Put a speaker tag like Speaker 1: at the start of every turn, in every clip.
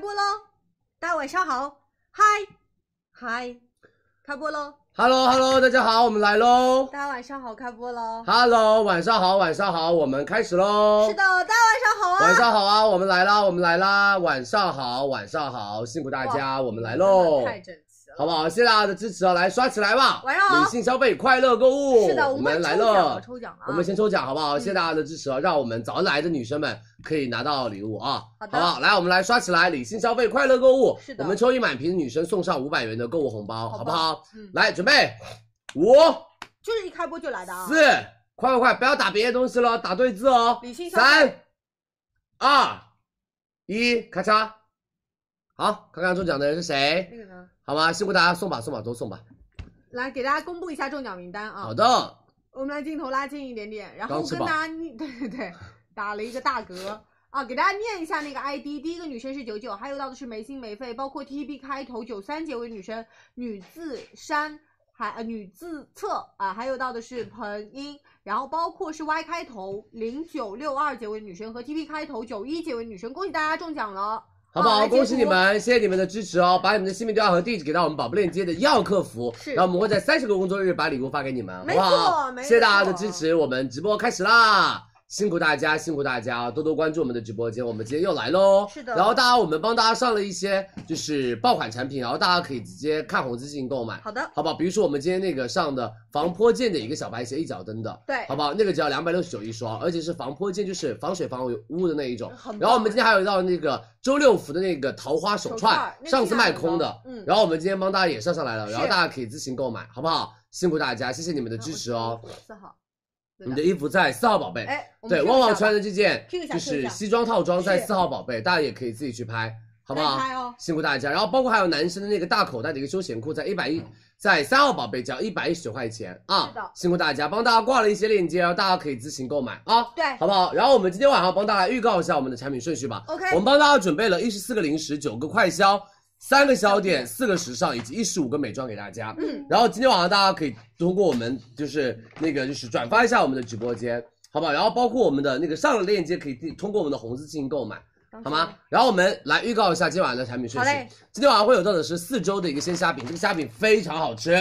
Speaker 1: 播喽！大家晚上好，嗨嗨，开播喽！
Speaker 2: Hello Hello，大家好，我们来喽
Speaker 1: 大。家晚上好，开播喽！
Speaker 2: Hello，晚上好，晚上好，我们开始喽。
Speaker 1: 是的，大家晚上好啊！
Speaker 2: 晚上好啊，我们来啦，我们来啦，晚上好，晚上好，辛苦大家，我们来喽，
Speaker 1: 太整齐了，
Speaker 2: 好不好？谢谢大家的支持啊，来刷起来吧！
Speaker 1: 晚上好
Speaker 2: 理性消费，快乐购物，
Speaker 1: 是的，
Speaker 2: 我
Speaker 1: 们
Speaker 2: 们来
Speaker 1: 抽奖
Speaker 2: 了
Speaker 1: 了，。抽奖了啊！
Speaker 2: 我们先抽奖好不好？
Speaker 1: 嗯
Speaker 2: 谢谢大家的支持啊，让我们早来的女生们可以拿到礼物啊，
Speaker 1: 好的
Speaker 2: 不好？来，我们来刷起来，理性消费，快乐购物。
Speaker 1: 是的
Speaker 2: 我们抽一满瓶的女生送上五百元的购物红包，
Speaker 1: 好吧
Speaker 2: 好不好？
Speaker 1: 嗯
Speaker 2: 来，准备，五、
Speaker 1: 就是一开播就来的啊！
Speaker 2: 四，快快快，不要打别的东西了，打对字哦。
Speaker 1: 理性消费
Speaker 2: 三、二、一，咔嚓。好，看看中奖的人是谁，
Speaker 1: 那个呢？
Speaker 2: 好吗？辛苦大家送吧，送吧，都送吧。
Speaker 1: 来给大家公布一下中奖名单啊！
Speaker 2: 好的，
Speaker 1: 我们来镜头拉近一点点，然后
Speaker 2: 刚吃
Speaker 1: 跟
Speaker 2: 饱
Speaker 1: 大家念， 对对对，打了一个大嗝啊，给大家念一下那个 ID。第一个女生是九九，还有到的是没心没肺，包括 TB 开头九三结尾的女生，女字山，还呃女字侧啊，还有到的是彭英，然后包括是 Y 开头零九六二结尾的女生和 TB 开头九一结尾的女生，恭喜大家中奖了！哦
Speaker 2: 好不
Speaker 1: 好
Speaker 2: 好？
Speaker 1: 来截
Speaker 2: 恭喜
Speaker 1: 图
Speaker 2: 你们，谢谢你们的支持哦！把你们的姓名、电话和地址给到我们宝贝链接的药客服，
Speaker 1: 是
Speaker 2: 然后我们会在三十个工作日把礼物发给你们，好
Speaker 1: 没
Speaker 2: 不好
Speaker 1: 错？没
Speaker 2: 谢谢大家的
Speaker 1: 错
Speaker 2: 支持，我们直播开始啦！辛苦大家，辛苦大家，多多关注我们的直播间，我们今天又来喽。
Speaker 1: 是的
Speaker 2: 然后大家，我们帮大家上了一些就是爆款产品，然后大家可以直接看红字进行购买，
Speaker 1: 好的，
Speaker 2: 好不好？比如说我们今天那个上的防泼溅的一个小白鞋，一脚蹬的，
Speaker 1: 对
Speaker 2: 好不好？那个只要两百六十九一双，而且是防泼溅，就是防水防污的那一种
Speaker 1: 很棒。
Speaker 2: 然后我们今天还有一道那个周六福的那个桃花手
Speaker 1: 手
Speaker 2: 串
Speaker 1: 串，那个
Speaker 2: 上次
Speaker 1: 质量
Speaker 2: 卖
Speaker 1: 很
Speaker 2: 空
Speaker 1: 高
Speaker 2: 的，
Speaker 1: 嗯
Speaker 2: 然后我们今天帮大家也上上来了，然后
Speaker 1: 是
Speaker 2: 大家可以自行购买，好不好？辛苦大家，谢谢你们的支持哦。
Speaker 1: 嗯四号，对
Speaker 2: 你的衣服在四号宝贝，
Speaker 1: 嗯哎，我们
Speaker 2: 对，
Speaker 1: Q 一
Speaker 2: 旺旺
Speaker 1: 下吧
Speaker 2: 穿的这件
Speaker 1: Q 一下
Speaker 2: 就
Speaker 1: Q 一
Speaker 2: 是
Speaker 1: 下
Speaker 2: 西装套装在
Speaker 1: 是
Speaker 2: 四号宝贝，大家也可以自己去拍，好不好
Speaker 1: 再拍哦？
Speaker 2: 辛苦大家。然后包括还有男生的那个大口袋的一个休闲裤，在一百一，在三号宝贝只要一百一十九块钱啊！
Speaker 1: 嗯是的
Speaker 2: 辛苦大家，帮大家挂了一些链接，然后大家可以自行购买啊。
Speaker 1: 对
Speaker 2: 好不好？然后我们今天晚上帮大家预告一下我们的产品顺序吧。
Speaker 1: OK
Speaker 2: 我们帮大家准备了一十四个零食，九个快消，三个小点，四个时尚，以及一十五个美妆给大家。
Speaker 1: 嗯，
Speaker 2: 然后今天晚上大家可以通过我们就是那个就是转发一下我们的直播间，好不好？然后包括我们的那个上了链接，可以通过我们的红字进行购买。好吗？？然后我们来预告一下今晚的产品顺序。
Speaker 1: 好嘞
Speaker 2: 今天晚上会有到的是四周的一个鲜虾饼，这个虾饼非常好吃，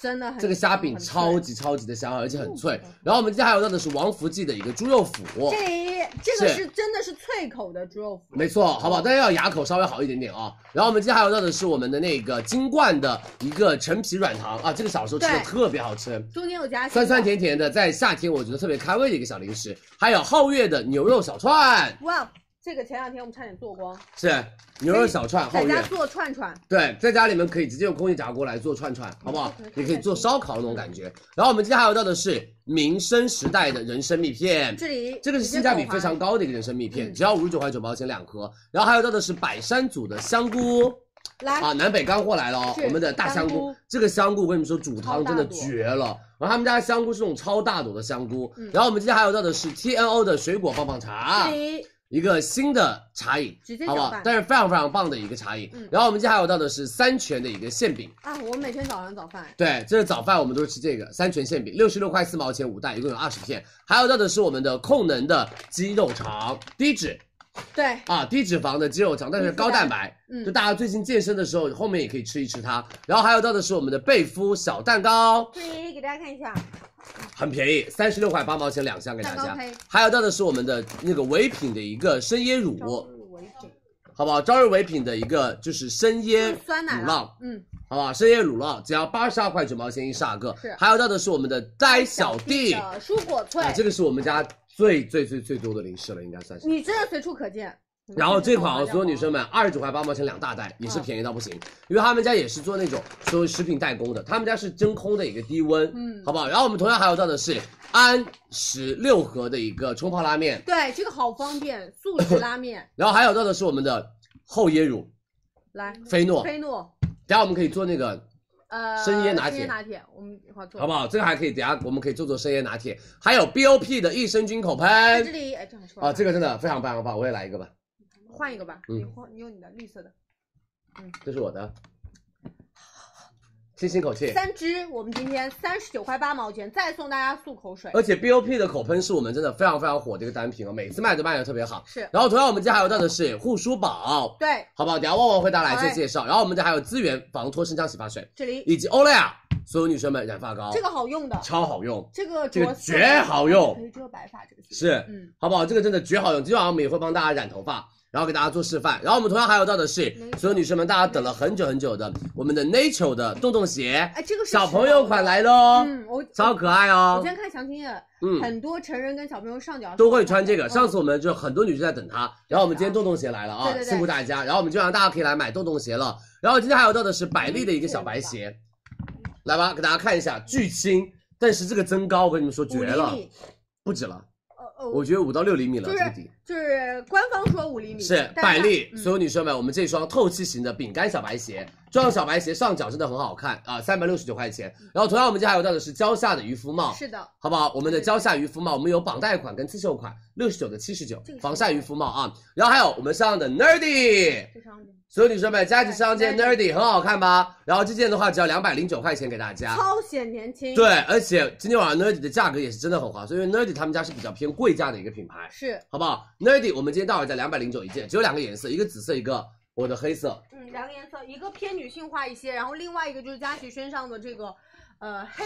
Speaker 1: 真的很
Speaker 2: 这个虾饼
Speaker 1: 很脆
Speaker 2: 超级超级的香，而且很脆。然后我们今天还有到的是王福记的一个猪肉脯，
Speaker 1: 这里这个
Speaker 2: 是
Speaker 1: 是真的是脆口的猪肉脯，
Speaker 2: 没错，好不好？大家要牙口稍微好一点点啊、然后我们今天还有到的是我们的那个金冠的一个陈皮软糖啊，这个小时候吃的
Speaker 1: 对
Speaker 2: 特别好吃。
Speaker 1: 中间有夹心
Speaker 2: 酸
Speaker 1: 的
Speaker 2: 酸。甜甜的，在夏天我觉得特别开胃的一个小零食，还有皓月的牛肉小串，
Speaker 1: 哇，这个前两天我们差点做光，
Speaker 2: 是牛肉小串皓
Speaker 1: 在
Speaker 2: 月
Speaker 1: 家，做串串，
Speaker 2: 对，在家里面可以直接用空气炸锅来做串串，好不好
Speaker 1: 嗯？
Speaker 2: 也可以做烧烤那种感觉。然后我们今天还有到的是民生时代的人参蜜片，
Speaker 1: 这里
Speaker 2: 这个是性价比非常
Speaker 1: 高。
Speaker 2: 高的一个人参蜜片，
Speaker 1: 嗯
Speaker 2: 只要五十九块九毛钱两颗。然后还有到的是百山组的香菇，
Speaker 1: 来，
Speaker 2: 啊，南北干货来了哦
Speaker 1: 嗯是，
Speaker 2: 我们的大香
Speaker 1: 香
Speaker 2: 菇
Speaker 1: 菇，
Speaker 2: 这个香菇我跟你们说煮汤真的
Speaker 1: 超大朵
Speaker 2: 绝了。然后他们家的香菇是那种超大朵的香菇，
Speaker 1: 嗯
Speaker 2: 然后我们今天还有到的是 T N O 的水果棒棒茶
Speaker 1: 这，里
Speaker 2: 一个新的茶饮
Speaker 1: 直接，
Speaker 2: 啊好不
Speaker 1: 搅
Speaker 2: 好
Speaker 1: 拌？
Speaker 2: 但是非常非常棒的一个茶饮。
Speaker 1: 嗯
Speaker 2: 然后我们今天还有到的是三全的一个馅饼，
Speaker 1: 啊，我每天早上早饭，
Speaker 2: 对，这是早饭我们都是吃这个三全馅饼，六十六块四毛钱五袋，一共有二十片。还有到的是我们的控能的鸡肉肠，低脂
Speaker 1: 对，
Speaker 2: 啊，低脂肪的鸡肉肠，但是高蛋白。
Speaker 1: 嗯
Speaker 2: 就大家最近健身的时候，后面也可以吃一吃它。然后还有到的是我们的贝夫小蛋糕，
Speaker 1: 这里给大家看一下，
Speaker 2: 很便宜，三十六块八毛钱两箱给大
Speaker 1: 蛋糕
Speaker 2: 家
Speaker 1: 胚。
Speaker 2: 还有到的是我们的那个唯品的一个生椰乳，
Speaker 1: 朝日为主
Speaker 2: 好不好？朝日唯品的一个就是生椰
Speaker 1: 就是酸奶
Speaker 2: 乳酪
Speaker 1: 了，，嗯，
Speaker 2: 好不好？生椰乳酪只要八十二块九毛钱一十二个
Speaker 1: 是。
Speaker 2: 还有到的是我们的呆小弟，
Speaker 1: 的蔬果脆
Speaker 2: 啊，，这个是我们家最最最最多的零食了，应该算是。
Speaker 1: 你真的随处可见。
Speaker 2: 然后这款啊，所有女生们二十九块八毛钱两大袋，也是便宜到不行，因为他们家也是做那种所有食品代工的，他们家是真空的一个低温，
Speaker 1: 嗯
Speaker 2: 好不好？然后我们同样还有到的是安十六盒的一个冲泡拉面，
Speaker 1: 对这个好方便，速食拉面
Speaker 2: 然后还有到的是我们的厚椰乳
Speaker 1: 来，
Speaker 2: 菲诺，
Speaker 1: 菲诺，
Speaker 2: 等下我们可以做那个
Speaker 1: 呃，
Speaker 2: 生椰拿铁
Speaker 1: 生椰拿铁，我们一会儿做，
Speaker 2: 好不
Speaker 1: 好？
Speaker 2: 好？这个还可以，等下我们可以做做生椰拿铁，还有 BOP 的益生菌口
Speaker 1: 在这
Speaker 2: 喷
Speaker 1: 里，哎，正好吃完
Speaker 2: 啊，
Speaker 1: 了
Speaker 2: 这个真的非常棒，好不好？我也来一个吧，
Speaker 1: 换一个吧，
Speaker 2: 嗯
Speaker 1: 你换，你用你的绿色的。
Speaker 2: 这是我的，清新口气。
Speaker 1: 三支，我们今天三十九块八毛钱，再送大家漱口水。
Speaker 2: 而且 BOP 的口喷是我们真的非常非常火的一个单品哦，每次卖都卖的特别好。
Speaker 1: 是
Speaker 2: 然后同样我们家还有到的是护舒宝，
Speaker 1: 对，
Speaker 2: 好不好？等一下旺旺会带来一
Speaker 1: 好嘞
Speaker 2: 些介绍。然后我们家还有资源防脱生姜洗发水，
Speaker 1: 这里
Speaker 2: 以及欧莱雅所有女生们染发膏，
Speaker 1: 这个好用的，
Speaker 2: 超好用，
Speaker 1: 这个
Speaker 2: 这个
Speaker 1: 着色
Speaker 2: 绝好用
Speaker 1: 可以遮白发，这个系列
Speaker 2: 是
Speaker 1: 嗯，
Speaker 2: 好不好？这个真的绝好用，今晚我们也会帮大家染头发，然后给大家做示范。然后我们同样还有到的是
Speaker 1: 没错
Speaker 2: 所有女生们，大家等了很久很久的我们的 Nature 的洞洞鞋，
Speaker 1: 哎，这个是
Speaker 2: 小朋友款来喽，
Speaker 1: 嗯，我
Speaker 2: 超可爱
Speaker 1: 我
Speaker 2: 哦
Speaker 1: 今。天看详情页，
Speaker 2: 嗯，
Speaker 1: 很多成人跟小朋友上脚
Speaker 2: 都会穿这个。
Speaker 1: 嗯
Speaker 2: 上次我们就很多女生在等它，然后我们今天洞洞鞋来了
Speaker 1: 对
Speaker 2: 啊，
Speaker 1: 对对
Speaker 2: 辛苦大家。然后我们就让大家可以来买洞洞鞋了。然后今天还有到的是百丽的一个小白鞋，来吧，给大家看一下，巨轻，但是这个增高我跟你们说绝
Speaker 1: 五
Speaker 2: 了
Speaker 1: 厘，米，
Speaker 2: 不止了，
Speaker 1: 呃呃，
Speaker 2: 我觉得五到六厘米了，
Speaker 1: 就是
Speaker 2: 这个底。
Speaker 1: 就是官方说五厘米，
Speaker 2: 是
Speaker 1: 但
Speaker 2: 百丽，
Speaker 1: 它嗯
Speaker 2: 所有女生们，我们这双透气型的饼干小白鞋，这双小白鞋上脚真的很好看啊，三百六十九块钱。
Speaker 1: 嗯
Speaker 2: 然后同样我们家还有到的是蕉下的渔夫帽，
Speaker 1: 是的，
Speaker 2: 好不好？我们的
Speaker 1: 对对
Speaker 2: 蕉下渔夫帽，我们有绑带款跟刺绣款，六十九的、七十九
Speaker 1: 这个，是
Speaker 2: 防晒渔夫帽啊。然后还有我们身上的 Nerdy，
Speaker 1: 非常好
Speaker 2: 所有女生们，加起身上这件
Speaker 1: 对
Speaker 2: Nerdy 很好看吧？然后这件的话只要两百零九块钱给大家。
Speaker 1: 超显年轻，，
Speaker 2: 啊对，而且今天晚上 Nerdy 的价格也是真的很划算，因为 Nerdy 他们家是比较偏贵价的一个品牌，
Speaker 1: 是，
Speaker 2: 好不好？Nerdy 我们今天到手价两百零九一件，只有两个颜色，一个紫色，一个我的黑色。
Speaker 1: 嗯，两个颜色，一个偏女性化一些，然后另外一个就是佳琦身上的这个，呃，黑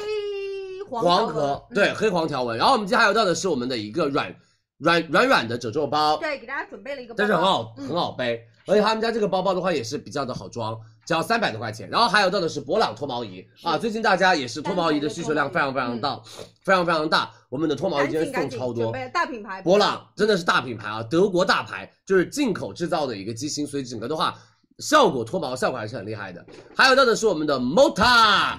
Speaker 1: 黄条
Speaker 2: 黄
Speaker 1: 纹
Speaker 2: 壳，
Speaker 1: 嗯
Speaker 2: 对，黑黄条纹。然后我们今天还有到的是我们的一个软软软软的褶皱包，
Speaker 1: 对，给大家准备了一个包包，
Speaker 2: 但是很好、
Speaker 1: 嗯
Speaker 2: 很好背，而且他们家这个包包的话也是比较的好装，只要三百多块钱。然后还有到的是博朗脱毛仪啊，最近大家也是脱毛仪的需求量非常非常大，非常非常大。我们的脱毛仪
Speaker 1: 赶
Speaker 2: 今天
Speaker 1: 紧赶
Speaker 2: 送
Speaker 1: 紧
Speaker 2: 超
Speaker 1: 准
Speaker 2: 多，
Speaker 1: 备大品牌
Speaker 2: 博朗真的是大品牌啊，德国大牌，就是进口制造的一个机芯，所以整个的话效果脱毛效果还是很厉害的。还有到的是我们的 Mota。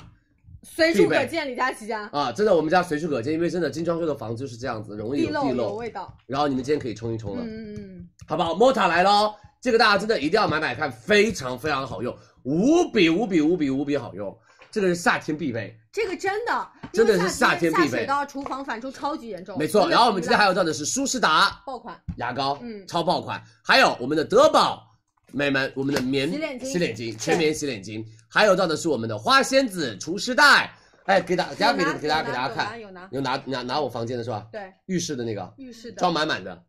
Speaker 1: 随
Speaker 2: 必
Speaker 1: 处
Speaker 2: 备
Speaker 1: 可见李佳琦家，
Speaker 2: 啊，真的，我们家随处可见，因为真的精装修的房子就是这样子，容易
Speaker 1: 地
Speaker 2: 有
Speaker 1: 漏
Speaker 2: 地
Speaker 1: 有
Speaker 2: 漏。
Speaker 1: 味道，
Speaker 2: 然后你们今天可以冲一冲了，
Speaker 1: 嗯嗯嗯，
Speaker 2: 好不好？Mota 来喽，这个大家真的一定要买买看，非常非常好用，无比无比无比无比好用，这个是夏天必备，
Speaker 1: 这个真的
Speaker 2: 真的
Speaker 1: 因为
Speaker 2: 是夏
Speaker 1: 天
Speaker 2: 天必备
Speaker 1: 下水道厨房反臭超级严重，
Speaker 2: 没错。
Speaker 1: 真的
Speaker 2: 然后我们
Speaker 1: 服
Speaker 2: 今天
Speaker 1: 了
Speaker 2: 还有到的是舒适达
Speaker 1: 爆款，
Speaker 2: 牙膏，
Speaker 1: 嗯
Speaker 2: 超爆款，还有我们的德宝。美们，我们的棉
Speaker 1: 洗脸巾
Speaker 2: 巾全棉洗脸巾，还有到的是我们的花仙子除湿袋，哎，给大大家给大家给大家给大家看，
Speaker 1: 有拿有拿有拿，
Speaker 2: 有拿拿拿我房间的是吧？
Speaker 1: 对，
Speaker 2: 浴室的那个，
Speaker 1: 浴室的
Speaker 2: 装满满的。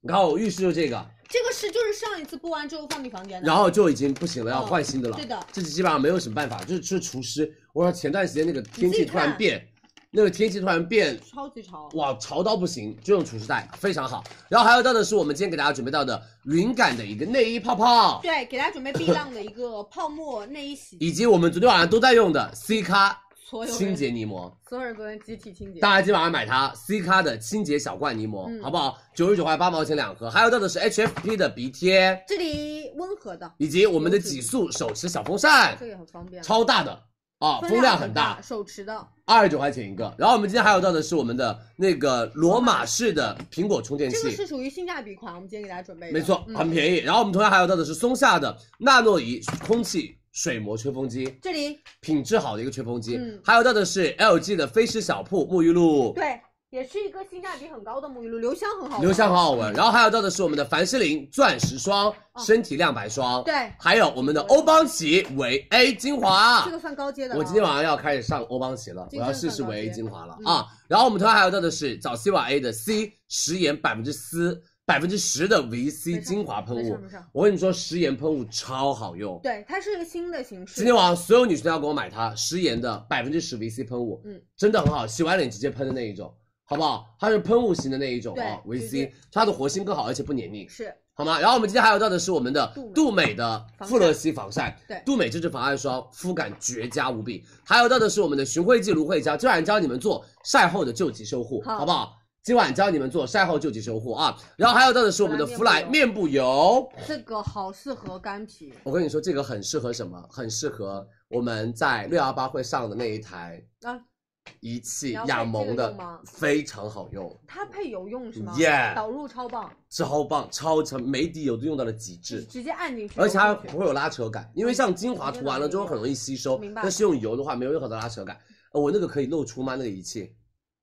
Speaker 2: 你看我浴室就这个，
Speaker 1: 这个是就是上一次播完之后放你房间的，
Speaker 2: 然后就已经不行了，要换新的了。
Speaker 1: 嗯对的
Speaker 2: 这基本上没有什么办法，就是就是除湿。我说前段时间那个天气突然变，那个天气突然变，
Speaker 1: 超级潮，
Speaker 2: 哇，潮到不行，就用除湿袋非常好。然后还有到的是我们今天给大家准备到的云感的一个内衣泡泡，
Speaker 1: 对，给大家准备碧浪的一个泡沫内衣洗，
Speaker 2: 以及我们昨天晚上都在用的 C 咖
Speaker 1: 所有人
Speaker 2: 清洁泥膜。
Speaker 1: 所有人都能集体清洁，
Speaker 2: 大家今晚上买它 C 咖的清洁小罐泥膜，
Speaker 1: 嗯
Speaker 2: 好不好？九十九块八毛钱两盒。还有到的是 HFP 的鼻贴，
Speaker 1: 这里温和的，
Speaker 2: 以及我们的几速手持小风扇
Speaker 1: 这，个也很方便，
Speaker 2: 超大的啊，风量很大，
Speaker 1: 手持的，
Speaker 2: 二十九块钱一个。然后我们今天还有到的是我们的那个罗马式的苹果充电
Speaker 1: 这个
Speaker 2: 器，
Speaker 1: 是属于性价比款，我们今天给大家准备的，
Speaker 2: 没错，
Speaker 1: 嗯
Speaker 2: 很便宜。然后我们同样还有到的是松下的纳诺仪空气水膜吹风机，
Speaker 1: 这里
Speaker 2: 品质好的一个吹风机
Speaker 1: 嗯。
Speaker 2: 还有到的是 LG 的飞诗小铺沐浴露。
Speaker 1: 对，也是一个性价比很高的沐浴露，留香很好，
Speaker 2: 留香很，好闻，然后还有到的是我们的凡士林钻石霜、身体亮白霜，
Speaker 1: 哦对
Speaker 2: 还有我们的欧邦琪维 A 精华，
Speaker 1: 这个算高阶的了，
Speaker 2: 我今天晚上要开始上欧邦琪了，我
Speaker 1: 今天
Speaker 2: 要试试
Speaker 1: 上高
Speaker 2: 维 A
Speaker 1: 阶
Speaker 2: 精华了、
Speaker 1: 嗯
Speaker 2: 啊。然后我们同样还有到的是早 C 晚 A 的 C 食盐百分之四百分之十的
Speaker 1: 没
Speaker 2: VC
Speaker 1: 事
Speaker 2: 精华喷
Speaker 1: 没
Speaker 2: 雾
Speaker 1: 事没事，
Speaker 2: 我跟你说食盐喷雾超好用。
Speaker 1: 对，它是一个新的形式
Speaker 2: 今，天晚上所有女生都要给我买它，食盐的百分之十 VC 喷雾，
Speaker 1: 嗯，
Speaker 2: 真的很好，洗完脸直接喷的那一种，好不好？它是喷雾型的那一种啊
Speaker 1: 对直
Speaker 2: ，VC
Speaker 1: 接
Speaker 2: 它的活性更好，而且不黏腻。
Speaker 1: 是
Speaker 2: 好吗？然后我们今天还有到的是我们的
Speaker 1: 杜美
Speaker 2: 杜美的富勒烯防晒，
Speaker 1: 对
Speaker 2: 杜美这支防晒霜肤感绝佳无比。还有到的是我们的寻惠记芦荟胶，今晚教你们做晒后的救急修护，
Speaker 1: 好
Speaker 2: 好不好？今晚教你们做晒后救急修护啊。然后还有到的是我们的
Speaker 1: 芙
Speaker 2: 芙
Speaker 1: 莱
Speaker 2: 莱
Speaker 1: 面
Speaker 2: 面部油，
Speaker 1: 这个好适合干皮，
Speaker 2: 我跟你说这个很适合什么？很适合我们在六幺八会上的那一台
Speaker 1: 啊
Speaker 2: 仪器
Speaker 1: 你要配
Speaker 2: 雅萌
Speaker 1: 这个
Speaker 2: 的
Speaker 1: 用吗，
Speaker 2: 非常好用，
Speaker 1: 它配油用是吗
Speaker 2: Yeah
Speaker 1: 导入超棒，
Speaker 2: 超棒，超强，每底油都用到了极致
Speaker 1: 直。直接按进去，
Speaker 2: 而且它
Speaker 1: 用进去
Speaker 2: 不会有拉扯
Speaker 1: 哦
Speaker 2: 感，因为像精华涂啊完了之后很容易吸收
Speaker 1: 明，白
Speaker 2: 但是用油的话没有任何的拉扯感。呃，我那个可以露出吗？那个仪器，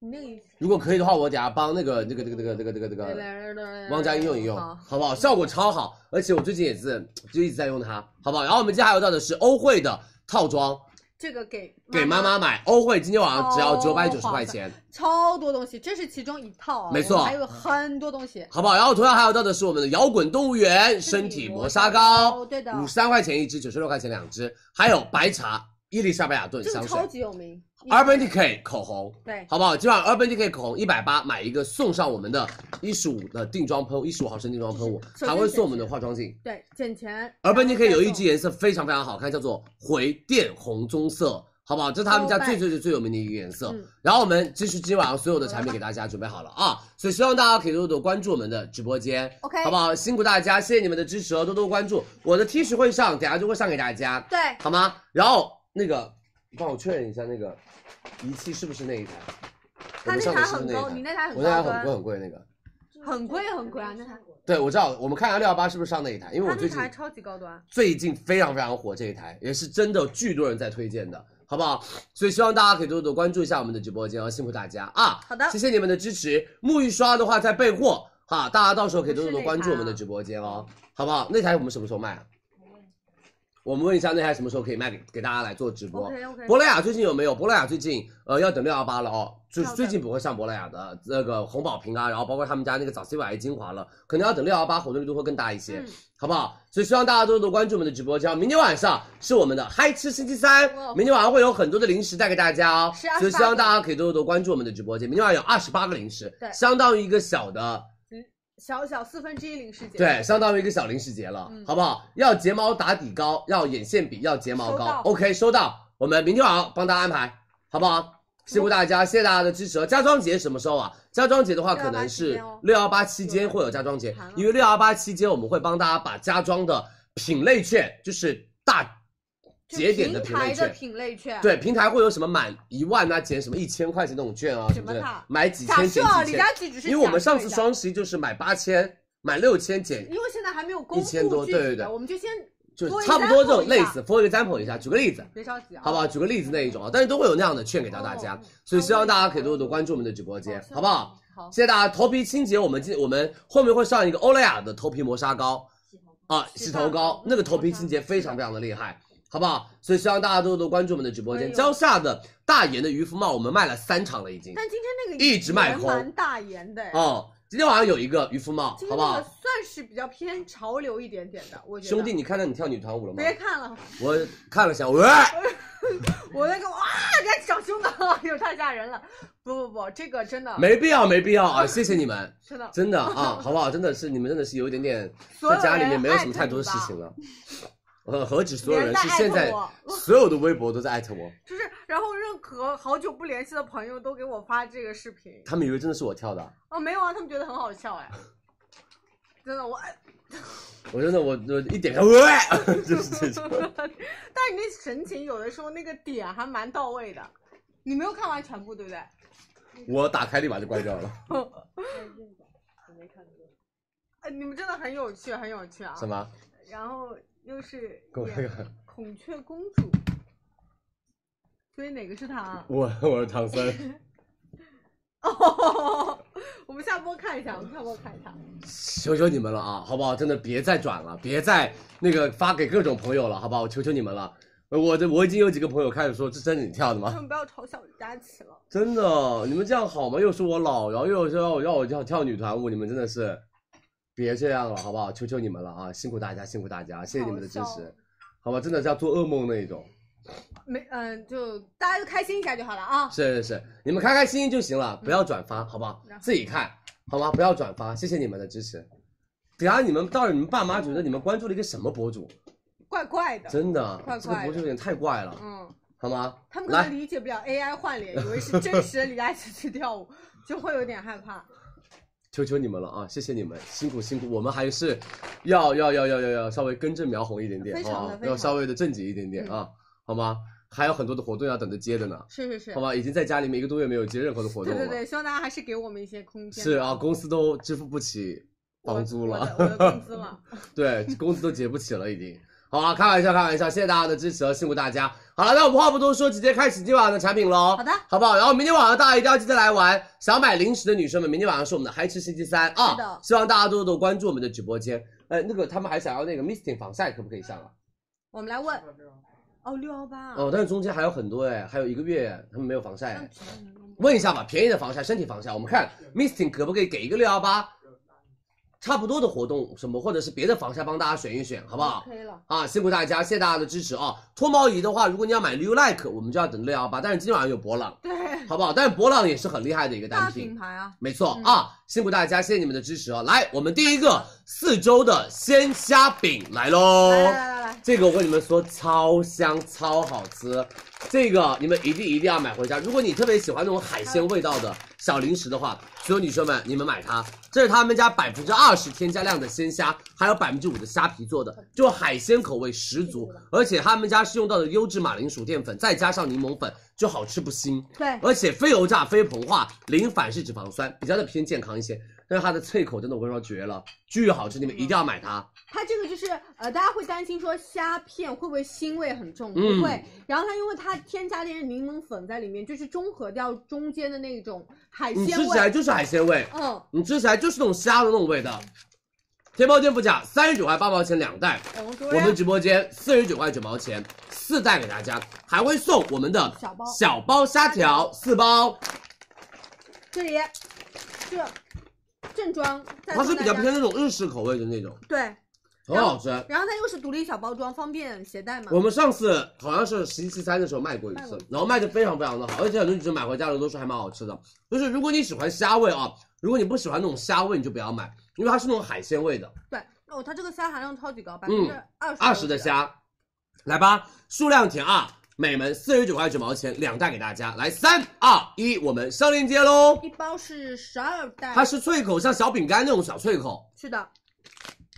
Speaker 1: 你那个意思
Speaker 2: 如果可以的话，我等下帮那个那个那个那个那个那个那个王佳音用一用，
Speaker 1: 好
Speaker 2: 好不好？效果超好，而且我最近也是就一直在用它，好不好？然后我们今天还有到的是欧惠的套装，
Speaker 1: 这个给
Speaker 2: 给妈妈买，欧惠今天晚上只要九百九十块钱，
Speaker 1: 哦超多东西，这是其中一套啊，
Speaker 2: 没错
Speaker 1: 我们还有很多东西。
Speaker 2: 好不好？然后同样还有到的是我们的摇滚动物园身体磨砂膏，
Speaker 1: 对的
Speaker 2: 五十三块钱一支，九十六块钱两支，还有白茶伊丽莎白雅顿
Speaker 1: 这
Speaker 2: 香
Speaker 1: 个
Speaker 2: 水
Speaker 1: 超级有名。
Speaker 2: ，Urban Decay 口红，
Speaker 1: 对，
Speaker 2: 好不好？今晚 Urban Decay 口红一百八买一个，送上我们的一十五的定妆喷雾，一十五毫升定妆喷雾，
Speaker 1: 就是
Speaker 2: 还会送我们的化妆镜。
Speaker 1: 对，捡钱。
Speaker 2: Urban Decay 有一支颜色非常非常好看，叫做回电红棕色，好不好？这是他们家最最最最有名的一个颜色。
Speaker 1: 哦嗯
Speaker 2: 然后我们继续今晚上所有的产品给大家准备好了啊，所以希望大家可以多多关注我们的直播间
Speaker 1: OK
Speaker 2: 好不好？辛苦大家，谢谢你们的支持哦，多多关注。我的 T 恤会上，等下就会上给大家，
Speaker 1: 对，
Speaker 2: 好吗？然后那个帮我确认一下那个仪器是不是那一台？我
Speaker 1: 它
Speaker 2: 们
Speaker 1: 那
Speaker 2: 上的
Speaker 1: 台
Speaker 2: 是不
Speaker 1: 很
Speaker 2: 是那一
Speaker 1: 高，
Speaker 2: 台
Speaker 1: 你那台很
Speaker 2: 我那台
Speaker 1: 高
Speaker 2: 很
Speaker 1: 端，
Speaker 2: 贵很贵那个，
Speaker 1: 很贵很贵啊，那台
Speaker 2: 对我知道，我们看一下六幺八是不是上那一台，因
Speaker 1: 它
Speaker 2: 为我
Speaker 1: 那
Speaker 2: 最近
Speaker 1: 台超级高端。
Speaker 2: 最近非常非常火这一台，也是真的巨多人在推荐的，好不好？所以希望大家可以多多关注一下我们的直播间哦，辛苦大家啊！
Speaker 1: 好的
Speaker 2: 谢谢你们的支持。沐浴刷的话在备货哈，大家到时候可以多多
Speaker 1: 不是那
Speaker 2: 关注我们的直播间哦，好不好？那台我们什么时候卖啊？我们问一下那台什么时候可以卖给给大家来做直播。
Speaker 1: OK OK，
Speaker 2: 珀莱雅最近有没有？珀莱雅最近呃要等六幺八了哦，就
Speaker 1: 好
Speaker 2: 是
Speaker 1: 的
Speaker 2: 最近不会上珀莱雅的那个红宝瓶啊，然后包括他们家那个早 C 晚 A 精华了，可能要等六幺八活动力度会更大一些，
Speaker 1: 嗯
Speaker 2: 好不好？所以希望大家多多关注我们的直播间。明天晚上是我们的嗨吃星期三
Speaker 1: 哇，
Speaker 2: 明天晚上会有很多的零食带给大家哦，
Speaker 1: 是28
Speaker 2: 所以希望大家可以多多关注我们的直播间。明天晚上有二十八个零食，
Speaker 1: 对
Speaker 2: 相当于一个小的。
Speaker 1: 小小四分之一零食节，
Speaker 2: 对，，相当于一个小零食节了，
Speaker 1: 嗯
Speaker 2: 好不好？要睫毛打底膏，要眼线笔，要睫毛
Speaker 1: 收
Speaker 2: 膏
Speaker 1: 到。
Speaker 2: OK，收到。我们明天晚上帮大家安排，好不好？辛苦大家，谢谢大家的支持哦。家装节什么时候啊？家装节的话，
Speaker 1: 618
Speaker 2: 可能
Speaker 1: 期
Speaker 2: 是
Speaker 1: 间哦
Speaker 2: 六幺八期间会有家装节
Speaker 1: 盘了，
Speaker 2: 因为六幺八期间我们会帮大家把家装的品类券，就是大节点的
Speaker 1: 平
Speaker 2: 品类
Speaker 1: 台的
Speaker 2: 券，
Speaker 1: 品类券，，
Speaker 2: 对，平台会有什么满一万啊，减什么一千块钱那种券啊，什
Speaker 1: 什
Speaker 2: 么
Speaker 1: 么
Speaker 2: 的
Speaker 1: 卡，
Speaker 2: 买几
Speaker 1: 假
Speaker 2: 千
Speaker 1: 设
Speaker 2: 减
Speaker 1: 啊
Speaker 2: 几
Speaker 1: 李
Speaker 2: 千
Speaker 1: 佳。琦只是
Speaker 2: 因为我们上次
Speaker 1: 假设一下，
Speaker 2: 双十一就是买八千，满六千减
Speaker 1: 因为现在还没有公布具
Speaker 2: 1000
Speaker 1: 体
Speaker 2: 多
Speaker 1: 的，
Speaker 2: 对对对
Speaker 1: 我们就先
Speaker 2: 就是差不多这种类
Speaker 1: for
Speaker 2: 似，for example 一下，举个例子，
Speaker 1: 别着急啊，
Speaker 2: 好不好？举个例子那一种啊，但是都会有那样的券给到大家
Speaker 1: 哦，
Speaker 2: 所以希望大家可以多多关注我们的直播间，好不好？？
Speaker 1: 好，
Speaker 2: 谢谢大家，头皮清洁我们今我们后面会上一个欧莱雅的头皮磨砂膏，啊，洗头膏，那个头皮清洁非常非常的厉害，好不好？所以希望大家多多关注我们的直播
Speaker 1: 哎
Speaker 2: 间。
Speaker 1: 呦
Speaker 2: 蕉下的大颜的渔夫帽我们卖了三场了已经，
Speaker 1: 但今天那个
Speaker 2: 一直卖空
Speaker 1: 也蛮大盐的，哎
Speaker 2: 哦，今天晚上有一个渔夫帽，
Speaker 1: 今
Speaker 2: 好
Speaker 1: 天
Speaker 2: 不
Speaker 1: 那个
Speaker 2: 好？
Speaker 1: 算是比较偏潮流一点点的，我觉得。
Speaker 2: 兄弟，，你看到你跳女团舞了吗？
Speaker 1: 别看了，
Speaker 2: 我看了一下，喂，
Speaker 1: 我那个哇，人家长胸的，有太吓人了。不不不，这个真的
Speaker 2: 没必要，没必要啊！谢谢你们，
Speaker 1: 真的，
Speaker 2: 真的 啊，好不好？真的是你们真的是有一点点
Speaker 1: 所
Speaker 2: 在
Speaker 1: 有
Speaker 2: 家里面
Speaker 1: 人
Speaker 2: 没有什
Speaker 1: 艾
Speaker 2: 么
Speaker 1: 特
Speaker 2: 太多
Speaker 1: 你
Speaker 2: 的事
Speaker 1: 吧
Speaker 2: 情了。呃， 何止所有
Speaker 1: 别
Speaker 2: 人，
Speaker 1: 再
Speaker 2: 是
Speaker 1: 艾
Speaker 2: 现
Speaker 1: 特
Speaker 2: 在
Speaker 1: 我
Speaker 2: 所有的微博都在艾特我，
Speaker 1: 就是，然后任何好久不联系的朋友都给我发这个视频。
Speaker 2: 他们以为真的是我跳的。
Speaker 1: 哦，没有啊，他们觉得很好笑哎，真的我。
Speaker 2: 我真的我我一点开，喂， 就是这种。
Speaker 1: 但是你那神情有的时候那个点还蛮到位的，你没有看完全部对不对？
Speaker 2: 我打开立马就关掉了，
Speaker 1: 呃，你们真的很有趣，很有趣啊。
Speaker 2: 什么？
Speaker 1: 然后又是
Speaker 2: 给我看
Speaker 1: 演
Speaker 2: 看，
Speaker 1: 孔雀公主，所以哪个是她啊？
Speaker 2: 我我是唐僧，
Speaker 1: 哦， 我们下播看一下，我们下播看一下。
Speaker 2: 啊求求你们了啊，好不好？真的别再转了，别再那个发给各种朋友了，好不好？我求求你们了。呃我的我已经有几个朋友开始说，这真的你跳的吗
Speaker 1: 他？们不要嘲笑李佳琦了，
Speaker 2: 真的，你们这样好吗？又说我老，然后又说让我让我跳跳女团舞，你们真的是别这样了，好不好？求求你们了啊！辛苦大家，辛苦大家，谢谢你们的支
Speaker 1: 好
Speaker 2: 持
Speaker 1: 笑，
Speaker 2: 好吧？真的是要做噩梦那一种，
Speaker 1: 没嗯、就大家就开心一下就好了啊。
Speaker 2: 是是是，你们开开心心就行了，不要转发，好不好
Speaker 1: 嗯然？后
Speaker 2: 自己看，好吗？不要转发，谢谢你们的支持。等下你们到底你们爸妈觉得你们关注了一个什么博主？
Speaker 1: 怪怪的，
Speaker 2: 真的，
Speaker 1: 怪
Speaker 2: 这个
Speaker 1: 怪
Speaker 2: 博主
Speaker 1: 的
Speaker 2: 有点太怪了，
Speaker 1: 嗯，
Speaker 2: 好吗？
Speaker 1: 他们可能
Speaker 2: 来，
Speaker 1: 理解不了 AI 换脸，以为是真实的李佳琦去跳舞，就会有点害怕。
Speaker 2: 求求你们了啊！谢谢你们，辛苦辛苦，我们还是要要要要要要稍微跟正苗红一点点，
Speaker 1: 非
Speaker 2: 好
Speaker 1: 常的
Speaker 2: 不好？
Speaker 1: 非常的嗯
Speaker 2: 要稍微的正经一点点啊，好吗？还有很多的活动要等着接的呢，
Speaker 1: 是是是
Speaker 2: 好，吧？已经在家里面一个多月没有接任何的活
Speaker 1: 对
Speaker 2: 动了，
Speaker 1: 对对，希望大家还是给我们一些空间。
Speaker 2: 是啊，公司都支付不起
Speaker 1: 我
Speaker 2: 房租了，
Speaker 1: 我的我的工资了。
Speaker 2: 对，工资都结不起了已经。好啊，开玩笑，开玩笑，谢谢大家的支持，辛苦大家。好了，那我们话不多说，直接开始今晚的产品哦喽。
Speaker 1: 好的
Speaker 2: 好不好？然后明天晚上大家一定要记得来玩。想买零食的女生们，明天晚上是我们的嗨吃星期三啊！
Speaker 1: 是的
Speaker 2: 希望大家多多关注我们的直播间。呃，那个他们还想要那个 Misting 防晒，可不可以上啊？
Speaker 1: 我们来问，哦，六幺八，
Speaker 2: 哦，但是中间还有很多哎，还有一个月他们没有防晒
Speaker 1: 那
Speaker 2: 哎。
Speaker 1: 只能用
Speaker 2: 问一下吧，便宜的防晒，身体防晒，我们看 Misting 可不可以给一个六幺八，差不多的活动什么，或者是别的防晒帮大家选一选，好不好？
Speaker 1: OK 了，
Speaker 2: 啊，辛苦大家，谢谢大家的支持啊！脱毛仪的话，如果你要买 New Like，我们就要等六幺八，但是今天晚上有博朗，
Speaker 1: 对，
Speaker 2: 好不好？但是博朗也是很厉害的一个
Speaker 1: 大
Speaker 2: 单品
Speaker 1: 品，牌啊，
Speaker 2: 没错、
Speaker 1: 嗯
Speaker 2: 啊，辛苦大家，谢谢你们的支持哦。来，我们第一个四周的鲜虾饼来喽！
Speaker 1: 来来来来，
Speaker 2: 这个我跟你们说，超香，超好吃。这个你们一定一定要买回家。如果你特别喜欢那种海鲜味道的小零食的话，所有女生们，你们买它。这是他们家百分之二十添加量的鲜虾，还有百分之五的虾皮做的，就海鲜口味十足。而且他们家是用到的优质马铃薯淀粉，再加上柠檬粉，就好吃不腥。
Speaker 1: 对，
Speaker 2: 而且非油炸、非膨化、零反式脂肪酸，比较的偏健康一些。但是它的脆口真的，我跟你说绝了，巨好吃，你们一定要买它。
Speaker 1: 它这个就是呃，大家会担心说虾片会不会腥味很重，
Speaker 2: 嗯
Speaker 1: 不会。然后它因为它添加的是柠檬粉在里面，就是中和掉中间的那种嗯海
Speaker 2: 你
Speaker 1: 鲜
Speaker 2: 吃起来
Speaker 1: 味。
Speaker 2: 就是海鲜味，
Speaker 1: 嗯，
Speaker 2: 你吃起来就是那种虾的那种味道。天猫店铺价三十九块八毛钱两袋，
Speaker 1: 我们哎
Speaker 2: 我们直播间四十九块九毛钱四袋给大家，还会送我们的
Speaker 1: 小包
Speaker 2: 小包虾条四包，
Speaker 1: 这里这正装，再
Speaker 2: 它是
Speaker 1: 送大
Speaker 2: 比较
Speaker 1: 家
Speaker 2: 偏那种日式口味的那种，
Speaker 1: 对，
Speaker 2: 很好吃。
Speaker 1: 然后它又是独立小包装，方便携带嘛。
Speaker 2: 我们上次好像是十一期三的时候卖过一
Speaker 1: 卖
Speaker 2: 次
Speaker 1: 过，
Speaker 2: 然后卖的非常非常的好，而且很多女生买回家的都说还蛮好吃的。就是如果你喜欢虾味啊，如果你不喜欢那种虾味，你就不要买，因为它是那种海鲜味的。
Speaker 1: 对，哦，它这个虾含量超级高，百分之二十
Speaker 2: 嗯二十的，虾，来吧，数量填二，每门四十九块九毛钱两袋给大家。来，三二一，我们上链接喽。
Speaker 1: 一包是十二袋，
Speaker 2: 它是脆口，像小饼干那种小脆口，
Speaker 1: 是的，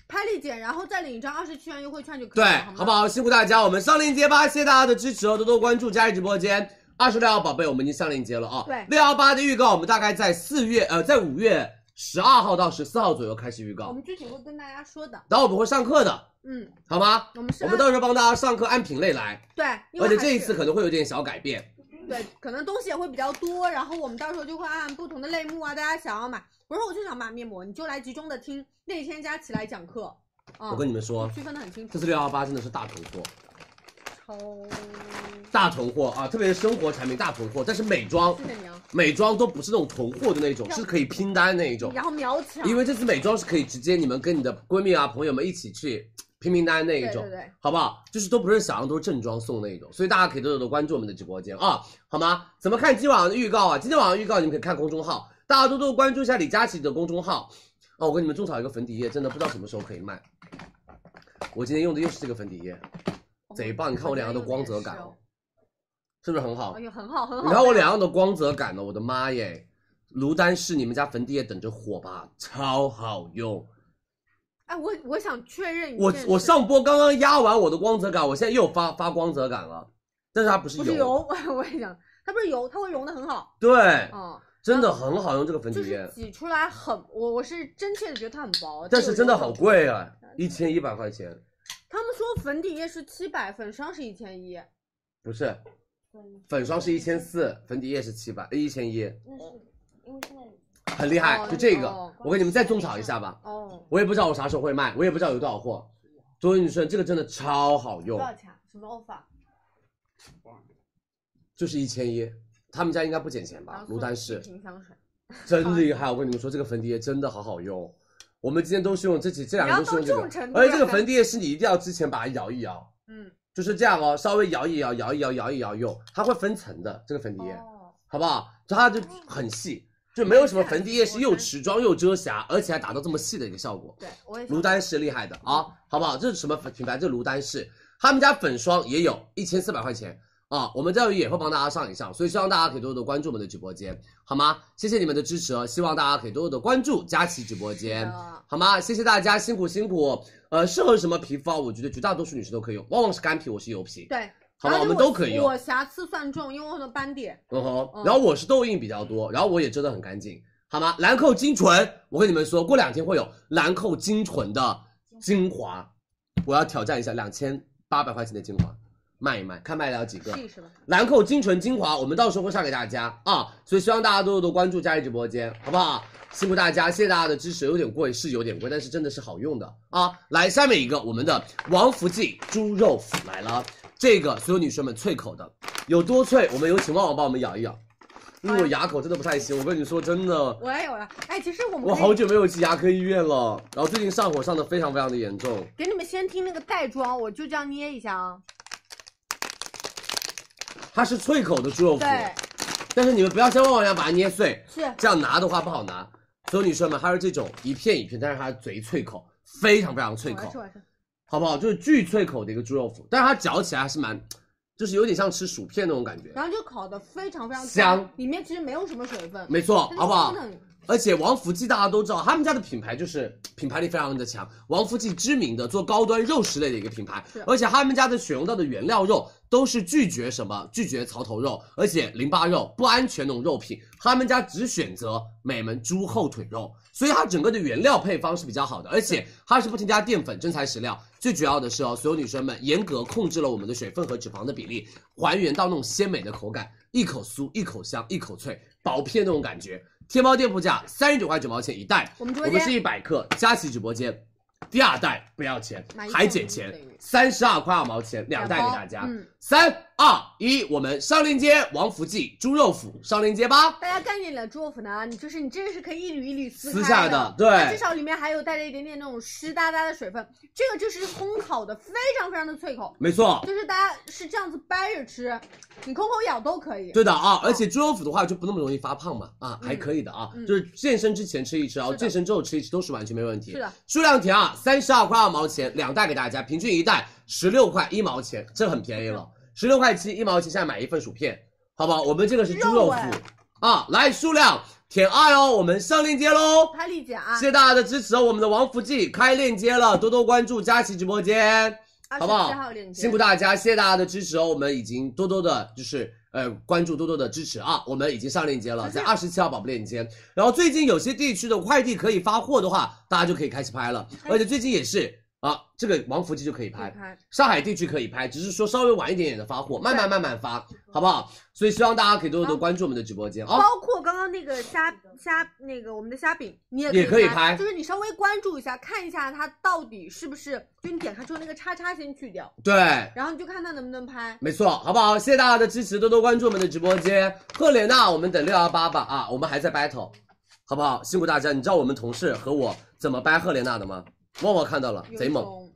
Speaker 1: 拍立减，然后再领一张二十七元优惠券就可以
Speaker 2: 对
Speaker 1: 了，，好吗
Speaker 2: 好不？好？辛苦大家，我们上链接吧，谢谢大家的支持哦，多多关注佳怡直播间。二十六号宝贝，我们已经上链接了啊。
Speaker 1: 对
Speaker 2: 六幺八的预告，我们大概在四月，呃，在五月十二号到十四号左右开始预
Speaker 1: 我
Speaker 2: 告，
Speaker 1: 们具体会跟大家说的，
Speaker 2: 然后我们会上课的，
Speaker 1: 嗯，
Speaker 2: 好吗？
Speaker 1: 我们是
Speaker 2: 我们到时候帮大家上课按品类来，
Speaker 1: 对，因为
Speaker 2: 而且
Speaker 1: 还
Speaker 2: 这一
Speaker 1: 是
Speaker 2: 次可能会有点小改变。
Speaker 1: 对，可能东西也会比较多，然后我们到时候就会按不同的类目啊，大家想要买，不是我就想买面膜，你就来集中的听那天佳琪来讲课，啊、
Speaker 2: 我跟你们说，
Speaker 1: 区分的很清楚
Speaker 2: 这，次六幺八真的是大囤货，
Speaker 1: 超
Speaker 2: 大囤货啊！特别是生活产品大囤货，但是美妆
Speaker 1: 谢，谢你啊，
Speaker 2: 美妆都不是那种囤货的那种，
Speaker 1: 要
Speaker 2: 是可以拼单那一种。
Speaker 1: 然后秒抢，
Speaker 2: 因为这次美妆是可以直接你们跟你的闺蜜啊朋友们一起去拼拼单那一
Speaker 1: 对
Speaker 2: 种
Speaker 1: 对，对，
Speaker 2: 好不好？就是都不是小样，都是正装送那一种，所以大家可以多多的关注我们的直播间啊，好吗？怎么看今天晚上的预告啊？今天晚上预告你们可以看公众号，大家多多关注一下李佳琦的公众号。哦，我跟你们种草一个粉底液，真的不知道什么时候可以卖。我今天用的又是这个粉底液，
Speaker 1: 哦
Speaker 2: 贼棒！你看我脸上的光泽感哦，是不是很好
Speaker 1: 哎？呦，很好很好，
Speaker 2: 你看我脸上的光泽感呢，我的妈耶！卢丹氏你们家粉底液等着火吧，超好用。
Speaker 1: 哎，我我想确认一
Speaker 2: 我
Speaker 1: 件
Speaker 2: 我
Speaker 1: 事
Speaker 2: 上播刚刚压完我的光泽感，我现在又发发光泽感了，但是它不是
Speaker 1: 不
Speaker 2: 油，
Speaker 1: 是油， 我也想，它不是油，它会溶的很好，
Speaker 2: 对，
Speaker 1: 嗯，
Speaker 2: 真的很好用这个粉
Speaker 1: 就
Speaker 2: 底
Speaker 1: 是
Speaker 2: 液，
Speaker 1: 挤出来很，我我是真切的觉得它很薄，
Speaker 2: 但
Speaker 1: 这
Speaker 2: 是
Speaker 1: 个
Speaker 2: 真的
Speaker 1: 油
Speaker 2: 好
Speaker 1: 感。
Speaker 2: 贵啊，一千一百块钱，
Speaker 1: 他们说粉底液是七百，粉霜是一千一，
Speaker 2: 不是，粉霜是一千四，粉底液是七百，一千一，
Speaker 3: 那是因为现在
Speaker 2: 很厉害，
Speaker 1: 哦
Speaker 2: 就这个
Speaker 1: 哦，
Speaker 2: 我给你们再种草一下吧，
Speaker 1: 哦，
Speaker 2: 我也不知道我啥时候会卖，我也不知道有多少货，所有女生这个真的超好用
Speaker 1: 多，少钱？啊什么 offer？
Speaker 2: 就是一千一。他们家应该不减钱啊
Speaker 1: 然
Speaker 2: 吧
Speaker 1: 后？
Speaker 2: 卢丹
Speaker 1: 送
Speaker 2: 氏
Speaker 1: 一瓶香水，
Speaker 2: 真厉害！我跟你们说，这个粉底液真的好好用。我们今天都是用这几这两个
Speaker 1: 然后
Speaker 2: 都是用
Speaker 1: 都中
Speaker 2: 这
Speaker 1: 成
Speaker 2: 个，
Speaker 1: 功
Speaker 2: 而且这个
Speaker 1: 了
Speaker 2: 啊粉底液是你一定要之前把它摇一摇，
Speaker 1: 嗯，
Speaker 2: 就是这样哦，稍微摇一摇，摇一摇，摇一摇用，它会分层的这个粉底液，
Speaker 1: 哦，
Speaker 2: 好不好？它就很细，就没有什么粉底液是又持妆又遮瑕，而且还达到这么细的一个效果。
Speaker 1: 对，我也想
Speaker 2: 卢丹氏厉害的啊，好不好？这是什么品牌？这是卢丹氏，他们家粉霜也有一千四百块钱啊，我们待会也会帮大家上一上，所以希望大家可以多多关注我们的直播间，好吗？谢谢你们的支持哦，希望大家可以多多的关注佳琦直播间
Speaker 1: 是的，
Speaker 2: 好吗？谢谢大家，辛苦辛苦。呃，适合什么皮肤啊？我觉得绝大多数女生都可以用，旺旺是干皮，我是油皮，
Speaker 1: 对，
Speaker 2: 好吧
Speaker 1: 然后
Speaker 2: 我们
Speaker 1: 就
Speaker 2: 都可以用
Speaker 1: 我瑕疵算重，因为我很多斑点，
Speaker 2: 嗯哼，
Speaker 1: 嗯
Speaker 2: 然后我是痘印比较多，然后我也遮得很干净，好吗？兰蔻精纯，我跟你们说过两天会有兰蔻精纯的精华，我要挑战一下两千八百块钱的精华，卖一卖，看卖得了几个
Speaker 1: 试。一试吧。
Speaker 2: 兰蔻精纯精华，我们到时候会上给大家啊，所以希望大家多多关注佳怡直播间，好不好？辛苦大家，谢谢大家的支持，有点贵是有点贵，但是真的是好用的啊！来，下面一个我们的王福记猪肉脯来了，这个所有女生们脆口的，有多脆？我们有请旺旺帮我们咬一咬，因为我牙口真的不太行。我跟你说真的，
Speaker 1: 我也有了。哎，其实我们
Speaker 2: 我
Speaker 1: 可以
Speaker 2: 好久没有去牙科医院了，然后最近上火上的非常非常的严重。
Speaker 1: 给你们先听那个袋装，我就这样捏一下啊。
Speaker 2: 它是脆口的猪肉脯，
Speaker 1: 对，
Speaker 2: 但是你们不要像旺旺一样把它捏碎，
Speaker 1: 是
Speaker 2: 这样拿的话不好拿。所有女生们，它是这种一片一片，但是它贼脆口，非常非常脆
Speaker 1: 我来
Speaker 2: 口
Speaker 1: 吃，，我来吃。
Speaker 2: 好不好？就是巨脆口的一个猪肉脯，但是它嚼起来还是蛮，就是有点像吃薯片那种感觉。
Speaker 1: 然后就烤的非常非常
Speaker 2: 香，
Speaker 1: 里面其实没有什么水分，
Speaker 2: 没错，好不好
Speaker 1: 但是真的？很
Speaker 2: 而且王府记大家都知道，他们家的品牌就是品牌力非常的强，王府记知名的做高端肉食类的一个品牌
Speaker 1: 是，
Speaker 2: 而且他们家的选用到的原料肉都是拒绝什么拒绝槽头肉，而且淋巴肉不安全那种肉品，他们家只选择美门猪后腿肉，所以它整个的原料配方是比较好的，而且它是不添加淀粉、真材实料。最主要的是哦，所有女生们严格控制了我们的水分和脂肪的比例，还原到那种鲜美的口感，一口酥，一口香，一口脆，薄片那种感觉。天猫店铺价三十九块九毛钱一袋，
Speaker 1: 我们直播
Speaker 2: 我
Speaker 1: 间
Speaker 2: 们是一百克，佳琦直播间，第二袋不要钱
Speaker 1: 买一，
Speaker 2: 还
Speaker 1: 送
Speaker 2: 减
Speaker 1: 一
Speaker 2: 钱
Speaker 1: 等于，
Speaker 2: 三十二块二毛钱，两袋给大家
Speaker 1: 两包嗯。
Speaker 2: 三二一，我们上链接，王府记猪肉脯上链接吧。
Speaker 1: 大家看见你的祝福呢，你就是你这个是可以一缕一缕撕
Speaker 2: 撕
Speaker 1: 开
Speaker 2: 下
Speaker 1: 的
Speaker 2: 的，对
Speaker 1: 它至少里面还有带着一点点那种湿哒哒的水分，这个就是烘烤的，非常非常的脆口，
Speaker 2: 没错，
Speaker 1: 就是大家是这样子掰着吃，你空口咬都可以。
Speaker 2: 对的啊，而且猪肉脯的话就不那么容易发胖嘛，啊，还可以的啊，
Speaker 1: 嗯嗯
Speaker 2: 就是健身之前吃一吃，然后
Speaker 1: 是的
Speaker 2: 健身之后吃一吃都是完全没问题。
Speaker 1: 是的，
Speaker 2: 数量填啊，三十二块二毛钱两袋给大家，平均一袋十六块一毛钱，这很便宜了，十六块七一毛钱，现在买一份薯片，好不好？我们这个是猪
Speaker 1: 肉
Speaker 2: 肉
Speaker 1: 哎
Speaker 2: 脯啊，来数量填二哦，我们上链接喽。
Speaker 1: 拍丽姐啊，
Speaker 2: 谢谢大家的支持哦，我们的王福记开链接了，多多关注佳琦直播间。
Speaker 1: 二十
Speaker 2: 好不好
Speaker 1: 七号链接，
Speaker 2: 辛苦大家，谢谢大家的支持哦！我们已经多多的，就是呃关注多多的支持啊，我们已经上链接了，在二十七号宝贝链接。然后最近有些地区的快递可以发货的话，大家就可以开始拍了，而且最近也是啊，这个王福记就可以
Speaker 1: 可以
Speaker 2: 拍，
Speaker 1: 拍，
Speaker 2: 上海地区可以拍，只是说稍微晚一点点的发货，慢慢慢慢发，好不好？所以希望大家可以多多关注我们的直播间啊。
Speaker 1: 包括刚刚那个虾虾那个我们的虾饼，你也
Speaker 2: 也可以
Speaker 1: 拍，
Speaker 2: 拍
Speaker 1: 就是你稍微关注一下，看一下它到底是不是，就你点开之后那个叉叉先去掉，
Speaker 2: 对，
Speaker 1: 然后你就看它能不能拍。
Speaker 2: 没错，好不好？谢谢大家的支持，多多关注我们的直播间。赫莲娜，我们等六幺八吧啊，我们还在 battle，好不好？辛苦大家，你知道我们同事和我怎么掰赫莲娜的吗？旺旺看到了，
Speaker 1: 有
Speaker 2: 贼
Speaker 1: 一
Speaker 2: 猛
Speaker 1: 种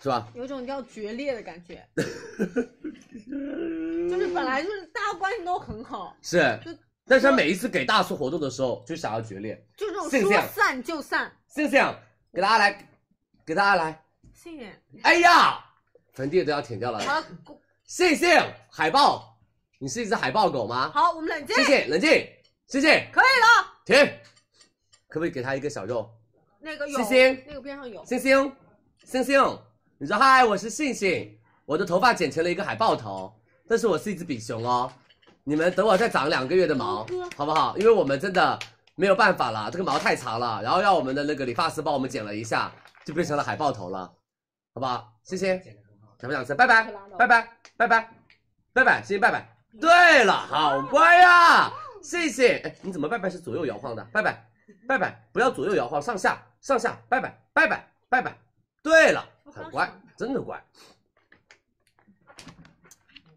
Speaker 2: 是吧？
Speaker 1: 有一种叫决裂的感 觉，就是本来就是大家关系都很好，
Speaker 2: 是
Speaker 1: 就，
Speaker 2: 但是他每一次给大促活动的时候，就想要决裂，
Speaker 1: 就这种
Speaker 2: 是这
Speaker 1: 说
Speaker 2: 样
Speaker 1: 散就散。
Speaker 2: 是不是这样？给大家来，给大家来，
Speaker 1: 信任，
Speaker 2: 哎呀，坟地都要舔掉了。
Speaker 1: 好，
Speaker 2: 谢谢海豹，你是一只海豹狗吗？
Speaker 1: 好，我们冷静，
Speaker 2: 谢谢，冷静，谢谢，
Speaker 1: 可以了。
Speaker 2: 停，可不可以给他一个小肉？
Speaker 1: 那个有，
Speaker 2: 谢谢
Speaker 1: 那个边上有，
Speaker 2: 星星，星星，你说嗨，我是信信，我的头发剪成了一个海豹头，但是我是一只比熊哦。你们等我再长两个月的毛
Speaker 1: 哥，
Speaker 2: 好不好？因为我们真的没有办法了，这个毛太长了，然后让我们的那个理发师帮我们剪了一下，就变成了海豹头了，好不好？星星，想不想吃？拜拜，拜拜，拜拜，拜拜，星星拜拜。对了，好乖呀、谢谢。哎，你怎么拜拜是左右摇晃的？拜拜，拜拜，不要左右摇晃，上下上下，拜拜拜拜拜拜。对了，很乖，真的乖。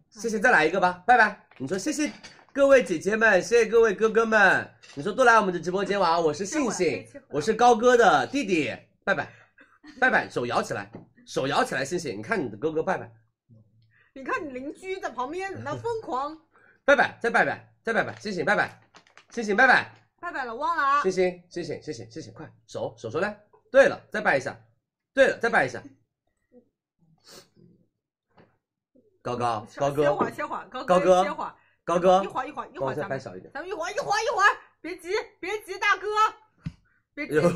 Speaker 2: 谢谢，再来一个吧，拜拜。你说谢谢各位姐姐们，谢谢各位哥哥们。你说多来我们的直播间玩，我是信信，我是高哥的弟弟，拜拜，拜拜，手摇起来，手摇起来，信信，你看你的哥哥拜拜，
Speaker 1: 你看你邻居在旁边在那疯狂，
Speaker 2: 拜拜，再拜拜，再拜拜，信信拜拜，信信拜拜。
Speaker 1: 拜拜了，忘了啊
Speaker 2: 星，星，星星，星星，星星，快手手手来！对了，再拜一下。对了，再拜一下。高高高
Speaker 1: 歇
Speaker 2: 哥
Speaker 1: 会儿，歇会儿，高
Speaker 2: 高哥
Speaker 1: 歇会儿，
Speaker 2: 高哥
Speaker 1: 一，会儿一会儿一会
Speaker 2: 帮我
Speaker 1: 儿
Speaker 2: 再
Speaker 1: 咱
Speaker 2: 掰
Speaker 1: 们
Speaker 2: 小一点。
Speaker 1: 咱们一会儿一会儿一会儿，别急别急，大哥，别急
Speaker 2: 哎，呦，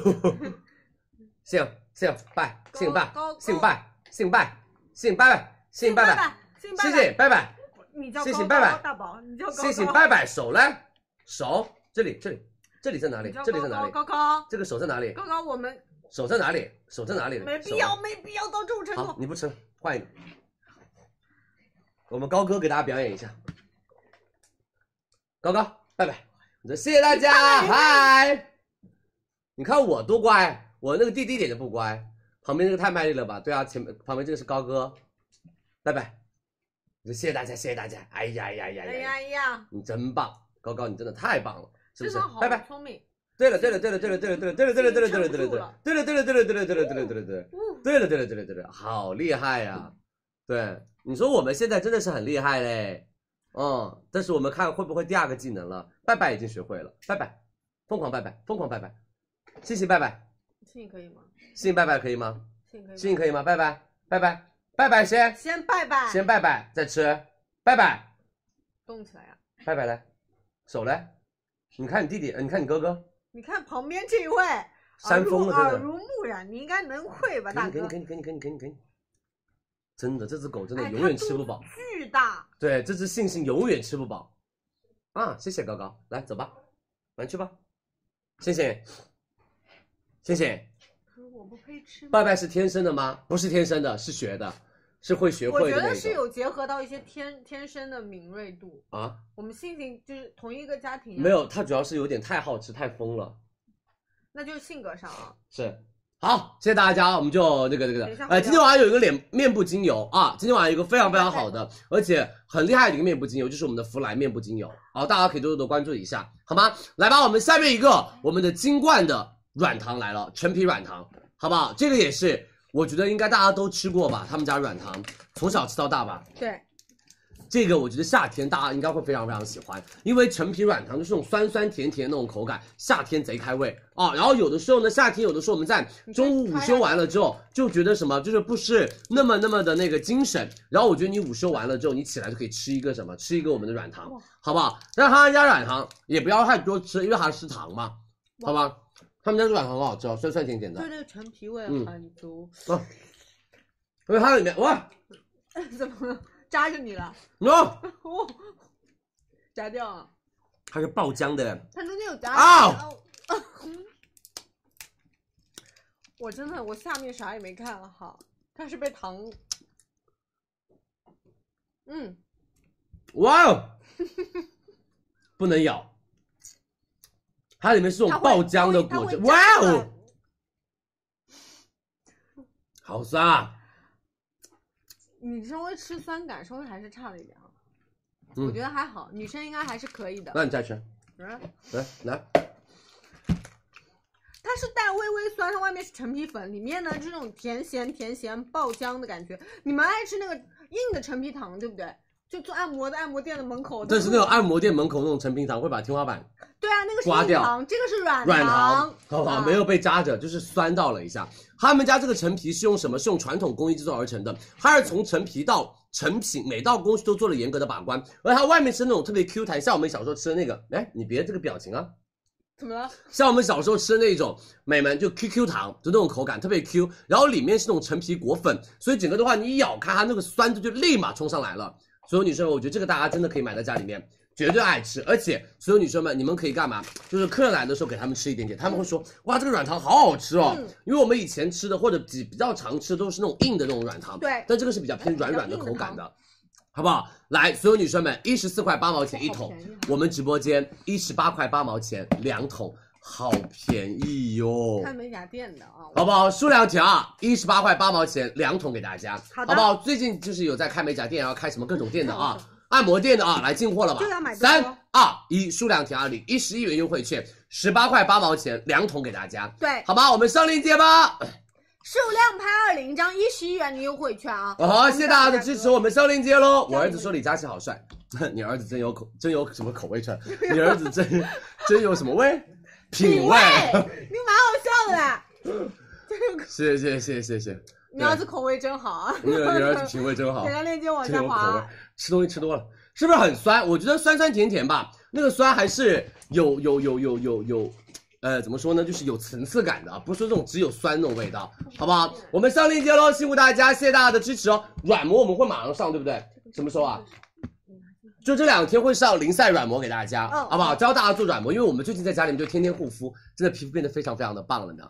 Speaker 2: 姓姓拜姓拜
Speaker 1: 高高
Speaker 2: 姓拜姓拜姓拜拜姓拜拜，
Speaker 1: 拜，信拜
Speaker 2: 星
Speaker 1: 拜，
Speaker 2: 星拜拜，
Speaker 1: 你叫
Speaker 2: 谢谢
Speaker 1: 高
Speaker 2: 拜
Speaker 1: 高
Speaker 2: 拜
Speaker 1: 大宝，你叫高高，
Speaker 2: 星星拜拜，手来手，这里这里这里在哪
Speaker 1: 你
Speaker 2: 里
Speaker 1: 叫？
Speaker 2: 这里
Speaker 1: 高
Speaker 2: 在哪
Speaker 1: 高
Speaker 2: 里？
Speaker 1: 高高
Speaker 2: 这个手在哪里？
Speaker 1: 高高，我们
Speaker 2: 手在哪里？手在哪里？
Speaker 1: 没必
Speaker 2: 手
Speaker 1: 要没必要到这种程
Speaker 2: 好，
Speaker 1: 度，
Speaker 2: 你不吃，换一个。我们高哥给大家表演一下。高高，拜拜。你说谢谢大家，嗨。你看我多乖，我那个弟弟一点都不乖。旁边这个太卖力了吧？对啊，前面旁边这个是高哥，拜拜。谢谢大家，谢谢大家。哎呀呀呀
Speaker 1: 哎呀
Speaker 2: 呀！
Speaker 1: 呀，
Speaker 2: 你真棒，高高，你真的太棒了，是
Speaker 1: 对
Speaker 2: 不是
Speaker 1: 方？好
Speaker 2: 拜拜。
Speaker 1: 聪明，
Speaker 2: 对了，对了，对了，对了，对了，对了，对了，对了，对了，对了，对了，对了，对了，对了，对了，对了，对了，对了，对了，对了，对了，
Speaker 1: 呜，
Speaker 2: 对了，对了，对了，对了，好厉害呀、对，你说我们现在真的是很厉害嘞，嗯，但是我们看会不会第二个技能了？拜拜已经学会了，拜拜，疯狂拜拜，疯狂拜拜，信信拜拜，
Speaker 1: 信可以吗？
Speaker 2: 信信拜拜可以吗？
Speaker 1: 信可以吗？
Speaker 2: 信信可以吗？拜拜，拜拜，拜拜先，
Speaker 1: 先拜拜，
Speaker 2: 先拜拜再吃，拜拜，
Speaker 1: 动起来呀、
Speaker 2: 拜拜来，手来，你看你弟弟，呃你看你哥哥，
Speaker 1: 你看旁边这一位，
Speaker 2: 扇风了
Speaker 1: 耳
Speaker 2: 真的
Speaker 1: 濡耳。濡目染，你应该能会吧，大
Speaker 2: 给
Speaker 1: 哥
Speaker 2: 你？给你给你给你给你给你给你，真的这只狗真的
Speaker 1: 哎，
Speaker 2: 永远吃不饱，
Speaker 1: 它肚子巨大，
Speaker 2: 对，这只猩猩永远吃不饱。啊，谢谢高高，来走吧，玩去吧，星星，星星，
Speaker 1: 可是我不配吃吗？
Speaker 2: 拜拜是天生的吗？不是天生的，是学的，是会学
Speaker 1: 我
Speaker 2: 会
Speaker 1: 觉
Speaker 2: 的那
Speaker 1: 得是
Speaker 2: 种
Speaker 1: 有结合到一些天天生的敏锐度。
Speaker 2: 啊。
Speaker 1: 我们性情就是同一个家庭，
Speaker 2: 没，有，它主要是有点太好吃，太疯了。
Speaker 1: 那就是性格上啊。
Speaker 2: 是。好，谢谢大家，我们就那个那个
Speaker 1: 等一下
Speaker 2: 的，
Speaker 1: 回
Speaker 2: 呃，
Speaker 1: 聊
Speaker 2: 今天晚上有一个脸面部精油啊，今天晚上有一个非常非常好的，而且很厉害的一个面部精油，就是我们的芙莱面部精油，好，大家可以多多的关注一下，好吗？来吧，我们下面一个我们的金冠的软糖来了，陈皮软糖，好不好？这个也是，我觉得应该大家都吃过吧，他们家软糖从小吃到大吧，
Speaker 1: 对，
Speaker 2: 这个我觉得夏天大家应该会非常非常喜欢，因为陈皮软糖就是那种酸酸甜甜的那种口感，夏天贼开胃啊。然后有的时候呢，夏天有的时候我们在中午午
Speaker 1: 啊
Speaker 2: 休完了之后，就觉得什么就是不是那么那么的那个精神。然后我觉得你午休完了之后，你起来就可以吃一个什么，吃一个我们的软糖
Speaker 1: 哇，
Speaker 2: 好不好？但是他们家软糖也不要太多吃，因为它是糖嘛，好吧？他们家软糖很好吃哦，酸酸甜甜的
Speaker 1: 对，这个陈皮味
Speaker 2: 嗯
Speaker 1: 很足。
Speaker 2: 因为它里面哇，
Speaker 1: 怎么了扎着你了？
Speaker 2: 哦，
Speaker 1: 哦， 炸掉啊了，
Speaker 2: 它是爆浆的。
Speaker 1: 它中间有炸。
Speaker 2: 啊
Speaker 1: 哦！ 我真的，我下面啥也没看了哈，它是被糖。嗯，
Speaker 2: 哇哦，不能咬，它里面是这
Speaker 1: 它
Speaker 2: 种
Speaker 1: 会
Speaker 2: 爆浆的果汁，哇！
Speaker 1: 它会它会
Speaker 2: 哦
Speaker 1: 炸，
Speaker 2: 好酸啊！
Speaker 1: 你稍微吃酸感稍微还是差了一点啊，
Speaker 2: 嗯
Speaker 1: 我觉得还好，女生应该还是可以的。
Speaker 2: 那你再吃，
Speaker 1: 嗯，
Speaker 2: 来来，
Speaker 1: 它是带微微酸，它外面是陈皮粉，里面呢是那种甜咸甜咸爆浆的感觉。你们爱吃那个硬的陈皮糖，对不对？就做按摩的按摩店的门口，
Speaker 2: 这是那种按摩店门口那种陈皮糖，会把天花板
Speaker 1: 对啊，那个是
Speaker 2: 刮
Speaker 1: 硬
Speaker 2: 掉
Speaker 1: 糖，这个是软
Speaker 2: 软
Speaker 1: 糖
Speaker 2: 糖，，好不好？
Speaker 1: 啊
Speaker 2: 没有被扎着，就是酸到了一下。他们家这个陈皮是用什么？是用传统工艺制作而成的，它是从陈皮到成品，每道工序都做了严格的把关，而它外面是那种特别 Q 弹，像我们小时候吃的那个，哎，你别这个表情啊，
Speaker 1: 怎么了？
Speaker 2: 像我们小时候吃的那种美门，就 QQ 糖，就那种口感特别 Q，然后里面是那种陈皮果粉，所以整个的话你一咬开，它那个酸度就立马冲上来了。所有女生们，我觉得这个大家真的可以买在家里面，绝对爱吃。而且所有女生们，你们可以干嘛？就是客人来的时候给他们吃一点点，他们会说哇，这个软糖好好吃哦。
Speaker 1: 嗯
Speaker 2: 因为我们以前吃的或者比比较常吃都是那种硬的那种软糖，
Speaker 1: 对
Speaker 2: 但这个是比较偏软软的
Speaker 1: 比较
Speaker 2: 口
Speaker 1: 硬的
Speaker 2: 感的。好不好？来，所有女生们，一十四块八毛钱一
Speaker 1: 好
Speaker 2: 桶
Speaker 1: 便宜啊，
Speaker 2: 我们直播间一十八块八毛钱两桶，好便宜哟、
Speaker 1: 看美甲店的啊，
Speaker 2: 哦好不好？数量填二，一十八块八毛钱两桶给大家，
Speaker 1: 好
Speaker 2: 好
Speaker 1: 的
Speaker 2: 不好？最近就是有在开美甲店，然啊后开什么各种店 的啊，按摩店的啊，来进货了吧
Speaker 1: 就要买？多
Speaker 2: 三二一，数量填二领一十一元优惠券，十八块八毛钱两桶给大家，
Speaker 1: 对，
Speaker 2: 好吧？我们上链接吧。
Speaker 1: 数量拍二领一张，一十一元的优惠券啊！
Speaker 2: 好，谢谢大家的支持，我们上链接喽。
Speaker 1: 下
Speaker 2: 我
Speaker 1: 一
Speaker 2: 儿
Speaker 1: 个
Speaker 2: 子说李佳琦好帅， 你儿子真有口，真有什么口味串？ 你儿子真真有什么味？品味。
Speaker 1: 你蛮好
Speaker 2: 嗯
Speaker 1: 笑的，
Speaker 2: 谢谢谢谢谢谢，
Speaker 1: 你儿子口味真好啊！
Speaker 2: 你儿你儿子品味真嗯 好
Speaker 1: 点，亮链接往
Speaker 2: 真
Speaker 1: 下
Speaker 2: 有口味
Speaker 1: 滑，。啊
Speaker 2: 吃东西吃多了，是不是很酸？我觉得酸酸甜甜吧，那个酸还是有有有有有有。呃，怎么说呢？就是有层次感的啊，不是说这种只有酸那种味道，好不好？我们上链接喽，辛苦大家，谢谢大家的支持哦。软膜我们会马上上，对不对？什么时候啊？就这两天会上零晒软膜给大家，
Speaker 1: 嗯
Speaker 2: 好不好？教大家做软膜，因为我们最近在家里面就天天护肤，真的皮肤变得非常非常的棒了呢，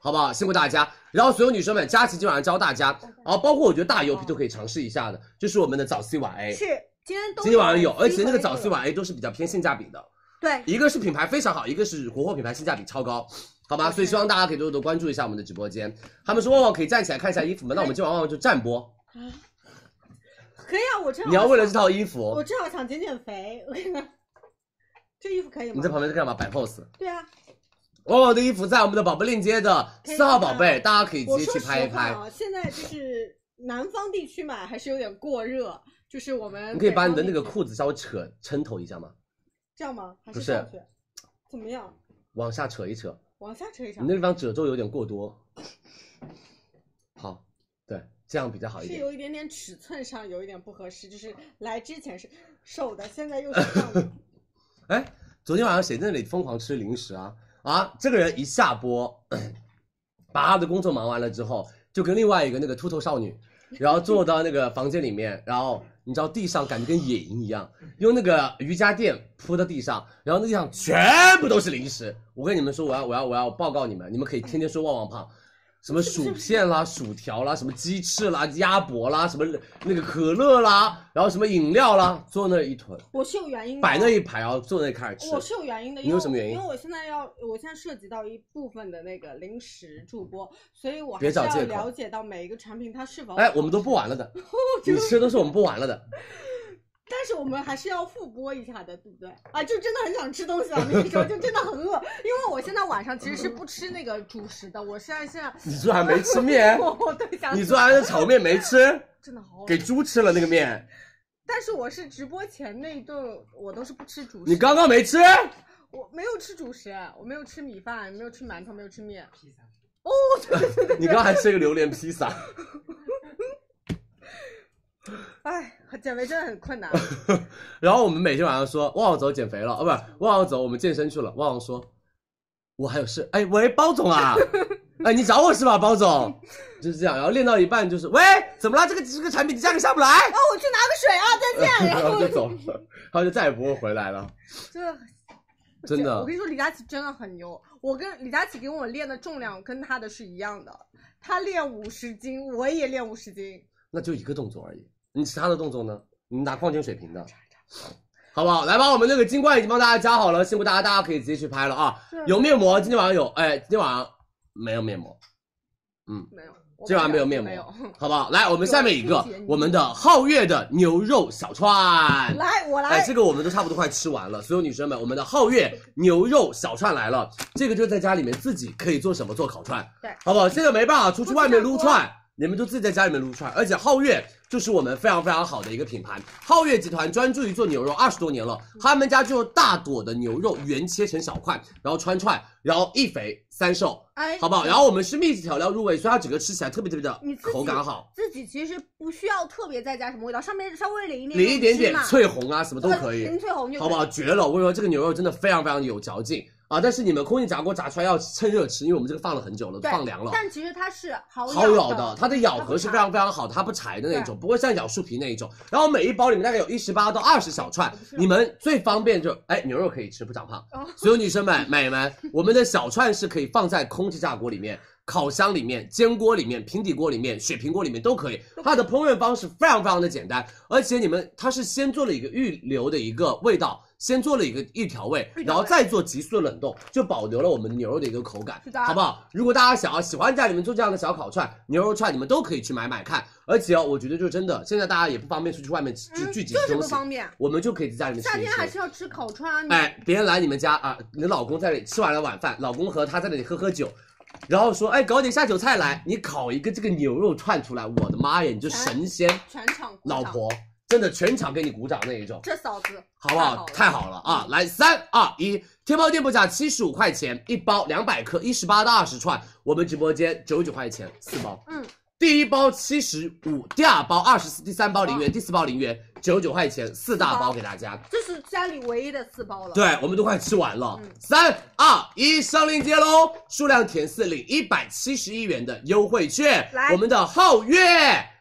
Speaker 2: 好不好？辛苦大家。然后所有女生们，佳琪今晚上教大家，
Speaker 1: 嗯
Speaker 2: 然后包括我觉得大油皮都可以尝试一下的，就是我们的早 C 晚 A，
Speaker 1: 是今天都
Speaker 2: 今天晚上有，而
Speaker 1: 鸡
Speaker 2: 且那
Speaker 1: 腿
Speaker 2: 个
Speaker 1: 都
Speaker 2: 早
Speaker 1: 有
Speaker 2: C 晚 A 都是比较偏性价比的，
Speaker 1: 对
Speaker 2: 一个是品牌非常好，一个是国货品牌，性价比超高，好
Speaker 1: 嗯
Speaker 2: 吧？所以希望大家可以多多关注一下我们的直播间。他们说旺旺可以站起来看一下衣服吗？那我们今晚旺旺就站播，
Speaker 1: 可以啊，我正好
Speaker 2: 你要为了这
Speaker 1: 想
Speaker 2: 套衣服
Speaker 1: 我，正好想减减肥，我跟你讲这衣服可以吗？
Speaker 2: 你在旁边在干嘛？摆 pose。
Speaker 1: 对啊，
Speaker 2: 旺旺的衣服在我们的宝贝链接的
Speaker 1: 可以
Speaker 2: 四号
Speaker 1: 看
Speaker 2: 宝
Speaker 1: 到
Speaker 2: 贝，大家可以直
Speaker 1: 我
Speaker 2: 接
Speaker 1: 说
Speaker 2: 去
Speaker 1: 实
Speaker 2: 拍一
Speaker 1: 话
Speaker 2: 拍。
Speaker 1: 啊，现在就是南方地区买还是有点过热，就是我们
Speaker 2: 你可以
Speaker 1: 北
Speaker 2: 把你
Speaker 1: 方
Speaker 2: 的
Speaker 1: 地
Speaker 2: 那个
Speaker 1: 区
Speaker 2: 裤子稍微扯抻头一下吗？
Speaker 1: 这样吗？还
Speaker 2: 不是
Speaker 1: 上去？怎么样？
Speaker 2: 往下扯一扯，
Speaker 1: 往下扯一扯
Speaker 2: 你，那地方褶皱有点过多。好，对，这样比较好一
Speaker 1: 是
Speaker 2: 点。
Speaker 1: 有一点点尺寸上有一点不合适，就是来之前是瘦的，现在又是胖 的，
Speaker 2: 哎，昨天晚上谁在那里疯狂吃零食啊？啊，这个人一下播， 把他的工作忙完了之后，就跟另外一个那个秃头少女，然后坐到那个房间里面，然后你知道地上感觉跟野营一样，用那个瑜伽垫铺到地上，然后那地上全部都是零食。我跟你们说，我要我要我要报告你们，你们可以天天说旺旺胖。什么薯片啦、 薯条啦、什么鸡翅啦、鸭脖啦、什么那个可乐啦，然后什么饮料啦，坐那一囤，
Speaker 1: 我是有原因的。
Speaker 2: 摆那一排，然后坐那开始吃。
Speaker 1: 我是有原因的，
Speaker 2: 你
Speaker 1: 因为
Speaker 2: 有什么原因
Speaker 1: 因为我现在要，我现在涉及到一部分的那个零食助播，所以我还
Speaker 2: 别
Speaker 1: 是
Speaker 2: 找
Speaker 1: 要
Speaker 2: 借口
Speaker 1: 了解到每一个产品它是否
Speaker 2: 哎，我们都不玩了的，你吃的都是我们不玩了的。
Speaker 1: 但是我们还是要复播一下的，对不对？啊，就真的很想吃东西了，啊那个时候就真的很饿，
Speaker 3: 因为我现在晚上其实是不吃那个主食的，我现在现在
Speaker 2: 你昨晚没 吃面，
Speaker 3: 我我对象
Speaker 2: 你昨晚的炒面没吃，
Speaker 3: 真的好恶
Speaker 2: 给
Speaker 3: 心，
Speaker 2: 猪吃了那个面，
Speaker 3: 但是我是直播前那一顿我都是不吃主食，
Speaker 2: 你刚刚没吃。
Speaker 3: 我没有吃主食，我没有吃米饭，没有吃馒头，没有吃面，
Speaker 2: 你刚刚还吃了个榴莲披萨，
Speaker 3: 哎，减肥真的很困难。哦
Speaker 2: 然后我们每天晚上说旺旺走减肥了，哦不是旺旺走我们健身去了。旺旺说，我还有事，哎喂包总啊，哎你找我是吧包总，就是这样。然后练到一半就是喂怎么了这个这个产品的价格下不来，
Speaker 1: 哦，我去拿个水啊，再见。
Speaker 2: 然后就走了，然后就再也不会回来了，
Speaker 3: 真的很
Speaker 2: 真
Speaker 3: 我
Speaker 2: 的
Speaker 3: 跟。你说，李佳琦真的很牛。我跟李佳琦给我练的重量跟他的是一样的，他练五十斤，我也练五十斤。
Speaker 2: 那就一个动作而已。你其他的动作呢？你拿矿泉水瓶的，好不好？来吧，我们那个金冠已经帮大家加好了，辛苦大家，大家可以直接去拍了啊
Speaker 3: 是。
Speaker 2: 有面膜，今天晚上有，哎，今天晚上没有面膜，
Speaker 3: 没有，我
Speaker 2: 今晚没有面
Speaker 3: 没有
Speaker 2: 膜。，好不好？来，我们下面一个
Speaker 3: 有清洁，
Speaker 2: 我们的皓月的牛肉小串。
Speaker 1: 来，我
Speaker 2: 哎，
Speaker 1: 来。
Speaker 2: 这个我们都差不多快吃完了，所有女生们，我们的皓月牛肉小串来了，这个就在家里面自己可以做什么做烤串，
Speaker 3: 对，
Speaker 2: 好不好？现在没办法出去外面撸
Speaker 1: 不吃
Speaker 2: 串，你们就自己在家里面撸串，而且皓月就是我们非常非常好的一个品牌，皓月集团专注于做牛肉二十多年了，他们家就用大朵的牛肉原切成小块，然后穿串，然后一肥三瘦，
Speaker 3: 哎，
Speaker 2: 好不好？然后我们是秘制调料入味，所以它整个吃起来特别特别的
Speaker 3: 你自己
Speaker 2: 口感好，
Speaker 3: 自己其实不需要特别再加什么味道，上面稍微淋一点
Speaker 2: 淋一点点
Speaker 3: 芝麻
Speaker 2: 翠红啊什么都可以，
Speaker 1: 呃
Speaker 3: 淋翠红就可
Speaker 2: 好
Speaker 3: 以
Speaker 2: 不好？？绝了！我跟你说，这个牛肉真的非常非常有嚼劲啊！但是你们空气炸锅炸出来要趁热吃，因为我们这个放了很久了，
Speaker 3: 对
Speaker 2: 放凉了。
Speaker 3: 但其实它是好
Speaker 2: 好咬
Speaker 3: 的
Speaker 2: 的，，它的咬合是非常非常好的，它不柴的那种，不会像咬树皮那一种。然后每一包里面大概有一十八到二十小串，你们最方便就哎牛肉可以吃不长胖
Speaker 3: 哦。
Speaker 2: 所有女生们、美们，我们的小串是可以放在空气炸锅里面、烤箱里面、煎锅里面、平底锅里面、水平锅里面都可以。它的烹饪方式非常非常的简单，而且你们它是先做了一个预留的一个味道。先做了一个一调味，然后再做急速的冷冻，就保留了我们牛肉的一个口感
Speaker 3: 是的，
Speaker 2: 好不好？如果大家想要喜欢家里面做这样的小烤串、牛肉串，你们都可以去买买看。而且哦，我觉得就真的，现在大家也不方便出去外面吃聚
Speaker 3: 嗯，
Speaker 2: 聚集
Speaker 3: 就是
Speaker 2: 吃东
Speaker 3: 不
Speaker 2: 西，
Speaker 3: 方便。
Speaker 2: 我们就可以在家里面吃
Speaker 3: 夏
Speaker 2: 一
Speaker 3: 天
Speaker 2: 吃
Speaker 3: 还是要吃烤串啊，你
Speaker 2: 哎，别人来你们家啊，你的老公在那里吃完了晚饭，老公和他在那里喝喝酒，然后说，哎，搞点下酒菜来，你烤一个这个牛肉串出来，我的妈呀，你就神仙！
Speaker 3: 全场鼓掌
Speaker 2: 老，婆真的全场给你鼓掌那一种，
Speaker 3: 这嫂子
Speaker 2: 好不好？
Speaker 3: 太
Speaker 2: 太好了啊！来，三二一，天猫店铺价七十五块钱一包，两百克，一十八到二十串，我们直播间九十九块钱四包，
Speaker 3: 嗯，
Speaker 2: 第一包七十五，第二包二十四，第三包零元，第四包零元，九十九块钱四大包给大家。
Speaker 3: 这是家里唯一的四包了。
Speaker 2: 对，我们都快吃完了
Speaker 3: 嗯。
Speaker 2: 三二一，上链接喽！数量填四，领一百七十一元的优惠券
Speaker 3: 来。
Speaker 2: 我们的皓月，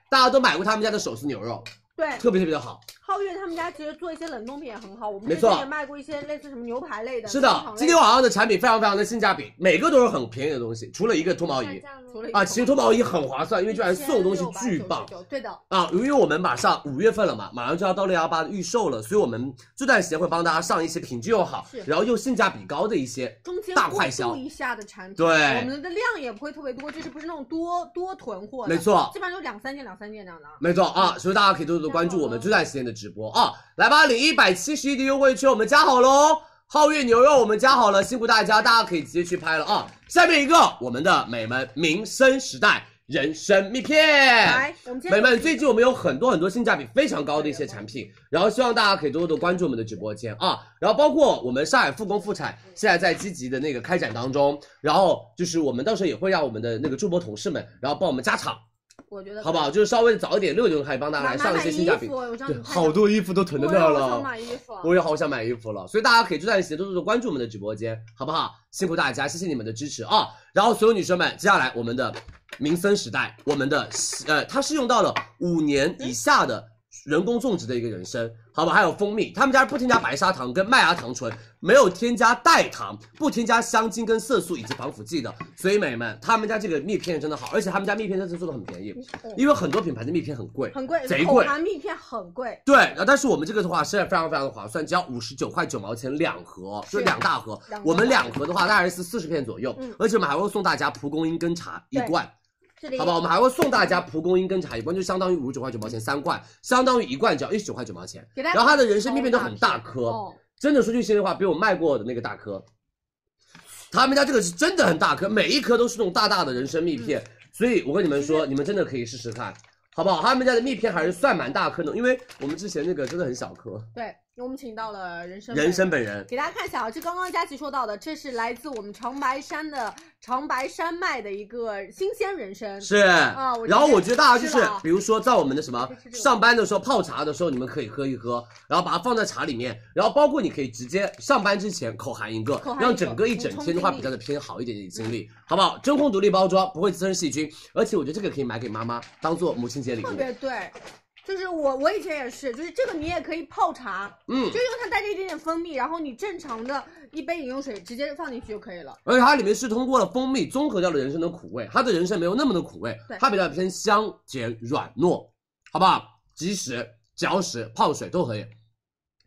Speaker 2: 大家都买过他们家的手撕牛肉，
Speaker 3: 对，
Speaker 2: 特别特别的好。
Speaker 3: 皓
Speaker 1: 皓月他们家其实做一些冷冻品也很好，我们
Speaker 2: 没
Speaker 1: 之前
Speaker 2: 错
Speaker 1: 也卖过一些类似什么牛排类的。香
Speaker 2: 是的
Speaker 1: 肠，类
Speaker 2: 今天晚上的产品非常非常的性价比，每个都是很便宜的东西，除了一个脱毛仪
Speaker 1: 除了一个
Speaker 2: 啊，其实脱毛仪很划算，因为这玩意儿送的东西巨棒。
Speaker 1: 1699，对的，
Speaker 2: 啊，因为我们马上五月份了嘛，马上就要到六幺八的预售了，所以我们这段时间会帮大家上一些品质又好
Speaker 1: 是，
Speaker 2: 然后又性价比高的一些。
Speaker 1: 中间
Speaker 2: 大
Speaker 1: 过
Speaker 2: 快销
Speaker 1: 渡一下的产品，
Speaker 2: 对
Speaker 1: 我们的量也不会特别多，就是不是那种多多囤货的，
Speaker 2: 没错
Speaker 1: 基本上就两三件两三件这样的啊。
Speaker 2: 没错啊，所以大家可以多多关注我们这段时间的直播啊！来吧，领一百七十一的优惠券，我们加好喽。皓月牛肉我们加好了，辛苦大家，大家可以直接去拍了啊！下面一个我们的美们民生时代人参蜜片
Speaker 1: 来，，我们今
Speaker 2: 美
Speaker 1: 天
Speaker 2: 哎们最近我们有很多很多性价比非常高的一些产品，然后希望大家可以多多关注我们的直播间啊，然后包括我们上海复工复产现在在积极的那个开展当中，然后就是我们到时候也会让我们的那个助播同事们，然后帮我们加场，
Speaker 1: 我觉得
Speaker 2: 好不好？？就是稍微早一点，六点钟开始帮大家
Speaker 1: 买
Speaker 2: 来
Speaker 1: 买
Speaker 2: 上一
Speaker 1: 买
Speaker 2: 些
Speaker 1: 衣
Speaker 2: 性价比
Speaker 1: 服，。我上
Speaker 2: 对
Speaker 1: 次，看
Speaker 2: 好
Speaker 1: 到
Speaker 2: 多衣服都囤在那儿
Speaker 1: 我也好想
Speaker 2: 了，
Speaker 1: 买衣服啊，
Speaker 2: 我也好想买衣服了，所以大家可以这段时间多多的关注我们的直播间，好不好？辛苦大家，谢谢你们的支持啊！然后所有女生们，接下来我们的民生时代，我们的呃，它是用到了五年以下的人工种植的一个人参，好吧？还有蜂蜜，他们家不添加白砂糖跟麦芽糖醇，没有添加代糖，不添加香精跟色素以及防腐剂的，所以美们，他们家这个蜜片真的好，而且他们家蜜片真的做的很便宜，因为很多品牌的蜜片很贵，
Speaker 1: 很贵，
Speaker 2: 贼
Speaker 1: 口
Speaker 2: 贵
Speaker 1: 含蜜片很贵，
Speaker 2: 对，然后但是我们这个的话是非常非常的划算，只要五十九块九毛钱两盒，就是两大盒
Speaker 1: 两。个
Speaker 2: 我们两盒的话大概是四十片左右
Speaker 1: 嗯，
Speaker 2: 而且我们还会送大家蒲公英根茶一
Speaker 1: 对
Speaker 2: 罐，
Speaker 1: 这里
Speaker 2: 好吧？我们还会送大家蒲公英根茶一罐，就相当于五十九块九毛钱三罐，相当于一罐只要一十九块九毛钱。
Speaker 1: 给大家
Speaker 2: 然后它的人参蜜片都很大颗，
Speaker 1: 哦，
Speaker 2: 真的说句心里话，比我卖过的那个大颗，他们家这个是真的很大颗，每一颗都是那种大大的人参蜜片，
Speaker 1: 嗯
Speaker 2: 所以我跟你们说，你们真的可以试试看。好不好？他们家的蜜片还是算蛮大颗的，因为我们之前那个真的很小颗。
Speaker 1: 对，我们请到了人参
Speaker 2: 人
Speaker 1: 参。
Speaker 2: 参本人，
Speaker 1: 给大家看一下啊，这刚刚佳琪说到的，这是来自我们长白山的长白山脉的一个新鲜人参，
Speaker 2: 是。
Speaker 1: 啊我
Speaker 2: 然后我觉得大家就
Speaker 1: 吃
Speaker 2: 是
Speaker 1: 了啊，
Speaker 2: 比如说在我们的什么
Speaker 1: 就吃这个
Speaker 2: 上班的时候泡茶的时候，你们可以喝一喝，然后把它放在茶里面，然后包括你可以直接上班之前口含一个
Speaker 1: 口，含一个
Speaker 2: 让整个一整天的话
Speaker 1: 补充精力
Speaker 2: 比较的偏好一点点精力，好不好？真空独立包装，不会滋生细菌，而且我觉得这个可以买给妈妈当做母亲节礼物
Speaker 1: 特。别对。就是我，我以前也是，就是这个你也可以泡茶，就，
Speaker 2: 嗯
Speaker 1: 因为它带着一点点蜂蜜，然后你正常的一杯饮用水直接放进去就可以了。
Speaker 2: 而且它里面是通过了蜂蜜综合掉了人参的苦味，它的人参没有那么的苦味
Speaker 1: 对，
Speaker 2: 它比较偏香甜软糯，好不好？即食、嚼食、泡水都可以，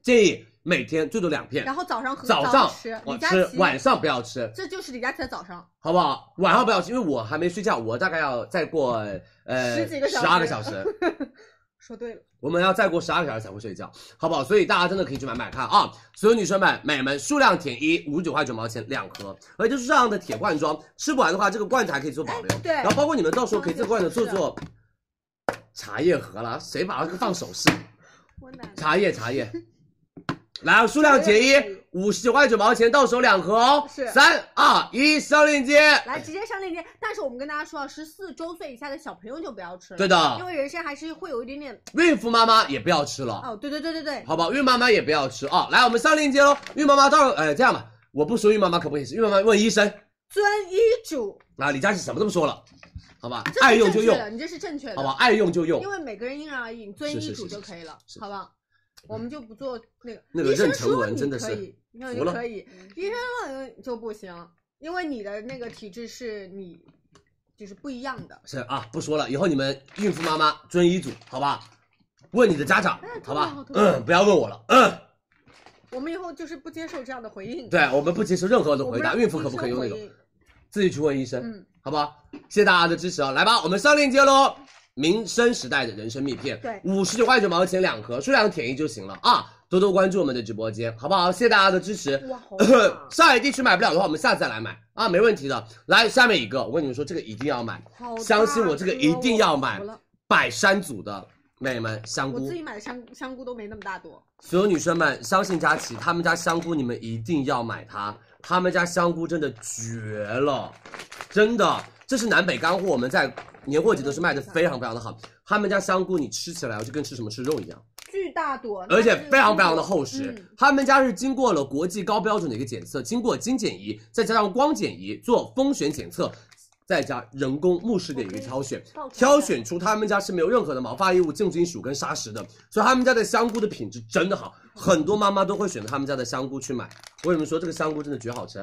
Speaker 2: 建议每天最多两片
Speaker 1: 然。后早上喝，
Speaker 2: 早
Speaker 1: 上
Speaker 2: 上
Speaker 1: 吃，
Speaker 2: 我
Speaker 1: 李佳
Speaker 2: 吃，
Speaker 1: 琦，
Speaker 2: 晚上不要吃，
Speaker 1: 这就是李佳琦的早上，
Speaker 2: 好不好？晚上不要吃，因为我还没睡觉，我大概要再过呃
Speaker 1: 十几个小时
Speaker 2: 十二个小时，
Speaker 1: 说对了，
Speaker 2: 我们要再过十二个小时才会睡觉，好不好？所以大家真的可以去买买看啊！所有女生们、美们，数量填一，五十九块九毛钱两盒，而且就是这样的铁罐装，吃不完的话，这个罐子还可以做保留。
Speaker 1: 哎对
Speaker 2: 然后包括你们到时候可以这个罐子做
Speaker 1: 是的
Speaker 2: 做茶叶盒啦，谁把它放首饰？
Speaker 1: 我奶奶
Speaker 2: 茶叶茶叶，来啊，数量减一，五十九块九毛钱，到手两盒哦。
Speaker 1: 是
Speaker 2: 三二一，上链接。
Speaker 1: 来直接上链接。但是我们跟大家说啊，十四周岁以下的小朋友就不要吃了，
Speaker 2: 对
Speaker 1: 因
Speaker 2: 的，啊
Speaker 1: 为人参还是会有一点点
Speaker 2: 孕妇妈妈也不要吃了，
Speaker 1: 哦，对对对对对，
Speaker 2: 啊好不好？孕妈妈也不要吃啊。来，我们上链接喽。孕妈妈到时候，哎，这样吧，我不说孕妈妈可不可以吃，孕妈妈问医生
Speaker 1: 遵医嘱，
Speaker 2: 啊。李佳琦什么都不说了，好吧
Speaker 1: 啊这是，
Speaker 2: 爱用
Speaker 1: 正
Speaker 2: 就
Speaker 1: 确
Speaker 2: 用，
Speaker 1: 的，你这是正确的，
Speaker 2: 好吧，爱用就用
Speaker 1: 因。为每个人因人而异，你遵
Speaker 2: 是是
Speaker 1: 医
Speaker 2: 是
Speaker 1: 嘱
Speaker 2: 是
Speaker 1: 就可以了，
Speaker 2: 是嗯
Speaker 1: 好不好？我们就不做那个。
Speaker 2: 那个
Speaker 1: 医生
Speaker 2: 妊娠
Speaker 1: 说
Speaker 2: 纹
Speaker 1: 你
Speaker 2: 真的
Speaker 1: 可
Speaker 2: 是
Speaker 1: 以，那
Speaker 2: 服
Speaker 1: 就
Speaker 2: 了
Speaker 1: 可以。医生说你就不行，因为你的那个体质是你就是不一样的。
Speaker 2: 是啊，不说了，以后你们孕妇妈妈遵医嘱，好吧？问你的家长
Speaker 1: 哎，
Speaker 2: 好
Speaker 1: 头
Speaker 2: 吧
Speaker 1: 疼头？疼
Speaker 2: 嗯，不要问我了，嗯。
Speaker 1: 我们以后就是不接受这样的回应。
Speaker 2: 对，我们不接受任何的
Speaker 1: 我
Speaker 2: 回
Speaker 1: 们
Speaker 2: 答，
Speaker 1: 让
Speaker 2: 孕妇可
Speaker 1: 医
Speaker 2: 不可以
Speaker 1: 生
Speaker 2: 用那
Speaker 1: 回
Speaker 2: 种？
Speaker 1: 应
Speaker 2: 自己去问医生，
Speaker 1: 嗯，
Speaker 2: 好不好？谢谢大家的支持啊！来吧，我们上链接喽。民生时代的人参蜜片，
Speaker 1: 对
Speaker 2: 五十九块九毛钱两盒，数量填一就行了啊！多多关注我们的直播间，好不好？谢谢大家的支持。
Speaker 1: 哇，好饿啊
Speaker 2: 上海地区买不了的话，我们下次再来买啊，没问题的。来，下面一个，我跟你们说，这个一定要买，
Speaker 1: 好
Speaker 2: 相信
Speaker 1: 大
Speaker 2: 我，这个
Speaker 1: 颗
Speaker 2: 一定要买嗯
Speaker 1: 服了。
Speaker 2: 百山组的美们香
Speaker 1: 我
Speaker 2: 菇
Speaker 1: 自，己买的香香菇都没那么大朵，
Speaker 2: 所有女生们，相信佳琪，他们家香菇你们一定要买它，他们家香菇真的绝了，真的，这是南北干货，我们在年货节都是卖的非常非常的好。他们家香菇你吃起来就跟吃什么吃肉一样，
Speaker 1: 巨大朵，
Speaker 2: 而且
Speaker 1: 哦那是
Speaker 2: 非常非常
Speaker 1: 那
Speaker 2: 的
Speaker 1: 种
Speaker 2: 厚实
Speaker 1: 嗯。
Speaker 2: 他们家是经过了国际高标准的一个检测，经过精检仪，再加上光检仪做风选检测。再加人工目视的一个挑选
Speaker 1: 倒出来，
Speaker 2: 挑选出他们家是没有任何的毛发异物、重金属跟砂石的，所以他们家的香菇的品质真的好，很多妈妈都会选择他们家的香菇去买。为什么说这个香菇真的绝好吃？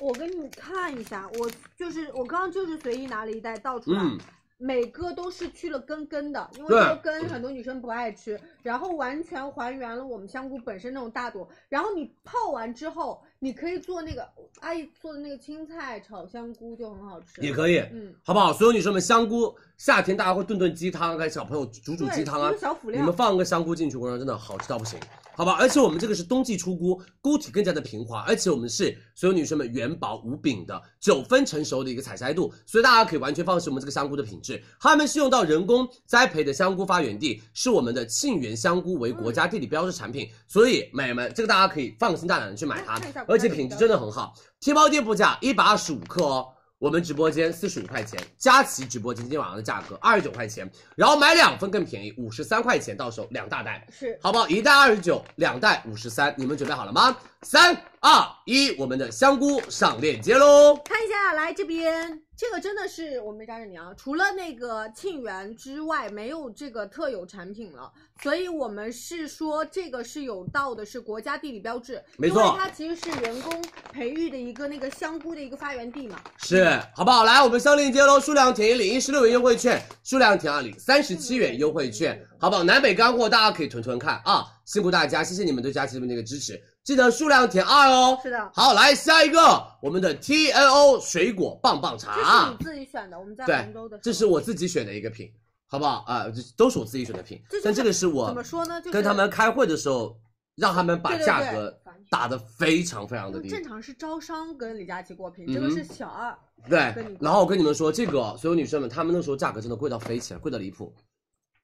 Speaker 1: 我给你看一下，我就是我刚刚就是随意拿了一袋倒出来，
Speaker 2: 嗯，
Speaker 1: 每个都是去了根根的，因为
Speaker 2: 对
Speaker 1: 这个根很多女生不爱吃，然后完全还原了我们香菇本身那种大朵。然后你泡完之后，你可以做那个阿姨做的那个青菜炒香菇就很好吃。
Speaker 2: 也可以，
Speaker 1: 嗯，
Speaker 2: 好不好？所有女生们，香菇夏天大家会炖炖鸡汤啊，给小朋友煮煮
Speaker 1: 对，
Speaker 2: 鸡汤啊
Speaker 1: 就是，小辅
Speaker 2: 你
Speaker 1: 料
Speaker 2: 们。放个香菇进去，锅上真的好吃到不行，好吧？而且我们这个是冬季出菇，菇体更加的平滑，而且我们是所有女生们元薄无饼的九分成熟的一个采摘度，所以大家可以完全放心我们这个香菇的品质。他们是用到人工栽培的香菇发源地，是我们的沁园香菇为国家地理标志产品，所以美们这个大家可以放心大胆的去买它
Speaker 1: 看一下，国
Speaker 2: 而
Speaker 1: 家地
Speaker 2: 且
Speaker 1: 理
Speaker 2: 品质
Speaker 1: 标
Speaker 2: 真的很好。天猫店铺价一百二十五克哦。我们直播间四十五块钱，佳琦直播间今天晚上的价格二十九块钱，然后买两份更便宜，五十三块钱，到手两大袋，
Speaker 1: 是
Speaker 2: 好不好？一袋二十九，两袋五十三，你们准备好了吗？三二一，我们的香菇上链接喽！
Speaker 1: 看一下，来这边，这个真的是我没扎着你啊！除了那个沁园之外，没有这个特有产品了，所以我们是说这个是有到的，是国家地理标志，
Speaker 2: 没错
Speaker 1: 因为它其实是人工培育的一个那个香菇的一个发源地嘛。
Speaker 2: 是，好不好？来，我们上链接喽，数量填一领一十六元优惠券，数量填二领三十七元优惠券，好不好？南北干货大家可以囤囤看啊，辛苦大家，谢谢你们对佳琦这边的一个支持，记得数量填二哦。
Speaker 1: 是的，
Speaker 2: 好，来下一个，我们的 T N O 水果棒棒
Speaker 1: 这是
Speaker 2: 茶
Speaker 1: 你，自己选的，我们在
Speaker 2: 对
Speaker 1: 杭州的时候，
Speaker 2: 这是我自己选的一个品，好不好？啊、这都是我自己选的品
Speaker 1: 这就，是
Speaker 2: 但这个是
Speaker 1: 怎
Speaker 2: 我
Speaker 1: 么说呢？就是
Speaker 2: 跟他们开会的时候，让他们把
Speaker 1: 对对对
Speaker 2: 价格打得非常非常
Speaker 1: 因
Speaker 2: 的
Speaker 1: 为
Speaker 2: 低，
Speaker 1: 正常是招商跟李佳琦过
Speaker 2: 嗯
Speaker 1: 评，这个是小二，
Speaker 2: 对
Speaker 1: 跟你。
Speaker 2: 然后我跟你们说，这个所有女生们，她们那时候价格真的贵到飞起来，贵到离谱。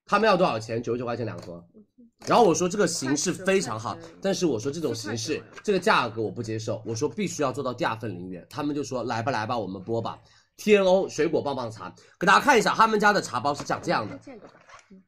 Speaker 2: 他们要多少钱？九十九块钱两盒。然后我说这个形式非常好
Speaker 1: 快十块钱，
Speaker 2: 但是我说这种形
Speaker 1: 是
Speaker 2: 式
Speaker 1: 快手，
Speaker 2: 这个价格我不接受。我说必须要做到第二份零元。他们就说来吧来吧，我们播吧。T N O 水果棒棒茶，给大家看一下，他们家的茶包是长这样的
Speaker 1: 看，这个吧，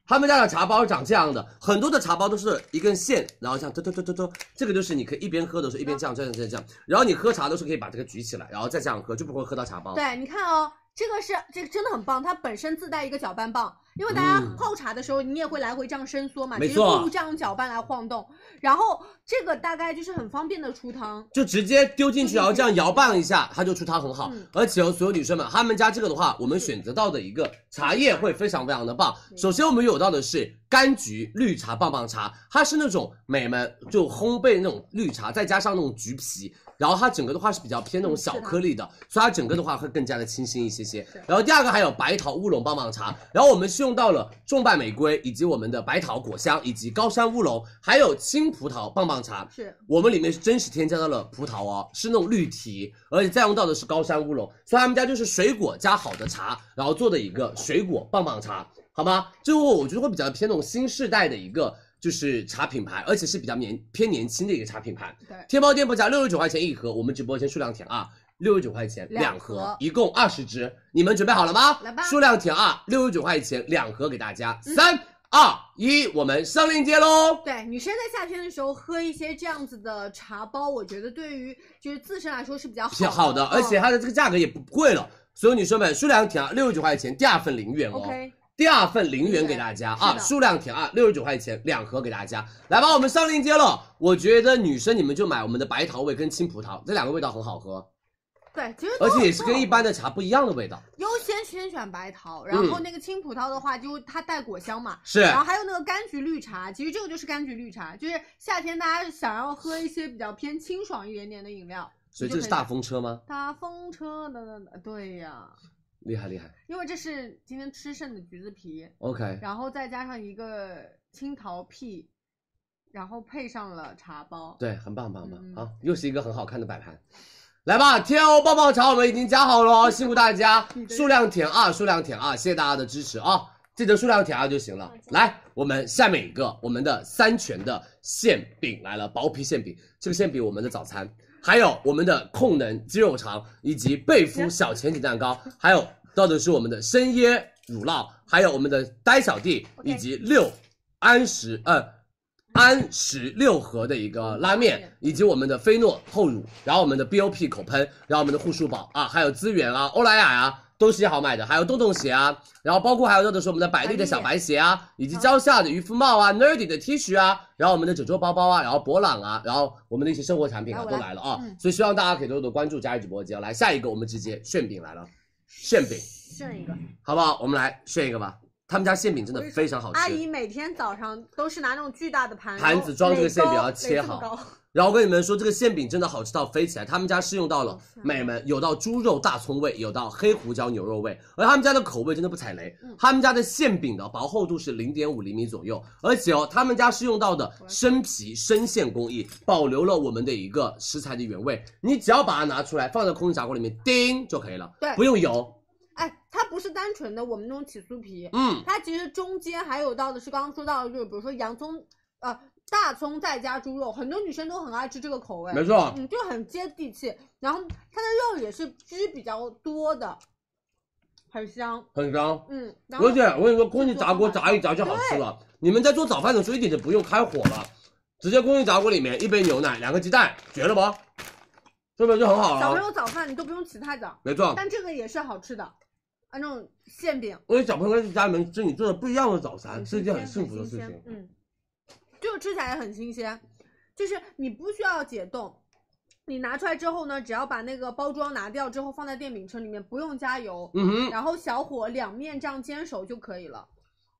Speaker 2: 他们家的茶包是长这样的，很多的茶包都是一根线，然后这样嘟嘟嘟嘟嘟，这个就是你可以一边喝的时候一边这样这样这样这样，然后你喝茶的时候可以把这个举起来，然后再这样喝，就不会喝到茶包。
Speaker 1: 对，你看哦，这个是这个真的很棒，它本身自带一个搅拌棒，因为大家
Speaker 2: 嗯
Speaker 1: 泡茶的时候你也会来回这样伸缩嘛，
Speaker 2: 没
Speaker 1: 其实
Speaker 2: 错
Speaker 1: 不如这样用搅拌来晃动。然后这个大概就是很方便的出汤，
Speaker 2: 就直接丢进去，然后这样摇拌一下，它就出汤很好。
Speaker 1: 嗯
Speaker 2: 而且哦，所有女生们，她们家这个的话，我们选择到的一个茶叶会非常非常的棒。首先我们有到的是柑橘绿茶棒棒茶，它是那种美们就烘焙那种绿茶，再加上那种橘皮。然后它整个的嗯话是比较偏那种小颗粒的，嗯所以它整个的话会更加的清新一些些。然后第二个还有白桃乌龙棒棒茶，然后我们是用到了重瓣玫瑰，以及我们的白桃果香，以及高山乌龙，还有青葡萄棒棒茶。
Speaker 1: 是
Speaker 2: 我们里面是真实添加到了葡萄哦，是那种绿提，而且再用到的是高山乌龙，所以他们家就是水果加好的茶，然后做的一个水果棒棒茶，好吗？这个我觉得会比较偏那种新世代的一个就是茶品牌，而且是比较年偏年轻的一个茶品牌。
Speaker 1: 对
Speaker 2: 天猫店铺价六十九块钱一盒，我们直播间数量填二，六十九块钱
Speaker 1: 两
Speaker 2: 盒，
Speaker 1: 盒
Speaker 2: 一共二十支，你们准备好了吗？
Speaker 1: 来吧嗯
Speaker 2: 数量填二，六十九块钱两盒给大家，三二一，我们上链接喽。
Speaker 1: 对，女生在夏天的时候喝一些这样子的茶包，我觉得对于就是自身来说是比较好
Speaker 2: 比较好的，
Speaker 1: 嗯
Speaker 2: 而且它的这个价格也不贵了。所有女生们，数量填二，六十九块钱，第二份零元哦。
Speaker 1: OK
Speaker 2: 第二份零元给大家
Speaker 1: 是
Speaker 2: 啊，
Speaker 1: 的
Speaker 2: 数量填二，六十九块钱两盒给大家。来吧，我们上链接了。我觉得女生你们就买我们的白桃味跟青葡萄，这两个味道很好喝，
Speaker 1: 对，其实
Speaker 2: 而
Speaker 1: 都
Speaker 2: 且也是
Speaker 1: 都
Speaker 2: 跟一般的茶不一样的味道。
Speaker 1: 优先先选白桃，
Speaker 2: 嗯
Speaker 1: 然后那个青葡萄的话，就它带果香嘛，
Speaker 2: 是
Speaker 1: 然后还有那个柑橘绿茶，其实这个就是柑橘绿茶，就是夏天大家想要喝一些比较偏清爽一点点的饮料，
Speaker 2: 所以
Speaker 1: 你就
Speaker 2: 这个
Speaker 1: 可
Speaker 2: 是大风车吗？
Speaker 1: 搭风车的呢，对呀，
Speaker 2: 厉害厉害。
Speaker 1: 因为这是今天吃剩的橘子皮，
Speaker 2: OK，
Speaker 1: 然后再加上一个青桃屁，然后配上了茶包，
Speaker 2: 对，很棒很棒很棒、
Speaker 1: 嗯
Speaker 2: 啊！又是一个很好看的摆盘。来吧，天欧棒棒茶我们已经加好了哦，辛苦大家，数量填二，数量填二，谢谢大家的支持啊！记得数量填二就行了。来，我们下面一个，我们的三全的馅饼来了，薄皮馅饼，这个馅饼我们的早餐，还有我们的控能鸡肉肠，以及贝夫小前颈蛋糕，还有到的是我们的生椰乳酪，还有我们的呆小弟，以及六安石呃安石六合的一个拉面，以及我们的菲诺厚乳，然后我们的 BOP 口喷，然后我们的护舒宝啊，还有资源啊、欧莱雅啊。都是些好买的，还有洞洞鞋啊，然后包括还有豆豆说我们的百丽的小白鞋啊，以
Speaker 1: 嗯
Speaker 2: 及蕉下的渔夫帽啊、Nerdy 的 T 恤啊，然后我们的褶皱包包啊，然后博朗啊，然后我们的一些生活产品啊
Speaker 1: 来我
Speaker 2: 都
Speaker 1: 来
Speaker 2: 来了啊
Speaker 1: 嗯，
Speaker 2: 所以希望大家可以多多关注佳怡直播间。来下一个，我们直接馅饼来了，馅饼
Speaker 4: 剩一个。
Speaker 2: 好不好？我们来炫一个吧，他们家馅饼真的非常好
Speaker 1: 阿
Speaker 2: 吃。
Speaker 1: 姨每天早上都是拿那种巨大的盘
Speaker 2: 盘子装这个馅饼要切
Speaker 1: 然
Speaker 2: 好
Speaker 1: 后垒高垒这么高
Speaker 2: 然后我跟你们说，这个馅饼真的好吃到飞起来。他们家是用到了
Speaker 1: 啊
Speaker 2: 美们有到猪肉大葱味，有到黑胡椒牛肉味，而他们家的口味真的不踩雷。
Speaker 1: 嗯
Speaker 2: 他们家的馅饼的薄厚度是零点五厘米左右，而且哦，他们家是用到的生皮生馅工艺，保留了我们的一个食材的原味。你只要把它拿出来，放在空气炸锅里面叮就可以了，
Speaker 1: 对
Speaker 2: 不用油。
Speaker 1: 哎，它不是单纯的我们那种起酥皮，
Speaker 2: 嗯，
Speaker 1: 它其实中间还有到的是刚刚说到的，就是比如说洋葱，呃，大葱再加猪肉，很多女生都很爱吃这个口味，
Speaker 2: 没错，
Speaker 1: 嗯，就很接地气。然后它的肉也是汁比较多的，很香，
Speaker 2: 很香。
Speaker 1: 嗯。然后
Speaker 2: 而且我跟你说，空气炸锅炸一炸就好吃了。你们在做早饭的时候一点都不用开火了，直接空气炸锅里面一杯牛奶，两个鸡蛋，绝了吧？是不是就很好
Speaker 1: 小朋
Speaker 2: 了？
Speaker 1: 友早饭你都不用起太早，
Speaker 2: 没错，
Speaker 1: 但这个也是好吃的，啊，那种馅饼
Speaker 2: 因为小朋友在家里面吃你做的不一样的早餐，啊是一件很幸福的事
Speaker 4: 很
Speaker 2: 情
Speaker 4: 新。
Speaker 1: 嗯，就吃起来也很新鲜，就是你不需要解冻，你拿出来之后呢，只要把那个包装拿掉之后放在电饼铛里面，不用加油，
Speaker 2: 嗯哼，
Speaker 1: 然后小火两面这样煎熟就可以了，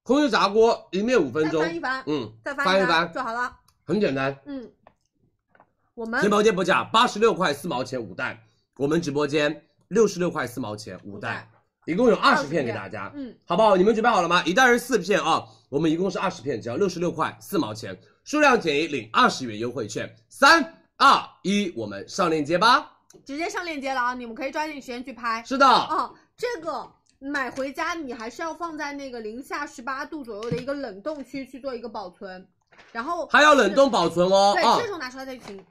Speaker 2: 空气炸锅一面五分
Speaker 1: 再
Speaker 2: 钟，
Speaker 1: 翻一翻，
Speaker 2: 嗯，
Speaker 1: 再
Speaker 2: 翻
Speaker 1: 一
Speaker 2: 一翻
Speaker 1: 就好了。
Speaker 2: 很简单。
Speaker 1: 嗯，我们
Speaker 2: 直播间不价八十六块四毛钱五袋，我们直播间六十六块四毛钱五袋，一共有二十片给大家。
Speaker 1: 嗯，
Speaker 2: 好不好？你们准备好了吗？一袋是四片啊，我们一共是二十片，只要六十六块四毛钱，数量减一，领二十元优惠券。三二一，我们上链接吧。
Speaker 1: 直接上链接了啊，你们可以抓紧时间去拍。
Speaker 2: 是的，
Speaker 1: 哦，这个买回家你还是要放在那个零下十八度左右的一个冷冻区去做一个保存，然后
Speaker 2: 还要冷冻保存哦。
Speaker 1: 对，
Speaker 2: 啊
Speaker 1: 这，时候拿出来再清。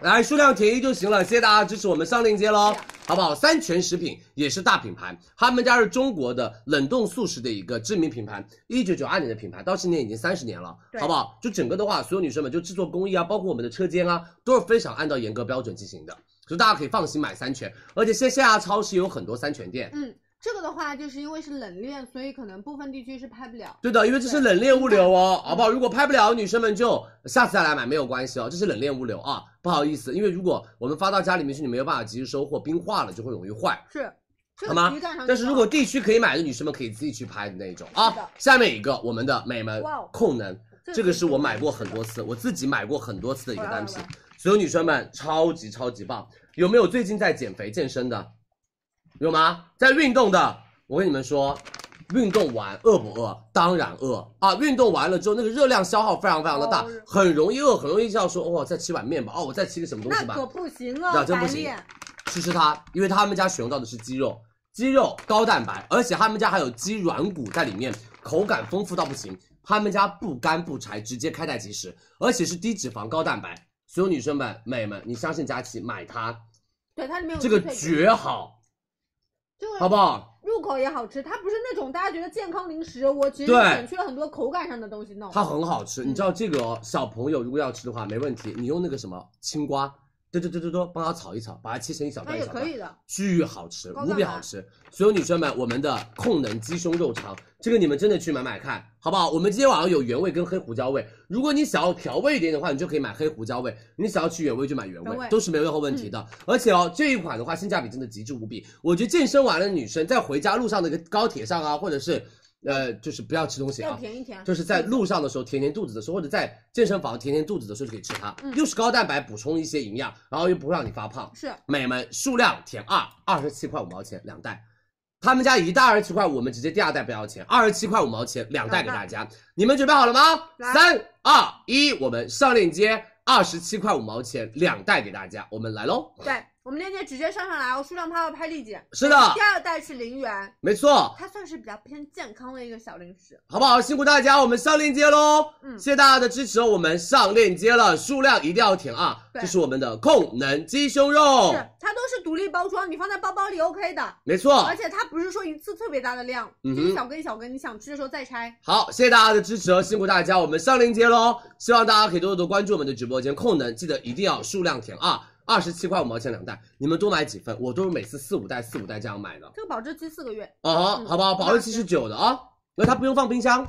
Speaker 2: 来数量填一就行了，谢谢大家支持我们上链接喽
Speaker 1: 是啊，
Speaker 2: 好不好？三全食品也是大品牌，他们家是中国的冷冻速食的一个知名品牌，一九九二年的品牌，到今年已经三十年了，
Speaker 1: 对
Speaker 2: 好不好？就整个的话，所有女生们就制作工艺啊，包括我们的车间啊，都是非常按照严格标准进行的，所以大家可以放心买三全，而且线下超市有很多三全店。
Speaker 1: 嗯，这个的话就是因为是冷链，所以可能部分地区是拍不了。
Speaker 2: 对的，因为这是冷链物流哦，好不
Speaker 1: 嗯
Speaker 2: 好？如果拍不了，女生们就下次再来买没有关系哦，这是冷链物流啊，不好意思，因为如果我们发到家里面去，你没有办法及时收货，冰化了就会容易坏。
Speaker 1: 是，这
Speaker 2: 好
Speaker 1: 个
Speaker 2: 吗
Speaker 1: 体育站上就有。
Speaker 2: 但是如果地区可以买的女生们可以自己去拍的那一种
Speaker 1: 是
Speaker 2: 啊
Speaker 1: 的。
Speaker 2: 下面一个我们的美们
Speaker 1: 哇哦
Speaker 2: 控能，
Speaker 1: 这
Speaker 2: 这个是我买过
Speaker 1: 很
Speaker 2: 很多次，我自己买过很多次的一个
Speaker 1: 哇
Speaker 2: 单
Speaker 1: 哇
Speaker 2: 品
Speaker 1: 哇，
Speaker 2: 所有女生们超级超级棒。有没有最近在减肥健身的？有吗？在运动的，我跟你们说，运动完饿不饿？当然饿啊！运动完了之后，那个热量消耗非常非常的大
Speaker 1: 哦是，
Speaker 2: 很容易饿，很容易就要说，哦，再吃碗面吧，哦，我再吃个什么东西
Speaker 1: 那
Speaker 2: 吧。
Speaker 1: 可不行
Speaker 2: 那
Speaker 1: 哦，
Speaker 2: 真不
Speaker 1: 白
Speaker 2: 行
Speaker 1: 练。
Speaker 2: 吃吃它，因为他们家选用到的是鸡肉，鸡肉高蛋白，而且他们家还有鸡软骨在里面，口感丰富到不行。他们家不干不柴，直接开袋即食，而且是低脂肪高蛋白。所有女生们、美们，你相信佳琪，买它
Speaker 1: 对，它里面有
Speaker 2: 这个
Speaker 1: 鸡腿骨，
Speaker 2: 绝好，
Speaker 1: 就是
Speaker 2: 好不好？
Speaker 1: 入口也好吃，它不是那种大家觉得健康零食，我其实
Speaker 2: 对
Speaker 1: 省去了很多口感上的东西弄。
Speaker 2: 它很好吃，你知道这个哦，小朋友如果要吃的话没问题，你用那个什么青瓜，剁剁剁剁剁，帮它炒一炒，把它切成一小
Speaker 1: 那
Speaker 2: 段一
Speaker 1: 也
Speaker 2: 小段
Speaker 1: 可，以的，
Speaker 2: 巨好吃，
Speaker 1: 高蛋
Speaker 2: 无
Speaker 1: 白
Speaker 2: 比好吃！所有女生们，我们的控能鸡胸肉肠，这个你们真的去买买看，好不好？我们今天晚上有原味跟黑胡椒味，如果你想要调味一点的话，你就可以买黑胡椒味；你想要吃原味就买原味，
Speaker 1: 原味嗯
Speaker 2: 都是没有任何问题的。而且哦，这一款的话性价比真的极致无比。我觉得健身完了的女生在回家路上的一个高铁上啊，或者是呃，就是不要吃东西
Speaker 1: 要
Speaker 2: 啊，
Speaker 1: 甜一嗯甜。
Speaker 2: 就是在路上的时候填填肚子的时候，或者在健身房填填肚子的时候就可以吃它，
Speaker 1: 嗯
Speaker 2: 又是高蛋白，补充一些营养，然后又不会让你发胖。
Speaker 1: 是
Speaker 2: 美们数量填二，二十七块五毛钱两袋。他们家一袋二十七块，我们直接第二袋不要钱，二十七块五毛钱两袋给大家。你们准备好了吗？
Speaker 1: 来
Speaker 2: 三二一，我们上链接，二十七块五毛钱两袋给大家，我们来喽。
Speaker 1: 对，我们链接直接上上来哦，数量拍要拍立减。
Speaker 2: 是的
Speaker 1: 第二代是零元，
Speaker 2: 没错，
Speaker 1: 它算是比较偏健康的一个小零食。
Speaker 2: 好不好？辛苦大家，我们上链接喽。
Speaker 1: 嗯
Speaker 2: 谢谢大家的支持哦，我们上链接了，数量一定要填啊。
Speaker 1: 对
Speaker 2: 这是我们的控能鸡胸肉
Speaker 1: 是，，它都是独立包装，你放在包包里 OK 的。
Speaker 2: 没错
Speaker 1: 而。且它不是说一次特别大的量，
Speaker 2: 嗯哼
Speaker 1: 就是小根一小根，你想吃的时候再拆。
Speaker 2: 好，谢谢大家的支持哦，辛苦大家，我们上链接喽，希望大家可以多多关注我们的直播间，空能记得一定要数量填啊。二十七块五毛钱两袋，你们多买几份，我都是每次四五袋四五袋这样买的
Speaker 1: 这个保质期四个月，
Speaker 2: 哦，好不好？保质期是久的啊，那它不用放冰箱，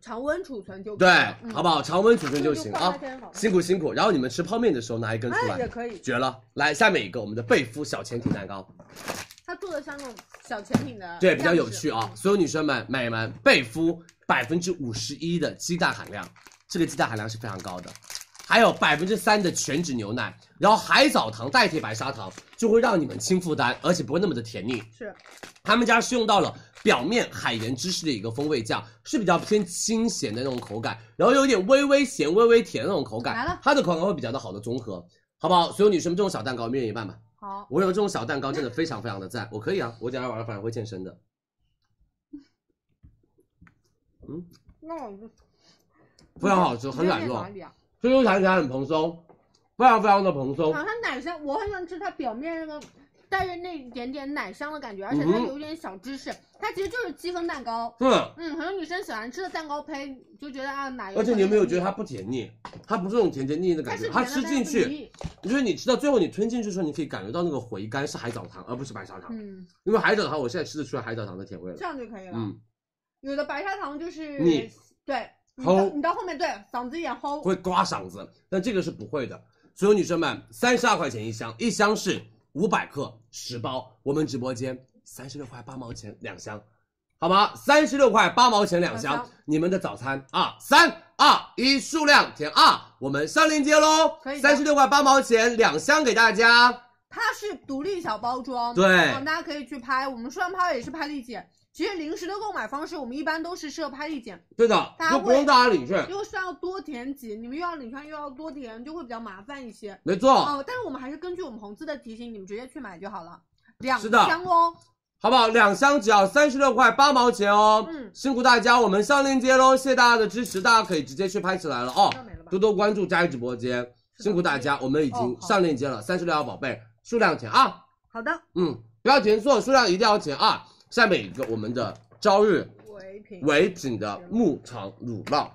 Speaker 1: 常温储存就可
Speaker 2: 对
Speaker 1: 以了，嗯
Speaker 2: 好不好？常温储存
Speaker 5: 就
Speaker 2: 就行啊
Speaker 5: 放在那好，了
Speaker 2: 辛苦辛苦。然后你们吃泡面的时候拿一根出
Speaker 5: 哎也
Speaker 2: 来，
Speaker 5: 可以，
Speaker 2: 绝了！来，下面一个我们的贝夫小潜艇蛋糕，
Speaker 1: 它做的像那种小潜艇的，
Speaker 2: 对，比较有趣。啊。所有女生们，买们，贝夫百分之五十一的鸡蛋含量，这个鸡蛋含量是非常高的，还有百分之三的全脂牛奶，然后海藻糖代替白砂糖，就会让你们轻负担，而且不会那么的甜腻。
Speaker 1: 是，
Speaker 2: 他们家是用到了表面海盐芝士的一个风味酱，是比较偏清咸的那种口感，然后有点微微咸、微微甜的那种口
Speaker 1: 来
Speaker 2: 感
Speaker 1: 了，
Speaker 2: 它的口感会比较的好的综合，好不好？所有女生们这种小蛋糕一人一半吧。
Speaker 1: 好，
Speaker 2: 我认为这种小蛋糕真的非常非常的赞，我可以啊，我等下晚上反正会健身的。
Speaker 1: 那我就
Speaker 2: 非常好吃，很软
Speaker 1: 你在
Speaker 2: 糯
Speaker 1: 哪，里啊？
Speaker 2: 所以弹起来很蓬松，非常非常的蓬松。
Speaker 1: 好像奶香，我很喜欢吃它表面那个带着那一点点奶香的感觉，而且
Speaker 2: 嗯
Speaker 1: 它
Speaker 2: 哼
Speaker 1: 有一点小芝士，它其实就是积分蛋糕。
Speaker 2: 嗯，
Speaker 1: 嗯，很多女生喜欢吃的蛋糕胚，就觉得啊奶油。
Speaker 2: 而且你有没有觉得它不甜腻？它不是那种甜甜腻腻的
Speaker 1: 它
Speaker 2: 感
Speaker 1: 是
Speaker 2: 觉，
Speaker 1: 甜
Speaker 2: 它
Speaker 1: 的
Speaker 2: 吃
Speaker 1: 但
Speaker 2: 进
Speaker 1: 不
Speaker 2: 去，
Speaker 1: 腻
Speaker 2: 就是你吃到最后你吞进去的时候，你可以感觉到那个回甘是海藻糖，而不是白砂糖。
Speaker 1: 嗯，啊
Speaker 2: 因为海藻糖我现在吃得出来海藻糖的甜味了
Speaker 5: 这。样就可以了。
Speaker 2: 嗯，
Speaker 1: 有的白砂糖就是
Speaker 2: 腻
Speaker 1: 对，你
Speaker 2: 齁
Speaker 1: 到你到后面对嗓子有点齁，
Speaker 2: 会刮嗓子，但这个是不会的。所有女生们，三十二块钱一箱，一箱是五百克，十包。我们直播间三十六块八毛钱两箱，好吗？三十六块八毛钱两箱
Speaker 1: 两箱，
Speaker 2: 你们的早餐啊！三二一，数量填二，我们上链接喽
Speaker 1: 可。以的
Speaker 2: 三十六块八毛钱两箱给大家，
Speaker 1: 它是独立小包装，
Speaker 2: 对
Speaker 1: 啊大家可以去拍。我们双抛也是拍立减，其实零食的购买方式，我们一般都是设拍立减，
Speaker 2: 对的
Speaker 1: 大，家
Speaker 2: 就不用
Speaker 1: 会
Speaker 2: 大家领券，
Speaker 1: 又是要多填几，你们又要领券又要多填，就会比较麻烦一些。
Speaker 2: 没错，
Speaker 1: 哦，但是我们还是根据我们红字的提醒，你们直接去买就好了，两
Speaker 2: 是的
Speaker 1: 箱哦。
Speaker 2: 好不好？两箱只要三十六块八毛钱哦，
Speaker 1: 嗯
Speaker 2: 辛苦大家，我们上链接喽，谢谢大家的支持，大家可以直接去拍起来了哦
Speaker 1: 那没了吧，
Speaker 2: 多多关注佳怡直播间，
Speaker 1: 的
Speaker 2: 辛苦大家，我们已
Speaker 1: 哦
Speaker 2: 经
Speaker 1: 好
Speaker 2: 上链接了，三十六号宝贝，数量填二，
Speaker 1: 好的，
Speaker 2: 嗯，不要填错，数量一定要填二。下面一个我们的朝日
Speaker 1: 唯品，
Speaker 2: 唯品的牧场乳酪，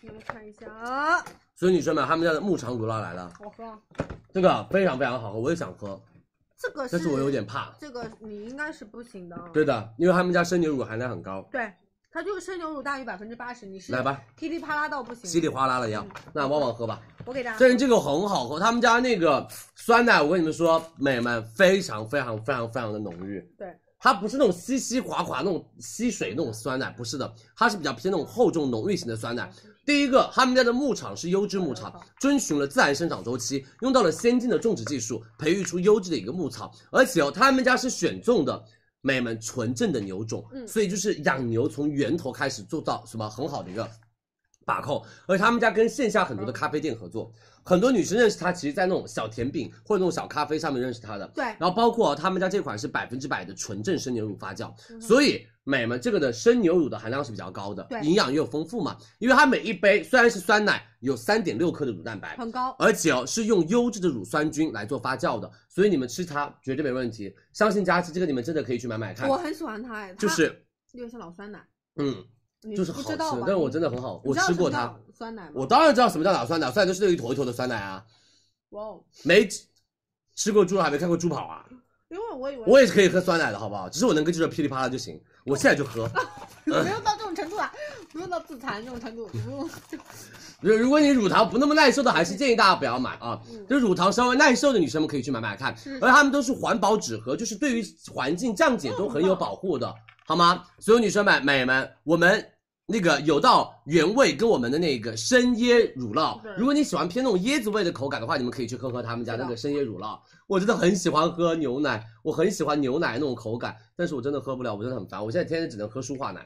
Speaker 1: 你们看一下啊，
Speaker 2: 所以女生们，他们家的牧场乳酪来了，
Speaker 1: 好喝。
Speaker 2: 这个非常非常好喝，我也想喝，
Speaker 1: 这个
Speaker 2: 但是我有点怕。
Speaker 1: 这个你应该是不行的啊。
Speaker 2: 对的，因为他们家生牛乳含量很高。
Speaker 1: 对，它就是生牛乳大于百分之八十，你是嗯
Speaker 2: 来吧，
Speaker 1: 噼里啪啦到不
Speaker 2: 稀
Speaker 1: 行。
Speaker 2: 里哗啦的要，那旺旺喝吧。
Speaker 1: 我给大家
Speaker 2: 但是这个很好喝，他们家那个酸奶，我跟你们说，美们非常非常非常非常的浓郁。
Speaker 1: 对，
Speaker 2: 它不是那种稀稀滑滑那种吸水那种酸奶，不是的，它是比较偏那种厚重浓郁型的酸奶。第一个，他们家的牧场是优质牧场，遵循了自然生长周期，用到了先进的种植技术，培育出优质的一个牧草。而且哦，他们家是选种的美们纯正的牛种，
Speaker 1: 嗯
Speaker 2: 所以就是养牛从源头开始做到什么很好的一个把控。而他们家跟线下很多的咖啡店合作，很多女生认识他，其实，在那种小甜饼或者那种小咖啡上面认识他的。
Speaker 1: 对，
Speaker 2: 然后包括他们家这款是百分之百的纯正生牛乳发酵，
Speaker 1: 嗯
Speaker 2: 所以美们这个的生牛乳的含量是比较高的
Speaker 1: 对，
Speaker 2: 营养也有丰富嘛。因为它每一杯虽然是酸奶，有三点六克的乳蛋白，
Speaker 1: 很高，
Speaker 2: 而且哦是用优质的乳酸菌来做发酵的，所以你们吃它绝对没问题。相信佳琪这个你们真的可以去买买看
Speaker 1: 我，很喜欢它哎，它
Speaker 2: 就是
Speaker 1: 有点像老酸奶，
Speaker 2: 嗯
Speaker 1: 你
Speaker 2: 就是
Speaker 1: 不
Speaker 2: 好
Speaker 1: 知
Speaker 2: 吃
Speaker 1: 道吧，
Speaker 2: 但是我真的很好，我吃过它，
Speaker 1: 你知道什么叫酸奶吗？
Speaker 2: 我当然知道什么叫老酸奶，酸奶就是那一坨一坨的酸奶啊，
Speaker 1: 哇哦，
Speaker 2: 没吃吃过猪肉还没看过猪跑啊。
Speaker 1: 因为我以为
Speaker 2: 我也是可以喝酸奶的，好不好？只是我能跟这种噼里啪啦就行，我现在就喝。
Speaker 5: 不用到这种程度啊，不用到自残这种程度，不用。
Speaker 2: 如如果你乳糖不那么耐受的，还是建议大家不要买啊。就乳糖稍微耐受的女生们可以去买买看，而它们都是环保纸盒，就是对于环境降解都很有保护的，好吗？所有女生们、美们，我们那个有到原味跟我们的那个生椰乳酪，如果你喜欢偏那种椰子味的口感的话，你们可以去喝喝他们家那个生椰乳酪。我真的很喜欢喝牛奶，我很喜欢牛奶那种口感，但是我真的喝不了，我真的很烦，我现在天天只能喝舒化奶。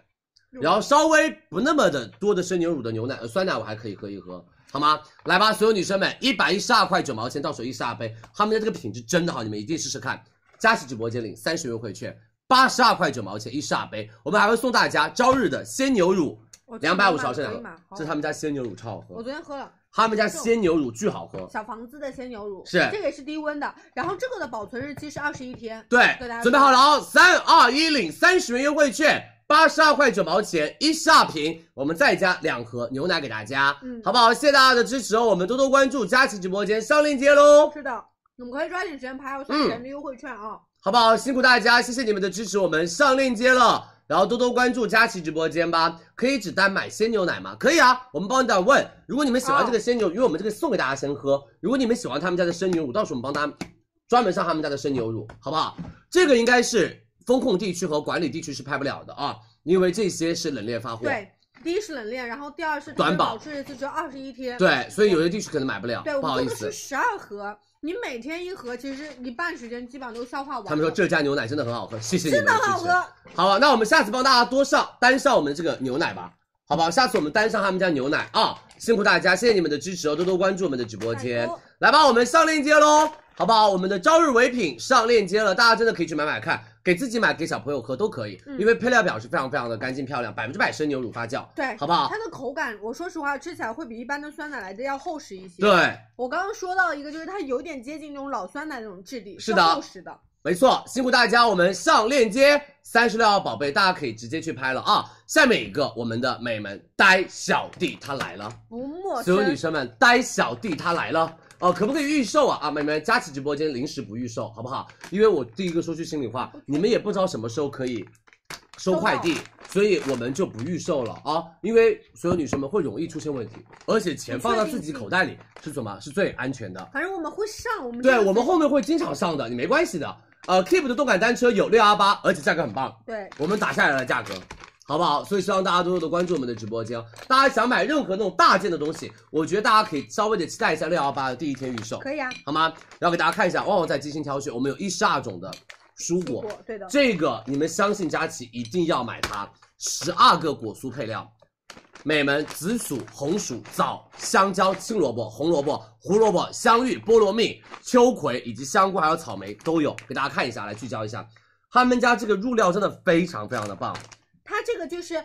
Speaker 2: 然后稍微不那么的多的生牛乳的牛奶、呃、酸奶，我还可以喝一喝，好吗？来吧，所有女生们，一百一十二块九毛钱到手一十二杯，他们家这个品质真的好，你们一定试试看。佳琦直播间领三十元优惠券，八十二块九毛钱一十二杯，我们还会送大家朝日的鲜牛乳，
Speaker 1: 我
Speaker 2: 两百五十毫升两
Speaker 1: 可以买
Speaker 2: 个
Speaker 1: 好，
Speaker 2: 这是他们家鲜牛乳超好
Speaker 1: 我
Speaker 2: 喝，
Speaker 1: 昨天喝了
Speaker 2: 他们家鲜牛乳巨好喝，
Speaker 1: 小房子的鲜牛乳，
Speaker 2: 是
Speaker 1: 这个也是低温的，然后这个的保存日期是二十一天，
Speaker 2: 对
Speaker 1: 对大家，
Speaker 2: 准备好了哦，三二一，领三十元优惠券，八十二块九毛钱一下瓶，我们再加两盒牛奶给大家，
Speaker 1: 嗯
Speaker 2: 好不好？谢谢大家的支持哦，我们多多关注佳琪直播间，上链接喽，
Speaker 1: 是的，我们可以抓紧时间排好三
Speaker 2: 嗯
Speaker 1: 元的优惠券啊。
Speaker 2: 好不好？辛苦大家，谢谢你们的支持，我们上链接了。然后多多关注佳琪直播间吧，可以只单买鲜牛奶吗？可以啊，我们帮大家问。如果你们喜欢这个鲜牛，因为我们这个送给大家生喝，如果你们喜欢他们家的生牛乳，到时候我们帮大家专门上他们家的生牛乳，好不好？这个应该是风控地区和管理地区是拍不了的啊，因为这些是冷链发货。
Speaker 1: 对，第一是冷链，然后第二是它
Speaker 2: 短
Speaker 1: 们
Speaker 2: 保
Speaker 1: 保质日期只有二十一天。
Speaker 2: 对，所以有些地区可能买不了
Speaker 1: 对，，
Speaker 2: 不
Speaker 1: 我
Speaker 2: 好
Speaker 1: 们
Speaker 2: 意
Speaker 1: 做的
Speaker 2: 思
Speaker 1: 是。十二盒，你每天一盒，其实一半时间基本上都消化完了。
Speaker 2: 他们说这家牛奶真的很好喝，谢谢你
Speaker 1: 真
Speaker 2: 们
Speaker 1: 的
Speaker 2: 的
Speaker 1: 好
Speaker 2: 支持。
Speaker 1: 喝，
Speaker 2: 好吧，那我们下次帮大家多上单上我们这个牛奶吧，好不好？下次我们单上他们家牛奶啊，辛苦大家，谢谢你们的支持哦，多多关注我们的直播间
Speaker 1: 拜托。
Speaker 2: 来吧，我们上链接喽，好不好？我们的朝日唯品上链接了，大家真的可以去买买看，给自己买，给小朋友喝都可以，
Speaker 1: 嗯
Speaker 2: 因为配料表是非常非常的干净漂亮，百分之百生牛乳发酵，
Speaker 1: 对，
Speaker 2: 好不好
Speaker 1: 它？的口感，我说实话，吃起来会比一般的酸奶来的要厚实一些。，
Speaker 2: 对，
Speaker 1: 我刚刚说到一个，就是它有点接近那种老酸奶那种质地，
Speaker 2: 是
Speaker 1: 是
Speaker 2: 的
Speaker 1: 厚实的。
Speaker 2: 没错，辛苦大家，我们上链接三十六号宝贝，大家可以直接去拍了啊。下面一个我们的美们呆小弟他来了，
Speaker 1: 不陌
Speaker 2: 所有
Speaker 1: 生
Speaker 2: 女，生们，呆小弟他来了。哦，可不可以预售啊？啊，美们，佳琦直播间临时不预售，好不好？因为我第一个说句心里话，你们也不知道什么时候可以收快递，所以我们就不预售了啊。因为所有女生们会容易出现问题，而且钱放到自己口袋里是什么？是最安全的。
Speaker 1: 反正我们会上，我们这
Speaker 2: 对
Speaker 1: 个
Speaker 2: 我们后面会经常上的，你没关系的。呃，Keep 的动感单车有六幺八，而且价格很棒，
Speaker 1: 对
Speaker 2: 我们打下来了价格，好不好？所以希望大家多多的关注我们的直播间哦。大家想买任何那种大件的东西，我觉得大家可以稍微的期待一下六幺八的第一天预售，
Speaker 1: 可以啊，
Speaker 2: 好吗？然后给大家看一下，旺旺在精心挑选，我们有一十二种的蔬
Speaker 1: 不
Speaker 2: 果，
Speaker 1: 过对的，
Speaker 2: 这个你们相信佳琪一定要买它，十二个果蔬配料，美们紫薯、红薯、枣、香蕉、青萝卜、红萝卜、胡萝卜、香芋、菠萝蜜、秋葵以及香菇还有草莓都有，给大家看一下，来聚焦一下，他们家这个入料真的非常非常的棒，
Speaker 1: 它这个就是。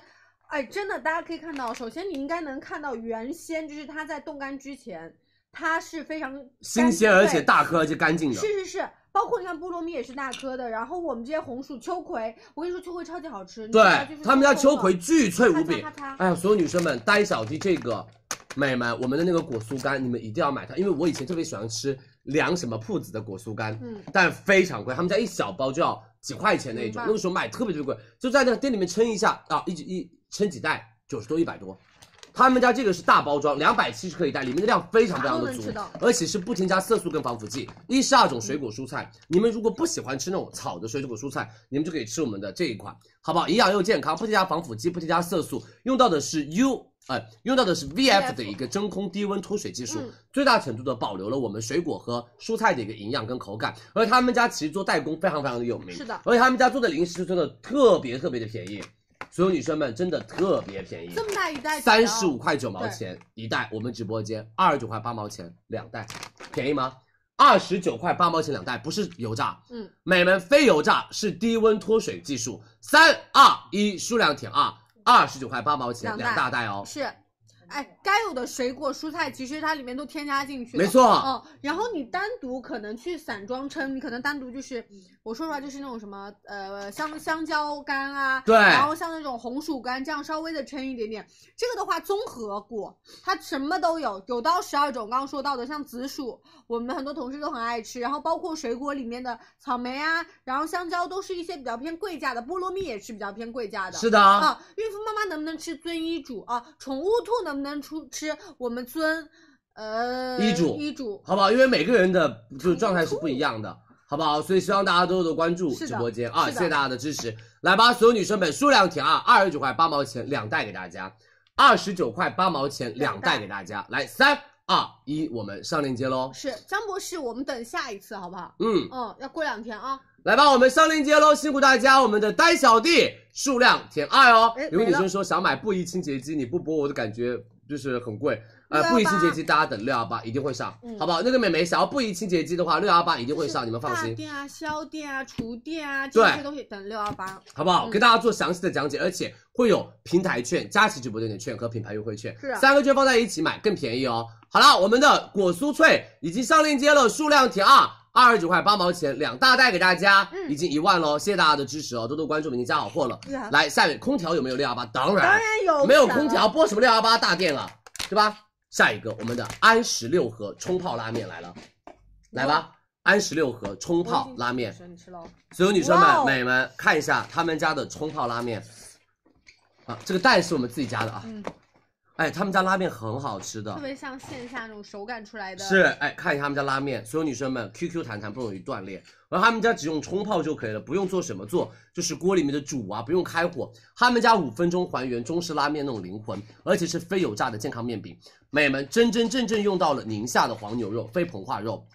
Speaker 1: 哎，真的，大家可以看到，首先你应该能看到，原先就是它在冻干之前，它是非常
Speaker 2: 新
Speaker 1: 干
Speaker 2: 鲜
Speaker 1: 对
Speaker 2: 而且大颗而且干净的
Speaker 1: 是，是是，包括你看菠萝蜜也是大颗的，然后我们这些红薯、秋葵，我跟你说秋葵超级好吃。你
Speaker 2: 对
Speaker 1: 知道就是
Speaker 2: 他们家
Speaker 1: 秋
Speaker 2: 秋
Speaker 1: 葵
Speaker 2: 葵
Speaker 1: 嘛
Speaker 2: 巨脆无比
Speaker 1: 咔嚓咔嚓，
Speaker 2: 哎呀，所有女生们，呆小弟这个。美们，我们的那个果蔬干，你们一定要买它，因为我以前特别喜欢吃凉什么铺子的果蔬干，
Speaker 1: 嗯，
Speaker 2: 但非常贵，他们家一小包就要几块钱那
Speaker 1: 明
Speaker 2: 种
Speaker 1: 白，
Speaker 2: 那个时候买特别特别贵，就在那个店里面称一下啊，一一称几袋九十多一百多，他们家这个是大包装，两百七十克一袋，里面的量非常非常
Speaker 1: 啥都
Speaker 2: 的
Speaker 1: 能
Speaker 2: 足
Speaker 1: 吃到，
Speaker 2: 而且是不添加色素跟防腐剂，一十二种水果蔬菜，你们如果不喜欢吃那种草的水果蔬菜，你们就可以吃我们的这一款，好不好？营养又健康，不添加防腐剂，不添加色素，用到的是 U。呃，用到的是 VF 的一个真空低温脱水技术，
Speaker 1: 嗯
Speaker 2: 最大程度的保留了我们水果和蔬菜的一个营养跟口感。而他们家其实做代工非常非常的有名，
Speaker 1: 是的
Speaker 2: 而且他们家做的零食真的特别特别的便宜，所有女生们真的特别便宜，
Speaker 1: 这么大一袋，
Speaker 2: 三十
Speaker 1: 哦
Speaker 2: 五，块九毛钱一袋，我们直播间二十九块八毛钱两袋，便宜吗？二十九块八毛钱两袋，不是油炸，
Speaker 1: 嗯，
Speaker 2: 美们非油炸是低温脱水技术。三二一，数量填二，二十九块八毛钱
Speaker 1: 两袋
Speaker 2: 两大袋哦，
Speaker 1: 是。哎，该有的水果蔬菜其实它里面都添加进去了，
Speaker 2: 没错
Speaker 1: 哦，然后你单独可能去散装称，你可能单独就是，我说实话就是那种什么呃香香蕉干啊，
Speaker 2: 对
Speaker 1: 然后像那种红薯干这样稍微的称一点点。这个的话，综合果它什么都有，有到十二种。刚刚说到的像紫薯，我们很多同事都很爱吃，然后包括水果里面的草莓啊，然后香蕉都是一些比较偏贵价的，菠萝蜜也是比较偏贵价的，
Speaker 2: 是的啊
Speaker 1: 啊，孕妇妈妈能不能吃遵医嘱啊？宠物兔能不能出吃我们遵呃
Speaker 2: 医嘱
Speaker 1: 医嘱？
Speaker 2: 好不好？因为每个人的就是状态是不一样的，好不好？所以希望大家多多关注
Speaker 1: 是的
Speaker 2: 直播间
Speaker 1: 是
Speaker 2: 啊，
Speaker 1: 的
Speaker 2: 谢谢大家的支持。来吧，所有女生们，数量填啊，二十九块八毛钱两袋给大家，二十九块八毛钱两袋给大家。来，三二一，我们上链接喽。
Speaker 1: 是张博士，我们等下一次好不好？
Speaker 2: 嗯，
Speaker 1: 嗯，要过两天啊。
Speaker 2: 来吧，我们上链接喽，辛苦大家，我们的呆小弟数量填二哦
Speaker 1: 哎。
Speaker 2: 有个
Speaker 1: 没
Speaker 2: 女
Speaker 1: 了
Speaker 2: 生说想买布艺清洁机，你不播我的感觉就是很贵。呃，
Speaker 1: 618
Speaker 2: 布艺清洁机大家等六幺八一定会上，
Speaker 1: 嗯
Speaker 2: 好不好？那个美眉想要布艺清洁机的话，六幺八一定会
Speaker 1: 就是
Speaker 2: 上，你们放心
Speaker 1: 大。店啊、销店啊、厨店啊这
Speaker 2: 对
Speaker 1: 些东西，等六幺八。
Speaker 2: 好不好？
Speaker 1: 嗯
Speaker 2: 跟大家做详细的讲解，而且会有平台券、佳琦直播间的券和品牌优惠券，
Speaker 1: 是啊
Speaker 2: 三个券放在一起买更便宜哦。好啦，我们的果蔬脆已经上链接了，数量填二，二十九块八毛钱两大袋给大家，
Speaker 3: 嗯
Speaker 2: 已经一万喽，谢谢大家的支持哦，多多关注，明天加好货了。
Speaker 1: 是啊
Speaker 2: 来，下面空调有没有六幺八？当然
Speaker 1: 当然有，
Speaker 2: 没有空调，播什么六幺八大店啊，对吧？下一个，我们的安十六盒冲泡拉面来了，来吧，安十六盒冲泡拉面，
Speaker 3: 说你吃喽，
Speaker 2: 所有女生们、
Speaker 1: 哇哦
Speaker 2: 美们看一下他们家的冲泡拉面，啊，这个蛋是我们自己家的啊，
Speaker 3: 嗯，
Speaker 2: 哎，他们家拉面很好吃的
Speaker 3: 特，别像线下那种手擀出来的，
Speaker 2: 是，哎，看一下他们家拉面，所有女生们 QQ 弹弹不容易断裂，然后他们家只用冲泡就可以了，不用做什么做，就是锅里面的煮啊，不用开火，他们家五分钟还原中式拉面那种灵魂，而且是非油炸的健康面饼，美们真真正正用到了宁夏的黄牛肉，非膨化肉，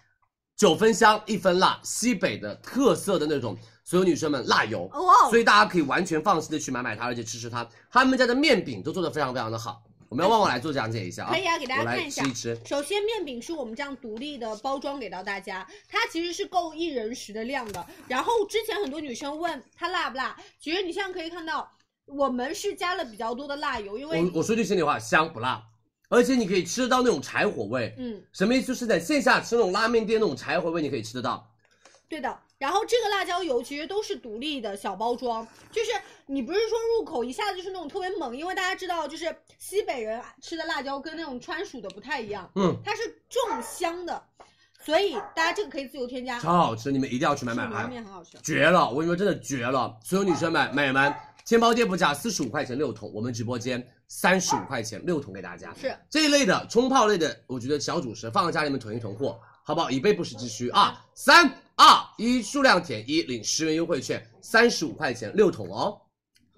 Speaker 2: 九分香一分辣，西北的特色的那种，所有女生们辣油，
Speaker 1: 哇哦
Speaker 2: 所以大家可以完全放心的去买买它，而且吃吃它，他们家的面饼都做的非常非常的好，我们要旺旺来做讲解一下啊，
Speaker 1: 可以啊给大家
Speaker 2: 我来
Speaker 1: 看一下
Speaker 2: 吃一吃。
Speaker 1: 首先，面饼是我们这样独立的包装给到大家，它其实是够一人食的量的。然后之前很多女生问它辣不辣，其实你现在可以看到，我们是加了比较多的辣油，因为
Speaker 2: 我我说句心里话，香不辣，而且你可以吃得到那种柴火味。
Speaker 1: 嗯，
Speaker 2: 什么意思？就是在线下吃那种拉面店那种柴火味，你可以吃得到。
Speaker 1: 对的。然后这个辣椒油其实都是独立的小包装，就是你不是说入口一下子就是那种特别猛，因为大家知道就是西北人吃的辣椒跟那种川蜀的不太一样，
Speaker 2: 嗯，
Speaker 1: 它是重香的，所以大家这个可以自由添加。
Speaker 2: 超好吃，你们一定要去买买
Speaker 1: 这个
Speaker 2: 买，
Speaker 1: 嗯面很好吃。
Speaker 2: 绝了！我跟你说，真的绝了！所有女生们、美们，天猫店铺价四十五块钱六桶，我们直播间三十五块钱六桶给大家。
Speaker 1: 是
Speaker 2: 这一类的冲泡类的，我觉得小主食放在家里面囤一囤货，好不好？以备不时之需
Speaker 1: 嗯
Speaker 2: 啊！三二一，数量填一，领十元优惠券，三十五块钱六桶哦。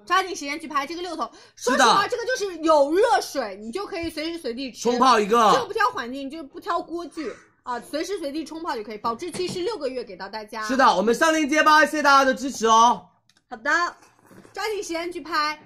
Speaker 1: 抓紧时间去拍这个六桶。说
Speaker 2: 是
Speaker 1: 实
Speaker 2: 的
Speaker 1: 话，这个就是有热水，你就可以随时随地吃。
Speaker 2: 冲，泡一
Speaker 1: 这个
Speaker 2: 个
Speaker 1: 不，挑环境，就是不挑锅具啊，随时随地冲泡就可以。保质期是六个月，给到大家。
Speaker 2: 是，的，我们上链接吧，谢谢大家的支持哦。
Speaker 1: 好的，抓紧时间去拍。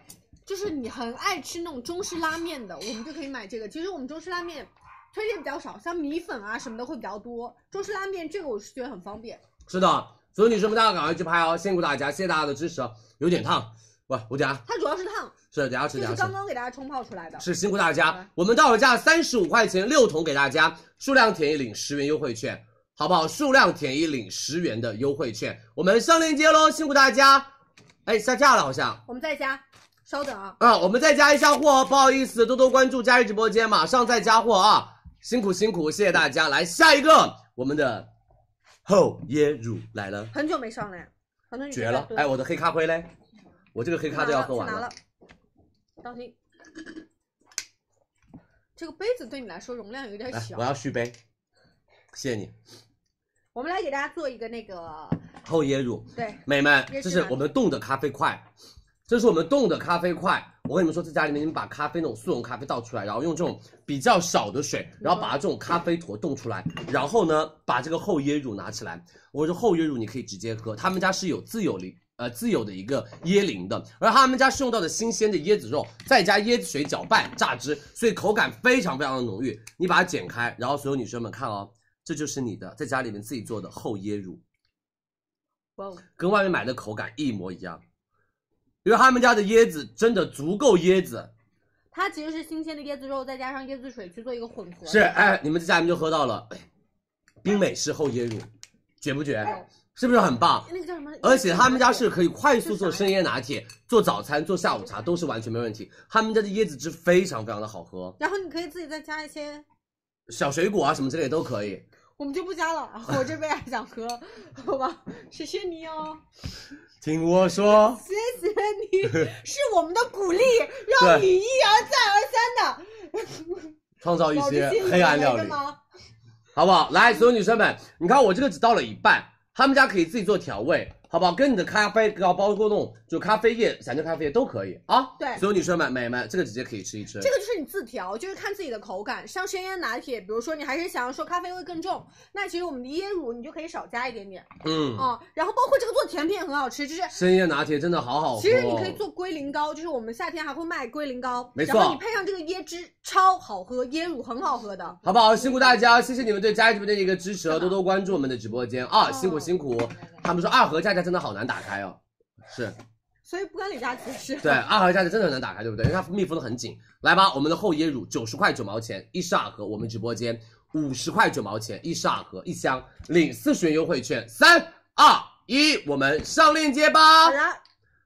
Speaker 1: 就是你很爱吃那种中式拉面的，我们就可以买这个。其实我们中式拉面推荐比较少，像米粉啊什么的会比较多。中式拉面这个我是觉得很方便。
Speaker 2: 是的，所有女生们大家赶快去拍哦，辛苦大家，谢谢大家的支持哦。有点烫，喂，我等下
Speaker 1: 它主要是烫，
Speaker 2: 是等下吃
Speaker 1: 就
Speaker 2: 等
Speaker 1: 是
Speaker 2: 下
Speaker 1: 刚
Speaker 2: 吃。
Speaker 1: 刚给大家冲泡出来的。
Speaker 2: 是辛苦大家
Speaker 1: 嗯，
Speaker 2: 我们到手价三十五块钱六桶给大家，数量填一领十元优惠券，好不好？数量填一领十元的优惠券，我们上链接喽，辛苦大家。哎，下架了好像，
Speaker 1: 我们在家，稍等啊。
Speaker 2: 啊，我们再加一下货哦，不好意思，多多关注佳怡直播间，马上再加货啊！辛苦辛苦，谢谢大家。来下一个，我们的厚椰乳来了，
Speaker 1: 很久没上了呀，很多女生
Speaker 2: 绝了
Speaker 1: 在！蹲
Speaker 2: 哎，我的黑咖啡嘞，我这个黑咖都要喝完
Speaker 1: 啊去拿
Speaker 2: 了
Speaker 1: 了。，当心。这个杯子对你来说容量有点
Speaker 2: 来，
Speaker 1: 哎小，
Speaker 2: 我要续杯，谢谢你，
Speaker 1: 我们来给大家做一个那个，
Speaker 2: 厚椰乳，
Speaker 1: 对，
Speaker 2: 美们，
Speaker 1: 椰汁
Speaker 2: 这是
Speaker 1: 拿
Speaker 2: 我们冻的咖啡块，这是我们冻的咖啡块。我跟你们说，在家里面你们把咖啡那种速溶咖啡倒出来，然后用这种比较少的水，然后把这种咖啡坨冻出来，然后呢，把这个厚椰乳拿起来。我说厚椰乳你可以直接喝，他们家是有自有零。呃，自有的一个椰林的，而他们家是用到的新鲜的椰子肉，再加椰子水搅拌榨汁，所以口感非常非常的浓郁。你把它剪开，然后所有女生们看哦，这就是你的在家里面自己做的厚椰乳。
Speaker 1: 哇哦，
Speaker 2: 跟外面买的口感一模一样，因为他们家的椰子真的足够椰子，
Speaker 1: 它其实是新鲜的椰子肉，再加上椰子水去做一个混合，
Speaker 2: 是哎，你们在家里面就喝到了，哎冰美式厚椰乳，绝不绝？是不是很棒？
Speaker 1: 那个叫什么？
Speaker 2: 而且他们家嗯是可以快速做生椰拿铁、做早餐、做下午茶，都是完全没问题。他们家的椰子汁非常非常的好喝，
Speaker 1: 然后你可以自己再加一些，
Speaker 2: 小水果啊什么之类的都可以。
Speaker 1: 我们就不加了，我这杯还想喝， 好吧，谢谢你哦，
Speaker 2: 听我说，
Speaker 1: 谢谢 你，是我们的鼓励，让
Speaker 2: 对
Speaker 1: 你一而再而三的
Speaker 2: 创造一
Speaker 1: 保
Speaker 2: 些
Speaker 1: 质期
Speaker 2: 黑暗
Speaker 1: 你
Speaker 2: 料
Speaker 1: 来
Speaker 2: 理
Speaker 1: 着。吗？
Speaker 2: 好不好？来，所有女生们，你看我这个只倒了一半，他们家可以自己做调味，好不好？跟你的咖啡，然后包括那种就咖啡液、散热咖啡液都可以啊。
Speaker 1: 对
Speaker 2: 所有女生们、美们，这个直接可以吃一吃。
Speaker 1: 这个就是你自调，就是看自己的口感。像生椰拿铁，比如说你还是想要说咖啡味更重，那其实我们的椰乳你就可以少加一点点
Speaker 2: 嗯，
Speaker 1: 啊、然后包括这个做甜品也很好吃，就是
Speaker 2: 深夜拿铁真的好好喝哦。
Speaker 1: 其实你可以做龟苓膏，就是我们夏天还会卖龟苓膏，
Speaker 2: 没错
Speaker 1: 然后你配上这个椰汁，超好喝，椰乳很好喝的。
Speaker 2: 好不好？辛苦大家，谢谢你们对佳怡直播间的一个支持，哦，多多关注我们的直播间啊，
Speaker 1: 哦
Speaker 2: 辛苦辛苦。他们说二盒价格真的好难打开哦，是
Speaker 1: 所以不跟李佳琦吃。
Speaker 2: 对，二盒价格真的很难打开，对不对？因为它密封的很紧。来吧，我们的厚椰乳九十块九毛钱一十二盒，我们直播间。五十块九毛钱一十二盒一箱，领四十元优惠券。三二一，我们上链接吧
Speaker 1: 好。了，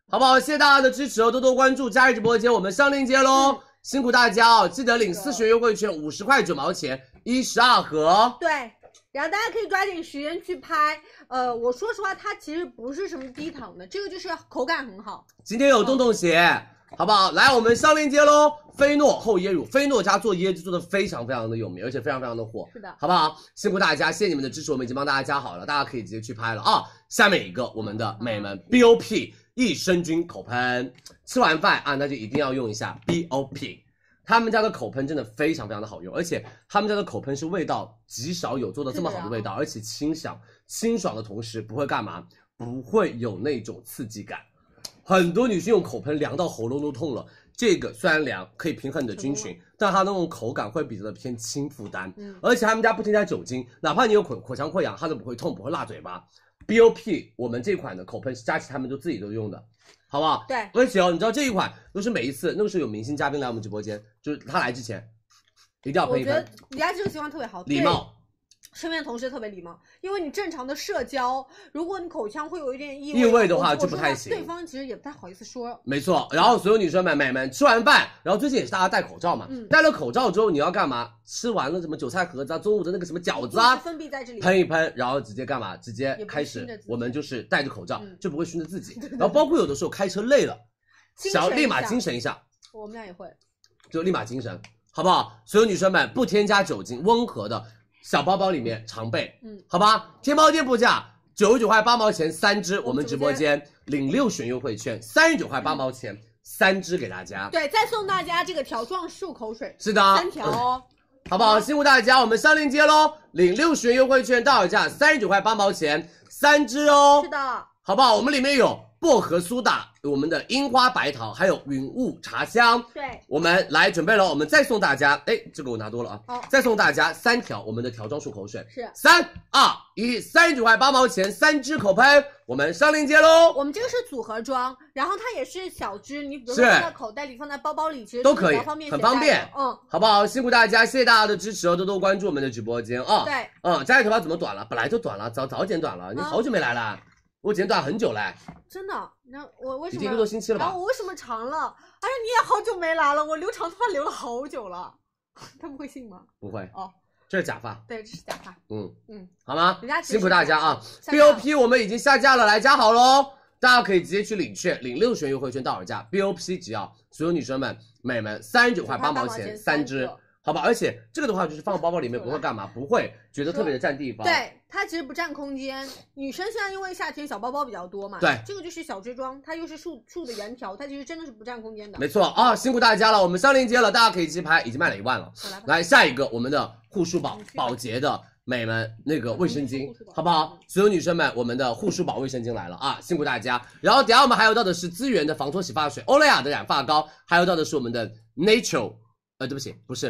Speaker 2: 好不好？谢谢大家的支持哦，多多关注佳怡直播间，我们上链接喽，辛苦大家哦！记得领四十元优惠券，五十块九毛钱，一十二盒哦。
Speaker 1: 对，然后大家可以抓紧时间去拍。呃，我说实话，它其实不是什么低糖的，这个就是口感很好。
Speaker 2: 今天有洞洞鞋，好不好？来，我们上链接喽。菲诺厚椰乳，菲诺家做椰子做的非常非常的有名，而且非常非常的火，
Speaker 1: 是的
Speaker 2: 好不好？辛苦大家，谢谢你们的支持，我们已经帮大家加好了，大家可以直接去拍了啊。下面一个我们的美们 BOP 益生菌口喷，吃完饭啊，那就一定要用一下 BOP。他们家的口喷真的非常非常的好用，而且他们家的口喷是味道极少有做的这么好的味道，而且清爽清爽的同时不会干嘛，不会有那种刺激感。很多女性用口喷凉到喉咙都痛了，这个虽然凉，可以平衡你的菌群，但它那种口感会比较的偏轻负担。
Speaker 1: 嗯
Speaker 2: 而且他们家不添加酒精，哪怕你有口口腔溃疡，它都不会痛，不会辣嘴巴。BOP 我们这款的口喷是佳琪他们就自己都用的，好不好？
Speaker 1: 对
Speaker 2: 而且哦，你知道这一款都是每一次那个时候有明星嘉宾来我们直播间，就是他来之前一定要
Speaker 1: 我
Speaker 2: 喷一
Speaker 1: 觉得
Speaker 2: 喷，
Speaker 1: 李佳琦这个习惯特别好，
Speaker 2: 礼
Speaker 1: 对
Speaker 2: 貌。
Speaker 1: 身边的同事特别礼貌，因为你正常的社交，如果你口腔会有一点异
Speaker 2: 异味的
Speaker 1: 我
Speaker 2: 话
Speaker 1: 我
Speaker 2: 就
Speaker 1: 说
Speaker 2: 不太
Speaker 1: 话
Speaker 2: 行
Speaker 1: 对方其实也不太好意思说，
Speaker 2: 没错，然后所有女生们、美们吃完饭，然后最近也是大家戴口罩嘛，
Speaker 1: 嗯
Speaker 2: 戴了口罩之后你要干嘛？吃完了什么韭菜盒子啊，中午的那个什么饺子
Speaker 1: 一
Speaker 2: 啊
Speaker 1: 直，分泌在这里。
Speaker 2: 喷一喷，然后直接干嘛？直接
Speaker 1: 嗯也不
Speaker 2: 开
Speaker 1: 会熏
Speaker 2: 始
Speaker 1: 着自，己
Speaker 2: 我们就是戴着口罩、
Speaker 1: 嗯
Speaker 2: 就不会熏着自己。然后包括有的时候开车累了，
Speaker 1: 精
Speaker 2: 想要
Speaker 1: 神
Speaker 2: 立
Speaker 1: 一
Speaker 2: 马
Speaker 1: 下
Speaker 2: 精神一下，
Speaker 1: 我们俩也会，
Speaker 2: 就立马精神，好不好？所有女生们不添加酒精，温和的小包包里面常备，
Speaker 1: 嗯，
Speaker 2: 好吧？天猫店铺价九十九块八毛钱三支，我
Speaker 1: 我们
Speaker 2: 们直播
Speaker 1: 直播
Speaker 2: 间领六选优惠券，三十九块八毛钱三支给大家。
Speaker 1: 对，再送大家这个条状漱口水
Speaker 2: 是的，啊
Speaker 1: 三条哦，
Speaker 2: 好不好？辛苦大家，我们上链接喽，领六十元优惠券，到手价三十九块八毛钱，三支哦
Speaker 1: 是，的，
Speaker 2: 好不好？我们里面有薄荷苏打，我们的樱花白桃，还有云雾茶香。
Speaker 1: 对，
Speaker 2: 我们来准备了，我们再送大家，哎，这个我拿多了啊，
Speaker 1: 好
Speaker 2: 再送大家三条我们的条状漱口水，
Speaker 1: 是
Speaker 2: 三二一，三十九块八毛钱三支口喷，我们上链接喽，
Speaker 1: 我们这个是组合装，然后它也是小支，你比如说
Speaker 2: 是
Speaker 1: 放在口袋里，放在包包里，其实是
Speaker 2: 都可
Speaker 1: 比
Speaker 2: 以
Speaker 1: 较方便，
Speaker 2: 很方便。
Speaker 1: 嗯，
Speaker 2: 好不好？辛苦大家，谢谢大家的支持哦，多多关注我们的直播间啊。
Speaker 1: 对，
Speaker 2: 嗯，佳怡头发怎么短了？本来就短了，早早剪短了。你
Speaker 1: 啊
Speaker 2: 好久没来了，我剪短很久嘞，
Speaker 1: 真的。那我为
Speaker 2: 已
Speaker 1: 什
Speaker 2: 经一
Speaker 1: 么？
Speaker 2: 个多星期了
Speaker 1: 然
Speaker 2: 吧
Speaker 1: 后？我为什么长了？哎呀，你也好久没来了，我留长头发留了好久了， 他们会信吗？
Speaker 2: 不会
Speaker 1: 哦，
Speaker 2: 这是假发，
Speaker 1: 对，这是假发。
Speaker 2: 嗯
Speaker 1: 嗯，
Speaker 2: 好吗
Speaker 1: 人家？只是
Speaker 2: 辛苦大家啊
Speaker 1: 下架了
Speaker 2: ！BOP 我们已经下架了，来加好喽。大家可以直接去领券，领六十元优惠券到手价，BOP 只要所有女生们、美们三十九块八毛
Speaker 1: 九块八毛
Speaker 2: 钱
Speaker 1: 钱
Speaker 2: 三
Speaker 1: 三
Speaker 2: 支
Speaker 1: 个，
Speaker 2: 好吧？而且这个的话就是放包包里面不会干嘛，不会觉得特别的占地方。
Speaker 1: 对，它其实不占空间。女生现在因为夏天小包包比较多嘛，
Speaker 2: 对
Speaker 1: 这个就是小支装，它又是树树的原条，它其实真的是不占空间的。
Speaker 2: 没错啊，辛苦大家了，我们上链接了，大家可以去拍，已经卖了一万了。
Speaker 1: 好来吧，
Speaker 2: 来下一个，我们的护舒宝
Speaker 1: 嗯去吧
Speaker 2: 保洁的美们那个卫生巾
Speaker 1: 护舒，宝
Speaker 2: 好不好？所有女生们，我们的护舒宝卫生巾来了啊，辛苦大家。然后等下我们还有到的是资源的防脱洗发水，欧莱雅的染发膏，还有到的是我们的 Nature，呃，对不起，不是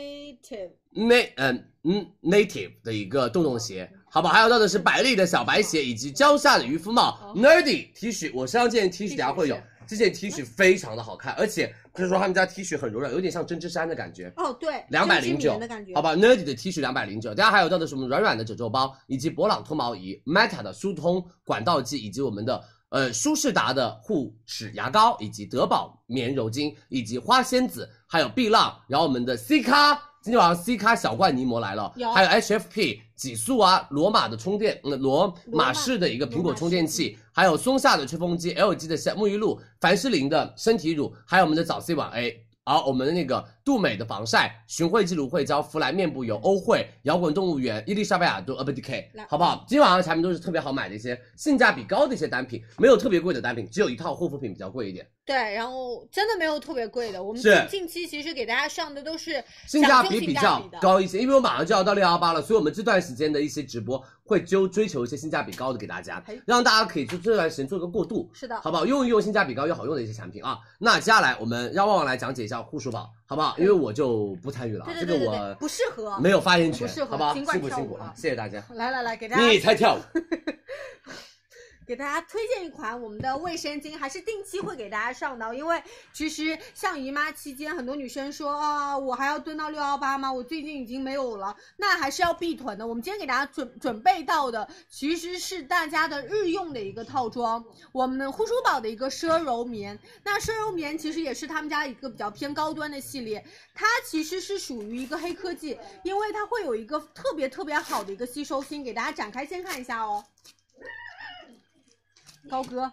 Speaker 1: native
Speaker 2: Na 嗯嗯 Native 的一个洞洞鞋，好不好？还有到的是百丽的小白鞋，以及蕉下的渔夫帽、
Speaker 1: 哦
Speaker 2: Nerdy T 恤，我身上这件 T 恤
Speaker 1: T 恤
Speaker 2: 等下会有
Speaker 1: 是，
Speaker 2: 这件 T 恤非常的好看，而且就是说他们家 T 恤很柔软，有点像针织衫的感觉。
Speaker 1: 哦，对，
Speaker 2: 两百零
Speaker 1: 针织
Speaker 2: 九
Speaker 1: 棉的感觉，
Speaker 2: 好吧，Nerdy 的 T 恤两百零九，大家还有到的是我们软软的褶皱包，以及博朗脱毛仪、Meta 的疏通管道剂，以及我们的呃舒适达的护齿牙膏，以及德宝棉柔巾，以及花仙子，还有碧浪，然后我们的 C 咖。今天晚上 C 咖小罐泥膜来了，
Speaker 1: 有
Speaker 2: 还有 HFP 几速啊，罗马的充电，嗯，罗
Speaker 1: 罗
Speaker 2: 马
Speaker 1: 马
Speaker 2: 式的一个苹果
Speaker 1: 罗马
Speaker 2: 充电
Speaker 1: 式
Speaker 2: 器，还有松下的吹风机，LG 的夏沐浴露，凡士林的身体乳，还有我们的早 C 晚 A。好，我们的那个杜美的防晒、寻惠记芦荟胶、芙莱面部
Speaker 1: 嗯
Speaker 2: 油、欧惠、摇滚动物园、伊丽莎白雅朵、Urban Decay，
Speaker 1: 来
Speaker 2: 好不好？今天晚上的产品都是特别好买的一些性价比高的一些单品，没有特别贵的单品，只有一套护肤品比较贵一点，
Speaker 1: 对，然后真的没有特别贵的，我们
Speaker 2: 是
Speaker 1: 近近期其实给大家上的都是
Speaker 2: 性价
Speaker 1: 讲
Speaker 2: 比
Speaker 1: 究
Speaker 2: 比
Speaker 1: 性
Speaker 2: 较
Speaker 1: 的。
Speaker 2: 高一些。因为我马上就要到六幺八了，所以我们这段时间的一些直播会就追求一些性价比高的给大家
Speaker 1: 哎，
Speaker 2: 让大家可以就这段时间做一个过渡。
Speaker 1: 是的，
Speaker 2: 好不好？用一用性价比高又好用的一些产品啊。那接下来我们让旺旺来讲解一下护舒宝，好不好？因为我就不参与了啊，
Speaker 1: 对
Speaker 2: 这
Speaker 1: 对
Speaker 2: 个
Speaker 1: 对对对，
Speaker 2: 我
Speaker 1: 不适合。
Speaker 2: 没有发言权
Speaker 1: 不适，合
Speaker 2: 好不好？
Speaker 1: 尽管
Speaker 2: 辛苦
Speaker 1: 跳舞
Speaker 2: 辛苦啊
Speaker 1: 了，
Speaker 2: 谢谢大家。
Speaker 1: 来来来，给大家
Speaker 2: 你才跳舞，
Speaker 1: 给给大家推荐一款我们的卫生巾，还是定期会给大家上的。因为其实像姨妈期间，很多女生说啊，我还要蹲到六幺八吗？我最近已经没有了，那还是要必囤的。我们今天给大家准准备到的其实是大家的日用的一个套装，我们护舒宝的一个奢柔棉。那奢柔棉其实也是他们家一个比较偏高端的系列，它其实是属于一个黑科技，因为它会有一个特别特别好的一个吸收性，给大家展开先看一下哦。高哥，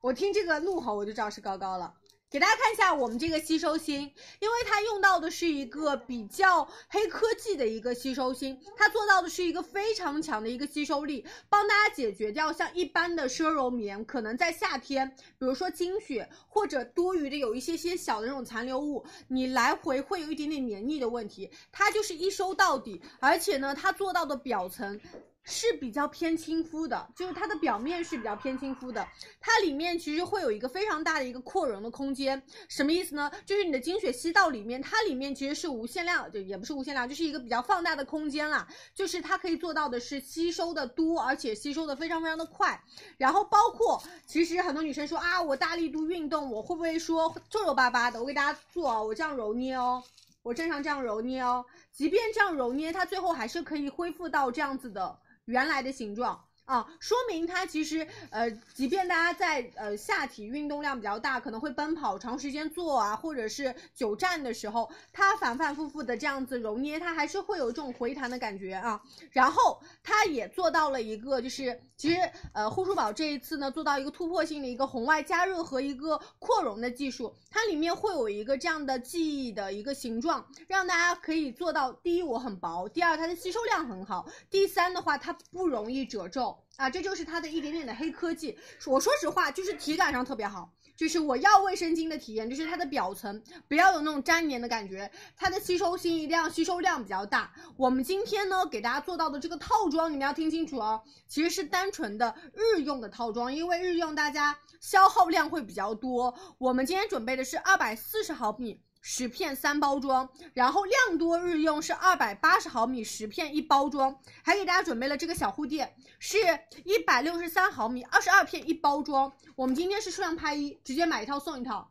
Speaker 1: 我听这个怒吼我就知道是高高了。给大家看一下我们这个吸收芯，因为它用到的是一个比较黑科技的一个吸收芯，它做到的是一个非常强的一个吸收力，帮大家解决掉像一般的奢柔棉可能在夏天，比如说经血或者多余的有一些些小的那种残留物，你来回会有一点点黏腻的问题，它就是一收到底，而且呢，它做到的表层是比较偏亲肤的，就是它的表面是比较偏亲肤的，它里面其实会有一个非常大的一个扩容的空间，什么意思呢？就是你的经血吸到里面，它里面其实是无限量，就也不是无限量，就是一个比较放大的空间啦，就是它可以做到的是吸收的多，而且吸收的非常非常的快。然后包括其实很多女生说啊，我大力度运动，我会不会说皱皱巴巴的？我给大家做啊，我这样揉捏哦。我正常这样揉捏哦，即便这样揉捏，它最后还是可以恢复到这样子的原来的形状啊，说明它其实呃，即便大家在呃下体运动量比较大，可能会奔跑、长时间坐啊，或者是久站的时候，它反反复复的这样子揉捏，它还是会有一种回弹的感觉啊。然后它也做到了一个，就是其实呃护舒宝这一次呢做到一个突破性的一个红外加热和一个扩容的技术，它里面会有一个这样的记忆的一个形状，让大家可以做到第一我很薄，第二它的吸收量很好，第三的话它不容易褶皱啊，这就是它的一点点的黑科技。我说实话，就是体感上特别好。就是我要卫生巾的体验，就是它的表层不要有那种粘黏的感觉，它的吸收性一定要吸收量比较大。我们今天呢给大家做到的这个套装，你们要听清楚哦，其实是单纯的日用的套装，因为日用大家消耗量会比较多。我们今天准备的是二百四十毫米。十片三包装，然后量多日用是二百八十毫米十片一包装，还给大家准备了这个小护垫，是一百六十三毫米二十二片一包装。我们今天是数量拍一，直接买一套送一套。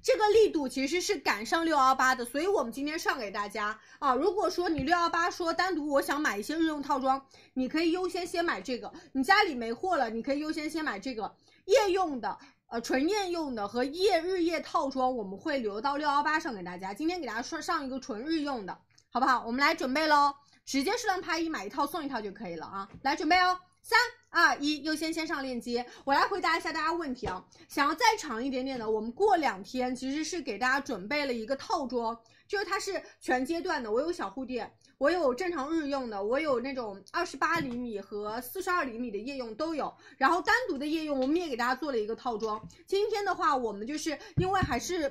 Speaker 1: 这个力度其实是赶上六幺八的，所以我们今天上给大家啊。如果说你六幺八说单独我想买一些日用套装，你可以优先先买这个。你家里没货了，你可以优先先买这个夜用的。呃，纯夜用的和夜日夜套装，我们会留到六幺八上给大家。今天给大家说上一个纯日用的，好不好？我们来准备喽，直接数量拍一，买一套送一套就可以了啊！来准备哦，三二一，优先先上链接。我来回答一下大家问题啊。想要再长一点点的，我们过两天其实是给大家准备了一个套装，就是它是全阶段的。我有小护垫，我有正常日用的，我有那种二十八厘米和四十二厘米的夜用都有。然后单独的夜用，我们也给大家做了一个套装。今天的话，我们就是因为还是，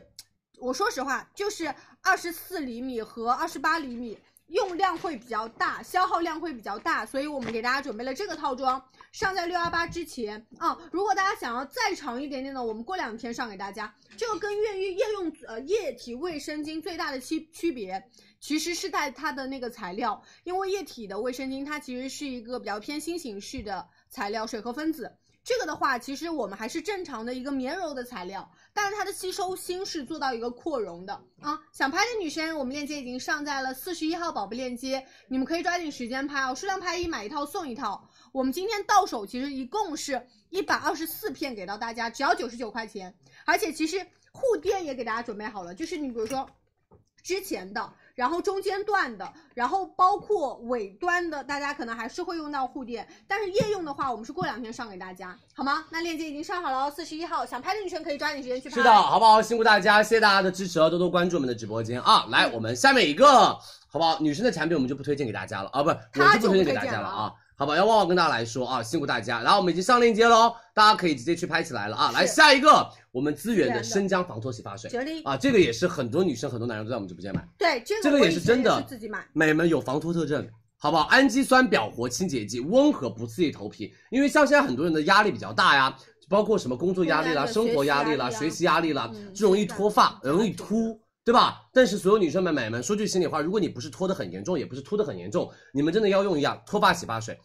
Speaker 1: 我说实话，就是二十四厘米和二十八厘米用量会比较大，消耗量会比较大，所以我们给大家准备了这个套装，上在六幺八之前啊。如果大家想要再长一点点的，我们过两天上给大家。这个跟越狱夜用呃液体卫生巾最大的区区别，其实是在它的那个材料，因为液体的卫生巾它其实是一个比较偏新型式的材料，水合分子。这个的话，其实我们还是正常的一个棉柔的材料，但是它的吸收芯是做到一个扩容的啊。想拍的女生，我们链接已经上在了四十一号宝贝链接，你们可以抓紧时间拍哦，数量拍一买一套送一套。我们今天到手其实一共是一百二十四片给到大家，只要九十九块钱，而且其实护垫也给大家准备好了，就是你比如说之前的。然后中间段的，然后包括尾端的，大家可能还是会用到护垫，但是夜用的话，我们是过两天上给大家，好吗？那链接已经上好了，四十一号，想拍的女生可以抓紧时间去拍。
Speaker 2: 是的，好不好？辛苦大家，谢谢大家的支持哦，多多关注我们的直播间啊！
Speaker 1: 嗯
Speaker 2: 来，我们下面一个，好不好？女生的产品我们就不推荐给大家了啊，不，我
Speaker 1: 他
Speaker 2: 就
Speaker 1: 就不
Speaker 2: 不推
Speaker 1: 推荐
Speaker 2: 荐给大家了
Speaker 1: 了
Speaker 2: 啊，好吧？要旺旺跟大家来说啊，辛苦大家。然后我们已经上链接喽，大家可以直接去拍起来了啊！来下一个，我们资源的生姜防脱洗发水
Speaker 1: 绝力，
Speaker 2: 啊，这个也是很多女生、很多男生都在我们直播间买，
Speaker 1: 对，这个
Speaker 2: 这个
Speaker 1: 我
Speaker 2: 也
Speaker 1: 以
Speaker 2: 是
Speaker 1: 前
Speaker 2: 真的
Speaker 1: 也是自己买。
Speaker 2: 美们有防脱特症，好不好？氨基酸表活清洁剂，温和不刺激头皮。因为像现在很多人的压力比较大呀，包括什么工作压力啦、
Speaker 1: 工作
Speaker 2: 生
Speaker 1: 压力
Speaker 2: 活压力啦、啊学
Speaker 1: 学
Speaker 2: 习
Speaker 1: 习
Speaker 2: 压力啦
Speaker 1: 嗯，
Speaker 2: 就容易脱发，容易秃。对吧？但是所有女生们、美们，说句心里话，如果你不是脱的很严重，也不是秃的很严重，你们真的要用一样脱发洗发水，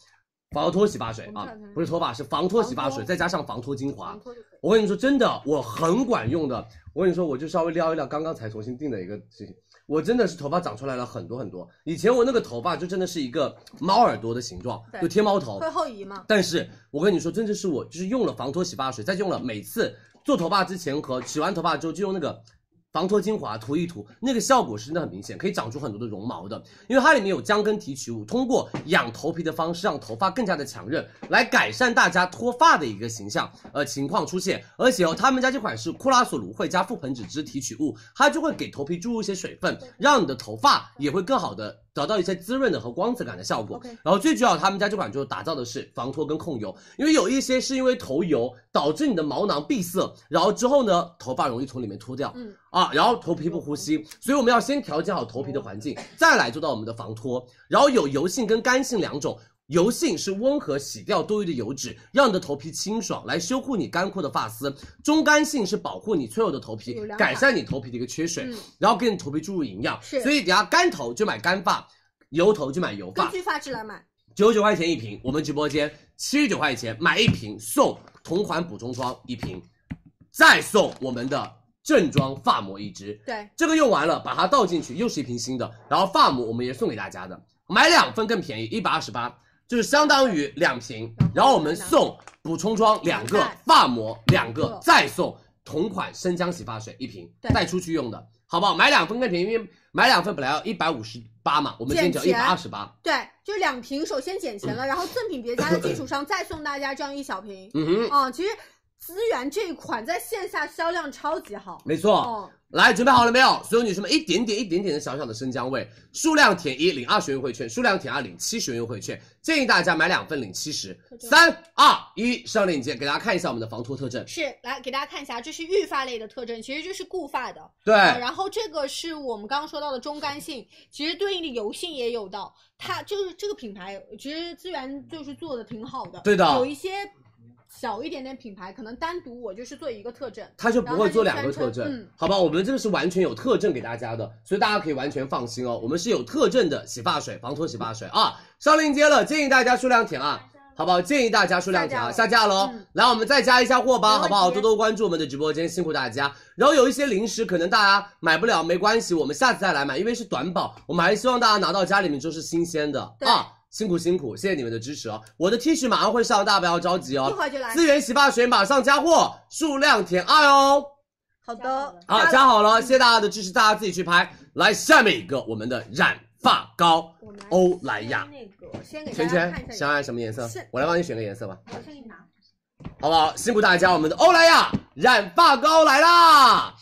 Speaker 2: 防脱洗发水
Speaker 1: 我们
Speaker 2: 啊
Speaker 1: 这两天，
Speaker 2: 不是头发是防脱洗发
Speaker 1: 防
Speaker 2: 水，
Speaker 1: 脱
Speaker 2: 再加上防脱精华
Speaker 1: 防。脱就可以。
Speaker 2: 我跟你说，真的，我很管用的。我跟你说，我就稍微撩一撩，刚刚才重新定的一个事情，我真的是头发长出来了很多很多。以前我那个头发就真的是一个猫耳朵的形状，
Speaker 1: 对
Speaker 2: 就天猫 头
Speaker 1: 会。后移吗？
Speaker 2: 但是我跟你说，真的是我就是用了防脱洗发水，再用了每次做头发之前和洗完头发之后就用那个防脱精华涂一涂，那个效果是真的很明显，可以长出很多的绒毛的，因为它里面有姜根提取物，通过养头皮的方式让头发更加的强韧，来改善大家脱发的一个形象呃情况出现。而且哦，他们家这款是库拉索芦荟加覆盆子汁提取物，它就会给头皮注入一些水分，让你的头发也会更好的得到一些滋润的和光泽感的效果。
Speaker 1: OK
Speaker 2: 然后最主要，他们家这款就打造的是防脱跟控油，因为有一些是因为头油导致你的毛囊闭塞，然后之后呢，头发容易从里面脱掉，
Speaker 1: 嗯
Speaker 2: 啊，然后头皮不呼吸，所以我们要先调节好头皮的环境，再来做到我们的防脱。然后有油性跟干性两种。油性是温和洗掉多余的油脂，让你的头皮清爽，来修护你干枯的发丝；中干性是保护你脆弱的头皮
Speaker 1: 有，两
Speaker 2: 改
Speaker 1: 款
Speaker 2: 善你头皮的一个缺水，
Speaker 1: 嗯
Speaker 2: 然后给你头皮注入营养。
Speaker 1: 是
Speaker 2: 所以等下干头就买干发，油头就买油发
Speaker 1: 根。据发质来买，
Speaker 2: 九十九块钱一瓶，我们直播间七十九块钱买一瓶送同款补中霜一瓶，再送我们的正装发膜一支。
Speaker 1: 对，
Speaker 2: 这个用完了，把它倒进去，又是一瓶新的。然后发膜我们也送给大家的，买两份更便宜，一百二十八，就是相当于两瓶。然后我们送补充霜两个
Speaker 1: 两袋，
Speaker 2: 发膜两
Speaker 1: 两
Speaker 2: 个
Speaker 1: 个，
Speaker 2: 再送同款生姜洗发水一瓶，
Speaker 1: 对
Speaker 2: 带出去用的，好不好？买两份更便宜，因为买两份本来要一百五十八嘛，我们今天只要一
Speaker 1: 减
Speaker 2: 百
Speaker 1: 钱
Speaker 2: 二十八。
Speaker 1: 对，就两瓶，首先减钱了，然后赠品叠加的基础上再送大家这样一小瓶。
Speaker 2: 嗯哼。
Speaker 1: 啊、其实资源这一款在线下销量超级好。
Speaker 2: 没错，
Speaker 1: 哦
Speaker 2: 来准备好了没有？所有女生们，一点点、一点点的小小的生姜味，数量填一领二十元优惠券，数量填二领七十元优惠券。建议大家买两份领七十。三二一，上链接给大家看一下我们的防脱特征。
Speaker 1: 是，来给大家看一下，这是育发类的特征，其实这是固发的。
Speaker 2: 对，
Speaker 1: 啊然后这个是我们刚刚说到的中干性，其实对应的油性也有到，它就是这个品牌，其实资源就是做的挺好的。
Speaker 2: 对的
Speaker 1: 有一些小一点点品牌，可能单独我就是做一个特征。
Speaker 2: 它就不会做两个
Speaker 1: 然后它
Speaker 2: 特
Speaker 1: 就
Speaker 2: 征，
Speaker 1: 专程嗯
Speaker 2: 好吧？我们这个是完全有特征给大家的，所以大家可以完全放心哦。我们是有特征的洗发水、防脱洗发水啊，上链接了，建议大家数量填啊，好不好？建议大家数量填啊，
Speaker 1: 下
Speaker 2: 下架了哦。
Speaker 1: 嗯
Speaker 2: 来，我们再加一下货吧，
Speaker 1: 没问题
Speaker 2: 好不好？多多关注我们的直播间，辛苦大家。然后有一些零食可能大家买不了，没关系，我们下次再来买，因为是短保，我们还是希望大家拿到家里面就是新鲜的
Speaker 1: 对
Speaker 2: 啊。辛苦辛苦，谢谢你们的支持哦！我的 T 恤马上会上，大家不要着急哦。
Speaker 1: 一会儿就来
Speaker 2: 资源洗发水马上加货，数量填二哦。
Speaker 1: 好
Speaker 3: 加好
Speaker 1: 的
Speaker 3: 了，
Speaker 2: 好，加好了，谢谢大家的支持，大家自己去拍。来，下面一个我们的染发膏
Speaker 1: 我们来
Speaker 2: 欧莱雅，
Speaker 1: 那个先给大
Speaker 2: 圈
Speaker 1: 家看
Speaker 2: 圈
Speaker 1: 一
Speaker 2: 想
Speaker 1: 下，
Speaker 2: 要染什么颜色
Speaker 1: 是？
Speaker 2: 我来帮你选个颜色吧，
Speaker 3: 我先给你拿。
Speaker 1: 嗯
Speaker 2: 好不好？辛苦大家，我们的欧莱雅染发膏来啦！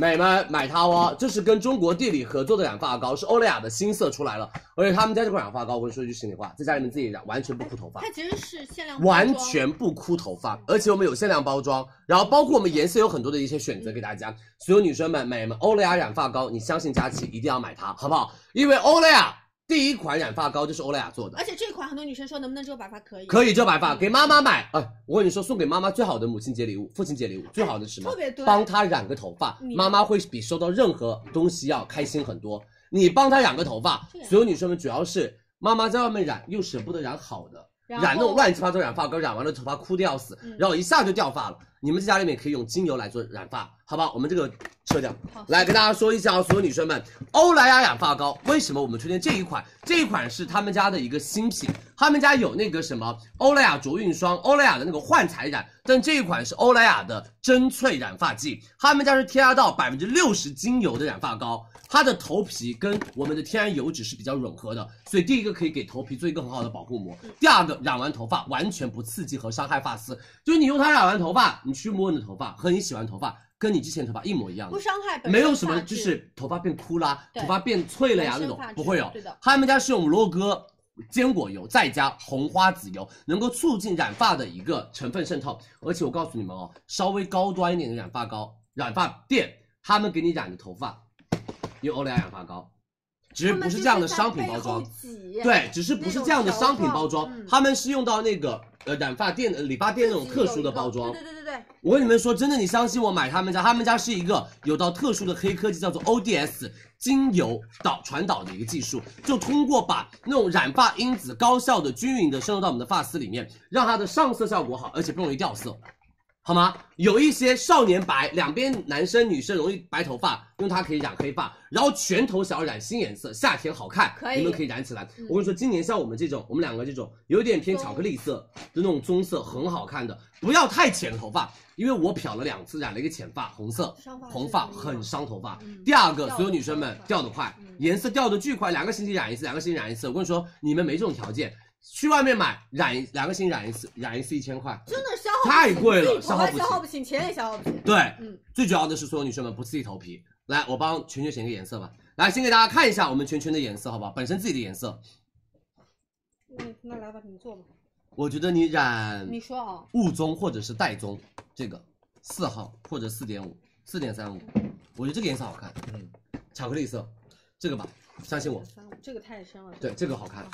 Speaker 2: 美们买它哦，这是跟中国地理合作的染发膏，是欧莱雅的新色出来了，而且他们家这款染发膏，我跟你说一句心里话，在家里面自己染完全不枯头发。
Speaker 1: 它其实是限量包
Speaker 2: 完
Speaker 1: 装
Speaker 2: 全不枯头发，而且我们有限量包装，然后包括我们颜色有很多的一些选择给大家。所有女生们、美们，欧莱雅染发膏，你相信佳琪一定要买它，好不好？因为欧莱雅第一款染发膏就是欧莱雅做的
Speaker 1: 而，且这款很多女生说能不能遮白发可以，
Speaker 2: 可以遮白发，给妈妈买。哎，我跟你说，送给妈妈最好的母亲节礼物、父亲节礼物，最好的是什么
Speaker 1: 特？别对，
Speaker 2: 帮她染个头发
Speaker 1: 你，
Speaker 2: 妈妈会比收到任何东西要开心很多。你帮她染个头发
Speaker 1: 这，样
Speaker 2: 所有女生们主要是妈妈在外面染，又舍不得染好的，
Speaker 1: 然
Speaker 2: 染那
Speaker 1: 后
Speaker 2: 种乱七八糟染发膏，染完了头发枯的要死
Speaker 1: 嗯，
Speaker 2: 然后一下就掉发了。你们在家里面可以用精油来做染发，好不好？我们这个撤掉
Speaker 1: 好。
Speaker 2: 来跟大家说一下哦，所有女生们，欧莱哦雅染发膏为什么我们推荐这一款？这一款是他们家的一个新品，他们家有那个什么欧莱雅卓韵霜、欧莱雅的那个焕彩染，但这一款是欧莱雅的真萃染发剂，他们家是添加到百分之六十精油的染发膏。它的头皮跟我们的天然油脂是比较吻合的，所以第一个可以给头皮做一个很好的保护膜。第二个，染完头发完全不刺激和伤害发丝，就是你用它染完头发，你去摸你的头发和你洗完头发，跟你之前头发一模一样的
Speaker 1: 不，伤害本身
Speaker 2: 没有什么
Speaker 1: 发质
Speaker 2: 就是头发变枯啦、
Speaker 1: 对
Speaker 2: 头发变脆了呀
Speaker 1: 本
Speaker 2: 那
Speaker 1: 身
Speaker 2: 种
Speaker 1: 发质，
Speaker 2: 不会有
Speaker 1: 对的。
Speaker 2: 他们家是用罗哥。坚果油再加红花籽油，能够促进染发的一个成分渗透。而且我告诉你们哦，稍微高端一点的染发膏、染发店，他们给你染的头发用欧莱雅染发膏，只是不是这样的商品包装。，对，只是不是这样的商品包装
Speaker 1: 那种条，状嗯
Speaker 2: 他们是用到那个呃染发店、呃理发店那种特殊的包装
Speaker 3: 对。对对对对，
Speaker 2: 我跟你们说，真的，你相信我，买他们家，他们家是一个有到特殊的黑科技，叫做 ODS 精油导传导的一个技术，就通过把那种染发因子高效的、均匀的渗透到我们的发丝里面，让它的上色效果好，而且不容易掉色，好吗？有一些少年白，两边男生女生容易白头发，用它可以染黑发，然后全头想要染新颜色，夏天好看，
Speaker 1: 可以
Speaker 2: 你们可以染起来。我跟你说，今年像我们这种，我们两个这种有点偏巧克力色的那种棕色，很好看的，不要太浅的头发，因为我漂了两次，染了一个浅发，红色
Speaker 1: 伤发，质
Speaker 2: 红发
Speaker 1: 很
Speaker 2: 很
Speaker 1: 严
Speaker 2: 伤头发。
Speaker 1: 嗯
Speaker 2: 第二个，
Speaker 1: 掉
Speaker 2: 所有
Speaker 1: 得
Speaker 2: 女生们
Speaker 1: 快嗯
Speaker 2: 掉得快，颜色掉的巨快，两个星期染一次，两个星期染一次。我跟你说，你们没这种条件，去外面买染一两个星期染一次，染一次一千块，
Speaker 1: 真的消耗不起
Speaker 2: 太贵
Speaker 1: 自己
Speaker 2: 了，
Speaker 1: 头
Speaker 2: 消耗
Speaker 1: 发
Speaker 2: 不起
Speaker 1: 消。耗不起，钱也消耗不起。
Speaker 2: 对，
Speaker 1: 嗯
Speaker 2: 最主要的是所有女生们不刺激头皮。来，我帮圈圈选一个颜色吧。来，先给大家看一下我们圈圈的颜色，好不好？本身自己的颜色，
Speaker 1: 嗯，那来吧，你做吧。
Speaker 2: 我觉得你染
Speaker 1: 你说啊，
Speaker 2: 雾棕或者是黛棕，这个四号或者四点五、四点三五，我觉得这个颜色好看，
Speaker 6: 嗯，
Speaker 2: 巧克力色，这个吧，相信我，
Speaker 1: 这个太深了。
Speaker 2: 对，这个好看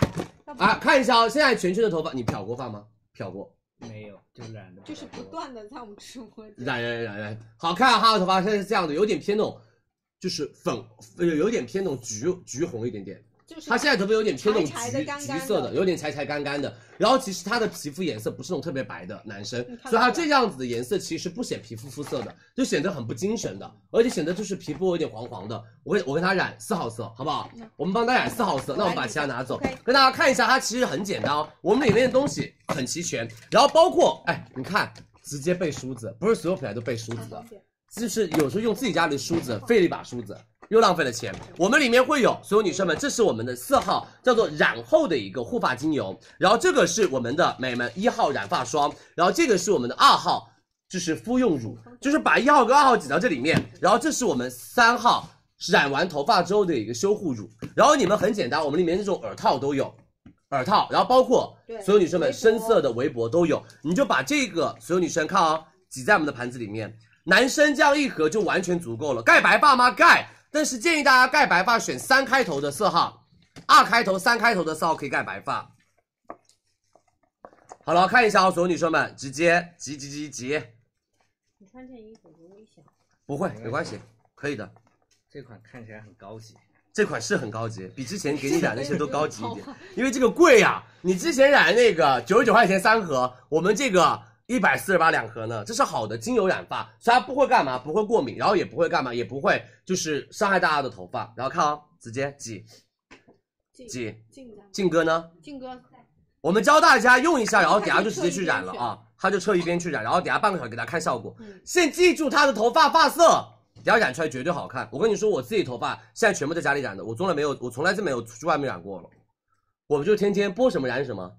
Speaker 1: 要不
Speaker 2: 啊。看一下哦，现在全圈的头发，你漂过发吗？漂过，
Speaker 6: 没有，就染的比较多，
Speaker 1: 就是不断的在我们直播间。
Speaker 2: 染染染染，好看哈，头发现在是这样的，有点偏那种，就是粉，呃有点偏那种橘橘红一点点。
Speaker 1: 就是
Speaker 2: 她现在头发有点偏那种
Speaker 1: 柴柴
Speaker 2: 橘
Speaker 1: 的干干的
Speaker 2: 橘色的，有点柴柴干干的。然后其实她的皮肤颜色不是那种特别白的男生
Speaker 1: 你，看到
Speaker 2: 所以她这样子的颜色其实不显皮肤肤色的，就显得很不精神的，而且显得就是皮肤有点黄黄的。我跟我跟她染四号色，好不好？
Speaker 1: 嗯
Speaker 2: 我们帮她染四号色，那我们把其他拿走
Speaker 1: OK，
Speaker 2: 跟大家看一下，它其实很简单哦，我们里面的东西很齐全，然后包括哎，你看直接背梳子，不是所有品牌都背梳子的。就是有时候用自己家里的梳子，费了一把梳子，又浪费了钱。我们里面会有所有女生们，这是我们的四号，叫做染后的一个护发精油，然后这个是我们的美们一号染发霜，然后这个是我们的二号，就是敷用乳，就是把一号跟二号挤到这里面，然后这是我们三号染完头发之后的一个修护乳，然后你们很简单，我们里面这种耳套都有。耳套，然后包括
Speaker 1: 对
Speaker 2: 所有女生
Speaker 1: 围
Speaker 2: 们
Speaker 1: 脖
Speaker 2: 深色的围脖都有，你就把这个所有女生看哦，挤在我们的盘子里面。男生这样一盒就完全足够了，盖白发吗？盖，但是建议大家盖白发选三开头的色号，二开头、三开头的色号可以盖白发。好了，看一下哦，所有女生们，直接挤挤挤挤，
Speaker 1: 你穿这衣服多危险！
Speaker 2: 不会，没关系，可以的。
Speaker 6: 这款看起来很高级，
Speaker 2: 这款是很高级，比之前给你染那些都高级 一点，因为这个贵呀、你之前染的那个九十九块钱三盒，我们这个一百四十八两盒呢，这是好的精油染发，所以它不会干嘛，不会过敏，然后也不会干嘛，也不会就是伤害大家的头发。然后看哦，直接挤
Speaker 1: 静
Speaker 2: 挤。
Speaker 1: 静家，
Speaker 2: 静哥呢，
Speaker 1: 静哥，
Speaker 2: 我们教大家用一下，然后等下就直接去染了啊，他就撤一边去染，然后等下半个小时给大家看效果
Speaker 1: 嗯。
Speaker 2: 先记住他的头发发色，等下染出来绝对好看。我跟你说，我自己头发现在全部在家里染的，我从来没有，我从来就没有出去外面染过了。我们就天天播什么染什么，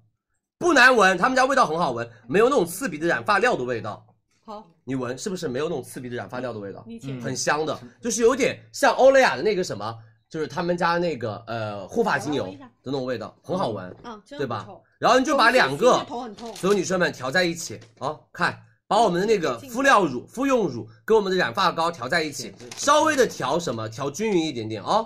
Speaker 2: 不难闻，他们家味道很好闻，没有那种刺鼻的染发料的味道。
Speaker 1: 好，
Speaker 2: 你闻是不是没有那种刺鼻的染发料的味道？
Speaker 1: 你请。
Speaker 2: 很香的，
Speaker 1: 嗯
Speaker 2: 就是有点像欧莱雅的那个什么，就是他们家那个呃护发精油
Speaker 1: 哦我来闻
Speaker 2: 的
Speaker 1: 一下
Speaker 2: 那种味道，很好闻。
Speaker 1: 嗯，真的
Speaker 2: 对
Speaker 1: 不
Speaker 2: 吧
Speaker 1: 臭？
Speaker 2: 然后你就把两
Speaker 1: 我
Speaker 2: 个
Speaker 1: 现在头很痛。
Speaker 2: 所有女生们调在一起哦，看，把我们的那个敷料乳、敷用乳跟我们的染发膏调在一起，稍微的调什么，调均匀一点点哦。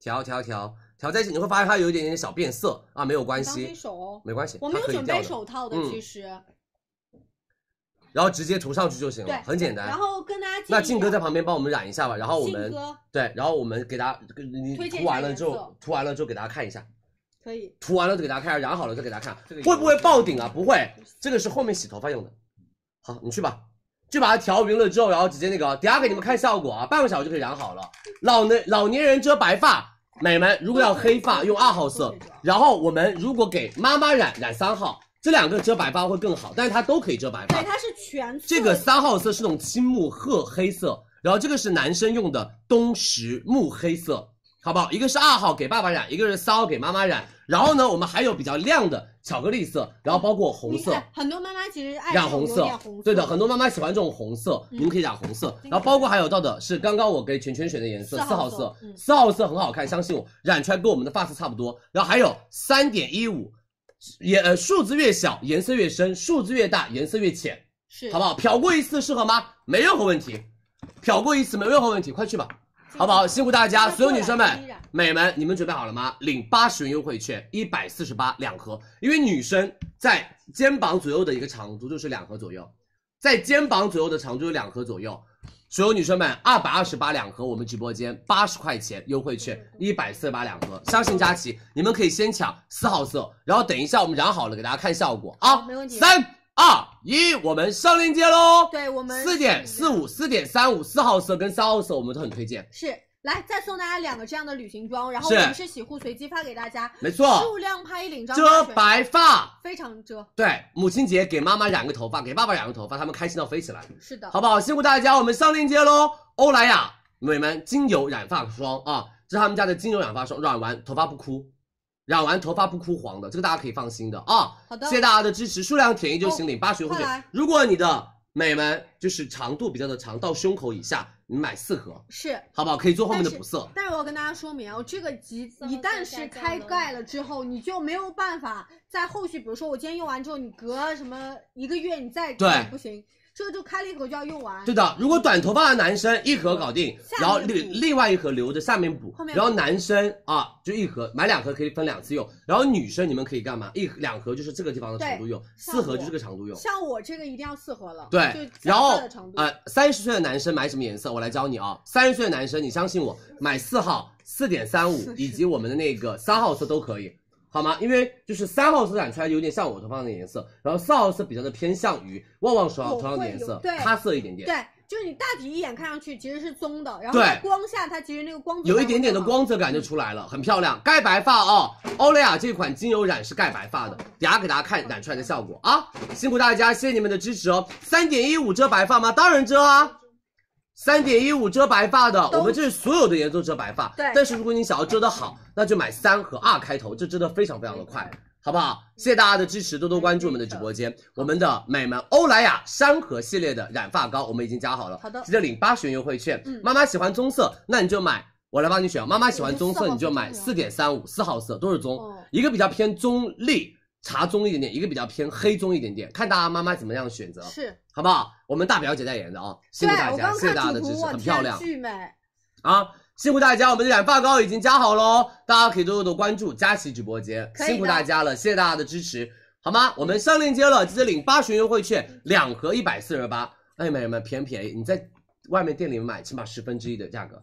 Speaker 2: 调调调调在一起，你会发现它有一点点小变色啊，没有关
Speaker 1: 你当心
Speaker 2: 系，
Speaker 1: 手哦，
Speaker 2: 没关系，
Speaker 1: 我没有
Speaker 2: 它可以
Speaker 1: 准
Speaker 2: 掉
Speaker 1: 备
Speaker 2: 的。
Speaker 1: 手套的，
Speaker 2: 嗯
Speaker 1: 其实
Speaker 2: 然后直接涂上去就行
Speaker 1: 对
Speaker 2: 了，，很简
Speaker 1: 然
Speaker 2: 单。
Speaker 1: 后跟大家建议
Speaker 2: 那静哥
Speaker 1: 啊
Speaker 2: 在旁边帮我们染一下吧，然后我
Speaker 1: 静
Speaker 2: 们
Speaker 1: 哥
Speaker 2: 对，然后我们给大家，你
Speaker 1: 推荐一下
Speaker 2: 涂完了之
Speaker 1: 颜
Speaker 2: 后
Speaker 1: 色，
Speaker 2: 涂完了之后给大家看一下，
Speaker 1: 可以，
Speaker 2: 涂完了就给大家看一下，染好了再给大家看
Speaker 6: 这个，有
Speaker 2: 会不会爆顶啊？不会，这个是后面洗头发用的。好，你去吧，就把它调匀了之后，然后直接那个，等下给你们看效果啊，半个小时就可以染好了。老年老年人遮白发，美们如果要黑发用二号色，然后我们如果给妈妈染染三号，这两个遮白发会更好，但是它都可以遮白发
Speaker 1: 对，。它是全
Speaker 2: 这
Speaker 1: 色
Speaker 2: 个
Speaker 1: 的
Speaker 2: 三号色是那种青木褐黑色，然后这个是男生用的东石木黑色，好不好？一个是二号给爸爸染，一个是三号给妈妈染。然后呢，我们还有比较亮的巧克力色，然后包括红
Speaker 1: 你
Speaker 2: 色。
Speaker 1: 看很多妈妈其实爱
Speaker 2: 染
Speaker 1: 这种
Speaker 2: 红
Speaker 1: 嗯哎有
Speaker 2: 色
Speaker 1: 点红，色嗯
Speaker 2: 对的，很多妈妈喜欢这种红色，你们可以染红色。然后包括还有到的是刚刚我给全全选的颜色，
Speaker 1: 四
Speaker 2: 四
Speaker 1: 号
Speaker 2: 号
Speaker 1: 色
Speaker 2: 色
Speaker 1: 嗯，
Speaker 2: 四号色很好看，相信我，染出来跟我们的发色差不多。然后还有三点一五，颜呃数字越小颜色越深，数字越大颜色越浅，
Speaker 1: 是
Speaker 2: 好不好？漂过一次适合吗？没任何问题，漂过一次没有任何问题，快去吧。好不好？
Speaker 1: 嗯
Speaker 2: 辛苦大家，
Speaker 3: 那
Speaker 2: 所有
Speaker 3: 过
Speaker 2: 女
Speaker 3: 来
Speaker 2: 生
Speaker 3: 依
Speaker 2: 们
Speaker 3: 然、
Speaker 2: 美们，你们准备好了吗？领八十元优惠券，一百四十八两盒，因为女生在肩膀左右的一个长度就是两盒左右，在肩膀左右的长度有两盒左右。所有女生们，二百二十八两盒，我们直播间八十块钱优惠券，
Speaker 1: 嗯
Speaker 2: 一百四十八两盒。相信佳琪，你们可以先抢四号色，然后等一下我们染好了给大家看效果啊。
Speaker 1: 好没问题
Speaker 2: 三二一，我们上链接喽。
Speaker 1: 对我们
Speaker 2: 四点四五、四点三五、四号色跟三号色，我们都很推荐。
Speaker 1: 是。来，再送大家两个这样的旅行装，然后
Speaker 2: 是
Speaker 1: 我们是洗护随机发给大家，
Speaker 2: 没错
Speaker 1: 数量拍一领章
Speaker 2: 遮
Speaker 1: 水
Speaker 2: 白发，
Speaker 1: 非常遮，
Speaker 2: 对，母亲节给妈妈染个头发，给爸爸染个头发，他们开心到飞起来，
Speaker 1: 是的，
Speaker 2: 好不好？辛苦大家，我们上链接喽。欧莱雅美们精油染发霜啊，这是他们家的精油染发霜，染完头发不枯，染完头发不枯黄的，这个大家可以放心的啊。
Speaker 1: 好的
Speaker 2: 谢谢大家的支持，数量填一就行，领八十元
Speaker 1: 快
Speaker 2: 券
Speaker 1: 来。
Speaker 2: 如果你的美们就是长度比较的长，到胸口以下，你买四盒，
Speaker 1: 是。
Speaker 2: 好不好？可以做后面的
Speaker 1: 但是
Speaker 2: 补色。
Speaker 1: 但是我要跟大家说明啊，这个集
Speaker 3: 三
Speaker 1: 一
Speaker 3: 号
Speaker 1: 旦
Speaker 3: 线
Speaker 1: 是
Speaker 3: 下降
Speaker 1: 开
Speaker 3: 了
Speaker 1: 盖了之后，你就没有办法在后续，比如说我今天用完之后，你隔什么一个月你再
Speaker 2: 对
Speaker 1: 用不行，这个就开了一盒就要用完。
Speaker 2: 对的，如果短头发的男生一盒搞定，
Speaker 1: 啊下面
Speaker 2: 然后
Speaker 1: 补
Speaker 2: 另另外一盒留着下面补
Speaker 1: 后，面补
Speaker 2: 然后男生啊就一盒买两盒可以分两次用，然后女生你们可以干嘛？一两盒就是这个地方的长度用，
Speaker 1: 效
Speaker 2: 四盒
Speaker 1: 果
Speaker 2: 就是这个长度用。
Speaker 1: 像我这个一定要四盒了，就
Speaker 2: 对
Speaker 1: 加，
Speaker 2: 然后
Speaker 1: 大的长度
Speaker 2: 呃，三十岁的男生买什么颜色？我来教你啊。三十岁的男生，你相信我，买四号、四点三五以及我们的那个三号色都可以，好吗？因为就是三号色染出来有点像我头发的颜色，然后四号色比较的偏向于旺旺手上头上的颜
Speaker 1: 我会
Speaker 2: 色
Speaker 1: 有，对
Speaker 2: 咖色一点点。
Speaker 1: 对，就是你大体一眼看上去其实是棕的，然后
Speaker 2: 对
Speaker 1: 在光下它其实那个光泽
Speaker 2: 有一
Speaker 1: 感
Speaker 2: 点
Speaker 1: 会
Speaker 2: 点的
Speaker 1: 更好，
Speaker 2: 光泽感就出来了，很漂亮。盖白发哦，欧莱雅这款精油染是盖白发的，等下给大家看染出来的效果啊！辛苦大家，谢谢你们的支持哦。三点一五遮白发吗？当然遮啊。三点一五遮白发的，
Speaker 1: 都
Speaker 2: 我们这是所有的颜色都遮白发。
Speaker 1: 对
Speaker 2: 但是如果你想要遮得好，那就买三和二开头，这遮得非常非常的快，好不好？谢谢大家的支持，多多关注我们的直播间。我们的美们欧莱雅山河系列的染发膏我们已经加好了，
Speaker 1: 好的嗯
Speaker 2: 记得领八十元优惠券。妈妈喜欢棕色，那你就买。我来帮你选，妈妈喜欢棕色，你就买四点三五四号色，都是棕，
Speaker 1: 哦
Speaker 2: 一个比较偏棕绿茶棕一点点，一个比较偏黑棕一点点，看大家妈妈怎么样选择，
Speaker 1: 是
Speaker 2: 好不好？我们大表姐代言的啊、辛
Speaker 1: 对
Speaker 2: 苦大
Speaker 1: 我
Speaker 2: 家，
Speaker 1: 刚
Speaker 2: 谢谢大家
Speaker 1: 看
Speaker 2: 的
Speaker 1: 主
Speaker 2: 支
Speaker 1: 图，
Speaker 2: 持，
Speaker 1: 我
Speaker 2: 很漂
Speaker 1: 天
Speaker 2: 亮
Speaker 1: 巨美，
Speaker 2: 啊！辛苦大家，我们的染发膏已经加好喽，大家可以多多的关注佳琦直播间，
Speaker 1: 可以的
Speaker 2: 辛苦大家了，谢谢大家的支持，好吗？我们上链接了，记得领八十元优惠券，两盒一百四十八，哎，美人们便宜便宜，你在外面店里买起码十分之一的价格，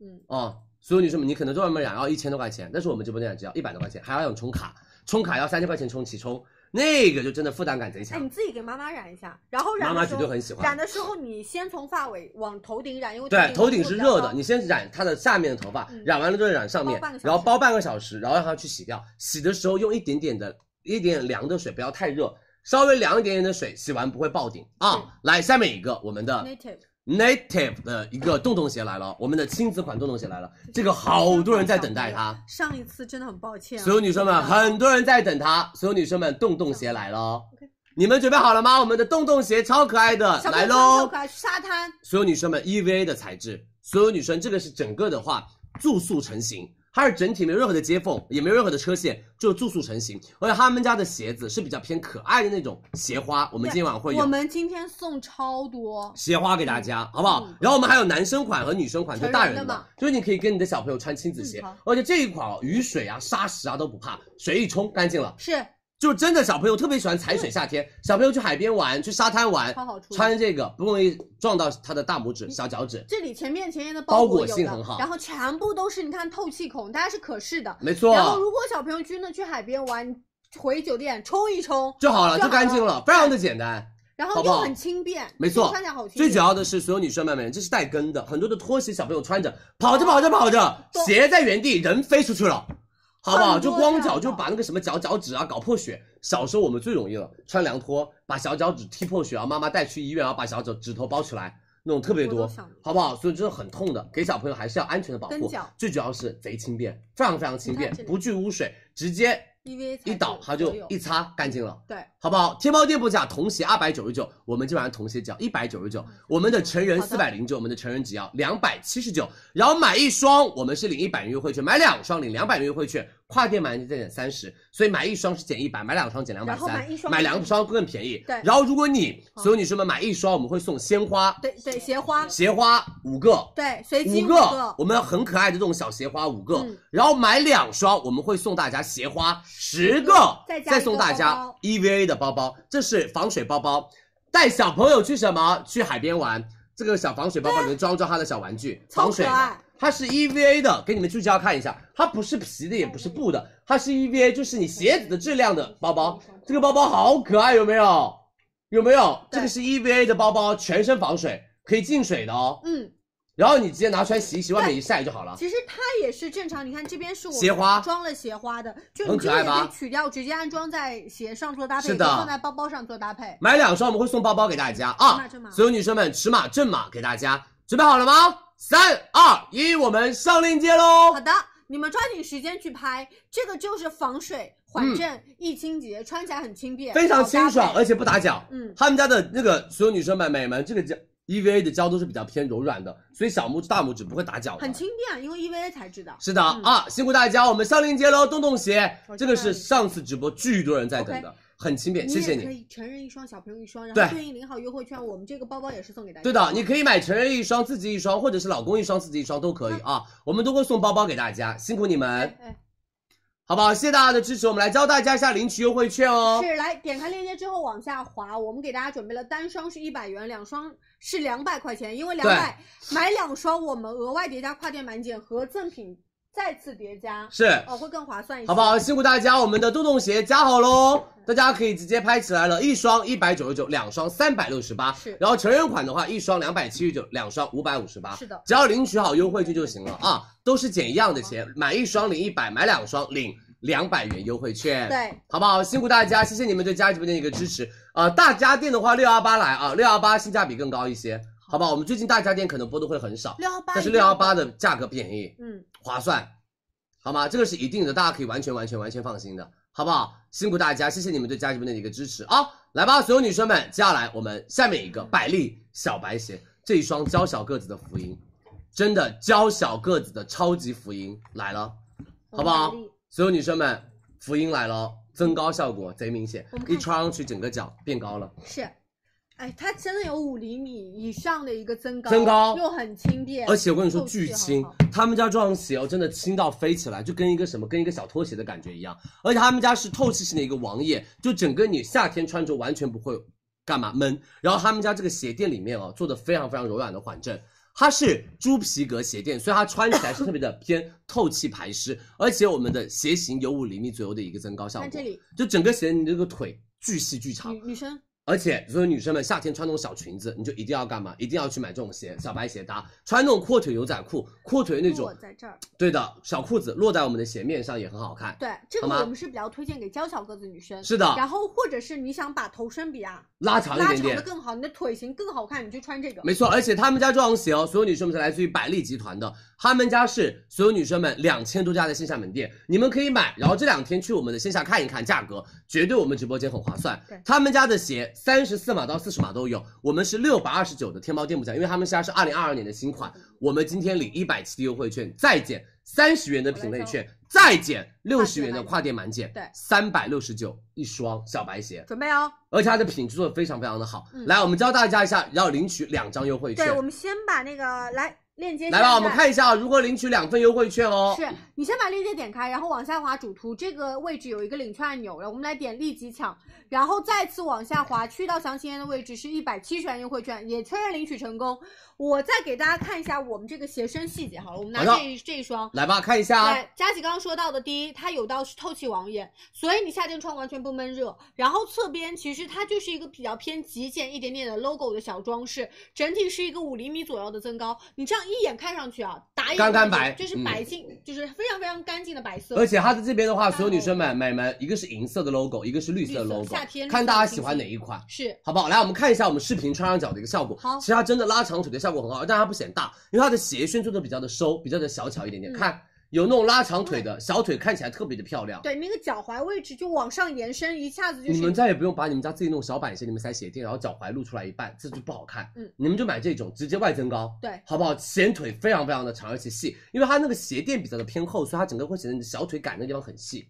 Speaker 1: 嗯，
Speaker 2: 哦，所有女生们，你可能在外面染要一千多块钱，但是我们直播间只要一百多块钱，还要用充卡，充卡要三千块钱充起充，那个就真的负担感贼
Speaker 1: 哎，
Speaker 2: 强
Speaker 1: 你，自己给妈妈染一下，然后染
Speaker 2: 妈
Speaker 1: 的
Speaker 2: 妈
Speaker 1: 时
Speaker 2: 绝
Speaker 1: 候
Speaker 2: 对很喜欢。
Speaker 1: 染的时候你先从发尾往头顶染，因为
Speaker 2: 对，头顶是热的，
Speaker 1: 你
Speaker 2: 你先染它的下面的头发
Speaker 1: 嗯，
Speaker 2: 染完了之后染上面
Speaker 1: 包半个，小时
Speaker 2: 然后包半个小时，然后让它去洗掉。洗的时候用一点点的、一点点凉的水，不要太热，稍微凉一点点的水，洗完不会爆顶
Speaker 1: 是
Speaker 2: 啊。来，下面一个我们的
Speaker 1: native
Speaker 2: Native 的一个洞洞鞋来了，我们的亲子款洞洞鞋来了，这个好多人在等待它，
Speaker 1: 上一次真的很抱歉啊，
Speaker 2: 所有女生们，很多人在等它，所有女生们，洞洞鞋来了哦，你们准备好了吗？我们的洞洞鞋超可爱的
Speaker 1: 小朋
Speaker 2: 来
Speaker 1: 友穿
Speaker 2: 喽
Speaker 1: 特！可爱，去沙滩，
Speaker 2: 所有女生们 EVA 的材质，所有女生这个是整个的话注塑成型，它是整体没有任何的接缝，也没有任何的车线，就是注塑成型。而且他们家的鞋子是比较偏可爱的那种鞋花，我们今天晚上会
Speaker 1: 我
Speaker 2: 有
Speaker 1: 们今天送超多，
Speaker 2: 鞋花给大家，好不好？然后我们还有男生款和女生款，就大人
Speaker 1: 嗯成人的嘛
Speaker 2: 就是你可以跟你的小朋友穿亲子鞋
Speaker 1: 嗯好，
Speaker 2: 而且这一款哦，雨水啊、沙石啊都不怕，水一冲干净了。
Speaker 1: 是
Speaker 2: 就是真的小朋友特别喜欢踩水，夏天小朋友去海边玩，去沙滩玩
Speaker 1: 嗯超好，嗯处理
Speaker 2: 穿这个不容易撞到他的大拇指、小脚趾。
Speaker 1: 这里前面前面的
Speaker 2: 包
Speaker 1: 裹
Speaker 2: 裹
Speaker 1: 有
Speaker 2: 性
Speaker 1: 的
Speaker 2: 很好
Speaker 1: 然后全部都是你看透气孔，它是可视的。
Speaker 2: 没错，
Speaker 1: 然后如果小朋友真的去海边玩，你回酒店冲一冲，
Speaker 2: 就好了，
Speaker 1: 就好
Speaker 2: 就
Speaker 1: 了
Speaker 2: 干净了，非常的简单。
Speaker 1: 然后
Speaker 2: 好不好
Speaker 1: 又很轻便，
Speaker 2: 没错
Speaker 1: 穿起来好轻
Speaker 2: 最
Speaker 1: 便。
Speaker 2: 主要的是，所有女生们们，这是带跟的，很多的拖鞋小朋友穿着，跑着跑着跑着，
Speaker 1: 都
Speaker 2: 鞋在原地，人飞出去了，好不好？
Speaker 1: 很
Speaker 2: 就
Speaker 1: 多
Speaker 2: 光
Speaker 1: 这样
Speaker 2: 脚
Speaker 1: 的
Speaker 2: 就把那个什么脚脚趾啊搞破血。小时候我们最容易了，穿凉拖把小脚趾踢破血，然后妈妈带去医院，然后把小脚指头包起来，那种特别
Speaker 1: 我
Speaker 2: 多
Speaker 1: 都想，
Speaker 2: 好不好？所以真的很痛的，给小朋友还是要安全的保
Speaker 1: 跟
Speaker 2: 护
Speaker 1: 脚。
Speaker 2: 最主要是贼轻便，非常非常轻便
Speaker 1: 你看这，里
Speaker 2: 不聚污水，直接
Speaker 1: EVA 材质
Speaker 2: 一倒它就
Speaker 1: 都有
Speaker 2: 一擦干净了，
Speaker 1: 对，
Speaker 2: 好不好？天猫店铺价童鞋二百九十九，我们今晚上童鞋只要一百九十九，我们的成人
Speaker 1: 嗯好
Speaker 2: 四
Speaker 1: 的
Speaker 2: 百零九，我们的成人只要两百七十九，然后买一双我们是领一百元优惠券，买两双领两百元优惠券，跨店满再减三十，所以买一双是减一百，买两双减两百
Speaker 1: 然后买一
Speaker 2: 三，
Speaker 1: 双
Speaker 2: 买两双更便宜。
Speaker 1: 对
Speaker 2: 然后如果你所有女生们买一双，我们会送鲜花，
Speaker 1: 对对，鞋花，
Speaker 2: 鞋花五个，
Speaker 1: 对，随机
Speaker 2: 五
Speaker 1: 个，嗯
Speaker 2: 个，我们很可爱的这种小鞋花五个，然后买两双，我们会送大家鞋花十个
Speaker 1: 个，再加一个
Speaker 2: 送大家
Speaker 1: 包包
Speaker 2: EVA 的包包，这是防水包包，带小朋友去什么？去海边玩，这个小防水包包里面装着他的小玩具，
Speaker 1: 超
Speaker 2: 防水的
Speaker 1: 可爱。
Speaker 2: 它是 EVA 的，给你们聚焦看一下，它不是皮的，也不是布的，它是 EVA，就是你鞋子的质量的包包。这个包包好可爱，有没有？有没有？这个是 EVA 的包包，全身防水，可以进水的哦。
Speaker 1: 嗯，
Speaker 2: 然后你直接拿出来洗一洗，外面一晒就好了。
Speaker 1: 其实它也是正常。你看这边是我
Speaker 2: 啊鞋花
Speaker 1: 装了鞋花的，就
Speaker 2: 很
Speaker 1: 你
Speaker 2: 可
Speaker 1: 这个也
Speaker 2: 爱
Speaker 1: 可以
Speaker 2: 吧
Speaker 1: 取掉，直接安装在鞋上做搭配，
Speaker 2: 是的
Speaker 1: 也可以放在包包上做搭配。
Speaker 2: 买两双，我们会送包包给大家
Speaker 1: 尺
Speaker 2: 啊
Speaker 1: 码正码！
Speaker 2: 所有女生们，尺码正码给大家，准备好了吗？三二一，我们上链接喽
Speaker 1: 好！的，你们抓紧时间去拍，这个就是防水、缓震、易清洁，穿起来很轻便，
Speaker 2: 嗯非常清爽
Speaker 1: 好，搭配。
Speaker 2: 而且不打脚。
Speaker 1: 嗯，
Speaker 2: 他们家的那个所有女生们、美们，这个胶 EVA 的胶都是比较偏柔软的，所以小拇指、大拇指不会打脚的。
Speaker 1: 很轻嗯便，因为 EVA 材质的。
Speaker 2: 是的、啊，辛苦大家，我们上链接喽！洞洞鞋
Speaker 1: 我，知
Speaker 2: 这
Speaker 1: 道
Speaker 2: 个是上次直播巨多人在等的
Speaker 1: OK
Speaker 2: 很轻便，谢谢
Speaker 1: 也可
Speaker 2: 你。
Speaker 1: 以成人一双，小朋友一双，然
Speaker 2: 对
Speaker 1: 后对应领好优惠券，我们这个包包也是送给大家。
Speaker 2: 对的，你可以买成人一双，自己一双，或者是老公一双，自己一双都可
Speaker 1: 嗯
Speaker 2: 以啊。我们都会送包包给大家，辛苦你们，
Speaker 1: 哎
Speaker 2: 好不好？谢谢大家的支持，我们来教大家一下领取优惠券哦。
Speaker 1: 是来点开链接之后往下滑，我们给大家准备了单双是一百元，两双是两百块钱，因为两百买两双，我们额外叠加跨店满减和赠品再次叠加，
Speaker 2: 是，
Speaker 1: 哦会更划算一些，
Speaker 2: 好不？好？辛苦大家，我们的洞洞鞋加好喽，
Speaker 1: 嗯
Speaker 2: 大家可以直接拍起来了，一双一百九十九，两双三百六十八
Speaker 1: 是，
Speaker 2: 然后成人款的话，一双两百七十九，两双五百五十八，
Speaker 1: 是的，
Speaker 2: 只要领取好优惠券就行了啊，都是减一样的钱，买一双领一百，买两双领两百元优惠券，
Speaker 1: 对，
Speaker 2: 好不好？辛苦大家，谢谢你们对佳琦直播间的一个支持啊、呃大家电的话，六幺八来啊，六幺八性价比更高一些，好不好？我们最近大家电可能播的会很少，
Speaker 1: 六幺八，
Speaker 2: 但是六幺八的价格便宜，
Speaker 1: 嗯，
Speaker 2: 划算，好吗？这个是一定的，大家可以完全完全完全放心的，好不好？辛苦大家，谢谢你们对佳琦直播间的一个支持啊！来吧，所有女生们，接下来我们下面一个百丽小白鞋，这一双娇小个子的福音，真的娇小个子的超级福音来了，好不好
Speaker 1: 百丽？
Speaker 2: 所有女生们，福音来了，增高效果贼明显
Speaker 1: 我们，看
Speaker 2: 一
Speaker 1: 一下
Speaker 2: 穿上去整个脚变高了。
Speaker 1: 是。哎，它真的有五厘米以上的一个增高，
Speaker 2: 增高
Speaker 1: 又很轻便，
Speaker 2: 而且我跟你说
Speaker 1: 透气
Speaker 2: 巨轻
Speaker 1: 很好，
Speaker 2: 他们家这双鞋哦，真的轻到飞起来，就跟一个什么，跟一个小拖鞋的感觉一样。而且他们家是透气性的一个网眼，就整个你夏天穿着完全不会干嘛闷。然后他们家这个鞋垫里面哦，做的非常非常柔软的缓震。它是猪皮革鞋垫，所以它穿起来是特 别的偏透气排湿，而且我们的鞋型有五厘米左右的一个增高效果
Speaker 1: 看，这里，
Speaker 2: 就整个鞋你这个腿巨细巨长
Speaker 1: 女，女生
Speaker 2: 而且所有女生们夏天穿那种小裙子，你就一定要干嘛？一定要去买这种鞋，小白鞋搭，穿那种阔腿牛仔裤，阔腿那种
Speaker 1: 落，在这儿，
Speaker 2: 对的小裤子落在我们的鞋面上也很好看。
Speaker 1: 对，这个
Speaker 2: 好吗
Speaker 1: 我们是比较推荐给娇小个子女生，
Speaker 2: 是的，
Speaker 1: 然后或者是你想把头身比啊
Speaker 2: 拉长一
Speaker 1: 拉
Speaker 2: 点
Speaker 1: 长的
Speaker 2: 点，
Speaker 1: 更好，你的腿型更好看，你就穿这个。
Speaker 2: 没错。而且他们家这双鞋哦，所有女生们是来自于百丽集团的，他们家是所有女生们两千多家的线下门店，你们可以买，然后这两天去我们的线下看一看，价格绝对我们直播间很划算
Speaker 1: 对。
Speaker 2: 他们家的鞋三十四码到四十码都有，我们是六百二十九的天猫店铺价，因为他们家是二零二二年的新款，我们今天领一百七的优惠券，再减三十元的品类券，再减六十元的跨店满减，
Speaker 1: 对
Speaker 2: 三百六十九一双小白鞋，
Speaker 1: 准备哦，
Speaker 2: 而且它的品质做的非常非常的好。
Speaker 1: 嗯
Speaker 2: 来，我们教大家一下，要领取两张优惠券
Speaker 1: 对，。我们先把那个来链接
Speaker 2: 来
Speaker 1: 现在
Speaker 2: 吧，我们看一下啊，如何领取两份优惠券哦。
Speaker 1: 是你先把链接点开，然后往下滑主图这个位置有一个领券按钮，然后我们来点立即抢，然后再次往下滑去到详情页的位置是一百七十元优惠券，也确认领取成功。我再给大家看一下我们这个鞋身细节好了，我们拿
Speaker 2: 好的
Speaker 1: 这一这一双。
Speaker 2: 来吧，看一下啊。
Speaker 1: 对，佳琪刚刚说到的，第一，它有道是透气网眼，所以你夏天穿完全不闷热。然后侧边其实它就是一个比较偏极简一点点的 logo 的小装饰，整体是一个五厘米左右的增高。你这样一眼看上去啊，打眼
Speaker 2: 干干
Speaker 1: 就
Speaker 2: 白
Speaker 1: 就是
Speaker 2: 嗯
Speaker 1: 白净，就是非常非常干净的白色。
Speaker 2: 而且它的这边的话，所有女生们、美们，一个是银色的 logo，一个是绿色的
Speaker 1: 绿色
Speaker 2: logo，
Speaker 1: 夏天绿色
Speaker 2: 看大家
Speaker 1: 的
Speaker 2: 喜欢
Speaker 1: 星
Speaker 2: 哪
Speaker 1: 星
Speaker 2: 一款。
Speaker 1: 是
Speaker 2: 好不好？来，我们看一下我们视频穿上脚的一个效果。
Speaker 1: 好
Speaker 2: 其实它真的拉长腿的效果很好，但它不显大，因为它的鞋楦做的比较的收，比较的小巧一点点。
Speaker 1: 嗯
Speaker 2: 看有那种拉长腿的小腿，看起来特别的漂亮。
Speaker 1: 对，那个脚踝位置就往上延伸，一下子就
Speaker 2: 你们
Speaker 1: 是
Speaker 2: 再也不用把你们家自己那种小板鞋里面塞鞋垫，然后脚踝露出来一半，这就不好看。
Speaker 1: 嗯，
Speaker 2: 你们就买这种直接外增高，
Speaker 1: 对，
Speaker 2: 好不好？显腿非常非常的长而且细，因为它那个鞋垫比较的偏厚，所以它整个会显得你的小腿感那地方很细。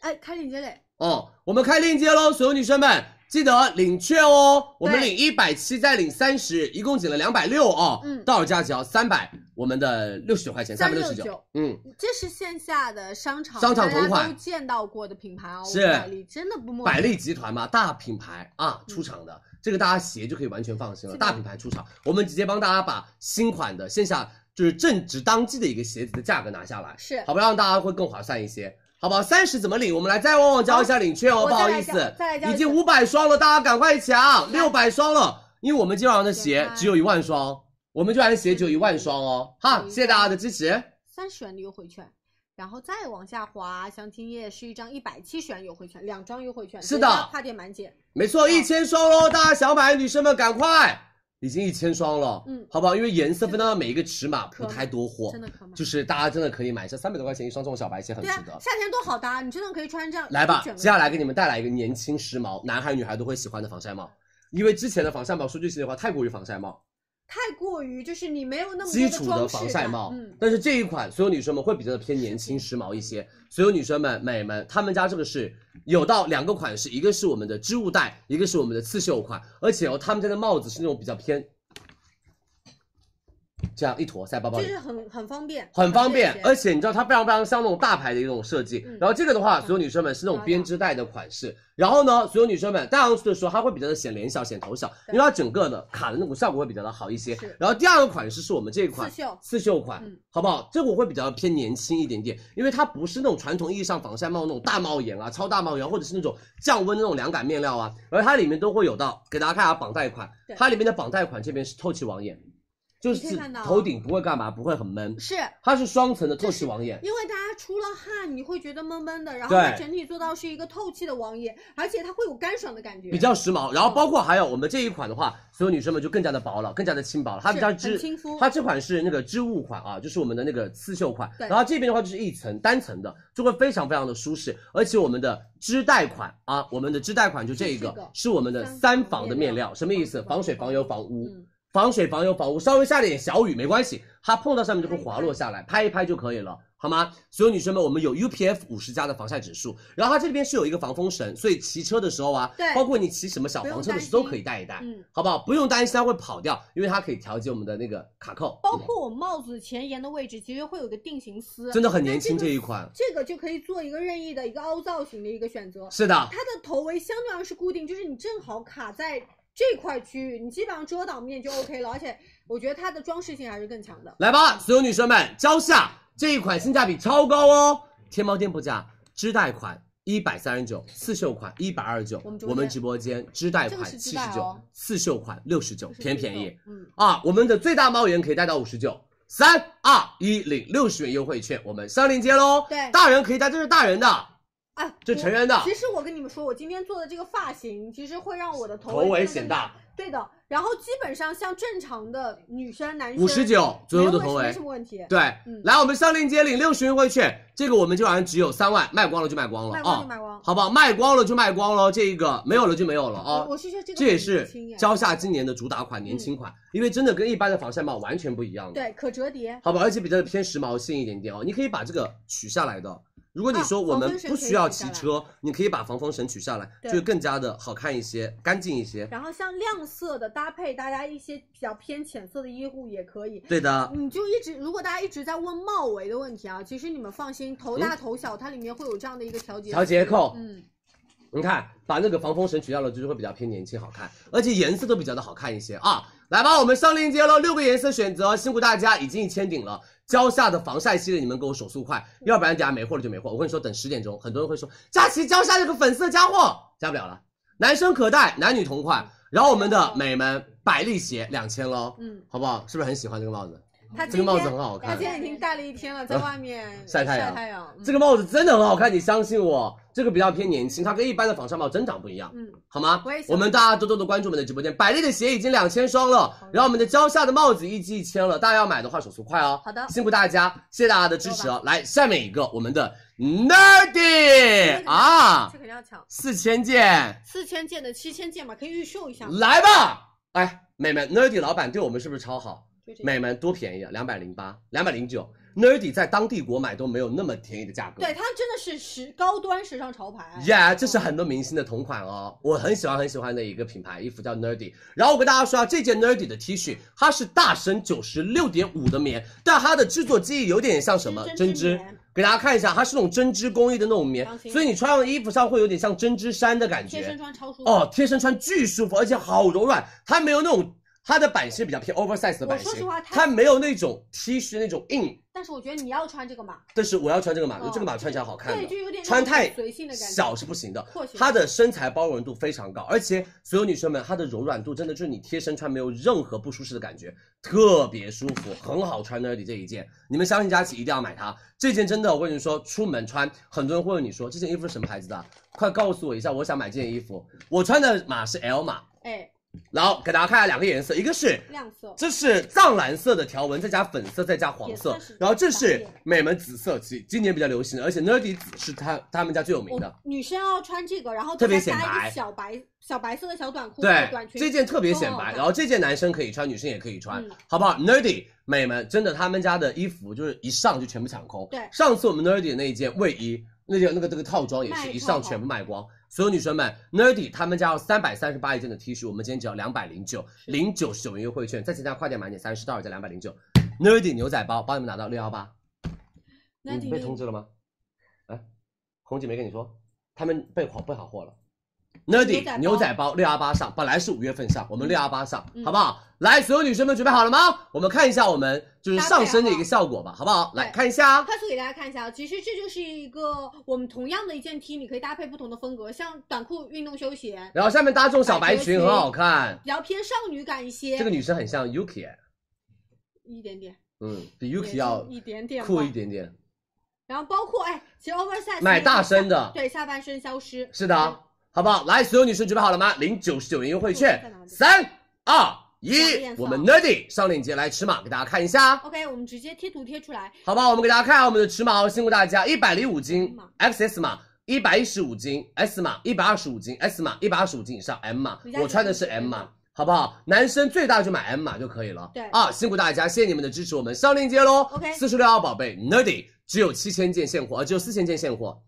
Speaker 1: 哎，开链接嘞，
Speaker 2: 哦，我们开链接喽，所有女生们记得领券哦，我们
Speaker 1: 对
Speaker 2: 领一百七再领三十，一共减了两百六哦。
Speaker 1: 嗯
Speaker 2: 到手价只要三百，我们的六十九块钱，三百六十
Speaker 1: 369
Speaker 2: 九。嗯，
Speaker 1: 这是线下的商场，
Speaker 2: 商场同
Speaker 1: 大家
Speaker 2: 款
Speaker 1: 都见到过的品牌哦，
Speaker 2: 是
Speaker 1: 我们百丽真的不陌生。嗯
Speaker 2: 百丽集团嘛，大品牌啊出场的，这个大家鞋就可以完全放心了。
Speaker 1: 是的
Speaker 2: 大品牌出场，我们直接帮大家把新款的线下就是正值当季的一个鞋子的价格拿下来，
Speaker 1: 是
Speaker 2: 好不好让大家会更划算一些。好不好？三十怎么领？我们来再旺旺教一下领券哦，
Speaker 1: 我
Speaker 2: 不
Speaker 1: 再来
Speaker 2: 好意
Speaker 1: 教
Speaker 2: 思
Speaker 1: 再来教，一次
Speaker 2: 已经五百双了，大家赶快抢，六百双了，因为我们今晚上的
Speaker 1: 点
Speaker 2: 鞋
Speaker 1: 开
Speaker 2: 只有一万双，我们今晚的鞋只有一万双哦。哈，
Speaker 1: 嗯
Speaker 2: 谢谢大家的支持。
Speaker 1: 三十元的优惠券，然后再往下滑，详情页是一张一百七十元优惠券，两张优惠券，
Speaker 2: 是的
Speaker 1: 独家跨店满减。
Speaker 2: 没错，一千双喽！大家想买的女生们赶快，已经一千双了，
Speaker 1: 嗯
Speaker 2: 好不好？因为颜色分到每一个尺码
Speaker 1: 可
Speaker 2: 不太多货
Speaker 1: 真，的可买。
Speaker 2: 就是大家真的可以买一下，三百多块钱一双这种小白鞋很
Speaker 1: 对
Speaker 2: 值
Speaker 1: 啊，
Speaker 2: 得。
Speaker 1: 夏天多好搭，你真的可以穿这样。
Speaker 2: 来吧
Speaker 1: 一整，个
Speaker 2: 接下来给你们带来一个年轻时髦，男孩女孩都会喜欢的防晒帽，因为之前的防晒帽，说句心里话，太过于防晒帽，
Speaker 1: 太过于就是你没有那么多
Speaker 2: 基础
Speaker 1: 装饰
Speaker 2: 的防晒
Speaker 1: 感
Speaker 2: 帽。
Speaker 1: 嗯，
Speaker 2: 但是这一款所有女生们会比较的偏年轻时髦一些，所有女生们、美们，他们家这个是有到两个款式，一个是我们的织物带，一个是我们的刺绣款，而且哦，他们家的帽子是那种比较偏，这样一坨塞包包
Speaker 1: 就
Speaker 2: 里
Speaker 1: 是。很很方便，
Speaker 2: 很方便
Speaker 1: 便，
Speaker 2: 而且你知道它非常非常像那种大牌的一种设计。
Speaker 1: 嗯
Speaker 2: 然后这个的话，所有女生们是那种编织带的款式。然后呢，所有女生们戴上去的时候，它会比较的显脸小、显头小，因
Speaker 1: 对
Speaker 2: 为它整个的卡的那种效果会比较的好一些
Speaker 1: 是。
Speaker 2: 然后第二个款式是我们这一款
Speaker 1: 刺绣
Speaker 2: 刺绣款，
Speaker 1: 嗯
Speaker 2: 好不好？这个我会比较偏年轻一点点，因为它不是那种传统意义上防晒帽那种大帽檐啊、超大帽檐，或者是那种降温的那种凉感面料啊，而它里面都会有到，给大家看一下绑带款
Speaker 1: 对，
Speaker 2: 它里面的绑带款这边是透气网眼，就
Speaker 1: 你可
Speaker 2: 是
Speaker 1: 以看到啊
Speaker 2: 头顶不会干嘛，不会很闷，
Speaker 1: 是
Speaker 2: 它是双层的透气网眼，
Speaker 1: 因为大家出了汗，你会觉得闷闷的，然后
Speaker 2: 对
Speaker 1: 它整体做到是一个透气的网眼，而且它会有干爽的感觉，
Speaker 2: 比较时髦。然后包括还有我们这一款的话，所有女生们就更加的薄了，更加的轻薄了。它比较
Speaker 1: 是很
Speaker 2: 织
Speaker 1: 亲肤，
Speaker 2: 它这款是那个织物款啊，就是我们的那个刺绣款。
Speaker 1: 对
Speaker 2: 然后这边的话就是一层单层的，就会非常非常的舒适。而且我们的织带款啊，我们的织带款就这一
Speaker 1: 是这
Speaker 2: 个
Speaker 1: 个，
Speaker 2: 是我们的
Speaker 1: 三
Speaker 2: 三
Speaker 1: 防
Speaker 2: 防的
Speaker 1: 面
Speaker 2: 面
Speaker 1: 料
Speaker 2: 料，什么意思？
Speaker 1: 防
Speaker 2: 防水、
Speaker 1: 防
Speaker 2: 防油、防污。
Speaker 1: 嗯
Speaker 2: 防水、防油、防污，稍微下点小雨没关系，它碰到上面就会滑落下来，拍一拍就可以了，好吗？所有女生们，我们有 UPF 五十加的防晒指数，然后它这边是有一个防风绳，所以骑车的时候啊，
Speaker 1: 对
Speaker 2: 包括你骑什么小黄车的时
Speaker 1: 不
Speaker 2: 候
Speaker 1: 用担心
Speaker 2: 都可以带一带，
Speaker 1: 嗯。
Speaker 2: 好不好？不用担心它会跑掉，因为它可以调节我们的那个卡扣，
Speaker 1: 包括我帽子前沿的位置，其实会有个定型丝，
Speaker 2: 真的很年轻
Speaker 1: 但
Speaker 2: 这
Speaker 1: 这
Speaker 2: 一
Speaker 1: 个
Speaker 2: 款，
Speaker 1: 这个就可以做一个任意的一个凹造型的一个选择。
Speaker 2: 是的，
Speaker 1: 它的头围相对上是固定，就是你正好卡在这块区域，你基本上遮挡面就 OK 了。而且我觉得它的装饰性还是更强的。
Speaker 2: 来吧，所有女生们，蕉下这一款性价比超高哦，天猫店铺价织带款。一百三十九，刺绣款一百二十九
Speaker 1: 我们直，播间
Speaker 2: 我们直播间织带
Speaker 1: 这
Speaker 2: 款
Speaker 1: 个是织
Speaker 2: 七
Speaker 1: 带
Speaker 2: 十
Speaker 1: 哦
Speaker 2: 九，刺绣款六十九，便便宜
Speaker 1: 嗯，
Speaker 2: 啊！我们的最大猫眼可以带到五十九，三二一领六十元优惠券，我们上链接喽。
Speaker 1: 对
Speaker 2: 大人可以带，这是大人的，
Speaker 1: 哎，
Speaker 2: 啊这
Speaker 1: 我
Speaker 2: 成人的
Speaker 1: 其实我跟你们说，我今天做的这个发型，其实会让我的头
Speaker 2: 头围
Speaker 1: 围
Speaker 2: 显
Speaker 1: 显。
Speaker 2: 大，
Speaker 1: 对的，然后基本上像正常的女生、男生
Speaker 2: 五十九左右的头
Speaker 1: 没
Speaker 2: 围
Speaker 1: 什，么问题。
Speaker 2: 对
Speaker 1: 嗯，
Speaker 2: 来我们上链接领六十元优惠券，这个我们今晚上只有三万，卖光了就卖光了
Speaker 1: 卖光
Speaker 2: 啊
Speaker 1: 就，卖光。
Speaker 2: 好不好？卖光了就卖光了，这一个没有了就没有了啊。
Speaker 1: 我我是觉得这个
Speaker 2: 这也
Speaker 1: 很
Speaker 2: 是
Speaker 1: 年轻耶嗯
Speaker 2: 蕉下今年的主打款，年轻款，因为真的跟一般的防晒帽完全不一样的，
Speaker 1: 对可折叠，
Speaker 2: 好吧，而且比较偏时髦性一点点哦。你可以把这个取下来的，如果你说
Speaker 1: 啊
Speaker 2: 我们
Speaker 1: 防风绳
Speaker 2: 不
Speaker 1: 可以
Speaker 2: 需要
Speaker 1: 取
Speaker 2: 骑
Speaker 1: 下来
Speaker 2: 车，你可以把防风绳取下来，就
Speaker 1: 对
Speaker 2: 会更加的好看一些，干净一些。
Speaker 1: 然后像亮色的搭配，大家一些比较偏浅色的衣物也可以。
Speaker 2: 对的，
Speaker 1: 你就一直，如果大家一直在问帽围的问题啊，其实你们放心，头大头小，它里面会有这样的一个调节。
Speaker 2: 嗯调节扣，
Speaker 1: 嗯，
Speaker 2: 你看，把那个防风绳取掉了，就是会比较偏年轻好看，而且颜色都比较的好看一些啊。来吧，我们上链接喽，六个颜色选择，辛苦大家，已经一千顶了。蕉下的防晒系列，你们给我手速快，要不然等下没货了就没货。我跟你说，等十点钟，很多人会说佳琪蕉下这个粉色加货，加不了了。男生可戴，男女同款。然后我们的美们百丽鞋两千喽，
Speaker 1: 嗯，
Speaker 2: 好不好？是不是很喜欢这个帽子？
Speaker 1: 他
Speaker 2: 哦这
Speaker 1: 今
Speaker 2: 个帽子
Speaker 1: 天
Speaker 2: 很好
Speaker 1: 他
Speaker 2: 看嗯
Speaker 1: 今，天已经戴了一天了，在外面
Speaker 2: 晒太阳
Speaker 1: 晒太阳。嗯
Speaker 2: 这个帽子真的很好看，你相信我，这个比较偏年轻，它跟一般的仿纱帽真长不一样，
Speaker 1: 嗯，
Speaker 2: 好吗
Speaker 1: 我也？想
Speaker 2: 我们大家多多的关注我们的直播间，百丽的鞋已经两千双了，然后我们的蕉下的帽子一季一千了，大家要买的话手速快哦。
Speaker 1: 好的
Speaker 2: 辛苦大家，谢谢大家的支持哦。来，下面一个我们的 Nerdy 啊
Speaker 1: 这，肯定要抢，
Speaker 2: 四千件，
Speaker 1: 四千件的七千件嘛，可以预售一下嘛。
Speaker 2: 来吧！哎，美们，Nerdy 老板对我们是不是超好？
Speaker 1: 就这样
Speaker 2: 美们多便宜啊，两百零八，两百零九。Nerdy 在当地国买都没有那么便宜的价格。
Speaker 1: 对，它真的是时高端时尚潮牌。
Speaker 2: Yeah，这是很多明星的同款哦，我很喜欢很喜欢的一个品牌衣服叫 Nerdy。然后我跟大家说啊，这件 Nerdy 的 T 恤它是大身九十六点五的棉，但它的制作技艺有点像什么
Speaker 1: 是针织
Speaker 2: 针织
Speaker 1: 棉。
Speaker 2: 给大家看一下，它是那种针织工艺的那种棉
Speaker 1: 钢，琴
Speaker 2: 所以你穿上衣服上会有点像针织衫的感
Speaker 1: 贴身
Speaker 2: 觉。
Speaker 1: 穿超舒服。
Speaker 2: 哦，贴身穿巨舒服，而且好柔软，它没有那种。它的版型比较偏 oversize 的版型
Speaker 1: 我说实话，它
Speaker 2: 它没有那种 T 恤那种硬，
Speaker 1: 但是我觉得你要穿这个嘛，
Speaker 2: 但是我要穿这个码，
Speaker 1: 哦
Speaker 2: 这个码穿起来好看的。
Speaker 1: 对，就有点那
Speaker 2: 穿
Speaker 1: 种
Speaker 2: 太
Speaker 1: 随性的感觉。
Speaker 2: 小是不行的
Speaker 1: 廓形，
Speaker 2: 它的身材包容度非常高，而且所有女生们，它的柔软度真的就是你贴身穿没有任何不舒适的感觉，特别舒服，很好穿的 Nerdy 这一件，你们相信佳琪一定要买它，这件真的我跟你说，出门穿，很多人会问你说这件衣服是什么牌子的，快告诉我一下，我想买这件衣服，我穿的码是 L 码，
Speaker 1: 哎，
Speaker 2: 然后给大家看一下两个颜色，一个是
Speaker 1: 亮色。
Speaker 2: 这是藏蓝色的条纹，再加粉色，再加黄色
Speaker 1: 也算是，
Speaker 2: 然后这是
Speaker 1: 白
Speaker 2: 美们紫色，今今年比较流行的，而且 Nerdy 紫是他他们家最有名的
Speaker 1: 我。女生要穿这个，然后
Speaker 2: 特别
Speaker 1: 再
Speaker 2: 显
Speaker 1: 搭一
Speaker 2: 白
Speaker 1: 个小白小白色的小短裤或者
Speaker 2: 对
Speaker 1: 短，裙，
Speaker 2: 这件特别显
Speaker 1: 都好
Speaker 2: 白，
Speaker 1: 看
Speaker 2: 然后这件男生可以穿，女生也可以穿
Speaker 1: 哦嗯，
Speaker 2: 好不好？Nerdy 美们，真的他们家的衣服就是一上就全部抢空。
Speaker 1: 对
Speaker 2: 上次我们 Nerdy 那一件卫衣，那件那个这个套装也
Speaker 1: 卖
Speaker 2: 是一
Speaker 1: 套
Speaker 2: 上
Speaker 1: 好
Speaker 2: 全部卖光。所有女生们，Nerdy 他们家有三百三十八一件的 T 恤，我们今天只要两百零九，零九十九元优惠券，再加快点满减三十，到手价两百零九。Nerdy 牛仔包帮你们拿到六幺八，
Speaker 1: 那
Speaker 2: 嗯你被通知了吗？哎，红姐没跟你说，他们备好备好货了。
Speaker 1: 牛仔
Speaker 2: Nerdy
Speaker 1: 包
Speaker 2: 牛仔包六幺八上，本来是五月份上，我们六幺八上，
Speaker 1: 嗯
Speaker 2: 好不好？来，所有女生们准备好了吗？我们看一下我们就是上身的一个效果吧，好不好？来
Speaker 1: 对
Speaker 2: 看一下啊，
Speaker 1: 快速给大家看一下啊，其实这就是一个我们同样的一件 T，你可以搭配不同的风格，像短裤、运动休闲，
Speaker 2: 然后下面搭这种小
Speaker 1: 白
Speaker 2: 白裙
Speaker 1: 裙
Speaker 2: 很好看，
Speaker 1: 比较偏少女感一些，
Speaker 2: 这个女生很像 Yuki，哎
Speaker 1: 一点点
Speaker 2: 嗯，比
Speaker 1: 也
Speaker 2: Yuki
Speaker 1: 就
Speaker 2: 要
Speaker 1: 一点点吧
Speaker 2: 酷一。点点，
Speaker 1: 然后包括哎，其实 oversize
Speaker 2: 买大身的
Speaker 1: 下对下半身消失，
Speaker 2: 是的啊，好不好？来，所有女生准备好了吗？领九十九元优惠券
Speaker 1: 嗯在哪，里
Speaker 2: 三二一
Speaker 1: 两个颜，色
Speaker 2: 我们 Nerdy 上链接来尺码给大家看一下啊。
Speaker 1: OK，我们直接贴图贴出来，
Speaker 2: 好吧，我们给大家看一下我们的尺码哦，辛苦大家，一百零五斤
Speaker 1: 嗯嘛
Speaker 2: XS 码，一百一十五斤 S 码，一百二十五斤 S 码，一百二十五斤以上 M 码
Speaker 1: 你家，
Speaker 2: 我穿的是
Speaker 1: 有没有
Speaker 2: M 码
Speaker 1: 码，
Speaker 2: 好不好？男生最大就买 M 码就可以了。
Speaker 1: 对
Speaker 2: 啊，辛苦大家，谢谢你们的支持，我们上链接喽。
Speaker 1: OK
Speaker 2: 四十六号宝贝 Nerdy 只有七千件现货，呃，只有四千件现货，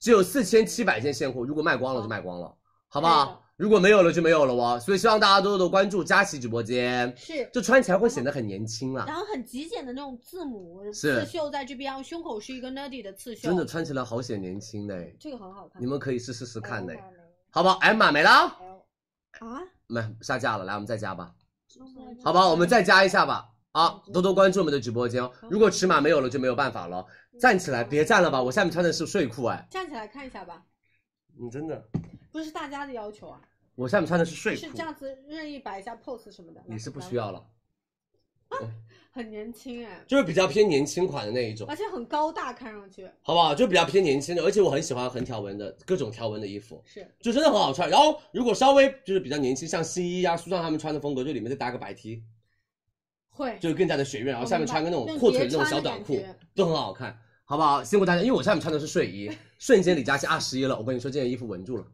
Speaker 2: 只有四千七百件现货，如果卖光了就卖光了，好不
Speaker 1: 对的
Speaker 2: 好？如果没有了就没有了哦，所以希望大家多多关注佳琦直播间，
Speaker 1: 是。
Speaker 2: 就穿起来会显得很年轻啊啦。
Speaker 1: 然后很极简的那种字母
Speaker 2: 是
Speaker 1: 刺绣在这边，然后胸口是一哦个 nerdy 的刺绣，
Speaker 2: 真的穿起来好显年轻嘞、
Speaker 1: 这个很好看
Speaker 2: 你。们可以试试试看嘞，
Speaker 1: 哎
Speaker 2: 好不好？M 码没了，
Speaker 1: 我买了啊，
Speaker 2: 没下架了，来我们再加吧，
Speaker 1: 好
Speaker 2: 好不好？我们再加一下吧。啊，
Speaker 1: 嗯
Speaker 2: 多多关注我们的直播间哦。如果尺码没有了就没有办法了，哦
Speaker 1: 嗯
Speaker 2: 站起来，别站了吧，我下面穿的是睡裤哎，
Speaker 1: 站起来看一下吧，
Speaker 2: 你真的，
Speaker 1: 不是大家的要求啊，
Speaker 2: 我下面穿的是睡
Speaker 1: 是
Speaker 2: 裤
Speaker 1: 这，样子任意摆一下 pose 什么的。嗯
Speaker 2: 你是不
Speaker 1: 来
Speaker 2: 需，要了，
Speaker 1: 很年轻哎，
Speaker 2: 就是比较偏年轻款的那一种，
Speaker 1: 而且很高大，看上去
Speaker 2: 好不好？就比较偏年轻的，而且我很喜欢横条纹的各种条纹的衣服，
Speaker 1: 是
Speaker 2: 就真的很好穿。然后如果稍微就是比较年轻，像西一呀、苏畅他们穿的风格，就里面再搭个白 T，
Speaker 1: 会。
Speaker 2: 就是更加的学院，然后下面穿个那种
Speaker 1: 那种
Speaker 2: 阔
Speaker 1: 叠
Speaker 2: 腿那种
Speaker 1: 穿
Speaker 2: 小
Speaker 1: 的
Speaker 2: 短
Speaker 1: 感
Speaker 2: 裤
Speaker 1: 觉，
Speaker 2: 都很好看，好不好？辛苦大家，因为我下面穿的是 睡衣，瞬间李佳琦二啊十一了，我跟你说这件衣服稳住了，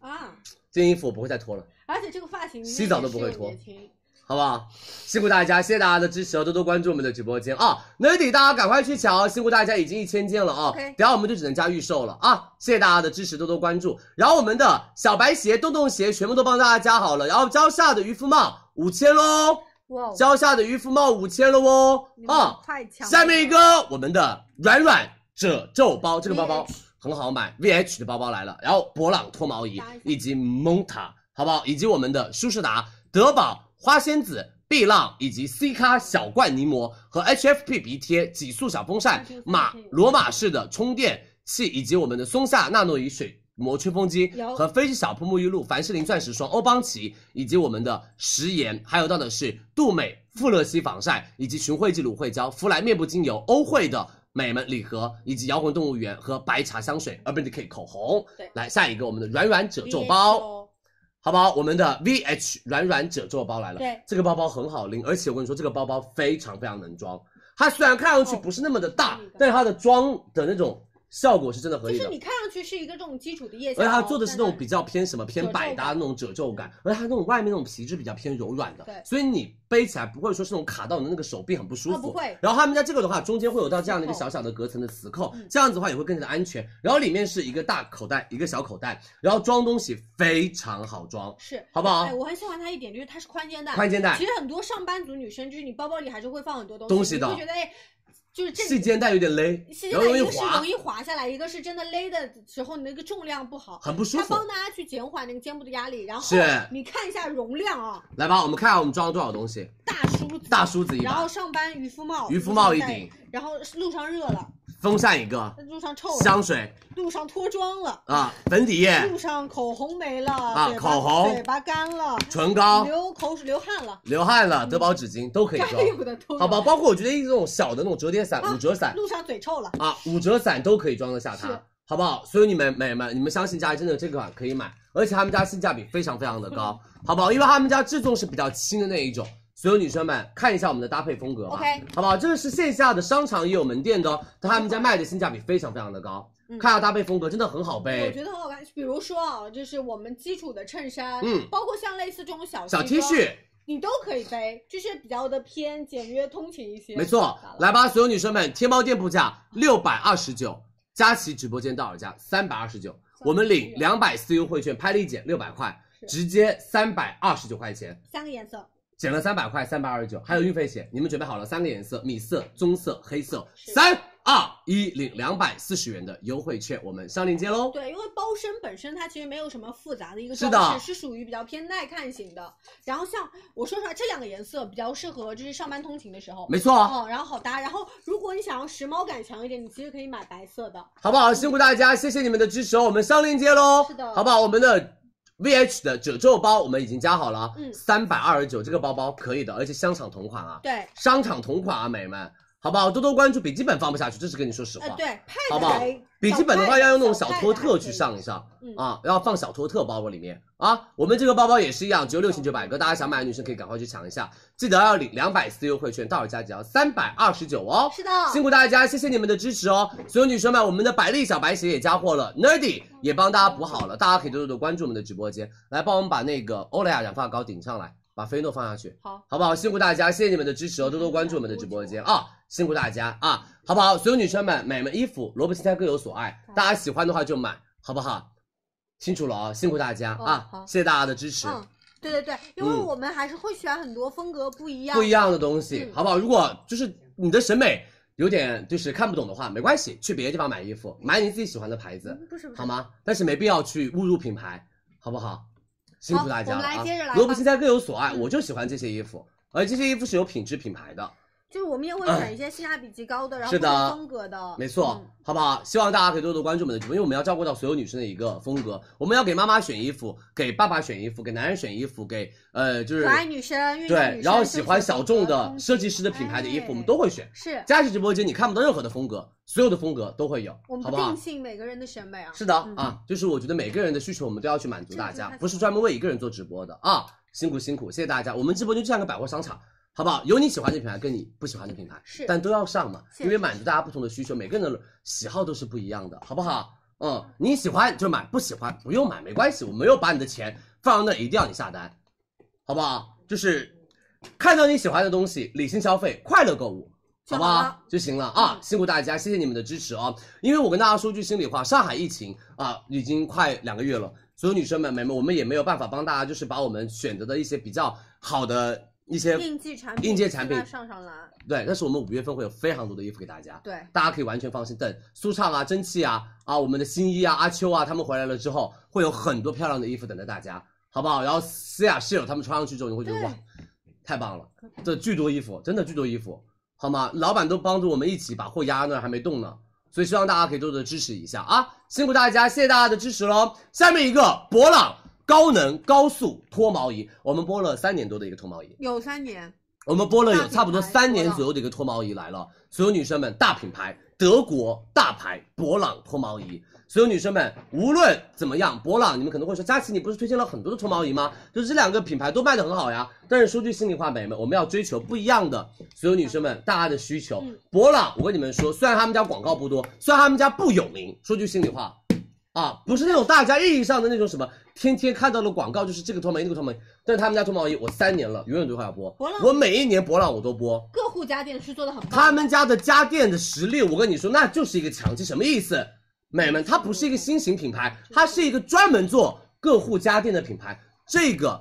Speaker 1: 啊，
Speaker 2: 这件衣服我不会再脱了，
Speaker 1: 而且这个发型
Speaker 2: 洗澡都不会脱
Speaker 1: 也是有年轻
Speaker 2: 好不好？辛苦大家，谢谢大家的支持哦，多多关注我们的直播间啊！Nerdy 大家赶快去抢哦，辛苦大家已经一千件了啊、
Speaker 1: OK
Speaker 2: 等下我们就只能加预售了啊！谢谢大家的支持，多多关注。然后我们的小白鞋、洞洞鞋全部都帮大家加好了，然后蕉下的渔夫帽五千喽，
Speaker 1: 哇哦，嗯
Speaker 2: 蕉下的渔夫帽五千了哦
Speaker 1: 你们
Speaker 2: 啊！
Speaker 1: 快抢！
Speaker 2: 下面一个，我们的软软褶皱包，这个包包很好买，VH 的包包来了，然后博朗脱毛仪
Speaker 1: 搭一下
Speaker 2: 以及蒙塔，好不好？以及我们的舒适达、德宝、花仙子、碧浪以及 C 咖小罐泥膜和 HFP 鼻贴、极速小风扇
Speaker 1: 这个、是
Speaker 2: 马
Speaker 1: 可以
Speaker 2: 罗马式的充电器以及我们的松下纳诺仪水。膜吹风机
Speaker 1: 有
Speaker 2: 和飞驰小泡沫浴露、凡士林钻石霜、欧邦琪以及我们的食盐，还有到的是杜美富乐皙防晒以及寻惠记芦荟胶、芙莱面部精油、欧惠的美门礼盒以及摇滚动物园和白茶香水 Urban Decay 口红。
Speaker 1: 对
Speaker 2: 来下一个我们的软软褶皱包。好不好？我们的 VH 软软褶皱包来了，
Speaker 1: 对，
Speaker 2: 这个包包很好拎，而且我跟你说，这个包包非常非常能装。它虽然看上去
Speaker 1: 哦
Speaker 2: 不是那么的大，
Speaker 1: 可以的
Speaker 2: 但是它的装的那种效果是真的可
Speaker 1: 就
Speaker 2: 以的
Speaker 1: 是。你看上去是一个这种基础的腋下，
Speaker 2: 而且它做的是那种
Speaker 1: 但
Speaker 2: 比较偏什么偏
Speaker 1: 褶皱
Speaker 2: 百搭
Speaker 1: 感
Speaker 2: 那种褶皱感，而且它那种外面那种皮质比较偏柔软的
Speaker 1: 对，
Speaker 2: 所以你背起来不会说是那种卡到你的那个手臂很不舒服。
Speaker 1: 哦不会
Speaker 2: 然后他们家这个的话，中间会有到这样的一个
Speaker 1: 磁
Speaker 2: 小
Speaker 1: 扣
Speaker 2: 小的隔层的磁扣
Speaker 1: 嗯，
Speaker 2: 这样子的话也会更加的安全。然后里面是一个大口袋，一个小口袋，然后装东西非常好装，
Speaker 1: 是。
Speaker 2: 好不好
Speaker 1: 哎，？我很喜欢它一点，就是它是宽肩带。
Speaker 2: 啊宽肩带
Speaker 1: 其实很多上班族女生，就是你包包里还是会放很多东
Speaker 2: 东西的
Speaker 1: 你会觉得哎，就是这
Speaker 2: 细肩带有点勒
Speaker 1: 细，肩
Speaker 2: 然后
Speaker 1: 带
Speaker 2: 容易
Speaker 1: 一个是
Speaker 2: 滑
Speaker 1: 容，易滑下来，一个是真的勒的时候你那个重量不好，
Speaker 2: 很不舒
Speaker 1: 它
Speaker 2: 服。
Speaker 1: 帮大家去减缓那个肩部的压力。然后
Speaker 2: 是
Speaker 1: 你看一下容量啊，
Speaker 2: 来吧，我们看下我们装了多少东西，
Speaker 1: 大梳子，
Speaker 2: 大梳子一
Speaker 1: 然
Speaker 2: 把
Speaker 1: 后，上班渔夫帽，
Speaker 2: 渔夫帽一
Speaker 1: 戴
Speaker 2: 顶，
Speaker 1: 然后路上哦热了，
Speaker 2: 风扇一个，
Speaker 1: 路上臭了，
Speaker 2: 香水
Speaker 1: 路上脱妆了，
Speaker 2: 啊，粉底液、
Speaker 1: 路上口红没了，
Speaker 2: 啊
Speaker 1: 嘴巴
Speaker 2: 口红
Speaker 1: 嘴巴干了，
Speaker 2: 唇膏、
Speaker 1: 流口水流汗了，
Speaker 2: 流汗了、德宝纸巾都可以
Speaker 1: 该
Speaker 2: 装，
Speaker 1: 有的都有
Speaker 2: 好吧？包括我觉得一种小的那种折叠伞、
Speaker 1: 啊
Speaker 2: 五折伞
Speaker 1: 路上嘴臭了，
Speaker 2: 啊，五折伞都可以装得下
Speaker 1: 是
Speaker 2: 它，好不好？所以你们美们，你们相信佳怡真的这款可以买，而且他们家性价比非常非常的高，
Speaker 1: 嗯
Speaker 2: 好不好？因为他们家制作是比较轻的那一种。所有女生们看一下我们的搭配风格吧
Speaker 1: OK
Speaker 2: 好不好？这个是线下的商场也有门店的哦，但他们家卖的性价比非常非常的高。
Speaker 1: 嗯
Speaker 2: 看一下搭配风格，真的很好
Speaker 1: 我
Speaker 2: 背。
Speaker 1: 觉得很好看。比如说啊，就是我们基础的衬衫，
Speaker 2: 嗯
Speaker 1: 包括像类似这种小
Speaker 2: 小 T
Speaker 1: 西装，
Speaker 2: 恤，
Speaker 1: 你都可以背，就是比较的偏简约通勤一些。
Speaker 2: 没错，来吧，所有女生们，天猫店铺价六百二十九，佳琦直播间到手价三百二十九，我们领两百四优惠券，拍立减六百块，
Speaker 1: 是
Speaker 2: 直接三百二十九块钱，
Speaker 1: 三个颜色，
Speaker 2: 减了三百块，三百二十九，还有运费险。你们准备好了？三个颜色，米色、棕色、黑色，
Speaker 1: 是
Speaker 2: 三二一，领两百四十元的优惠券，我们上链接喽。
Speaker 1: 对，因为包身本身它其实没有什么复杂的一个
Speaker 2: 是
Speaker 1: 装
Speaker 2: 的
Speaker 1: 饰，是属于比较偏耐看型的。然后像我说实话，这两个颜色比较适合就是上班通勤的时候。
Speaker 2: 没错哦，
Speaker 1: 哦，然后好搭。然后如果你想要时髦感强一点，你其实可以买白色的。
Speaker 2: 好不好？辛苦大家，谢谢你们的支持哦，我们上链接喽，
Speaker 1: 是的
Speaker 2: 好不好？我们的 VH 的褶皱包我们已经加好了啊，
Speaker 1: 嗯
Speaker 2: 三百二十九这个包包可以的，而且商场同款啊，
Speaker 1: 对，
Speaker 2: 商场同款啊，美们，好不好？多多关注，笔记本放不下去，这是跟你说实话，
Speaker 1: 呃，对，派
Speaker 2: 好不好
Speaker 1: 来
Speaker 2: 笔记本的话要用那种小托特去。
Speaker 1: 派的还可以
Speaker 2: 上一上
Speaker 1: 嗯
Speaker 2: 啊，要放小托特包包里面啊。我们这个包包也是一样，只有六千九百个，大家想买的女生可以赶快去抢一下，记得要领两百四优惠券，到手价只要哦三百二十九哦。
Speaker 1: 是的，
Speaker 2: 辛苦大家，谢谢你们的支持哦！所有女生们，我们的百丽小白鞋也加货了，Nerdy 也帮大家补好了，大家可以多多的关注我们的直播间，来帮我们把那个欧莱雅染发膏顶上来，把菲诺放下去，
Speaker 1: 好，嗯
Speaker 2: 好不好？辛苦大家，谢谢你们的支持哦，多多关注我们的直播间啊！辛苦大家啊，好不好？所有女生们，美们衣服，萝卜青菜各有所爱，大家喜欢的话就买，好不好？清楚了哦，辛苦大家
Speaker 1: 哦
Speaker 2: 啊！
Speaker 1: 好
Speaker 2: 谢谢大家的支持。
Speaker 1: 嗯，对对对，因为
Speaker 2: 嗯
Speaker 1: 我们还是会选很多风格不一样。
Speaker 2: 不一样的东西
Speaker 1: 嗯，
Speaker 2: 好不好？如果就是你的审美有点就是看不懂的话，没关系，去别的地方买衣服，买你自己喜欢的牌子，
Speaker 1: 嗯不是不是
Speaker 2: 好吗？但是没必要去侮辱品牌，好不好？辛苦大家了
Speaker 1: 我们来接着来
Speaker 2: 啊！
Speaker 1: 吧嗯
Speaker 2: 萝卜青菜各有所爱，我就喜欢这些衣服，而这些衣服是有品质品牌的，
Speaker 1: 就是我们也会选一些性价比极高的，然后
Speaker 2: 嗯是
Speaker 1: 不
Speaker 2: 的
Speaker 1: 同风格的，
Speaker 2: 没错
Speaker 1: 嗯，
Speaker 2: 好不好？希望大家可以多多关注我们的直播，因为我们要照顾到所有女生的一个风格，我们要给妈妈选衣服，给爸爸选衣服，给男人选衣服，给呃就是
Speaker 1: 可爱女生、运动女
Speaker 2: 对
Speaker 1: 生，
Speaker 2: 然后喜欢小众
Speaker 1: 休闲风格
Speaker 2: 的设计师的品牌的衣服，我们都会选。
Speaker 1: 是
Speaker 2: 佳琦直播间你看不到任何的风格，所有的风格都会有
Speaker 1: 我，们
Speaker 2: 好
Speaker 1: 不
Speaker 2: 不好
Speaker 1: 定？性每个人的审美啊。
Speaker 2: 是的、
Speaker 1: 嗯
Speaker 2: 啊，就是我觉得每个人的需求我们都要去满足大
Speaker 1: 这个真的
Speaker 2: 家
Speaker 1: 太好，了
Speaker 2: 不是专门为一个人做直播的啊，辛苦辛苦，谢谢大家。我们直播间就像个百货商场，好不好？有你喜欢的品牌跟你不喜欢的品牌，
Speaker 1: 是
Speaker 2: 但都要上嘛，
Speaker 1: 谢谢
Speaker 2: 因为满足大家不同的需求，每个人的喜好都是不一样的，好不好？嗯，你喜欢就买，不喜欢不用买，没关系，我没有把你的钱放到那，一定要你下单，好不好？就是看到你喜欢的东西，理性消费，快乐购物，
Speaker 1: 就好
Speaker 2: 好不
Speaker 1: 了嗯
Speaker 2: 好？就行了啊！辛苦大家，谢谢你们的支持哦。因为我跟大家说句心里话，上海疫情啊已经快两个月了，所有女生们、美们，我们也没有办法帮大家，就是把我们选择的一些比较好的一些
Speaker 1: 应季产品，
Speaker 2: 应届产品
Speaker 1: 现在上上来，
Speaker 2: 对，但是我们五月份会有非常多的衣服给大家，
Speaker 1: 对，
Speaker 2: 大家可以完全放心。等舒畅啊、蒸汽啊、啊我们的新一啊、阿秋啊他们回来了之后，会有很多漂亮的衣服等着大家，好不好？然后思雅室友他们穿上去之后，你会觉得
Speaker 1: 对
Speaker 2: 哇，太棒了，这巨多衣服，真的巨多衣服，好吗？老板都帮助我们一起把货压那儿还没动呢，所以希望大家可以多多支持一下啊！辛苦大家，谢谢大家的支持喽。下面一个博朗高能高速脱毛仪，我们播了三年多的一个脱毛仪，
Speaker 1: 有三年，
Speaker 2: 我们播了
Speaker 3: 大
Speaker 2: 有
Speaker 3: 品牌
Speaker 2: 差不多三年
Speaker 3: 波浪
Speaker 2: 左右的一个脱毛仪来了，所有女生们，大品牌德国大牌博朗脱毛仪，所有女生们，无论怎么样，博朗你们可能会说，佳琪你不是推荐了很多的脱毛仪吗？就这两个品牌都卖的很好呀。但是说句心里话，美眉们，我们要追求不一样的，所有女生们大家的需求。
Speaker 3: 嗯
Speaker 2: 博朗，我跟你们说，虽然他们家广告不多，虽然他们家不有名，说句心里话，啊，不是那种大家意义上的那种什么，天天看到的广告就是这个脱毛仪那个脱毛仪，但是他们家脱毛仪我三年了，永远都会要播
Speaker 3: 博朗，
Speaker 2: 我每一年博朗我都播。
Speaker 1: 各户家电是做的很棒的。
Speaker 2: 他们家的家电的实力，我跟你说，那就是一个强劲，什么意思？美们，它不是一个新型品牌，它是一个专门做各户家电的品牌。这个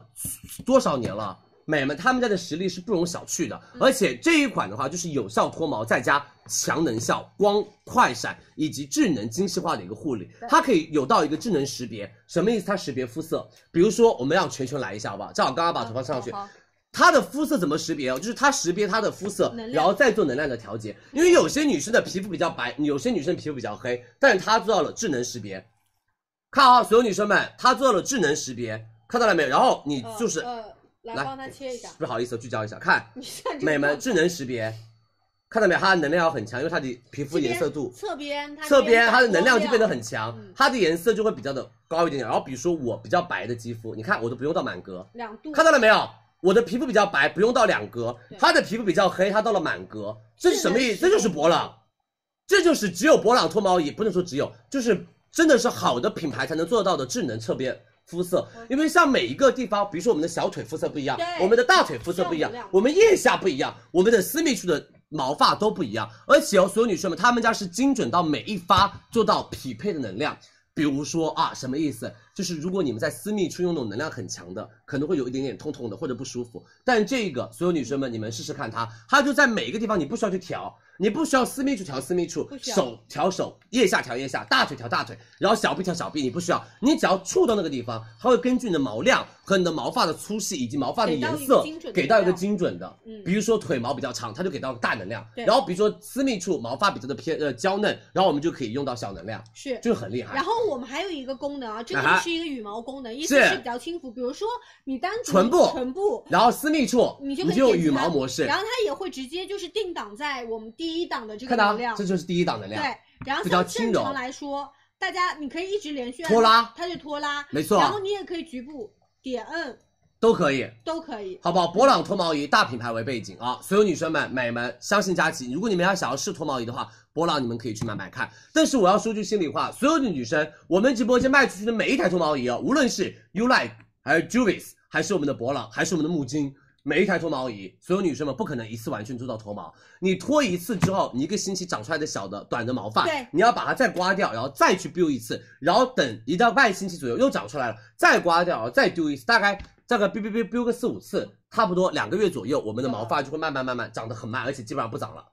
Speaker 2: 多少年了？美们，他们家的实力是不容小觑的，而且这一款的话就是有效脱毛，再加强能效、光快闪以及智能精细化的一个护理，它可以有到一个智能识别，什么意思？它识别肤色，比如说我们让全全来一下好不好？正好刚刚把头发上去，它的肤色怎么识别哦？就是它识别它的肤色
Speaker 1: 能，量
Speaker 2: 然后再做能量的调节。因为有些女生的皮肤比较白，有些女生皮肤比较黑，但是它做到了智能识别。看啊，所有女生们，它做到了智能识别，看到了没有？然后你
Speaker 1: 呃
Speaker 2: 就是、
Speaker 1: 呃，来
Speaker 2: 来
Speaker 1: 帮他切一下。
Speaker 2: 不好意思，聚焦一下，看
Speaker 1: 你看这
Speaker 2: 美们
Speaker 1: 个
Speaker 2: 智能识别，看到没有？它的能量要很强，因为它的皮肤
Speaker 1: 这边
Speaker 2: 颜色度
Speaker 1: 侧边，它
Speaker 2: 侧边
Speaker 1: 这
Speaker 2: 它的能量
Speaker 1: 打光
Speaker 2: 就变得很强
Speaker 1: 嗯，
Speaker 2: 它的颜色就会比较的高一点点。然后比如说我比较白的肌肤，你看我都不用到满格，
Speaker 1: 两度，
Speaker 2: 看到了没有？我的皮肤比较白，不用到两格；他的皮肤比较黑，他到了满格。这是什么意思？
Speaker 1: 是的
Speaker 2: 这就是博朗，这就是只有博朗脱毛仪，不能说只有，就是真的是好的品牌才能做得到的智能侧边肤色。因为像每一个地方，比如说我们的小腿肤色不一样
Speaker 1: 对，
Speaker 2: 我们的大腿肤色不一样
Speaker 1: 像我们俩，
Speaker 2: 我们腋下不一样，我们的私密处的。毛发都不一样，而且哦，所有女生们，她们家是精准到每一发做到匹配的能量，比如说啊，什么意思？就是如果你们在私密处用那种能量很强的，可能会有一点点痛痛的或者不舒服。但这个所有女生们，你们试试看它，它就在每一个地方，你不需要去调，你不需要私密处调私密处
Speaker 1: 不，需要
Speaker 2: 手调手，腋下调腋下，大腿调大腿，然后小臂调小臂，你不需要，你只要触到那个地方，它会根据你的毛量和你的毛发的粗细以及毛发的颜
Speaker 1: 给到
Speaker 2: 色
Speaker 1: 一个精准的，
Speaker 2: 给到一
Speaker 1: 能
Speaker 2: 个
Speaker 1: 量
Speaker 2: 精准的。
Speaker 1: 嗯
Speaker 2: 比如说腿毛比较长，它就给到大能量。
Speaker 1: 对
Speaker 2: 然后比如说私密处毛发比较的偏呃娇嫩，然后我们就可以用到小能量，
Speaker 1: 是。
Speaker 2: 就是很厉害。
Speaker 1: 然后我们还有一个功能啊，这
Speaker 2: 啊
Speaker 1: 个
Speaker 2: 哈
Speaker 1: 是一个羽毛功能，意
Speaker 2: 是
Speaker 1: 思是比较轻浮，比如说你单独
Speaker 2: 唇部
Speaker 1: 唇部，
Speaker 2: 然后私密处
Speaker 1: 你就
Speaker 2: 你
Speaker 1: 可以
Speaker 2: 就有
Speaker 1: 点击
Speaker 2: 羽
Speaker 1: 它
Speaker 2: 毛模式
Speaker 1: 啊然，后它也会直接就是定档在我们第一档的这个
Speaker 2: 看到啊
Speaker 1: 能量，
Speaker 2: 这就是第一档能量，
Speaker 1: 对，然后
Speaker 2: 比较
Speaker 1: 像
Speaker 2: 轻
Speaker 1: 正
Speaker 2: 柔
Speaker 1: 常来说，大家你可以一直连续按
Speaker 2: 拖拉
Speaker 1: 它就拖拉，
Speaker 2: 没错
Speaker 1: 然后你也可以局部点摁
Speaker 2: 都可以，
Speaker 1: 都可以，
Speaker 2: 好不好？博朗脱毛仪大品牌为背景啊，所有女生们、美们，相信佳琪，如果你们要想要试脱毛仪的话，博朗你们可以去买买看。但是我要说句心里话，所有的女生，我们直播间卖出去的每一台脱毛仪啊，无论是 U Like 还是 Juvis，还是我们的博朗，还是我们的木金。每一台脱毛仪，所有女生们不可能一次完全做到脱毛。你脱一次之后，你一个星期长出来的小的短的毛发，
Speaker 1: 对
Speaker 2: 你要把它再刮掉，然后再去 build 一次，然后等一到半星期左右又长出来了，再刮掉，然后再丢一次，大概大概 build build build build 个四五次，差不多两个月左右，我们的毛发就会慢慢慢慢长得很慢，而且基本上不长了。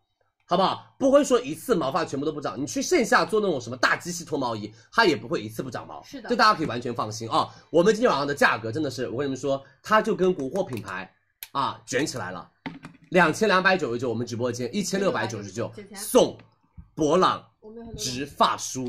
Speaker 2: 好不好？不会说一次毛发全部都不长，你去线下做那种什么大机器脱毛仪，它也不会一次不长毛。
Speaker 1: 是的
Speaker 2: 这大家可以完全放心啊、我们今天晚上的价格真的是，我跟你们说，它就跟国货品牌啊卷起来了，两千两百九十九，我们直播间一千六百九十九
Speaker 1: 减钱
Speaker 2: 送博朗
Speaker 1: 我们有很多
Speaker 2: 直发梳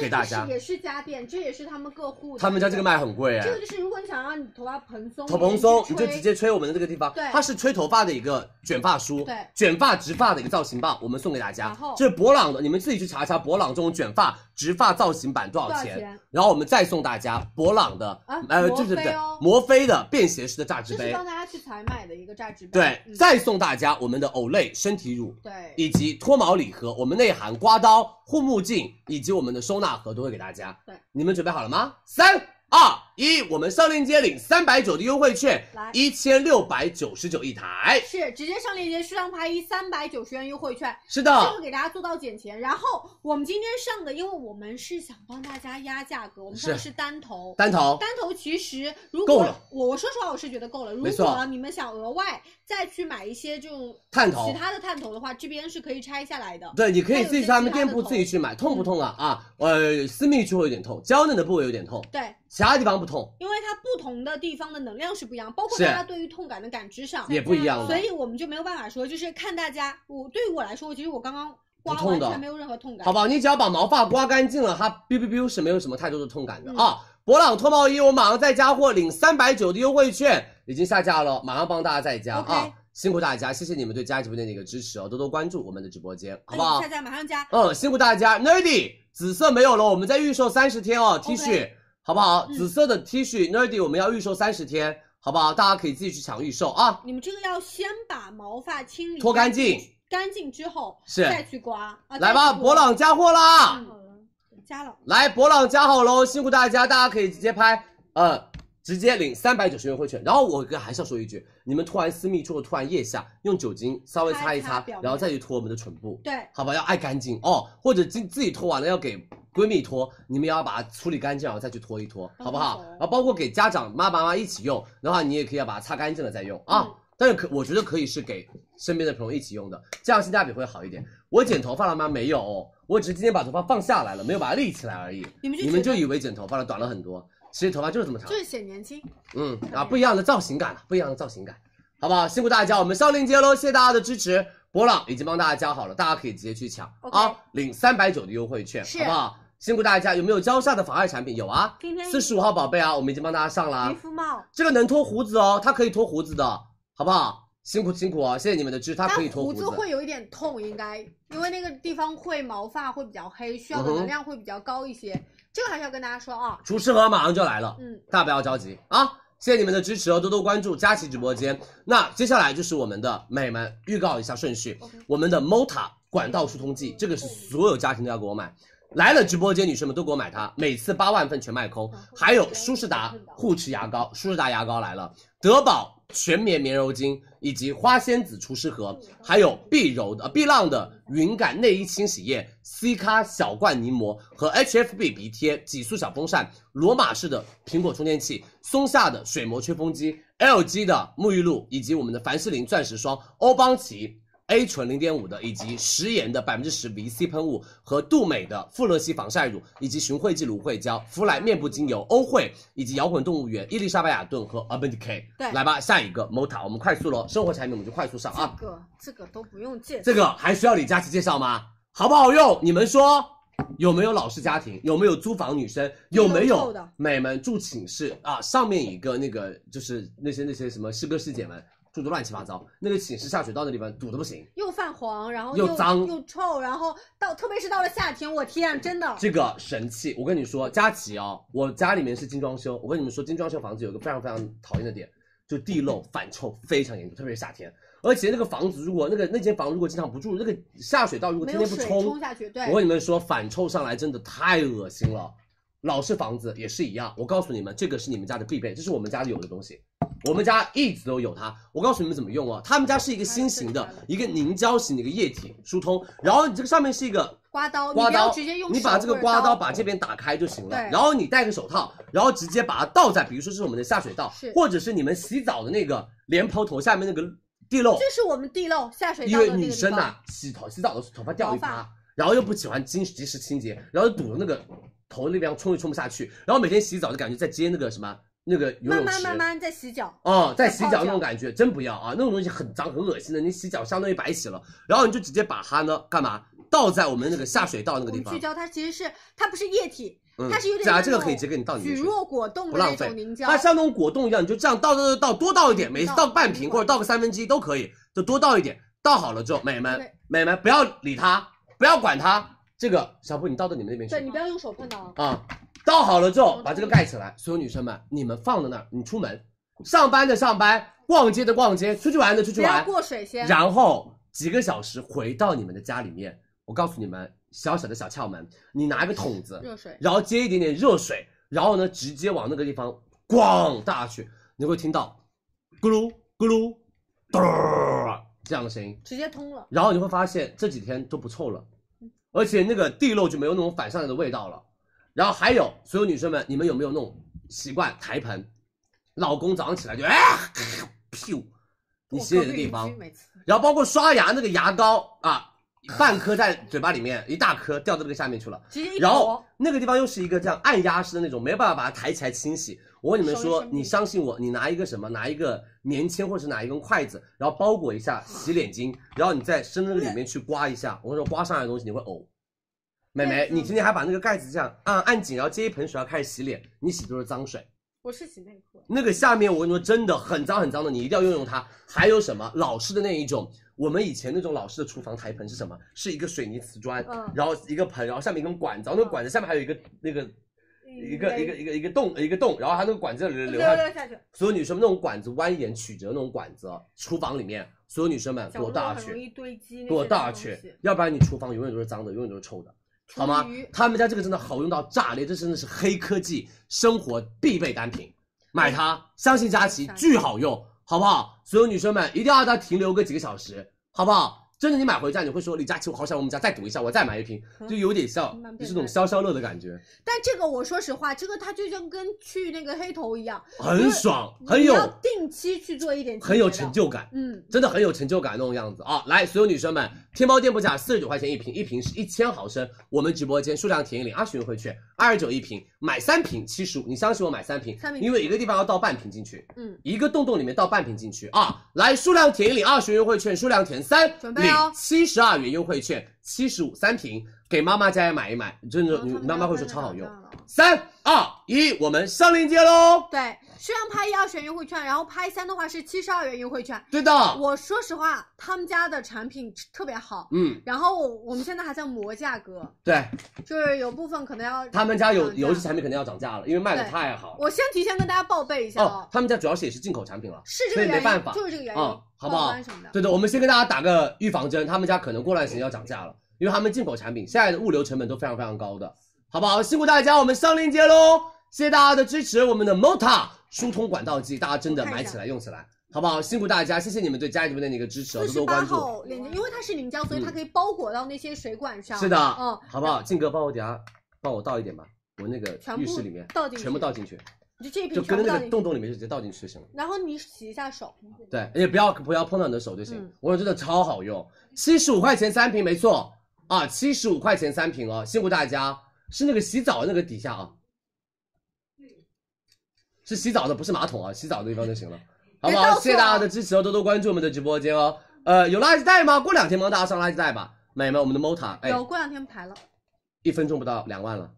Speaker 2: 给大
Speaker 1: 这
Speaker 2: 家
Speaker 1: 个是，也是家电，这也是他们各户的
Speaker 2: 他们家这个卖很贵哎
Speaker 1: 这。个就是如果你想让你头发蓬松，
Speaker 2: 头蓬松，
Speaker 1: 你
Speaker 2: 你就直接吹我们的这个地方，
Speaker 1: 对
Speaker 2: 它是吹头发的一个卷发梳，
Speaker 1: 对
Speaker 2: 卷发直发的一个造型棒，我们送给大家
Speaker 1: 然后。
Speaker 2: 这是博朗的，你们自己去查一查博朗这种卷发直发造型版多少
Speaker 1: 多少钱
Speaker 2: 然后我们再送大家博朗的
Speaker 1: 啊，
Speaker 2: 呃，
Speaker 1: 摩
Speaker 2: 对对
Speaker 1: 飞
Speaker 2: 对
Speaker 1: 哦，
Speaker 2: 摩飞的便携式的榨汁
Speaker 1: 这是
Speaker 2: 杯
Speaker 1: 帮，大家去采买的一个榨汁杯，
Speaker 2: 对，
Speaker 1: 嗯
Speaker 2: 再送大家我们的 Olay 身体乳，
Speaker 1: 对，
Speaker 2: 以及脱毛礼盒，我们内含刮刀、护目镜以及我们的收纳盒都会给大家。
Speaker 1: 对，
Speaker 2: 你们准备好了吗？三二一，我们上链接领三百九的优惠券
Speaker 1: 来，
Speaker 2: 一千六百九十九一台。
Speaker 1: 是直接上链接数量拍一三百九十元优惠券，
Speaker 2: 是
Speaker 1: 这个
Speaker 2: 的，
Speaker 1: 给大家做到减钱。然后我们今天上的，因为我们是想帮大家压价格，我们上的
Speaker 2: 是
Speaker 1: 是单头。
Speaker 2: 单头
Speaker 1: 单头其实如
Speaker 2: 哦够
Speaker 1: 果
Speaker 2: 了
Speaker 1: 我我说实话我是觉得够了。如
Speaker 2: 没
Speaker 1: 果
Speaker 2: 错
Speaker 1: 你们想额外再去买一些这种
Speaker 2: 探
Speaker 1: 其
Speaker 2: 头。
Speaker 1: 他的探头的话，这边是可以拆下来的。
Speaker 2: 对，你可以自己去他们店
Speaker 1: 还有一些其他的
Speaker 2: 铺
Speaker 1: 头
Speaker 2: 自己去买，痛不痛啊？啊，呃，私密处会有点痛，娇嫩的部位有点痛，
Speaker 1: 对，
Speaker 2: 其他地方不痛，
Speaker 1: 因为它不同的地方的能量是不一样，包括
Speaker 2: 是
Speaker 1: 大家对于痛感的感知上，
Speaker 2: 也不一样
Speaker 1: 所
Speaker 2: 的。
Speaker 1: 以我们就没有办法说，就是看大家。我对于我来说，我其实我刚刚刮
Speaker 2: 不痛
Speaker 1: 完
Speaker 2: 的
Speaker 1: 全没有任何痛感，
Speaker 2: 好不好？你只要把毛发刮干净了，它 biu biu biu 是没有什么太多的痛感
Speaker 1: 嗯
Speaker 2: 的、啊。博朗脱毛仪，我马上再加货，领三百九的优惠券，已经下架了，马上帮大家再加
Speaker 1: OK
Speaker 2: 啊！辛苦大家，谢谢你们对佳怡直播间的一个支持哦，多多关注我们的直播间，好不好
Speaker 1: 大？家马上加，
Speaker 2: 嗯，辛苦大家。Nerdy 紫色没有了，我们在预售三十天哦，T 恤好不好？
Speaker 1: 嗯
Speaker 2: 紫色的 T 恤 Nerdy 我们要预售三十天，好不好？大家可以自己去抢预售啊。
Speaker 1: 你们这个要先把毛发清理
Speaker 2: 脱干净，
Speaker 1: 干净之后
Speaker 2: 是
Speaker 1: 再去刮啊。
Speaker 2: 来吧，博朗加货啦！
Speaker 1: 嗯加了，
Speaker 2: 来，博朗加好喽，辛苦大家，大家可以直接拍，呃，直接领三百九十元优惠券。然后我跟还是要说一句，你们涂完私密处，涂完腋下，用酒精稍微擦
Speaker 1: 擦一
Speaker 2: 一
Speaker 1: 擦
Speaker 2: 擦
Speaker 1: 表，面
Speaker 2: 然后再去涂我们的唇部，
Speaker 1: 对，
Speaker 2: 好吧？要爱干净哦，或者自自己拖完了要给闺蜜拖，你们也要把它处理干净，然后再去拖一拖，好不好？
Speaker 1: 嗯
Speaker 2: 然后包括给家长妈爸妈一起用的话，你也可以要把它擦干净了再用啊。
Speaker 1: 嗯
Speaker 2: 但是可我觉得可以是给身边的朋友一起用的，这样性价比会好一点。我剪头发了吗？没有、我只是今天把头发放下来了，没有把它立起来而已。
Speaker 1: 你们就
Speaker 2: 你们
Speaker 1: 觉
Speaker 2: 就
Speaker 1: 得
Speaker 2: 以为剪头发了，短了很多，其实头发就是这么长
Speaker 1: 就。是显年轻。
Speaker 2: 嗯啊，不一样的造型感了，不一样的造型感，好不好？辛苦大家，我们上链接喽，谢谢大家的支持。博朗已经帮大家加好了，大家可以直接去抢
Speaker 1: OK
Speaker 2: 啊，领三百九的优惠券，
Speaker 1: 是
Speaker 2: 好不好？辛苦大家，有没有蕉下的防晒产品？有啊
Speaker 1: 今天，
Speaker 2: 四十五号宝贝啊，我们已经帮大家上了啊
Speaker 1: 渔。夫帽，
Speaker 2: 这个能脱胡子哦，它可以脱胡子的，好不好？辛苦辛苦哦，谢谢你们的支持，它可以脱
Speaker 1: 胡
Speaker 2: 子
Speaker 1: 子。会有一点痛，应该因为那个地方会毛发会比较黑，需要的
Speaker 2: 嗯
Speaker 1: 能
Speaker 2: 哼
Speaker 1: 量会比较高一些。这个还是要跟大家说啊，
Speaker 2: 厨师盒马上就来了，
Speaker 1: 嗯，
Speaker 2: 大家不要着急啊！谢谢你们的支持哦，多多关注佳琦直播间。那接下来就是我们的美们预告一下顺序
Speaker 1: OK
Speaker 2: 我们的 Mota 管道疏通剂，这个是所有家庭都要给我买。来了直播间，女生们都给我买它，每次八万份全卖空。还有舒适达护齿牙膏，舒适达牙膏来了，德宝全棉棉柔巾以及花仙子除湿盒，还有碧柔的呃碧浪的云感内衣清洗液，C 咖小罐泥膜和 HFB 鼻贴挤速小风扇，罗马式的苹果充电器，松下的水膜吹风机，LG 的沐浴露以及我们的凡士林钻石霜，欧邦琪 A 醇零点五的，以及食盐的百分之十 VC 喷雾和杜美的富勒烯防晒乳，以及寻惠记芦荟胶、芙莱面部精油、欧惠以及摇滚动物园、伊丽莎白雅顿和 Urban Decay。
Speaker 1: 对
Speaker 2: 来吧，下一个 Mota，我们快速咯，生活产品我们就快速上
Speaker 1: 这
Speaker 2: 啊。
Speaker 1: 个这个都不用介绍，
Speaker 2: 这个还需要李佳琦介绍吗？好不好用？你们说有没有老式家庭？有没有租房女生？有没
Speaker 1: 有
Speaker 2: 有
Speaker 1: 的
Speaker 2: 美们住寝室啊？上面一个那个就是那些那些什么师哥师姐们住的乱七八糟，那个寝室下水道那地方堵的不行。
Speaker 1: 又泛黄，然后
Speaker 2: 又脏
Speaker 1: 又臭，然后到特别是到了夏天，我天，真的
Speaker 2: 这个神器，我跟你说，佳琪哦，我家里面是精装修，我跟你们说，精装修房子有一个非常非常讨厌的点，就地漏反臭非常严重，特别是夏天。而且那个房子如果那个那间房如果经常不住，那个下水道如果
Speaker 1: 没
Speaker 2: 天
Speaker 1: 有
Speaker 2: 天不
Speaker 1: 水
Speaker 2: 冲，
Speaker 1: 冲下去，对
Speaker 2: 我，跟你们说，反臭上来真的太恶心了。老式房子也是一样，我告诉你们，这个是你们家的必备，这是我们家里有的东西，我们家一直都有它。我告诉你们怎么用哦，他们家是一个新型的一个凝胶型的一个液体疏通，然后你这个上面是一个
Speaker 1: 刮刀，
Speaker 2: 刮
Speaker 1: 哦你不要
Speaker 2: 刀，
Speaker 1: 直接用
Speaker 2: 你
Speaker 1: 手
Speaker 2: 把这个
Speaker 1: 或者
Speaker 2: 刮刀
Speaker 1: 刀
Speaker 2: 把这边打开就行了
Speaker 1: 对，
Speaker 2: 然后你戴个手套，然后直接把它倒在，比如说是我们的下水道
Speaker 1: 是，
Speaker 2: 或者是你们洗澡的那个莲蓬头下面那个地漏，
Speaker 1: 这是我们地漏下水
Speaker 2: 因
Speaker 1: 道的
Speaker 2: 为
Speaker 1: 那个
Speaker 2: 女生
Speaker 1: 地
Speaker 2: 呐、
Speaker 1: 方
Speaker 2: 洗头洗澡的时候头发掉一
Speaker 1: 头
Speaker 2: 趴
Speaker 1: 发，
Speaker 2: 然后又不喜欢及及时清洁，然后堵着那个头那边冲也冲不下去，然后每天洗澡就感觉在接那个什么那个游
Speaker 1: 慢
Speaker 2: 泳
Speaker 1: 慢
Speaker 2: 池。
Speaker 1: 慢慢在洗脚，
Speaker 2: 哦，在洗
Speaker 1: 在泡
Speaker 2: 脚那
Speaker 1: 脚
Speaker 2: 种感觉真不要啊，那种东西很脏很恶心的，你洗脚相当于白洗了。然后你就直接把它呢干嘛倒在我们那个下水道那个
Speaker 1: 我
Speaker 2: 地
Speaker 1: 们
Speaker 2: 方
Speaker 1: 聚，焦它其实是它不是液体，
Speaker 2: 嗯
Speaker 1: 它是有点
Speaker 2: 假
Speaker 1: 那
Speaker 2: 如这个可以
Speaker 1: 种
Speaker 2: 直接给你倒进
Speaker 1: 举
Speaker 2: 去，
Speaker 1: 弱果冻
Speaker 2: 不
Speaker 1: 的那
Speaker 2: 浪费
Speaker 1: 种凝胶，
Speaker 2: 它像那种果冻一样，你就这样倒倒倒倒多倒一点，
Speaker 1: 嗯
Speaker 2: 每次倒半瓶或者倒个三分之一都可以，就多倒一点。倒好了之后，美们
Speaker 1: 对
Speaker 2: 美们不要理它，不要管它。这个小布，你倒到你们那边
Speaker 1: 对
Speaker 2: 去
Speaker 1: 你不要用手碰到，
Speaker 2: 啊。倒好了之后，把这个盖起来。所有女生们，你们放在那儿，你出门上班的上班，逛街的逛街，出去玩的出去
Speaker 1: 不要
Speaker 2: 玩，
Speaker 1: 过水先。
Speaker 2: 然后几个小时回到你们的家里面。我告诉你们，小小的小窍门，你拿一个桶子，
Speaker 1: 热水，
Speaker 2: 然后接一点点热水，然后呢，直接往那个地方咣倒下去，你会听到咕噜咕噜嘟儿这样的声音，
Speaker 1: 直接通了。
Speaker 2: 然后你会发现这几天都不臭了，而且那个地漏就没有那种反上来的味道了。然后还有所有女生们，你们有没有那种习惯抬盆？老公早上起来就哎，噗，你洗脸的地
Speaker 1: 我
Speaker 2: 方
Speaker 1: 隔壁邻居，每次
Speaker 2: 然后包括刷牙那个牙膏啊，半颗在嘴巴里面，一大颗掉到那个下面去了。
Speaker 1: 直接一
Speaker 2: 然后
Speaker 1: 坨
Speaker 2: 那个地方又是一个这样按压式的那种，没有办法把它抬起来清洗。我跟你们
Speaker 1: 稍微
Speaker 2: 说
Speaker 1: 生，病
Speaker 2: 你相信我，你拿一个什么，拿一个棉签或者是拿一根筷子，然后包裹一
Speaker 1: 啊
Speaker 2: 下洗脸巾，然后你再伸那个里面去刮一下。我跟你说，刮上来的东西你会呕。妹妹，
Speaker 1: 对嗯
Speaker 2: 你今天还把那个盖子这样按按紧，然后接一盆水，要开始洗脸，你洗的都是脏水，
Speaker 1: 我是洗内裤，
Speaker 2: 那个下面我跟你说，真的很脏很脏的，你一定要用用它。还有什么老式的那一种，我们以前那种老式的厨房台盆是什么？是一个水泥瓷砖，
Speaker 3: 嗯
Speaker 2: 然后一个盆，然后下面一根管子，然后那个管子下面还有一个那个一个一个一个一个洞一个洞，然后它那个管子流流
Speaker 3: 溜
Speaker 2: 下
Speaker 3: 溜下去，
Speaker 2: 所有女生们那种管子蜿蜒曲折那种管子，厨房里面所有女生们
Speaker 1: 角落
Speaker 2: 多大
Speaker 1: 很容
Speaker 2: 去，
Speaker 1: 易堆积那些
Speaker 2: 多大
Speaker 1: 东西
Speaker 2: 去，要不然你厨房永远都是脏的，永远都是臭的，
Speaker 1: 厨
Speaker 2: 好吗
Speaker 1: 余？
Speaker 2: 他们家这个真的好用到炸裂，这真的是黑科技生活必备单品，买它，相信佳琪
Speaker 1: 相信
Speaker 2: 巨好用，好不好？所有女生们一定要它停留个几个小时，好不好？真的，你买回家你会说李佳琦，我好想我们家再赌一下，我再买一瓶，就有点像
Speaker 1: 嗯慢慢
Speaker 2: 就是
Speaker 1: 变
Speaker 2: 那种
Speaker 1: 态
Speaker 2: 消消乐的感觉，
Speaker 1: 但这个我说实话，这个它就像跟去那个黑头一样，
Speaker 2: 很爽，很
Speaker 1: 你
Speaker 2: 有
Speaker 1: 要定期去做一点，
Speaker 2: 很有成。就感。
Speaker 1: 嗯，
Speaker 2: 真的很有成就感那种样子啊！来，所有女生们，天猫店铺价四十九块钱一瓶，一瓶是一千毫升，我们直播间数量填一领二十元回券，二十九一瓶，买三瓶七十五，你相信我买三瓶
Speaker 1: 三，瓶
Speaker 2: 因为一个地方要倒半瓶进去，
Speaker 1: 嗯，
Speaker 2: 一个洞洞里面倒半瓶进去啊！来，数量填一领二十元优惠券，数量填三，
Speaker 1: 准备
Speaker 2: 领
Speaker 1: 哦
Speaker 2: 七十二元优惠券，七十五三瓶，给妈妈家也买一买，真的，
Speaker 1: 然后
Speaker 2: 你
Speaker 1: 他们
Speaker 2: 妈妈
Speaker 1: 家
Speaker 2: 会
Speaker 1: 真
Speaker 2: 说
Speaker 1: 的
Speaker 2: 超好
Speaker 1: 长
Speaker 2: 用
Speaker 1: 大了。
Speaker 2: 三二一，我们上链接喽！
Speaker 1: 对，数量拍一二十元优惠券，然后拍三的话是七十二元优惠券。
Speaker 2: 对的，
Speaker 1: 我说实话，他们家的产品特别好，
Speaker 2: 嗯，
Speaker 1: 然后我我们现在还在磨价格，
Speaker 2: 对
Speaker 1: 就是有部分可能要
Speaker 2: 他们家
Speaker 1: 涨
Speaker 2: 有
Speaker 1: 价
Speaker 2: 有一些产品肯定要涨价了，因为卖的
Speaker 1: 嗯对
Speaker 2: 太好了。
Speaker 1: 我先提前跟大家报备一下
Speaker 2: 哦，，他们家主要是也是进口产品了。
Speaker 1: 是这个
Speaker 2: 所以没
Speaker 1: 原因，
Speaker 2: 办法
Speaker 1: 就是这个原因，
Speaker 2: 嗯好不好
Speaker 1: 报关什么的。
Speaker 2: 对的，我们先跟大家打个预防针，他们家可能过段时间要涨价了，因为他们进口产品现在的物流成本都非常非常高的，好不好？辛苦大家，我们上链接喽，谢谢大家的支持，我们的 Mota 疏通管道剂，大家真的
Speaker 1: 我看
Speaker 2: 买
Speaker 1: 一下
Speaker 2: 起来用起来，好不好？辛苦大家，谢谢你们对佳怡直播间的一个支持，
Speaker 1: 四
Speaker 2: 哦，多
Speaker 1: 十
Speaker 2: 多
Speaker 1: 八
Speaker 2: 关注。嗯
Speaker 1: 号链接，因为它是你们家，所以它可以包裹到那些水管上。
Speaker 2: 是的，
Speaker 1: 嗯，
Speaker 2: 好不好？静哥帮我等下帮我倒一点吧，我那个
Speaker 1: 全部
Speaker 2: 浴室里面
Speaker 1: 倒进去
Speaker 2: 全部倒进去，
Speaker 1: 你就这一
Speaker 2: 就
Speaker 1: 瓶全
Speaker 2: 跟
Speaker 1: 部
Speaker 2: 那
Speaker 1: 倒
Speaker 2: 个
Speaker 1: 进去，
Speaker 2: 洞洞里面就直接倒进去就行了。
Speaker 1: 然后你洗一下手。
Speaker 2: 对，也不要不要碰到你的手就行。
Speaker 1: 嗯
Speaker 2: 我说真的超好用，七十五块钱三瓶，没错啊，七十五块钱三瓶哦，辛苦大家。是那个洗澡的那个底下啊，是洗澡的，不是马桶啊，洗澡的地方就行了，好不
Speaker 1: 别告诉
Speaker 2: 好？
Speaker 1: 我
Speaker 2: 谢谢大家的支持哦，多多关注我们的直播间哦。呃，有垃圾袋吗？过两天帮大家上垃圾袋吧，美们，我们的 Mota，哎，
Speaker 1: 有，过两天排了。
Speaker 2: 一分钟不到两万了，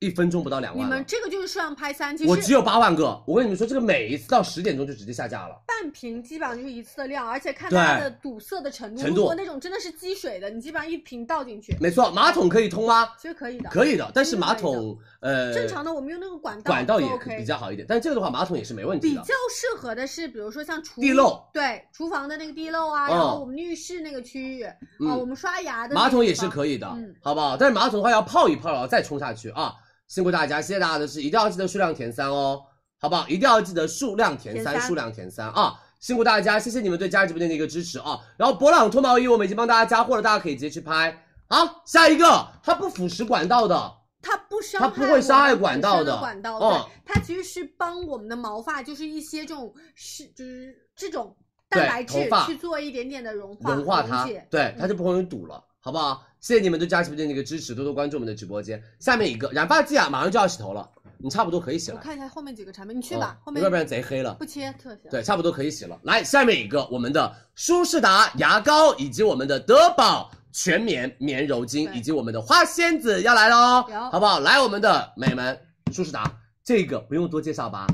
Speaker 2: 一分钟不到两
Speaker 1: 你
Speaker 2: 万了
Speaker 1: 们，这个就是数量拍三，其
Speaker 2: 我只
Speaker 1: 实
Speaker 2: 有八万个，我跟你们说，这个每一次到十点钟就直接下架了。
Speaker 1: 半瓶基本上就是一次的量，而且看
Speaker 2: 对
Speaker 1: 它的堵塞的程度。
Speaker 2: 程度
Speaker 1: 如果那种真的是积水的，你基本上一瓶倒进去，
Speaker 2: 没错，马桶可以通吗？
Speaker 1: 其实可以的。
Speaker 2: 可以的，但是马桶呃
Speaker 1: 正常的，我们用那个管道
Speaker 2: 管道
Speaker 1: 就
Speaker 2: 也可
Speaker 1: OK
Speaker 2: 比较好一点，但这个的话马桶也是没问
Speaker 1: 比
Speaker 2: 题的
Speaker 1: 较。适合的是，比如说像厨
Speaker 2: 地漏，
Speaker 1: 对厨房的那个地漏啊，
Speaker 2: 嗯
Speaker 1: 然后我们浴室那个区域啊，
Speaker 2: 嗯
Speaker 1: 我们刷牙的那个
Speaker 2: 马桶也
Speaker 1: 地
Speaker 2: 是
Speaker 1: 方
Speaker 2: 可以的，
Speaker 1: 嗯
Speaker 2: 好不好？但是马桶的话要泡一泡，然后再冲下去啊！辛苦大家，谢谢大家的支持，一定要记得数量填三哦，好不好？一定要记得数量填
Speaker 1: 填
Speaker 2: 三，
Speaker 1: 三
Speaker 2: 数量填三啊！辛苦大家，谢谢你们对佳怡直播间的一个支持啊！然后博朗脱毛仪我们已经帮大家加货了，大家可以直接去拍。好，下一个，它不腐蚀管道的，
Speaker 1: 它不伤
Speaker 2: 它
Speaker 1: 害，
Speaker 2: 不会伤害管道的
Speaker 1: 的管道，
Speaker 2: 嗯
Speaker 1: 对，它其实是帮我们的毛发，就是一些这种是就是这种
Speaker 2: 对
Speaker 1: 蛋白质
Speaker 2: 头发
Speaker 1: 去做一点点的融化
Speaker 2: 融化它
Speaker 1: 溶解，
Speaker 2: 对，它就不容易堵了，好不好？谢谢你们对佳琦直播间的一个支持，多多关注我们的直播间。下面一个染发剂啊，马上就要洗头了，你差不多可以洗
Speaker 1: 我
Speaker 2: 了，
Speaker 1: 看一下后面几个产品，你去
Speaker 2: 嗯
Speaker 1: 吧，后面
Speaker 2: 要不然贼黑了。
Speaker 1: 不切特写。
Speaker 2: 对，差不多可以洗了。来，下面一个我们的舒适达牙膏，以及我们的德宝全棉棉柔巾，
Speaker 1: 对
Speaker 2: 以及我们的花仙子要来喽，
Speaker 1: 有
Speaker 2: 好不好？来，我们的美们舒适达，这个不用多介绍吧？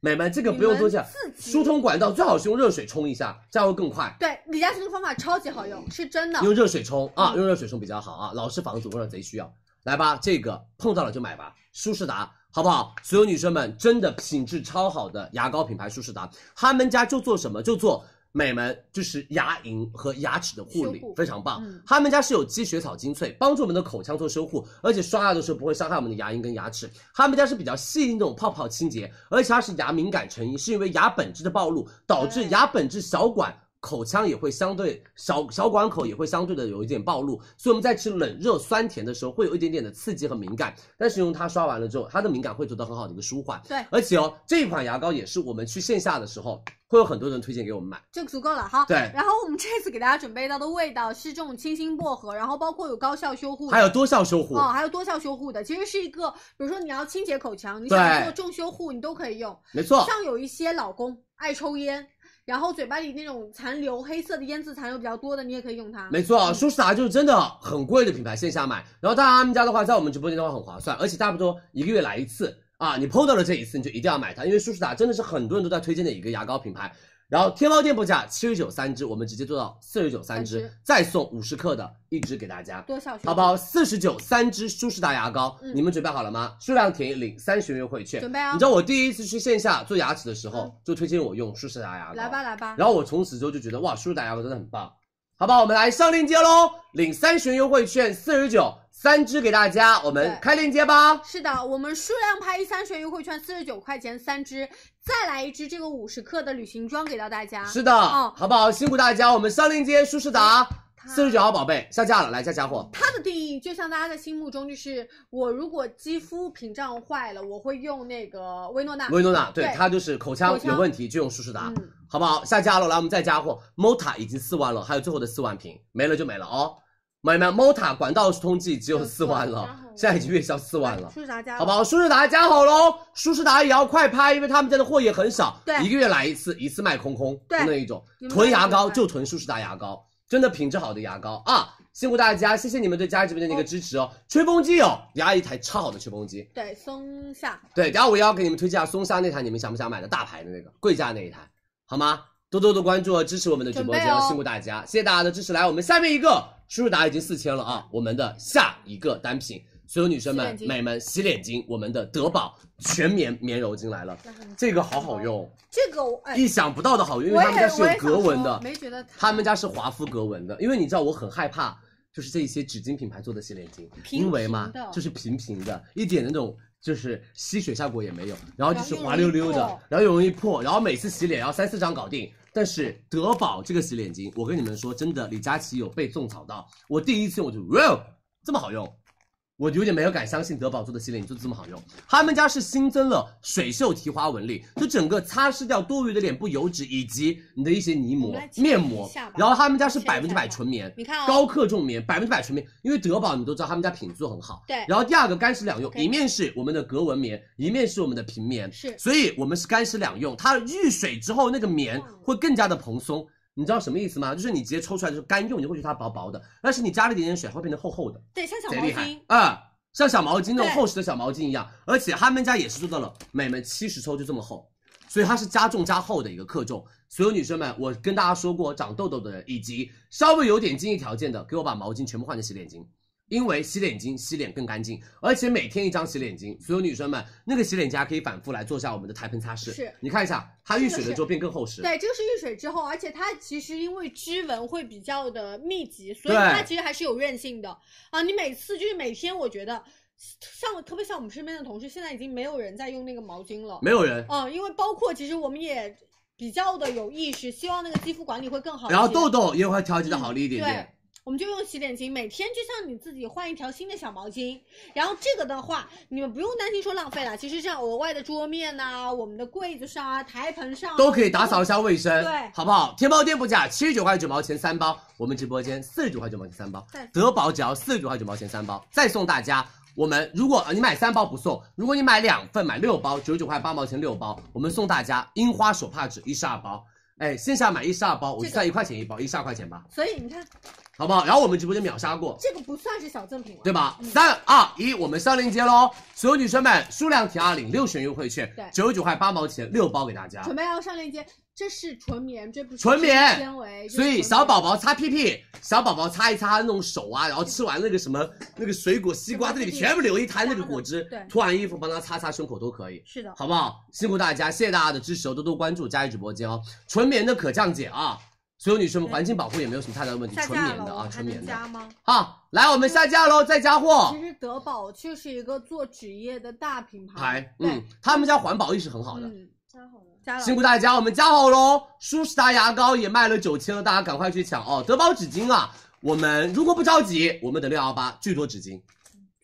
Speaker 2: 美们，这个不用多介绍
Speaker 1: 你们，自己
Speaker 2: 疏通管道最好是用热水冲一下，这样会更快。
Speaker 1: 对，李佳琦这个方法超级好用，是真的。嗯
Speaker 2: 用热水冲啊，用热水冲比较好啊，老是防止我让贼需要。来吧，这个碰到了就买吧，舒适达好不好？所有女生们，真的品质超好的牙膏品牌舒适达，他们家就做什么？就做美门，就是牙龈和牙齿的护理
Speaker 1: 修，护
Speaker 2: 非常棒。
Speaker 1: 嗯
Speaker 2: 他们家是有积雪草精粹，帮助我们的口腔做修护，而且刷牙的时候不会伤害我们的牙龈跟牙齿。他们家是比较细腻那种泡泡清洁，而且它是牙敏感成因，是因为牙本质的暴露导致
Speaker 1: 对
Speaker 2: 牙本质小管。口腔也会相对小小管口也会相对的有一点暴露，所以我们在吃冷热酸甜的时候会有一点点的刺激和敏感，但是用它刷完了之后，它的敏感会得到很好的一个舒缓。
Speaker 1: 对
Speaker 2: 而且哦，这一款牙膏也是我们去线下的时候会有很多人推荐给我们买。
Speaker 1: 这个足够了哈。
Speaker 2: 对
Speaker 1: 然后我们这次给大家准备到的味道是这种清新薄荷，然后包括有高效修护的，
Speaker 2: 还有多效修护，
Speaker 1: 哦，还有多效修护的，其实是一个，比如说你要清洁口腔，你
Speaker 2: 对哦
Speaker 1: 想要做重修护，你都可以用。
Speaker 2: 没错，
Speaker 1: 像有一些老公爱抽烟，然后嘴巴里那种残留黑色的烟渍残留比较多的，你也可以用它。
Speaker 2: 没错，啊舒适达就是真的很贵的品牌，线下买。然后当然他们家的话，在我们直播间的话很划算，而且差不多一个月来一次。啊，你碰到了这一次你就一定要买它，因为舒适达真的是很多人都在推荐的一个牙膏品牌。然后天猫店铺价七十九三支，我们直接做到四十九三支
Speaker 1: 30，
Speaker 2: 再送五十克的一支给大家。
Speaker 1: 多少
Speaker 2: 好不好？四十九三支舒适达牙膏，
Speaker 1: 嗯
Speaker 2: 你们准备好了吗？数量填领三十元优惠券。
Speaker 1: 准备嗯啊
Speaker 2: 你知道我第一次去线下做牙齿的时候，就推荐我用舒适达牙膏。
Speaker 1: 来吧来吧，
Speaker 2: 然后我从此之后就觉得哇，舒适达牙膏真的很棒，好不好？我们来上链接喽，领三十元优惠券，四十九三支给大家，我们
Speaker 1: 对
Speaker 2: 开链接吧。
Speaker 1: 是的，我们数量拍一三元优惠券，四十九块钱三支，再来一支这个五十克的旅行装给到大家。
Speaker 2: 是的，
Speaker 1: 哦哎
Speaker 2: 好不好？辛苦大家，我们上链接舒适达
Speaker 1: 它
Speaker 2: 四十九号宝贝下架了，来加价货。
Speaker 1: 它的定义就像大家的心目中，就是我如果肌肤屏障坏了，我会用那个薇诺娜。
Speaker 2: 薇诺娜，对
Speaker 1: 对
Speaker 2: 它啊就是口腔
Speaker 1: 口腔
Speaker 2: 有问题就用舒适达，
Speaker 1: 嗯，
Speaker 2: 好不好？下架了，来我们再加货。MOTA 已经四万了，还有最后的四万瓶，没了就没了哦。朋友们，MOTA 管道通计只有四万了，现在
Speaker 1: 嗯
Speaker 2: 已经月销四万了，
Speaker 1: 舒适达佳，
Speaker 2: 好不好？舒适达加好喽，舒适达也要快拍，因为他们家的货也很少，
Speaker 1: 对
Speaker 2: 一个月来一次，一次卖空空，
Speaker 1: 对
Speaker 2: 就那一种
Speaker 1: 你。们
Speaker 2: 囤
Speaker 1: 买
Speaker 2: 牙
Speaker 1: 得
Speaker 2: 膏
Speaker 1: 快
Speaker 2: 就囤舒适达牙膏，真的品质好的牙膏啊！辛苦大家，谢谢你们对佳怡直播间的一个支持哦。吹风机有，雅一台超好的吹风机，
Speaker 1: 对，松下
Speaker 2: 对，等下我要给你们推荐下松下那台，你们想不想买的大牌的那个贵价那一台，好吗？多多的关注哦，支持我们的直播间，
Speaker 1: 准备
Speaker 2: 哦
Speaker 1: 哦、
Speaker 2: 辛苦大家，谢谢大家的支持。来，我们下面一个舒舒达已经四千了啊，我们的下一个单品，所有女生们
Speaker 1: 洗脸、巾
Speaker 2: 美们，洗脸巾，我们的德宝全棉棉柔巾来了
Speaker 1: 那很，
Speaker 2: 这个好好用，
Speaker 1: 这个我哎，
Speaker 2: 意想不到的好用，因
Speaker 1: 我
Speaker 2: 为
Speaker 1: 也
Speaker 2: 他们家是
Speaker 1: 哦
Speaker 2: 有
Speaker 1: 我也想
Speaker 2: 格纹的
Speaker 1: 说，没觉得它
Speaker 2: 他们家是华夫格纹的，因为你知道我很害怕，就是这一些纸巾品牌做的洗脸巾，
Speaker 1: 平
Speaker 2: 因为嘛
Speaker 1: 平的，
Speaker 2: 就是平平的，一点那种就是吸水效果也没有，然后就是
Speaker 1: 然后又
Speaker 2: 滑溜溜
Speaker 1: 容易
Speaker 2: 的
Speaker 1: 破，
Speaker 2: 然后又容易破，然后每次洗脸要三四张搞定。但是德宝这个洗脸巾，我跟你们说，真的，李佳琦有被种草到，我第一次用我就哇，这么好用。我有点没有敢相信德宝做的洗脸巾就这么好用，他们家是新增了水袖提花纹理，就整个擦拭掉多余的脸部油脂以及你的一些泥
Speaker 1: 我
Speaker 2: 膜
Speaker 1: 们来、清理
Speaker 2: 面膜
Speaker 1: 一下吧。
Speaker 2: 然后他们家是
Speaker 1: 清理一
Speaker 2: 百
Speaker 1: 下
Speaker 2: 分之百
Speaker 1: 吧
Speaker 2: 纯棉，
Speaker 1: 你看啊
Speaker 2: 高克重棉，百分之百纯棉，因为德宝你们都知道他们家品质很好。
Speaker 1: 对
Speaker 2: 然后第二个干湿两用，
Speaker 1: 可以
Speaker 2: 一面是我们的格纹棉，一面是我们的平棉，
Speaker 1: 是
Speaker 2: 所以我们是干湿两用。它遇水之后那个棉
Speaker 1: 嗯
Speaker 2: 会更加的蓬松，你知道什么意思吗？就是你直接抽出来就是干用，你会觉得它薄薄的，但是你加了一点点水，它会变成厚厚的，
Speaker 1: 对像小
Speaker 2: 贼
Speaker 1: 毛
Speaker 2: 厉害
Speaker 1: 巾，
Speaker 2: 啊、像小毛巾那种
Speaker 1: 对
Speaker 2: 厚实的小毛巾一样，而且他们家也是做到了每门七十抽就这么厚，所以它是加重加厚的一个克重。所有女生们，我跟大家说过，长痘痘的人以及稍微有点经济条件的，给我把毛巾全部换成洗脸巾。因为洗脸巾洗脸更干净，而且每天一张洗脸巾，所有女生们，那个洗脸巾还可以反复来做一下我们的台盆擦拭。
Speaker 1: 是
Speaker 2: 你看一下，它遇水了之后变更厚实。
Speaker 1: 对，这个是遇水之后，而且它其实因为织纹会比较的密集，所以
Speaker 2: 对
Speaker 1: 它其实还是有韧性的啊。你每次就是每天，我觉得像特别像我们身边的同事，现在已经没有人在用那个毛巾了。
Speaker 2: 没有人。
Speaker 1: 嗯，因为包括其实我们也比较的有意识，希望那个肌肤管理会更好一些。嗯
Speaker 2: 然后痘痘也会调节的好了一点点
Speaker 1: 对。，我们就用洗脸巾，每天就像你自己换一条新的小毛巾。然后这个的话，你们不用担心说浪费了。其实像额外的桌面呐、我们的柜子上啊、台盆上啊、
Speaker 2: 都可以打扫一下卫生，
Speaker 1: 对
Speaker 2: 好不好？天猫店铺价七十九块九毛钱三包，我们直播间四十九块九毛钱三包
Speaker 1: 再送，
Speaker 2: 德宝只要四十九块九毛钱三包，再送大家。我们如果呃你买三包不送，如果你买两份买六包，九十九块八毛钱六包，我们送大家樱花手帕纸一十二包。哎，线下买一十二包，我就
Speaker 1: 这个
Speaker 2: 算一块钱一包，一十二块钱吧，
Speaker 1: 所以你看，
Speaker 2: 好不好？然后我们直播间秒杀过，
Speaker 1: 这个不算是小赠品了，
Speaker 2: 对吧？三二一，我们上链接喽！所有女生们，数量填二领六选优惠券
Speaker 1: 对，
Speaker 2: 九十九块八毛钱六包给大家。
Speaker 1: 准备要上链接，这是纯棉，这不是
Speaker 2: 纯棉
Speaker 1: 纤维，这是
Speaker 2: 所以
Speaker 1: 纯
Speaker 2: 小
Speaker 1: 棉
Speaker 2: 宝宝擦屁屁，小宝宝擦一擦那种手啊，然后吃完那个什么那个水果西瓜，这
Speaker 1: 什么
Speaker 2: 里面
Speaker 1: 地
Speaker 2: 全部留一滩那个果汁，
Speaker 1: 对
Speaker 2: 涂完衣服帮他擦擦胸口都可以。
Speaker 1: 是的，
Speaker 2: 好不好？辛苦大家，谢谢大家的支持哦，多多关注佳怡直播间哦。纯棉的可降解啊，所有女生们环境保护也没有什么太大的问题，
Speaker 1: 下
Speaker 2: 纯
Speaker 1: 架
Speaker 2: 棉
Speaker 1: 了，
Speaker 2: 的
Speaker 1: 我
Speaker 2: 啊，
Speaker 1: 们还
Speaker 2: 纯棉
Speaker 1: 能
Speaker 2: 的。
Speaker 1: 加吗？
Speaker 2: 好，来我们下架喽，再加货
Speaker 1: 其。实德宝就是一个做纸业的大品牌，
Speaker 2: 牌，
Speaker 1: 对
Speaker 2: 嗯，，他们家环保意识很好的，
Speaker 1: 嗯， 加好了，加
Speaker 2: 辛
Speaker 1: 了。
Speaker 2: 苦大家，我们加好喽！舒适达牙膏也卖了九千了，大家赶快去抢哦！德宝纸巾啊，我们如果不着急，我们等六幺八最多纸巾，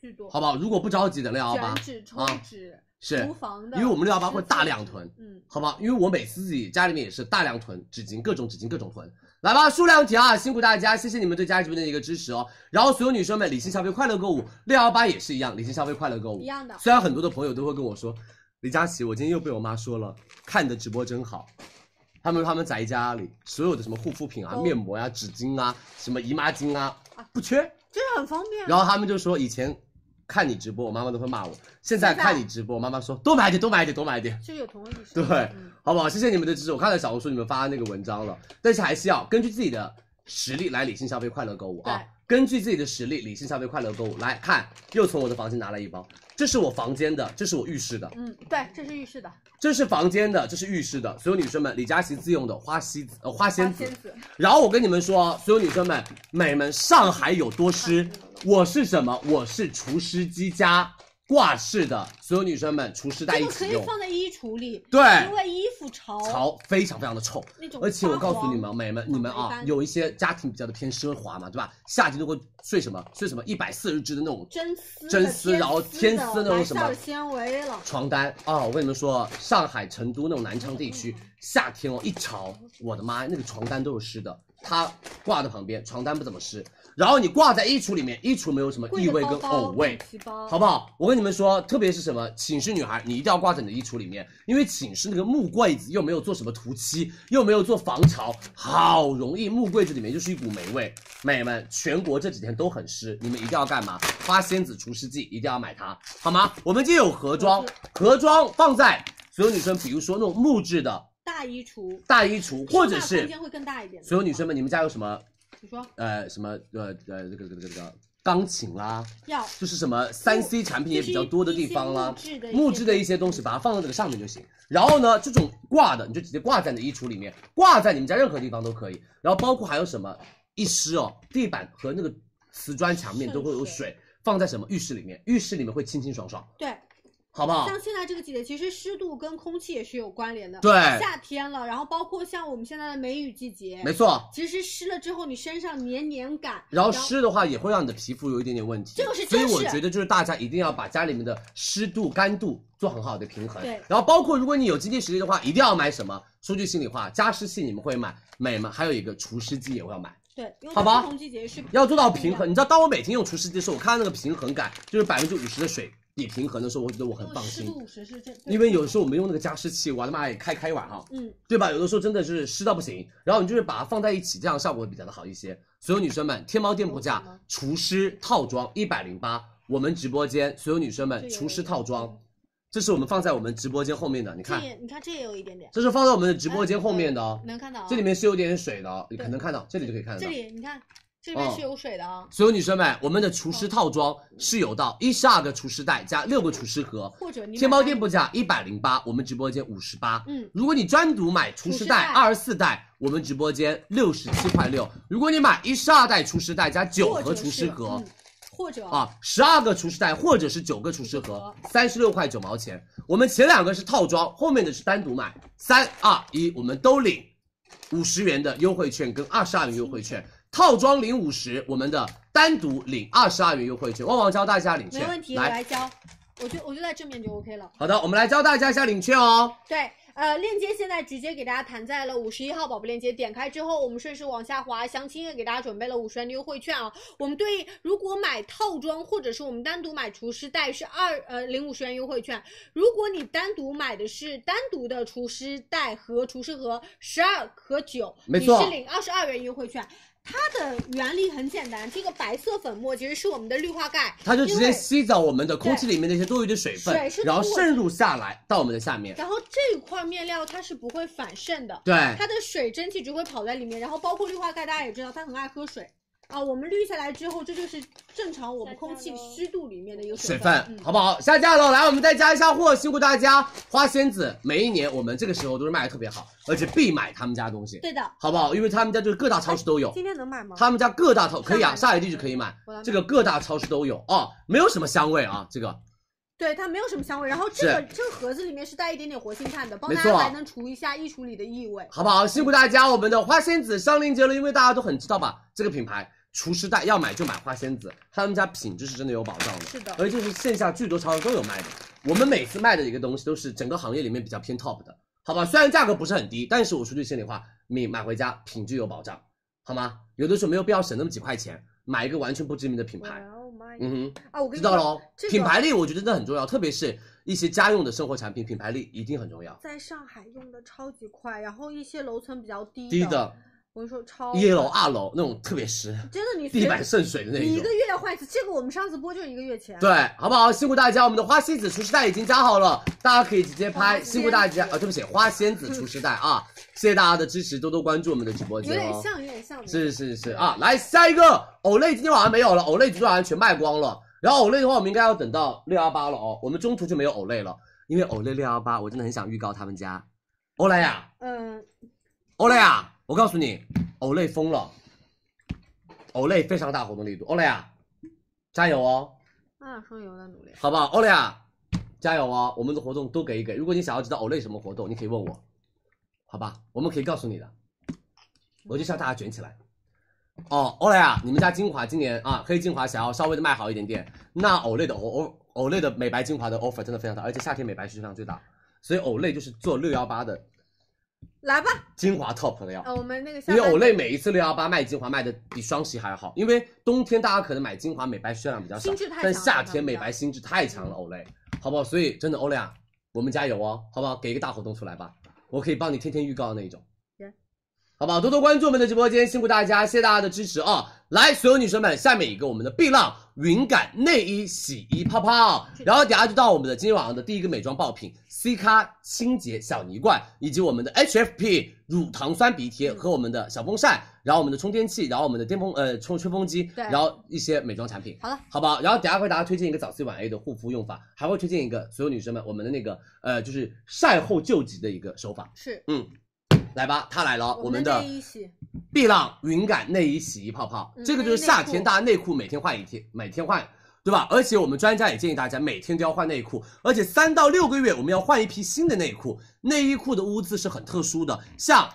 Speaker 1: 巨多，
Speaker 2: 好不好？如果不着急，等六幺八
Speaker 1: 卷纸、抽
Speaker 2: 啊
Speaker 1: 纸、
Speaker 2: 是
Speaker 1: 厨，房的，
Speaker 2: 因为我们六幺八会
Speaker 1: 湿
Speaker 2: 大
Speaker 1: 纸
Speaker 2: 量囤，
Speaker 1: 嗯，
Speaker 2: 好不好？因为我每次自己家里面也是大量囤纸巾，各种纸巾各种囤。来吧，数量填啊！辛苦大家，谢谢你们对佳怡直播间的一个支持哦。然后所有女生们，理性消费，快乐购物。六幺八也是一样，理性消费，快乐购物。
Speaker 1: 一样的
Speaker 2: 虽然很多的朋友都会跟我说，李佳琦，我今天又被我妈说了，看你的直播真好。他们说他们宅家里所有的什么护肤品啊、
Speaker 1: 都
Speaker 2: 面膜呀、纸巾啊、什么姨妈巾啊，不缺。
Speaker 1: 就是很方便啊。
Speaker 2: 然后他们就说以前看你直播，我妈妈都会骂我。现在看你直播，我妈妈说多买一点，多买一点，多买一点，
Speaker 1: 就是有同位意识。
Speaker 2: 对
Speaker 1: 嗯
Speaker 2: 好不好？谢谢你们的支持。我看了小红书你们发的那个文章了，但是还是要根据自己的实力来理性消费，快乐购物啊
Speaker 1: 对！
Speaker 2: 根据自己的实力理性消费，快乐购物。来看，又从我的房间拿了一包，这是我房间的，这是我浴室的，
Speaker 1: 嗯，对，这是浴室的
Speaker 2: 这是房间的，这是浴室的。所有女生们，李佳琦自用的花西子呃花仙
Speaker 1: 花
Speaker 2: 子
Speaker 1: 仙，子，
Speaker 2: 然后我跟你们说，所有女生们，美们，上海有多湿？我是什么？我是除湿机加挂式的，所有女生们，除湿袋
Speaker 1: 这
Speaker 2: 一
Speaker 1: 个可
Speaker 2: 起
Speaker 1: 以
Speaker 2: 用。
Speaker 1: 放在衣橱里，
Speaker 2: 对，
Speaker 1: 因为衣服潮，
Speaker 2: 潮非常非常的臭，
Speaker 1: 那种
Speaker 2: 而且我告诉你
Speaker 1: 发
Speaker 2: 们，美们，你们
Speaker 1: 一
Speaker 2: 啊，
Speaker 1: 般
Speaker 2: 有一些家庭比较的偏奢华嘛，对吧？夏天就会睡什么睡什么一百四十支的那种
Speaker 1: 真丝的、
Speaker 2: 真丝然后
Speaker 1: 天
Speaker 2: 天
Speaker 1: 的
Speaker 2: 丝那种什么
Speaker 1: 白色纤维了，
Speaker 2: 床单啊、我跟你们说，上海、成都那种南昌地区，
Speaker 1: 嗯
Speaker 2: 夏天哦一潮，我的妈，那个床单都有湿的，它挂在旁边，床单不怎么湿。然后你挂在衣橱里面，衣橱没有什么
Speaker 1: 贵
Speaker 2: 异
Speaker 1: 的
Speaker 2: 味
Speaker 1: 包
Speaker 2: 跟
Speaker 1: 包
Speaker 2: 呕味，
Speaker 1: 肚脐包
Speaker 2: 好不好？我跟你们说，特别是什么寝室女孩，你一定要挂在你的衣橱里面，因为寝室那个木柜子又没有做什么涂漆，又没有做防潮，好容易木柜子里面就是一股霉味。美们，全国这几天都很湿，你们一定要干嘛？花仙子除湿剂一定要买它，好吗？我们今天有盒装，盒装放在所有女生，比如说那种木质的
Speaker 1: 大衣橱，
Speaker 2: 大衣橱，或
Speaker 1: 收纳空
Speaker 2: 者是
Speaker 1: 间会更大一点的。
Speaker 2: 所有女生们，你们家有什么
Speaker 1: 你说
Speaker 2: 呃什么呃呃这个这个这个这个钢琴啦、
Speaker 1: 要
Speaker 2: 就是什么三 C 产品也比较多的地方啊啦
Speaker 1: 就是一些，
Speaker 2: 木
Speaker 1: 木
Speaker 2: 质
Speaker 1: 质
Speaker 2: 的
Speaker 1: 的
Speaker 2: 一
Speaker 1: 一
Speaker 2: 些
Speaker 1: 些
Speaker 2: 东西，把它放到这个上面就行。然后呢，这种挂的你就直接挂在你的衣橱里面，挂在你们家任何地方都可以。然后包括还有什么一湿哦，地板和那个瓷砖墙面都会有
Speaker 1: 渗
Speaker 2: 水，放在什么浴室里面，浴室里面会清清爽爽，
Speaker 1: 对，
Speaker 2: 好不好？
Speaker 1: 像现在这个季节，其实湿度跟空气也是有关联的。
Speaker 2: 对
Speaker 1: 夏天了，然后包括像我们现在的梅雨季节，
Speaker 2: 哎没错。
Speaker 1: 其实湿了之后，你身上黏黏感，
Speaker 2: 然后湿的话也会让你的皮肤有一点点问题，
Speaker 1: 这个是
Speaker 2: 所以
Speaker 1: 真
Speaker 2: 我
Speaker 1: 是
Speaker 2: 觉得就是大家一定要把家里面的湿度、干度做很好的平衡。
Speaker 1: 对
Speaker 2: 然后包括如果你有经济实力的话，一定要买什么？说句心里话，加湿器你们会买，美们还有一个除湿机也会要买，
Speaker 1: 对，因为
Speaker 2: 好
Speaker 1: 它
Speaker 2: 吧
Speaker 1: 不同季节是不
Speaker 2: 要做到平
Speaker 1: 一样的
Speaker 2: 衡。你知道，当我每天用除湿机的时候，我看到那个平衡感，就是百分之五十的水底平衡的时候，我觉得我很放
Speaker 1: 哦湿
Speaker 2: 心
Speaker 1: 度。五十是这，
Speaker 2: 因为有的时候我们用那个加湿器，我的妈也开开碗哈、
Speaker 1: 嗯，
Speaker 2: 对吧？有的时候真的是湿到不行，然后你就是把它放在一起，这样效果会比较的好一些。所有女生们，天猫店铺价
Speaker 1: 哦
Speaker 2: 除湿套装一百零八，我们直播间所有女生们
Speaker 1: 这有
Speaker 2: 除湿套装，这是我们放在我们直播间后面的，你
Speaker 1: 这
Speaker 2: 看，
Speaker 1: 也你看这也有一点点，
Speaker 2: 这是放在我们的直播间后面的哦，
Speaker 1: 能看到啊
Speaker 2: 这里面哦是有点水的哦，你可
Speaker 1: 对
Speaker 2: 能看到，这里就可以看得
Speaker 1: 这
Speaker 2: 到。
Speaker 1: 里你看这边是有水的啊，
Speaker 2: 所有女生们，我们的除
Speaker 1: 哦
Speaker 2: 湿套装是有到一十二个除湿袋加六个除湿盒，
Speaker 1: 或者你
Speaker 2: 天猫
Speaker 1: 买
Speaker 2: 店铺价一百零八，我们直播间五十八。
Speaker 1: 哎嗯，
Speaker 2: 如果你单独买除湿袋二十四袋，我们直播间六十七块六。如果你买一十二袋除湿袋加九
Speaker 1: 或
Speaker 2: 盒
Speaker 1: 者
Speaker 2: 除
Speaker 1: 是
Speaker 2: 湿盒
Speaker 1: 嗯，或者
Speaker 2: 啊，十二个除湿袋或者是九个除湿盒，
Speaker 1: 嗯
Speaker 2: 三十六块九毛钱。我们前两个是套装，后面的是单独买。三二一，我们都领五十元的优惠券跟二十二元优惠券，套装领五十，我们的单独领二十二元优惠券。旺旺教大家领券，
Speaker 1: 没问题，我
Speaker 2: 来。
Speaker 1: 来教，我就我就在正面就 OK 了。
Speaker 2: 好的，我们来教大家一下领券哦。
Speaker 1: 对，呃，链接现在直接给大家弹在了五十一号宝贝链接，点开之后，我们顺势往下滑，详情也给大家准备了五十元的优惠券啊。我们对如果买套装或者是我们单独买除湿袋是二呃领五十元优惠券，如果你单独买的是单独的除湿袋和除湿盒十二和九，
Speaker 2: 没错
Speaker 1: 你是领二十二元优惠券。它的原理很简单，这个白色粉末其实是我们的氯化钙，
Speaker 2: 它就直
Speaker 1: 因
Speaker 2: 接
Speaker 1: 为
Speaker 2: 吸走我们的空气里面那些多余的水分
Speaker 1: 水是，
Speaker 2: 然后
Speaker 1: 通过
Speaker 2: 渗入下来到我们的下面。
Speaker 1: 然后这块面料它是不会反渗的，
Speaker 2: 对，
Speaker 1: 它的水蒸气只会跑在里面，然后包括氯化钙，大家也知道它很爱喝水啊。我们滤下来之后，这就是正常我们空气湿度里面的一个
Speaker 2: 水
Speaker 1: 分。
Speaker 2: 分
Speaker 1: 嗯，
Speaker 2: 好不好？下架了，来我们再加一下货，辛苦大家。花仙子每一年我们这个时候都是卖的特别好，而且必买他们家东西，
Speaker 1: 对哎的，
Speaker 2: 好不好？因为他们家就是各大超市都有，
Speaker 1: 今天能买吗？
Speaker 2: 他们家各大超可以啊，
Speaker 1: 上
Speaker 2: 上
Speaker 1: 海
Speaker 2: 海
Speaker 1: 的
Speaker 2: 地区可以买
Speaker 1: 我来，买
Speaker 2: 这个各大超市都有哦，没有什么香味啊，这个
Speaker 1: 对，它没有什么香味。然后这个这个盒子里面是带一点点活性炭的，帮
Speaker 2: 没
Speaker 1: 大
Speaker 2: 错
Speaker 1: 家还能除一下衣橱里的异味。
Speaker 2: 好不好？辛苦大家，我们的花仙子上链接了，因为大家都很知道吧，这个品牌除湿袋要买就买花仙子，他们家品质是真的有保障的，
Speaker 1: 是的
Speaker 2: 而且就是线下巨多超市都有卖的。我们每次卖的一个东西都是整个行业里面比较偏 top 的，好吧？虽然价格不是很低，但是我说句心里话，你买回家品质有保障，好吗？有的时候没有必要省那么几块钱买一个完全不知名的品牌，
Speaker 1: 哇哦妈呀！
Speaker 2: 嗯
Speaker 1: 啊，我
Speaker 2: 哼，
Speaker 1: 跟
Speaker 2: 知
Speaker 1: 你
Speaker 2: 道
Speaker 1: 说，
Speaker 2: 喽。
Speaker 1: 这个
Speaker 2: 品牌力我觉得真的很重要，特别是一些家用的生活产品，品牌力一定很重要。
Speaker 1: 在上海用的超级快，然后一些楼层比较低
Speaker 2: 第一的，
Speaker 3: 我跟你说超
Speaker 2: 一楼、二楼那种特别湿，
Speaker 3: 真的你随
Speaker 2: 地板渗水的那
Speaker 3: 你
Speaker 2: 一
Speaker 3: 一
Speaker 2: 种
Speaker 3: 个。月要换一次，这个我们上次播就一个月前。
Speaker 2: 对，啊好不好？辛苦大家，我们的花仙子除湿袋已经加好了，大家可以直接拍。辛苦大家啊，对不起，花仙子除湿袋啊，谢谢大家的支持，多多关注我们的直播
Speaker 1: 有
Speaker 2: 间
Speaker 1: 点
Speaker 2: 哦。
Speaker 1: 像，有点像。
Speaker 2: 是是是啊，来下一个，Olay 今天晚上没有了，Olay 昨天晚上全卖光了。然后 Olay 的话，我们应该要等到六幺八了哦，我们中途就没有 Olay 了，因为 Olay 六幺八，我真的很想预告他们家。Olay 呀、
Speaker 1: 嗯，
Speaker 2: o l a y 呀、我告诉你，Olay 疯了，Olay 非常大活动力度，Olay 呀、加油哦！
Speaker 1: 我想说有点努力。
Speaker 2: 好不好？欧莱雅，加油哦！我们的活动都给一给。如果你想要知道 Olay 什么活动，你可以问我，好吧？我们可以告诉你的。我就向大家卷起来。哦，欧莱雅，你们家精华今年啊，黑精华想要稍微的卖好一点点，那 Olay 的哦 O O Olay 的美白精华的 offer 真的非常大，而且夏天美白需求量最大，所以 Olay 就是做六幺八的
Speaker 1: 来吧，
Speaker 2: 精华 top 的要。
Speaker 1: 呃，我们那个下
Speaker 2: 因为
Speaker 1: 半
Speaker 2: Olay 每一次六幺八卖精华卖的比双十一还好，因为冬天大家可能买精华美白需求量比较少
Speaker 1: 心智太，强了
Speaker 2: 但夏天美白心智太强
Speaker 1: 嗯
Speaker 2: 了，Olay，好不好？所以真的 Olay 啊，我们加油哦，好不好？给一个大活动出来吧，我可以帮你天天预告的那一种
Speaker 1: 行，
Speaker 2: 好不好？多多关注我们的直播间，辛苦大家，谢谢大家的支持啊、来，所有女生们，下面一个我们的碧浪云感内衣洗衣泡泡，然后等下就到我们的今天晚上的第一个美妆爆品 C 咖清洁小泥罐，以及我们的 HFP 乳糖酸鼻
Speaker 1: 嗯
Speaker 2: 贴和我们的小风扇，然后我们的充电器，然后我们的电风呃充吹风机，
Speaker 1: 对
Speaker 2: 然后一些美妆产品。
Speaker 1: 好了，
Speaker 2: 好不好？然后等下会给大家推荐一个早 C 晚 A 的护肤用法，还会推荐一个所有女生们我们的那个呃就是晒后救急的一个手法。
Speaker 1: 是
Speaker 2: 嗯，来吧，它来了，我们的
Speaker 1: 内衣洗，
Speaker 2: 碧浪云感内衣洗衣泡泡，
Speaker 1: 嗯
Speaker 2: 这个就是夏天大家内裤每天换一天，每天换，对吧？而且我们专家也建议大家每天都要换内裤，而且三到六个月我们要换一批新的内裤。内衣裤的污渍是很特殊的，像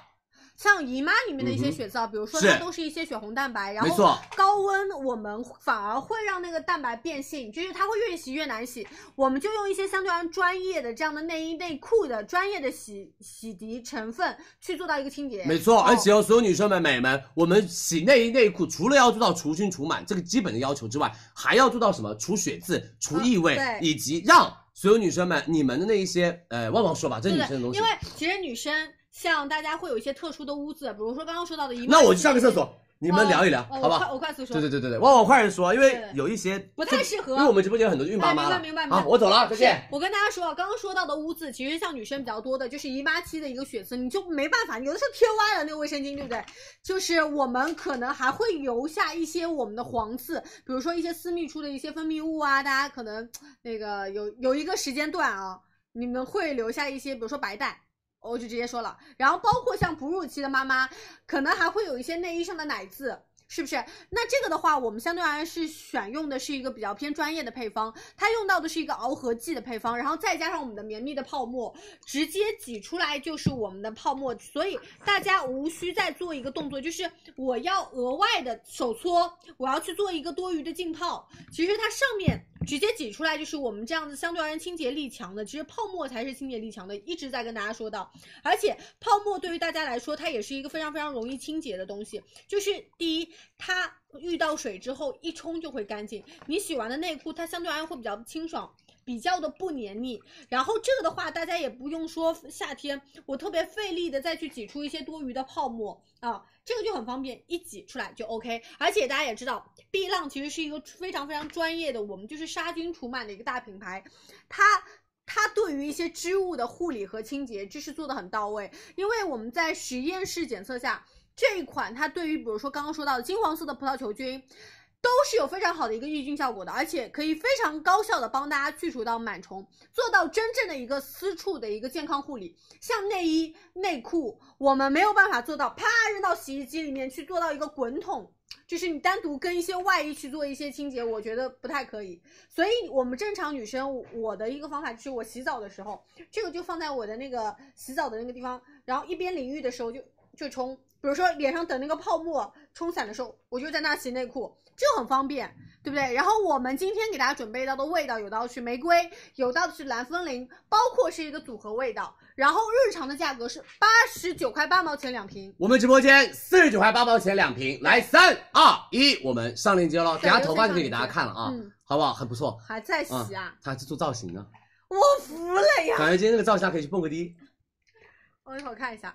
Speaker 1: 像姨妈里面的一些
Speaker 2: 嗯哼
Speaker 1: 血皂，比如说
Speaker 2: 是
Speaker 1: 它都是一些血红蛋白，然
Speaker 2: 没
Speaker 1: 后
Speaker 2: 错，
Speaker 1: 高温我们反而会让那个蛋白变性，就是它会越洗越难洗。我们就用一些相对而言专业的这样的内衣内裤的专业的洗洗涤成分去做到一个清洁。
Speaker 2: 没错，
Speaker 1: 哦
Speaker 2: 而且哦，所有女生们、美们，我们洗内衣内裤，除了要做到除菌除螨这个基本的要求之外，还要做到什么？除血渍、除异味，
Speaker 1: 嗯对
Speaker 2: 以及让所有女生们你们的那一些呃，旺旺说吧，这是
Speaker 1: 对对
Speaker 2: 女生的东西
Speaker 1: 因为。其实女生像大家会有一些特殊的污渍，比如说刚刚说到的姨妈
Speaker 2: 那
Speaker 1: 洗，
Speaker 2: 我去上个厕所，你们
Speaker 1: 哦
Speaker 2: 聊一聊，
Speaker 1: 哦
Speaker 2: 好
Speaker 1: 我
Speaker 2: 吧
Speaker 1: 快？我快速说，
Speaker 2: 对对对对对，旺旺快点说，因为
Speaker 1: 对
Speaker 2: 有一些
Speaker 1: 不太适合
Speaker 2: 因为我们直播间有很多孕爸妈了。
Speaker 1: 哎明白明白明白
Speaker 2: 好，我走了，再见。
Speaker 1: 我跟大家说，啊，刚刚说到的污渍，其实像女生比较多的，就是姨妈期的一个血渍，你就没办法，有的时候贴歪了那个卫生巾，对不对？就是我们可能还会留下一些我们的黄渍，比如说一些私密处的一些分泌物啊，大家可能那个有有一个时间段啊，你们会留下一些，比如说白带。我就直接说了，然后包括像哺乳期的妈妈，可能还会有一些内衣上的奶渍，是不是？那这个的话，我们相对而言是选用的是一个比较偏专业的配方，它用到的是一个螯合剂的配方，然后再加上我们的绵密的泡沫，直接挤出来就是我们的泡沫，所以大家无需再做一个动作，就是我要额外的手搓，我要去做一个多余的浸泡。其实它上面直接挤出来就是我们这样子相对而言清洁力强的，其实泡沫才是清洁力强的，一直在跟大家说到。而且泡沫对于大家来说，它也是一个非常非常容易清洁的东西，就是第一，它遇到水之后一冲就会干净。你洗完的内裤，它相对而言会比较清爽，比较的不黏腻。然后这个的话，大家也不用说夏天我特别费力的再去挤出一些多余的泡沫啊，这个就很方便，一挤出来就 OK。而且大家也知道，碧浪其实是一个非常非常专业的，我们就是杀菌除螨的一个大品牌，它。它对于一些织物的护理和清洁，这是做的很到位。因为我们在实验室检测下，这一款它对于比如说刚刚说到的金黄色的葡萄球菌，都是有非常好的一个抑菌效果的，而且可以非常高效的帮大家去除到螨虫，做到真正的一个私处的一个健康护理。像内衣、内裤，我们没有办法做到啪扔到洗衣机里面去做到一个滚筒。就是你单独跟一些外衣去做一些清洁，我觉得不太可以。所以，我们正常女生，我我的一个方法就是，我洗澡的时候，这个就放在我的那个洗澡的那个地方，然后一边淋浴的时候就就冲，比如说脸上等那个泡沫冲散的时候，我就在那洗内裤，这个很方便，对不对？然后我们今天给大家准备到的味道有到的是玫瑰，有到的是蓝风铃，包括是一个组合味道，然后日常的价格是八十九块八毛钱两瓶。
Speaker 2: 我们直播间四十九块八毛钱两瓶，来三二一，我们上链接喽，等
Speaker 1: 对
Speaker 2: 下头发就可以
Speaker 1: 又
Speaker 2: 给
Speaker 1: 是上链接
Speaker 2: 大家看了啊，
Speaker 1: 嗯
Speaker 2: 好不好？很不错，
Speaker 1: 还在洗啊！
Speaker 2: 他还去做造型呢，
Speaker 1: 我服了呀！
Speaker 2: 感觉今天这个造型还可以去蹦个迪。
Speaker 1: 我一会儿看一下。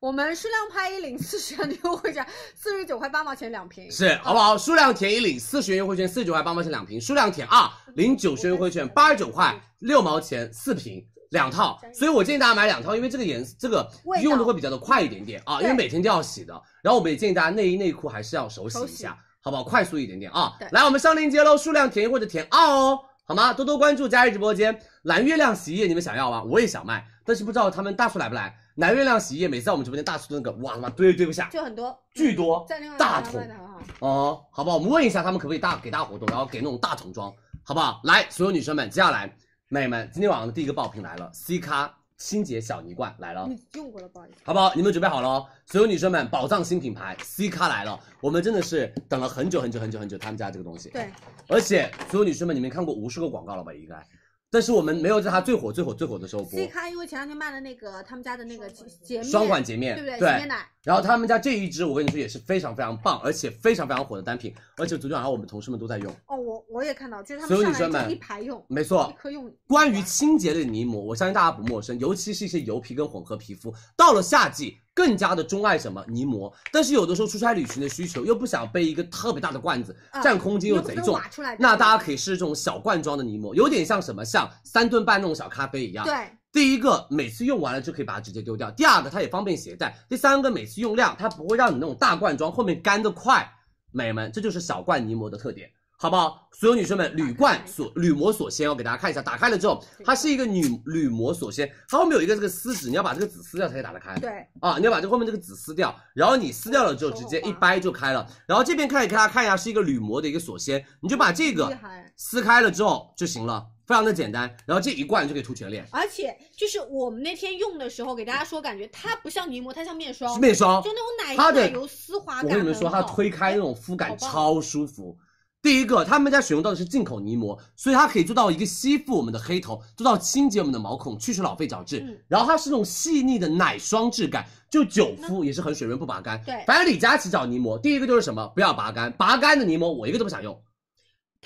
Speaker 1: 我们数量拍一领四十元的优惠券，四十九块八毛钱两瓶。
Speaker 2: 是好不好？数量填一领四十元优惠券，四十九块八毛钱两瓶；数量填二领九十元优惠券，八十九块六毛钱四瓶。两套，所以我建议大家买两套，因为这个颜这个
Speaker 1: 味道
Speaker 2: 用的会比较的快一点点啊，因为
Speaker 1: 对
Speaker 2: 每天都要洗的。然后我们也建议大家内衣内裤还是要手洗
Speaker 1: 手
Speaker 2: 一
Speaker 1: 洗
Speaker 2: 下，好不好？快速一点点啊
Speaker 1: 对！
Speaker 2: 来，我们上链接喽，数量填一或者填二哦，好吗？多多关注佳怡直播间。蓝月亮洗衣液你们想要吗？我也想卖，但是不知道他们大促来不来。蓝月亮洗衣液每次在我们直播间大促的那个，哇他妈堆也堆不下，
Speaker 1: 就很多，
Speaker 2: 巨多
Speaker 1: 在那个
Speaker 2: 大
Speaker 1: 卖
Speaker 2: 桶
Speaker 1: 的很好。
Speaker 2: 哦，好不好？我们问一下他们可不可以大给大活动，然后给那种大桶装，好不好？来，所有女生们，接下来，美女们，今天晚上的第一个爆品来了，C 咖清洁小泥罐来了。
Speaker 1: 你用过了，不好意思。
Speaker 2: 好不好？你们准备好了哦，所有女生们，宝藏新品牌 C 咖来了，我们真的是等了很久很久很久很久，他们家这个东西。
Speaker 1: 对，
Speaker 2: 而且所有女生们，你们看过无数个广告了吧？应该，但是我们没有在它最火最火最火的时候播
Speaker 1: C 咖因为前两天卖的那个他们家的那个洁洁面，
Speaker 2: 双管洁面，
Speaker 1: 对不对？洁面
Speaker 2: 对。
Speaker 1: 奶，
Speaker 2: 然后他们家这一支，我跟你说也是非常非常棒，而且非常非常火的单品，而且昨天晚上我们同事们都在用。
Speaker 1: 哦，我我也看到，就是他
Speaker 2: 所有
Speaker 1: 们
Speaker 2: 女生
Speaker 1: 上来
Speaker 2: 们
Speaker 1: 就一排用，
Speaker 2: 没错
Speaker 1: 一，颗用。
Speaker 2: 哦关于清洁类的泥膜，我相信大家不陌生，尤其是一些油皮跟混合皮肤，到了夏季更加的钟爱什么泥膜。但是有的时候出差旅行的需求，又不想背一个特别大的罐子，
Speaker 1: 啊
Speaker 2: 占空间又
Speaker 1: 你
Speaker 2: 贼
Speaker 1: 不能
Speaker 2: 重
Speaker 1: 挖，出来
Speaker 2: 那大家可以试这种小罐装的泥膜，有点像什么，像三顿半那种小咖啡一样。
Speaker 1: 对
Speaker 2: 第一个，每次用完了就可以把它直接丢掉；第二个，它也方便携带；第三个，每次用量它不会让你那种大罐装后面干得快。美们，这就是小罐泥膜的特点，好不好？所有女生们，铝罐所铝膜锁鲜，我给大家看一下，打开了之后，它是一个铝铝膜锁鲜，它后面有一个这个丝纸，你要把这个纸撕掉才可以打得开。
Speaker 1: 对，
Speaker 2: 啊，你要把这后面这个纸撕掉，然后你撕掉了之后直接一掰就开了。然后这边看给大家看一下，是一个铝膜的一个锁鲜，你就把这
Speaker 1: 厉
Speaker 2: 个
Speaker 1: 害。
Speaker 2: 撕开了之后就行了，非常的简单。然后这一罐就可以涂全脸，
Speaker 1: 而且就是我们那天用的时候，给大家说，感觉它不像泥膜，它像面霜，
Speaker 2: 是
Speaker 1: 就
Speaker 2: 面霜。
Speaker 1: 那种奶
Speaker 2: 它
Speaker 1: 油
Speaker 2: 的
Speaker 1: 奶油丝滑
Speaker 2: 我
Speaker 1: 感。
Speaker 2: 跟你们说，它
Speaker 1: 很好哎
Speaker 2: 推开那种肤感
Speaker 1: 好棒
Speaker 2: 超舒服。第一个，他们家使用到的是进口泥膜，所以它可以做到一个吸附我们的黑头，做到清洁我们的毛孔，去除老废角质。
Speaker 1: 嗯
Speaker 2: 然后它是那种细腻的奶霜质感，就久敷也是很水润不拔干。
Speaker 1: 对
Speaker 2: 反正李佳琦找泥膜，第一个就是什么，不要拔干，拔干的泥膜我一个都不想用。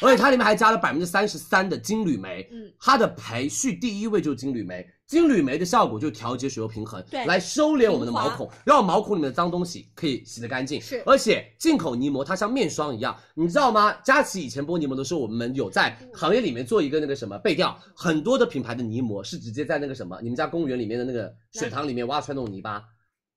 Speaker 2: 而且它里面还加了百分之三十三的金缕梅，
Speaker 1: 嗯，
Speaker 2: 它的培蓄第一位就是金缕梅，金缕梅的效果就是调节水油平衡，
Speaker 1: 对
Speaker 2: 来收敛我们的毛孔，让毛孔里面的脏东西可以洗得干净。
Speaker 1: 是
Speaker 2: 而且进口泥膜它像面霜一样，你知道吗？佳琦以前播泥膜的时候，我们有在
Speaker 1: 嗯
Speaker 2: 行业里面做一个那个什么背调，很多的品牌的泥膜是直接在那个什么你们家公园里面的那个水塘里面挖出来那种泥巴。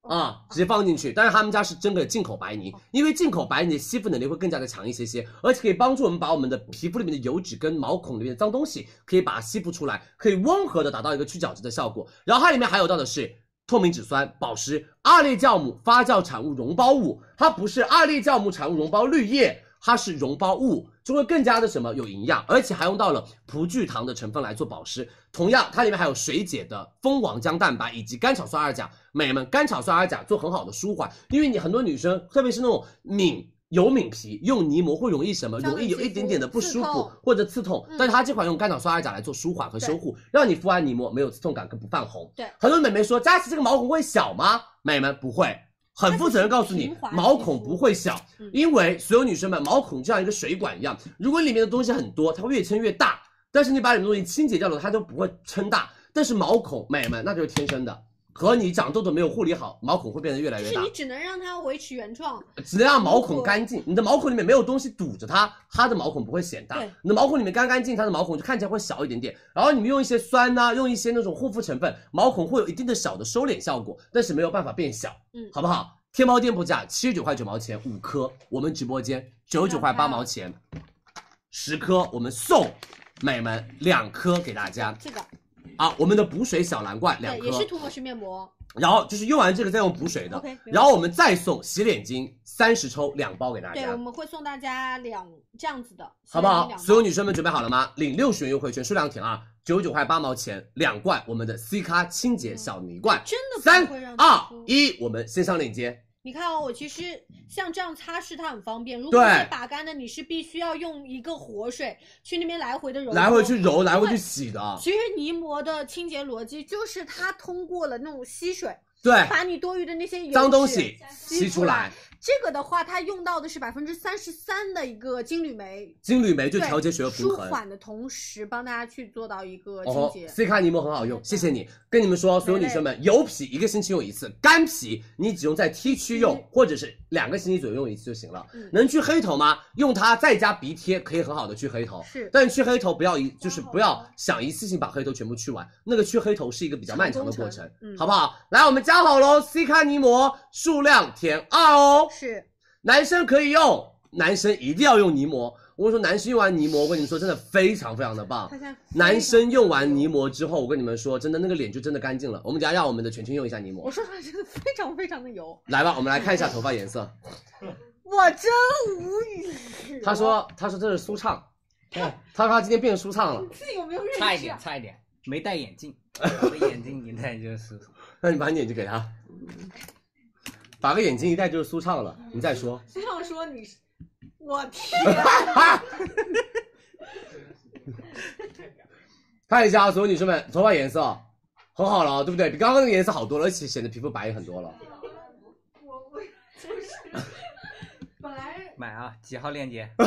Speaker 2: 啊、直接放进去，但是他们家是真的进口白泥，因为进口白泥的吸附能力会更加的强一些些，而且可以帮助我们把我们的皮肤里面的油脂跟毛孔里面的脏东西可以把它吸附出来，可以温和的达到一个去角质的效果。然后它里面还有到的是透明质酸、保湿、二裂酵母发酵产物溶胞物，它不是二裂酵母产物溶胞滤液，它是溶胞物，就会更加的什么有营养，而且还用到了葡聚糖的成分来做保湿。同样，它里面还有水解的蜂王浆蛋白以及甘草酸二钾，美们，甘草酸二钾做很好的舒缓，因为你很多女生，特别是那种敏。油敏皮用泥膜会容易什么？
Speaker 1: 娇敏
Speaker 2: 容易有
Speaker 1: 肌
Speaker 2: 一点点的不
Speaker 1: 肤
Speaker 2: 舒
Speaker 1: 刺
Speaker 2: 服
Speaker 1: 痛，
Speaker 2: 或者刺痛
Speaker 1: 嗯，
Speaker 2: 但是它这款用甘草酸二钾来做舒缓和修护，让你敷完泥膜没有刺痛感跟不泛红。
Speaker 1: 对
Speaker 2: 很多美眉说佳琪这个毛孔会小吗？美们不会，很负责任告诉
Speaker 1: 它
Speaker 2: 你
Speaker 1: 只是平滑，
Speaker 2: 毛
Speaker 1: 皮
Speaker 2: 孔
Speaker 1: 肤
Speaker 2: 不会小
Speaker 1: 嗯，
Speaker 2: 因为所有女生们毛孔就像一个水管一样，如果里面的东西很多，它会越撑越大，但是你把里面东西清洁掉了，它都不会撑大。但是毛孔，美们那就是天生的。和你长痘痘没有护理好，毛孔会变得越来
Speaker 1: 就
Speaker 2: 越
Speaker 1: 是
Speaker 2: 大
Speaker 1: 你，只能让它维持原状，
Speaker 2: 只能让毛
Speaker 1: 哦
Speaker 2: 孔干净。你的毛孔里面没有东西堵着它，它的毛孔不会显大
Speaker 1: 对。
Speaker 2: 你的毛孔里面干干净，它的毛孔就看起来会小一点点。然后你们用一些酸呐、用一些那种护肤成分，毛孔会有一定的小的收敛效果，但是没有办法变小，
Speaker 1: 嗯
Speaker 2: 好不好？天猫店铺价七十九块九毛钱五颗，我们直播间九十九块八毛钱十颗，我们送美们两颗给大家
Speaker 1: 这个
Speaker 2: 啊！我们的补水小蓝罐两
Speaker 1: 对
Speaker 2: 颗，
Speaker 1: 也是涂抹式面膜。
Speaker 2: 然后就是用完这个再用补水的
Speaker 1: OK，没问题
Speaker 2: 然后我们再送洗脸巾三十抽两包给大
Speaker 1: 对，
Speaker 2: 家
Speaker 1: 我，们会送大家两这样子的，
Speaker 2: 好不好？
Speaker 1: 两包
Speaker 2: 所有女生们准备好了吗？领六十元优惠券，数量填二，九十九块八毛钱两罐，我们的 C 咖清洁小泥罐。
Speaker 1: 真的
Speaker 2: 三
Speaker 1: 不会让
Speaker 2: 二
Speaker 1: 皮肤
Speaker 2: 一，我们线上链接，
Speaker 1: 你看哦，我其实像这样擦拭它很方便。如果
Speaker 2: 对
Speaker 1: 是把干的，你是必须要用一个活水去那边来回的揉，
Speaker 2: 来回去。揉，来回去洗的。啊
Speaker 1: 其实泥膜的清洁逻辑就是它通过了那种吸水，
Speaker 2: 对，
Speaker 1: 把你多余的那些油脂
Speaker 2: 脏东西
Speaker 1: 吸
Speaker 2: 吸
Speaker 1: 出
Speaker 2: 出
Speaker 1: 来
Speaker 2: 来，。
Speaker 1: 这个的话，它用到的是百分之三十三的一个金缕梅，
Speaker 2: 金缕梅就
Speaker 1: 对
Speaker 2: 调节血液平
Speaker 1: 舒
Speaker 2: 衡。
Speaker 1: 缓的同时帮大家去做到一个清
Speaker 2: 哦
Speaker 1: 洁。
Speaker 2: ，C 卡尼莫很好用，谢谢你。跟你们说，所有女生们，油皮一个星期用一次，干皮你只用在 T 区用，或者是两个星期左右用一次就行了。
Speaker 1: 嗯
Speaker 2: 能去黑头吗？用它再加鼻贴，可以很好的去黑头。
Speaker 1: 是
Speaker 2: 但去黑头不要一，就是不要想一次性把黑头全部去完，那个去黑头是一个比较漫长的过程，
Speaker 1: 嗯
Speaker 2: 好不好？来，我们加好喽，C 卡尼摩数量填二哦。
Speaker 1: 是
Speaker 2: 男生可以用，男生一定要用泥膜。我跟你说，男生用完泥膜，我跟你们说，真的非常非常的棒
Speaker 1: 它。现在
Speaker 2: 男生用完泥膜之后，我跟你们说，真的那个脸就真的干净了。我们等一下让我们的全群用一下泥
Speaker 1: 我
Speaker 2: 膜，
Speaker 1: 说出来真的非常非常的油，
Speaker 2: 来吧，我们来看一下头发颜色。
Speaker 1: 我真无语。
Speaker 2: 他说，他说这是舒畅，他说他今天变舒畅了。
Speaker 1: 自己有没有认识？啊
Speaker 6: 差一点，差一点，没戴眼 镜，我的眼镜一戴就是
Speaker 2: 那你把你眼睛给他，把个眼睛一戴就是舒畅了。你再说，
Speaker 1: 非常说你是，我啊天，
Speaker 2: 看一下啊，所有女生们，头发颜色很好了，啊对不对？比刚刚那个颜色好多了，而且显得皮肤白也很多了。
Speaker 1: 我我就是本来
Speaker 6: 买啊，几号链接？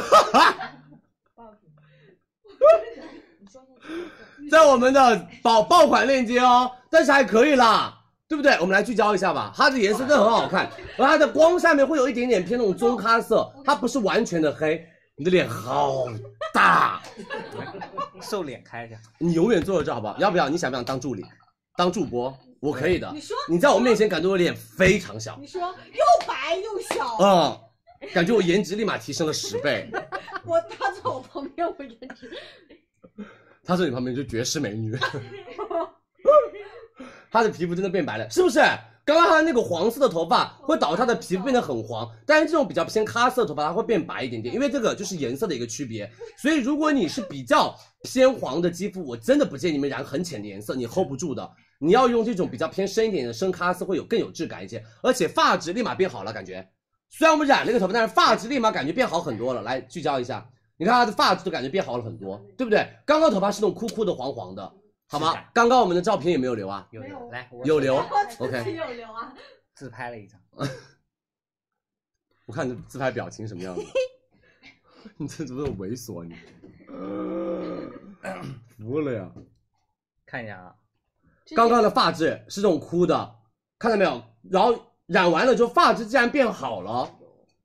Speaker 2: 在我们的爆爆款链接哦，但是还可以啦，对不对？我们来聚焦一下吧，它的颜色真的很好看，而它的光下面会有一点点偏那种棕咖色，它不是完全的黑。你的脸好大，
Speaker 6: 瘦脸开一下，
Speaker 2: 你永远坐在这好不好？要不要？你想不想当助理，当助播？我可以的。
Speaker 1: 你说
Speaker 2: 你在我面前感觉我脸非常小，
Speaker 1: 你说又白又小，啊
Speaker 2: 嗯，感觉我颜值立马提升了十倍。
Speaker 1: 我他坐我旁边，我颜值
Speaker 2: 她坐你旁边就绝世美女，她的皮肤真的变白了，是不是？刚刚她那个黄色的头发会导致她的皮肤变得很黄，但是这种比较偏咖色的头发它会变白一点点，因为这个就是颜色的一个区别。所以如果你是比较偏黄的肌肤，我真的不建议你们染很浅的颜色，你 hold 不住的。你要用这种比较偏深一点的深咖色，会有更有质感一些，而且发质立马变好了，感觉。虽然我们染了个头发，但是发质立马感觉变好很多了。来聚焦一下，你看她的发质都感觉变好了很多，对不对？刚刚头发是那种枯枯的、黄黄的，好吗
Speaker 6: 是的？
Speaker 2: 刚刚我们的照片有没有留啊？
Speaker 6: 有
Speaker 1: 没有
Speaker 6: 留，来，我
Speaker 2: 有留
Speaker 1: 自己
Speaker 2: ，OK。
Speaker 1: 有流啊，
Speaker 6: 自拍了一张，
Speaker 2: 我看你自拍表情什么样子，你这怎么猥琐啊你？服了呀！
Speaker 6: 看一下啊，
Speaker 2: 刚刚的发质是这种枯的，看到没有？然后染完了之后，发质竟然变好了，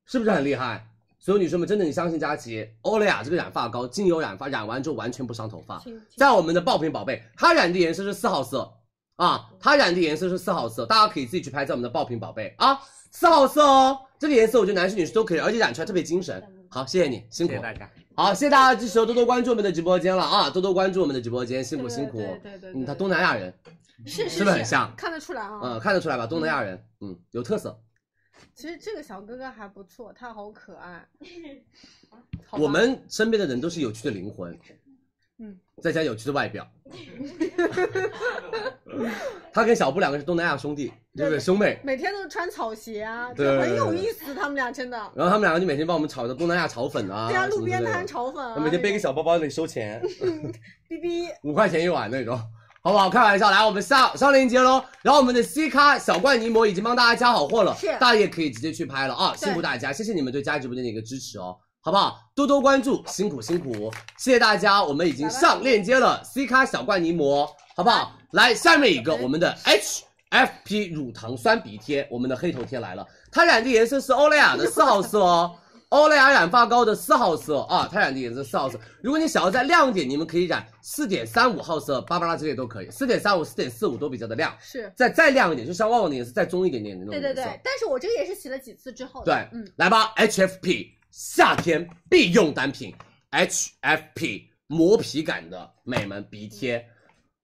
Speaker 2: 是不是很厉害？所有女生们，真的你相信佳琪，欧莱雅这个染发膏精油染发，染完之后完全不伤头发。
Speaker 1: 亲
Speaker 2: 在我们的爆品宝贝，它染的颜色是四号色啊，它染的颜色是四号色，大家可以自己去拍在我们的爆品宝贝啊，四号色哦，这个颜色我觉得男生女生都可以，而且染出来特别精神。好，谢谢你，辛
Speaker 6: 谢
Speaker 2: 苦
Speaker 6: 谢。大家，
Speaker 2: 好，谢谢大家的支持哦，多多关注我们的直播间了啊，多多关注我们的直播间，辛苦辛苦。
Speaker 1: 对对对
Speaker 2: 嗯，他东南亚人，
Speaker 1: 是是
Speaker 2: 是不是很像
Speaker 1: 看得出来啊。
Speaker 2: 嗯，看得出来吧，东南亚人，嗯，有特色。
Speaker 1: 其实这个小哥哥还不错，他好可爱。好吧
Speaker 2: 我们身边的人都是有趣的灵魂，
Speaker 1: 嗯，
Speaker 2: 再加有趣的 外表。他跟小布两个是东南亚兄弟，对不对？兄妹。
Speaker 1: 每天都穿草鞋啊，就
Speaker 2: 对
Speaker 1: 很有意思。他们俩真的，
Speaker 2: 然后他们两个就每天帮我们炒的东南亚炒粉啊，
Speaker 1: 对啊，
Speaker 2: 什
Speaker 1: 路
Speaker 2: 么之类
Speaker 1: 边
Speaker 2: 的
Speaker 1: 摊炒粉啊，
Speaker 2: 每天背个小包包那里收钱，
Speaker 1: 哔哔，
Speaker 2: 五块钱一碗那种，好不好？开玩笑，来，我们上上链接喽。然后我们的 C 咖小罐泥膜已经帮大家加好货了
Speaker 1: 是，
Speaker 2: 大家也可以直接去拍了啊！辛苦大家，谢谢你们对佳直播间的一个支持哦，好不好？多多关注，辛苦辛苦，谢谢大家。我们已经上链接了 C 咖小罐泥膜，好不好？来，下面一个我们的 H。FP 乳糖酸鼻贴，我们的黑头贴来了，它染的颜色是欧 莱雅的四号色哦，欧莱雅染发膏的四号色啊，它染的颜色四号色。如果你想要再亮一点，你们可以染四点三五号色，芭芭拉这些都可以，四点三五、四点四五都比较的亮，
Speaker 1: 是
Speaker 2: 再再亮一点，就像旺旺的颜色再棕一点点的那
Speaker 1: 对
Speaker 2: 种
Speaker 1: 对
Speaker 2: 颜色。
Speaker 1: 对。但是我这个也是洗了几次之后的，
Speaker 2: 对
Speaker 1: 嗯，
Speaker 2: 来吧，HFP 夏天必用单品，HFP 磨皮感的美门鼻贴，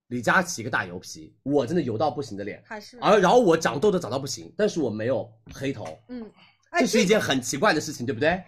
Speaker 2: 李佳琦一个大油皮，我真的油到不行的脸，
Speaker 1: 还是
Speaker 2: 而然后我长痘痘长到不行，但是我没有黑头，
Speaker 1: 嗯，哎，
Speaker 2: 这是一件很奇怪的事情，对不对？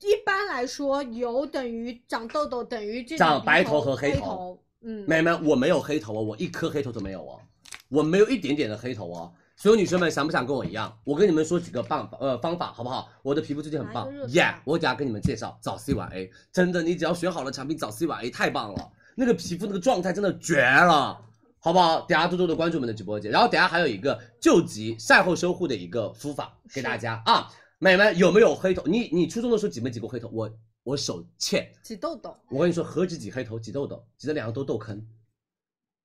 Speaker 1: 一般来说，油等于长痘痘等于这种
Speaker 2: 长白
Speaker 1: 鼻头
Speaker 2: 头和黑
Speaker 1: 黑
Speaker 2: 头
Speaker 1: 嗯，
Speaker 2: 美们，我没有黑头哦，我一颗黑头都没有哦，我没有一点点的黑头哦。所有女生们想不想跟我一样？我跟你们说几个办法，呃，方法好不好？我的皮肤最近很棒
Speaker 1: 哪一个热
Speaker 2: 耶
Speaker 1: 法
Speaker 2: 我等下跟你们介绍早 C 晚 A，真的，你只要选好了产品，早 C 晚 A 太棒了，那个皮肤那个状态真的绝了，好不好？等下多多的关注我们的直播间，然后等下还有一个救急晒后修护的一个敷法给大家啊，美们有没有黑头？你你初中的时候挤没挤过黑头？我我手欠，
Speaker 1: 挤痘痘，
Speaker 2: 我跟你说，何止挤黑头，挤痘痘，挤得两个都痘坑。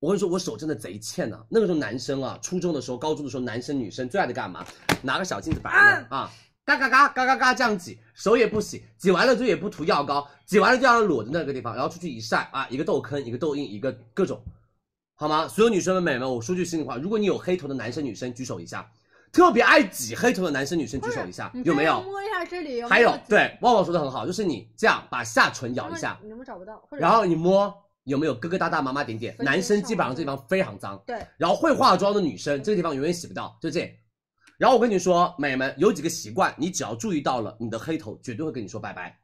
Speaker 2: 我跟你说，我手真的贼欠呐、那个时候男生啊，初中的时候、高中的时候，男生女生最爱的干嘛？拿个小镜子板着啊，嘎嘎嘎嘎嘎嘎这样挤，手也不洗，挤完了之后也不涂药膏，挤完了就让它裸着那个地方，然后出去一晒啊，一个痘坑，一个痘印，一个各种，好吗？所有女生们、美们，我说句心里话，如果你有黑头的男生女生举手一下，特别爱挤黑头的男生女生举手一下，
Speaker 1: 你
Speaker 2: 有没
Speaker 1: 看
Speaker 2: 有？
Speaker 1: 摸一下这里有没
Speaker 2: 还有
Speaker 1: 挤，
Speaker 2: 对，旺旺说的很好，就是你这样把下唇
Speaker 1: 然
Speaker 2: 咬
Speaker 1: 后
Speaker 2: 一下，
Speaker 1: 你有没有找不到？或者
Speaker 2: 然后你摸有没有疙疙瘩瘩、麻麻点点，
Speaker 1: 分
Speaker 2: 男生
Speaker 1: 身
Speaker 2: 基本
Speaker 1: 上
Speaker 2: 上这地方非常脏。
Speaker 1: 对，
Speaker 2: 然后会化妆的女生，这个地方永远洗不到，就这。然后我跟你说，美们有几个习惯，你只要注意到了，你的黑头绝对会跟你说拜拜，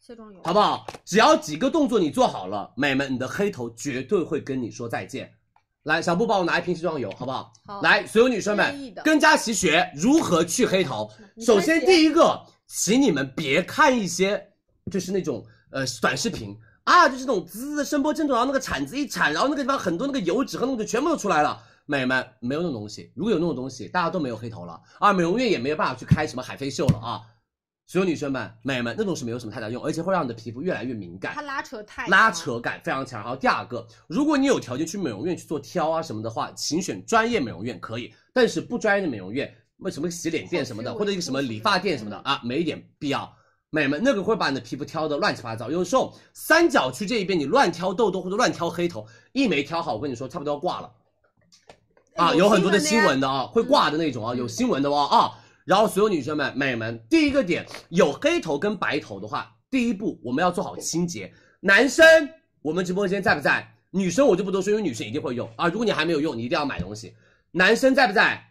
Speaker 1: 卸妆油，
Speaker 2: 好不好？只要几个动作你做好了，美们，你的黑头绝对会跟你说再见。来，小布帮我拿一瓶卸妆油，好不好？
Speaker 1: 好
Speaker 2: 来，所有女生
Speaker 1: 愿意
Speaker 2: 们
Speaker 1: 的嗯
Speaker 2: 跟佳琪学如何去黑头。
Speaker 1: 你
Speaker 2: 首
Speaker 1: 穿
Speaker 2: 先
Speaker 1: 鞋
Speaker 2: 第一个，请你们别看一些就是那种呃短视频啊，就是那种滋声波震动，然后那个铲子一铲，然后那个地方很多那个油脂和那个全部都出来了。美们，没有那种东西。如果有那种东西，大家都没有黑头了啊，美容院也没有办法去开什么海飞秀了啊。所有女生们、美们，那种是没有什么太大用，而且会让你的皮肤越来越敏感
Speaker 1: 它。拉扯太长
Speaker 2: 拉
Speaker 1: 了，
Speaker 2: 扯感非常强。然后第二个，如果你有条件去美容院去做挑啊什么的话，请选专业美容院可以，但是不专业的美容院，为什么洗脸店什么的，
Speaker 1: 后期
Speaker 2: 或者一个什么理发店什么的啊，没一点必要。美们，那个会把你的皮肤挑的乱七八糟。有时候三角区这一边你乱挑痘痘或者乱挑黑头，一没挑好，我跟你说，差不多要挂了。
Speaker 1: 哎
Speaker 2: 啊，有很多的新闻的啊，会挂的那种啊，有新闻的哦啊。然后所有女生们、美们，第一个点，有黑头跟白头的话，第一步我们要做好清洁。男生，我们直播间在不在？女生我就不多说，因为女生一定会用啊。如果你还没有用，你一定要买东西。男生在不在？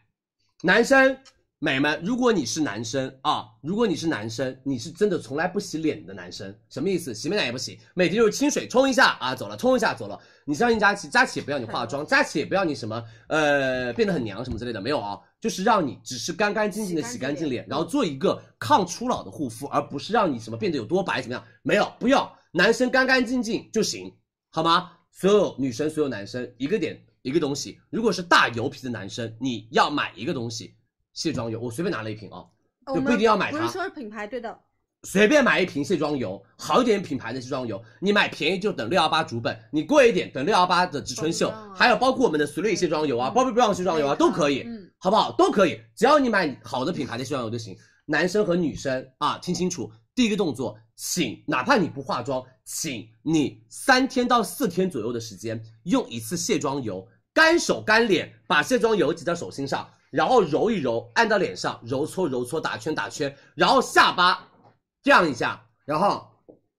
Speaker 2: 男生，美们，如果你是男生啊，如果你是男生，你是真的从来不洗脸的男生，什么意思？洗面奶也不洗，每天就是清水冲一下啊，走了，冲一下走了。你相信佳琪，佳琪也不要你化妆，佳琪也不要你什么呃变得很娘什么之类的，没有啊，就是让你只是干干净净的洗
Speaker 1: 洗
Speaker 2: 干
Speaker 1: 干净
Speaker 2: 净脸，嗯然后做一个抗初老的护肤，而不是让你什么变得有多白怎么样，没有，不要，男生干干净净就行，好吗？所有女生，所有男生，一个点一个东西。如果是大油皮的男生，你要买一个东西，卸妆油。我随便拿了一瓶啊，
Speaker 1: 我
Speaker 2: 就
Speaker 1: 们
Speaker 2: 不一定要买
Speaker 1: 不
Speaker 2: 它
Speaker 1: 是说是品牌对的，
Speaker 2: 随便买一瓶卸妆油，好一点品牌的卸妆油，你买便宜就等六幺八主本，你贵一点等六幺八的植唇秀
Speaker 1: 保护量，啊
Speaker 2: 还有包括我们的 Three 卸妆油啊、Bobbi Brown 卸妆油啊
Speaker 1: 对
Speaker 2: 都
Speaker 1: 的
Speaker 2: 可以，
Speaker 1: 嗯，
Speaker 2: 好不好？都可以，只要你买好的品牌的卸妆油就行。男生和女生啊，听清楚，第一个动作，请哪怕你不化妆，请你三天到四天左右的时间用一次卸妆油，干手干脸，把卸妆油挤到手心上，然后揉一揉，按到脸上，揉搓揉搓，打圈打圈，然后下巴这样一下，然后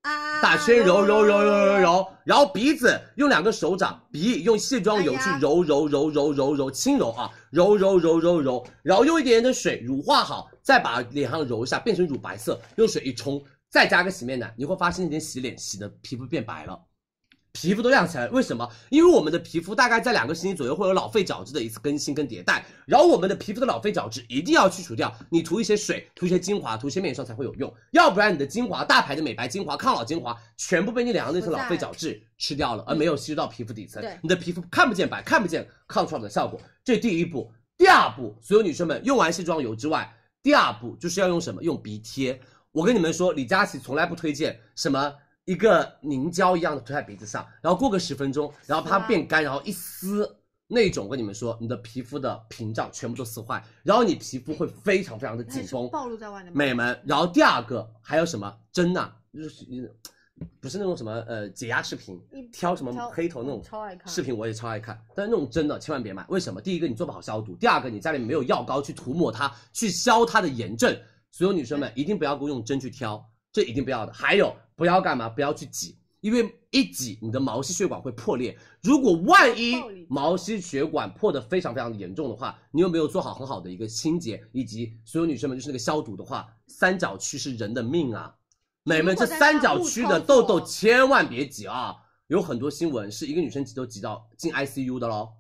Speaker 1: 啊，
Speaker 2: 打圈揉揉揉揉揉
Speaker 1: 哎
Speaker 2: 揉，然后鼻子用两个手掌，鼻翼用卸妆油去
Speaker 1: 哦哎呀
Speaker 2: 揉揉揉揉揉揉，轻揉啊，揉揉揉揉揉，然后用一点点的水乳化好，再把脸上揉一下，变成乳白色，用水一冲，再加个洗面奶，你会发现你的洗脸洗的皮肤变白了。皮肤都亮起来了，为什么？因为我们的皮肤大概在两个星期左右会有老废角质的一次更新跟迭代，然后我们的皮肤的老废角质一定要去除掉，你涂一些水，涂一些精华，涂一些面霜才会有用，要不然你的精华、大牌的美白精华、抗老精华全部被你脸上那层老废角质吃掉了，而没有吸收到皮肤底层
Speaker 1: 对，
Speaker 2: 你的皮肤看不见白，看不见抗初老的效果。这第一步，第二步，所有女生们用完卸妆油之外，第二步就是要用什么？用鼻贴。我跟你们说，李佳琦从来不推荐什么一个凝胶一样的涂在鼻子上，然后过个十分钟，然后它
Speaker 1: 撕啊
Speaker 2: 变干，然后一撕那种，我跟你们说，你的皮肤的屏障全部都撕坏，然后你皮肤会非常非常的
Speaker 1: 它也
Speaker 2: 紧
Speaker 1: 是
Speaker 2: 绷。
Speaker 1: 暴露在外的嘛，
Speaker 2: 美们，然后第二个还有什么针呐、就是嗯不是那种什么呃解压视频
Speaker 1: 一，
Speaker 2: 挑什么
Speaker 1: 超
Speaker 2: 黑头那种
Speaker 1: 嗯超爱看
Speaker 2: 视频我也超爱看，但是那种真的千万别买。为什么？第一个你做不好消毒，第二个你家里没有药膏去涂抹它，去消它的炎症。所有女生们一定不要用针去挑，这一定不要的。还有不要干嘛？不要去挤，因为一挤你的毛细血管会破裂。如果万一
Speaker 1: 暴力
Speaker 2: 毛细血管破的非常非常严重的话，你有没有做好很好的一个清洁，以及所有女生们就是那个消毒的话，三角区是人的命啊。美们，这
Speaker 1: 如果在
Speaker 2: 三
Speaker 1: 大
Speaker 2: 角
Speaker 1: 陆
Speaker 2: 区
Speaker 1: 操
Speaker 2: 的痘痘
Speaker 1: 作
Speaker 2: 千万别挤啊！有很多新闻是一个女生挤痘挤到进 ICU 的喽。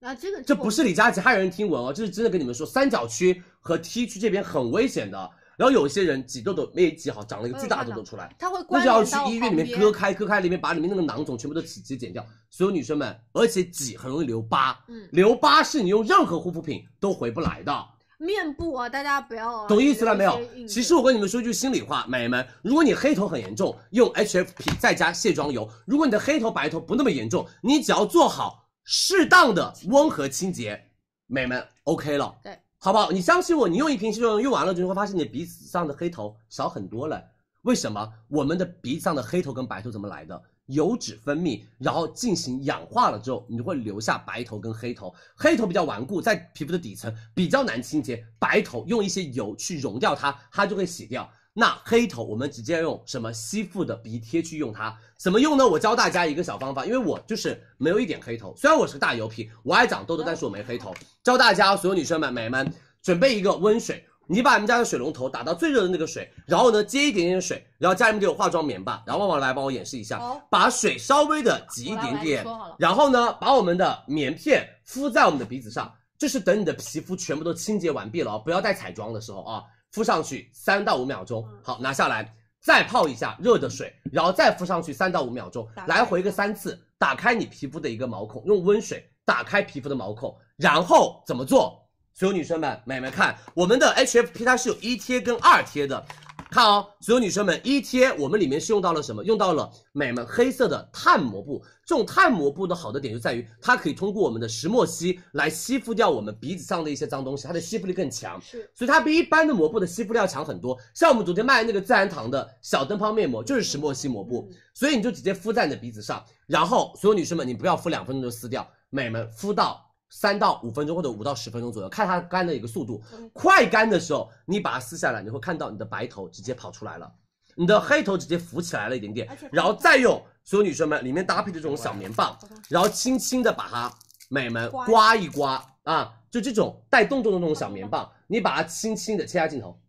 Speaker 1: 啊，这个
Speaker 2: 这不是李佳琦，还有人听闻哦，这是真的跟你们说，三角区和 T 区这边很危险的。然后有些人挤痘痘没挤好，长了一个
Speaker 3: 我
Speaker 2: 巨
Speaker 3: 有
Speaker 2: 大
Speaker 3: 看
Speaker 2: 的痘
Speaker 3: 到
Speaker 2: 痘出来，
Speaker 1: 它会
Speaker 2: 那
Speaker 1: 关
Speaker 2: 就要
Speaker 1: 联
Speaker 2: 去
Speaker 1: 到
Speaker 2: 医院里面
Speaker 1: 旁
Speaker 2: 割
Speaker 1: 边
Speaker 2: 开，割开里面把里面那个囊肿全部都挤直接剪掉。所有女生们，而且挤很容易留疤，
Speaker 1: 嗯
Speaker 2: 留疤是你用任何护肤品都回不来的，
Speaker 1: 面部啊，大家不要啊
Speaker 2: 懂意思了没有
Speaker 1: 有一些印？记
Speaker 2: 其实我跟你们说句心里话，美们，如果你黑头很严重，用 HFP 再加卸妆油；如果你的黑头白头不那么严重，你只要做好适当的温和清洁，美们 OK 了，
Speaker 1: 对，
Speaker 2: 好不好？你相信我，你用一瓶卸妆油用完了之后，会发现你的鼻子上的黑头少很多了。为什么？我们的鼻子上的黑头跟白头怎么来的？油脂分泌，然后进行氧化了之后，你就会留下白头跟黑头。黑头比较顽固，在皮肤的底层比较难清洁，白头用一些油去溶掉它，它就会洗掉。那黑头我们直接用什么吸附的鼻贴去用它？怎么用呢？我教大家一个小方法，因为我就是没有一点黑头，虽然我是个大油皮，我爱长痘痘，但是我没黑头。教大家，所有女生们、美们，准备一个温水，你把你们家的水龙头打到最热的那个水，然后呢接一点点水，然后家里面都有化妆棉吧，然后旺旺来帮我演示一下
Speaker 1: 好，
Speaker 2: 把水稍微的挤一
Speaker 1: 我来
Speaker 2: 点
Speaker 1: 我来
Speaker 2: 点
Speaker 1: 哦说好了，
Speaker 2: 然后呢把我们的棉片敷在我们的鼻子上，这是等你的皮肤全部都清洁完毕了哦，不要再彩妆的时候啊，敷上去三到五秒钟，
Speaker 1: 嗯
Speaker 2: 好拿下来。再泡一下热的水，然后再敷上去三到五秒钟
Speaker 1: 打，开
Speaker 2: 来回个三次，打开你皮肤的一个毛孔，用温水打开皮肤的毛孔，然后怎么做？所有女生们、美们看，我们的 HFP 它是有一贴跟二贴的。看哦，所有女生们，一贴我们里面是用到了什么？用到了美们黑色的碳膜布。这种碳膜布的好的点就在于，它可以通过我们的石墨烯来吸附掉我们鼻子上的一些脏东西，它的吸附力更强。
Speaker 1: 是
Speaker 2: 所以它比一般的膜布的吸附量强很多。像我们昨天卖那个自然堂的小灯泡面膜，就是石墨烯膜布，
Speaker 1: 嗯
Speaker 2: 所以你就直接敷在你的鼻子上，然后所有女生们，你不要敷两分钟就撕掉，美们敷到。三到五分钟或者五到十分钟左右，看它干的一个速度。
Speaker 1: 嗯
Speaker 2: 快干的时候，你把它撕下来，你会看到你的白头直接跑出来了，你的黑头直接浮起来了一点点
Speaker 1: 而且，它
Speaker 2: 然后再用所有女生们里面搭配的这种小棉棒，然后轻轻的把它美们
Speaker 1: 刮
Speaker 2: 刮一刮啊，就这种带动动的那种 小棉棒，你把它轻轻的切下镜头，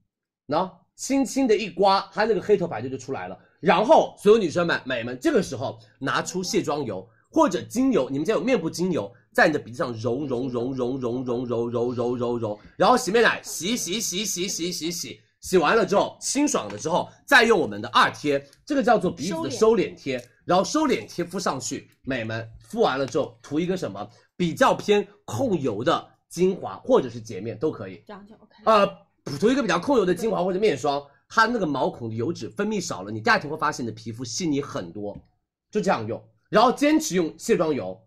Speaker 2: 喏，轻轻的一刮，它那个黑头白头就出来了。然后所有女生们、美们，这个时候拿出卸妆油或者精油，你们家有面部精油，在你的鼻子上揉揉揉揉揉揉揉揉揉揉揉，然后洗面奶洗洗洗洗洗洗洗。洗完了之后，清爽了之后，再用我们的二贴，这个叫做鼻子的收敛贴，然后收敛贴敷上去，美们敷完了之后，涂一个什么比较偏控油的精华或者是洁面都可以。
Speaker 1: 这样就 OK。
Speaker 2: 呃，涂一个比较控油的精华或者面霜，它那个毛孔的油脂分泌少了，你第二天会发现你的皮肤细腻很多。就这样用，然后坚持用卸妆油，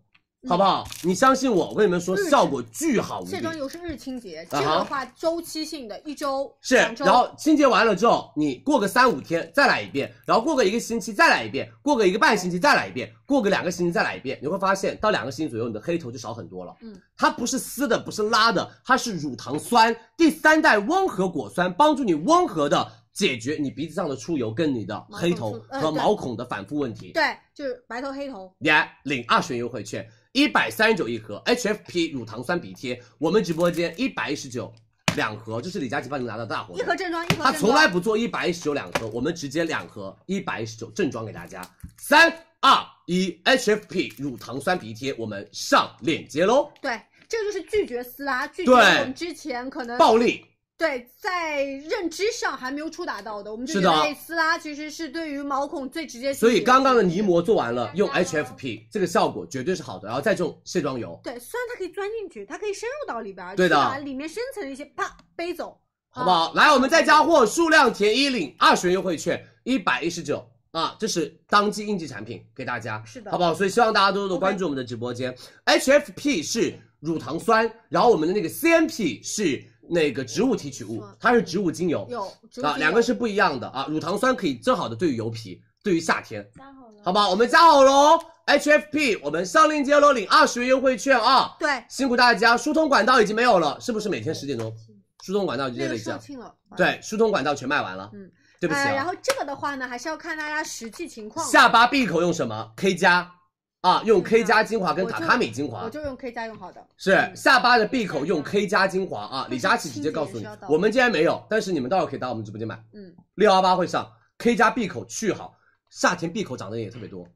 Speaker 2: 好不好？你相信我，我跟你们说，
Speaker 1: 嗯
Speaker 2: 效果巨好无比。
Speaker 1: 卸妆油是日清洁，这
Speaker 2: 哈
Speaker 1: 个的话周期性的，一周、
Speaker 2: 啊是，
Speaker 1: 两周，
Speaker 2: 然后清洁完了之后，你过个三五天再来一遍，然后过个一个星期再来一遍，过个一个半星期再来一遍，过个两个星期再来一遍，你会发现到两个星期左右，你的黑头就少很多了。
Speaker 1: 嗯，
Speaker 2: 它不是撕的，不是拉的，它是乳糖酸第三代温和果酸，帮助你温和的解决你鼻子上的出油跟你的
Speaker 1: 毛孔
Speaker 2: 黑头
Speaker 1: 出呃
Speaker 2: 和
Speaker 1: 对
Speaker 2: 毛孔的反复问题。
Speaker 1: 对，就是白头黑头，
Speaker 2: 来领二十元优惠券，一百三十九一盒 HFP 乳糖酸鼻贴，我们直播间一百一十九两盒，这是李佳琦帮你们拿到大活
Speaker 1: 一
Speaker 2: 动
Speaker 1: 盒。正装，一盒正装。
Speaker 2: 他从来不做一百一十九两盒，我们直接两盒一百一十九正装给大家。三二一，HFP 乳糖酸鼻贴，我们上链接喽！
Speaker 1: 对，这个就是拒绝撕拉，拒绝
Speaker 2: 对
Speaker 1: 我们之前可能
Speaker 2: 暴力
Speaker 1: 对在认知上还没有触达到的，我们就是觉
Speaker 2: 的
Speaker 1: 得哎撕拉其实是对于毛孔最直接性
Speaker 2: 所
Speaker 1: 的一
Speaker 2: 以
Speaker 1: 个
Speaker 2: 刚刚的
Speaker 1: 刺激
Speaker 2: 泥膜做完了，用 HFP 这个效果绝对是好的，然后再用卸妆油，
Speaker 1: 对，虽然它可以钻进去，它可以深入到里边儿，
Speaker 2: 对的
Speaker 1: 去把里面深层的一些啪背走，
Speaker 2: 好不好？来，我们再加货，数量填一领二十元优惠券，一百一十九啊，这是当季应季产品给大家，
Speaker 1: 是的
Speaker 2: 好不好？所以希望大家多多关注我们的直播间。HFP 是乳糖酸，然后我们的那个 CNP 是那个植物提取物，它是植物精油，
Speaker 1: 有植物
Speaker 2: 啊，
Speaker 1: 精
Speaker 2: 两
Speaker 1: 油
Speaker 2: 个是不一样的啊。乳糖酸可以正好的对于油皮，对于夏天，
Speaker 7: 加好
Speaker 1: 嗯
Speaker 7: 了，
Speaker 2: 好不好？我们加好哦喽，HFP，我们上链接喽，领二十元优惠券啊！
Speaker 1: 对
Speaker 2: 辛苦大家，疏通管道已经没有了，是不是每天十点钟？疏通管道已经
Speaker 1: 那个
Speaker 2: 累这
Speaker 1: 售
Speaker 2: 样，
Speaker 1: 罄了，完了
Speaker 2: 对，疏通管道全卖完了。
Speaker 1: 嗯，
Speaker 2: 对不起
Speaker 1: 呃，然
Speaker 2: 啊。
Speaker 1: 后这个的话呢，还是要看大家实际情况。
Speaker 2: 下巴闭口用什么？K 加啊，用 K 加精华跟
Speaker 1: 我就
Speaker 2: 塔卡米精
Speaker 1: 我
Speaker 2: 华
Speaker 1: 就嗯用 K 加用好的，
Speaker 2: 是下巴的闭口用 K 加精华啊。李佳琦直接告诉
Speaker 1: 清
Speaker 2: 你
Speaker 1: 洁也是要，到
Speaker 2: 我们今天没有，但是你们到时候可以到我们直播间买。
Speaker 1: 嗯，
Speaker 2: 六幺八会上 K 加闭口去好，夏天闭口长得也特别多，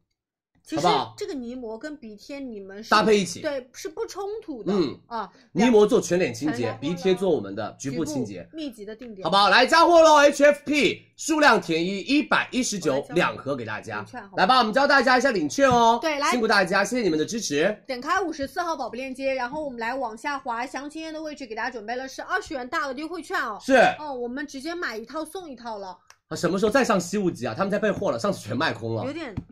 Speaker 1: 其
Speaker 2: 好
Speaker 1: 实
Speaker 2: 不好
Speaker 1: 这个泥膜跟鼻贴你们是
Speaker 2: 搭配一起。
Speaker 1: 对是不冲突的，
Speaker 2: 嗯
Speaker 1: 啊，
Speaker 2: 泥膜做全脸清
Speaker 1: 全
Speaker 2: 洁
Speaker 1: 脸，
Speaker 2: 鼻贴做我们的局部清洁，
Speaker 1: 密集的定点，
Speaker 2: 好不好？来加货喽！HFP 数量填一，一百一十九
Speaker 1: 我来交
Speaker 2: 两盒给大家
Speaker 1: 领券好不好，
Speaker 2: 来吧，我们教大家一下领券哦。
Speaker 1: 对来
Speaker 2: 辛苦大家，谢谢你们的支持。
Speaker 1: 点开五十四号宝贝链接，然后我们来往下滑，详情页的位置给大家准备了是二十元大额的优惠券哦。
Speaker 2: 是
Speaker 1: 哦，我们直接买一套送一套了，
Speaker 2: 啊，什么时候再上西雾集啊？他们在备货了，上次全卖空了
Speaker 1: 有。点嗯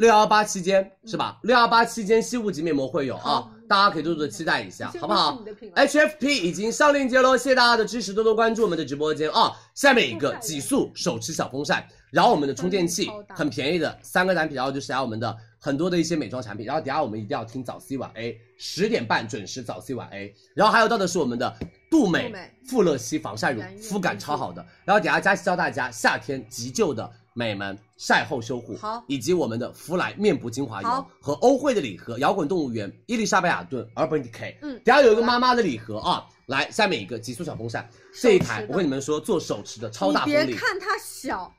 Speaker 2: 六幺八期间是吧？六幺八期间西雾集面膜会有啊，大家可以多多期待一下，好不好？哎
Speaker 1: 你的品味。
Speaker 2: HFP 已经上链接喽，谢谢大家的支持，多多关注我们的直播间啊！下面一个极速手持小风扇，然后我们的充电器
Speaker 1: 超大
Speaker 2: 很便宜的三个产品，然后就是还有我们的很多的一些美妆产品，然后等下我们一定要听早 C 晚 A，十点半准时早 C 晚 A，然后还有到的是我们的杜
Speaker 1: 杜
Speaker 2: 美
Speaker 1: 美
Speaker 2: 富乐西防晒乳
Speaker 1: 燃，
Speaker 2: 肤感超好的，然后等下佳琪教大家夏天急救的。美门晒后修护，
Speaker 1: 好
Speaker 2: 以及我们的芙莱面部精华油
Speaker 1: 好
Speaker 2: 和欧惠的礼盒、摇滚动物园、伊丽莎白雅顿、Urban Decay，
Speaker 1: 嗯
Speaker 2: 等下有一个妈妈的礼盒啊，来下面一个极速小风扇，这一
Speaker 1: 手
Speaker 2: 台
Speaker 1: 持的
Speaker 2: 我跟你们说做手持的超大
Speaker 1: 你别
Speaker 2: 风力，
Speaker 1: 看它小，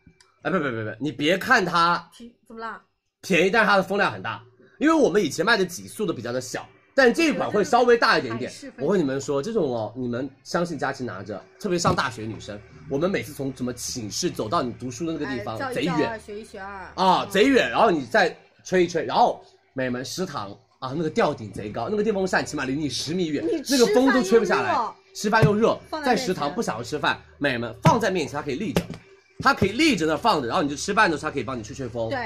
Speaker 2: 哎不不不不，你别看它
Speaker 1: 提怎么啦？
Speaker 2: 便宜，但是它的风量很大，因为我们以前卖的极速的比较的小，但这一款会稍微大一点点
Speaker 1: 还哎是。分
Speaker 2: 我跟你们说，这种哦，你们相信佳琪拿着，特别上大学女生，我们每次从什么寝室走到你读书的那个地方
Speaker 1: 哎、叫
Speaker 2: 贼
Speaker 1: 一叫
Speaker 2: 远
Speaker 1: 二，，学一学二
Speaker 2: 啊，
Speaker 1: 嗯
Speaker 2: 贼远，然后你再吹一吹，然后美门食堂啊，那个吊顶贼高，那个电风扇起码离你十米远
Speaker 1: 你，
Speaker 2: 那个
Speaker 1: 吃
Speaker 2: 风都
Speaker 1: 饭
Speaker 2: 吹不
Speaker 1: 又
Speaker 2: 下来
Speaker 1: 热，
Speaker 2: 吃饭又热
Speaker 1: 放，在
Speaker 2: 在
Speaker 1: 面
Speaker 2: 食堂
Speaker 1: 前
Speaker 2: 不想要吃饭，美们放在面前它可以立着，它可以立着那放着，然后你就吃饭的时候它可以帮你吹吹风，，
Speaker 1: 对，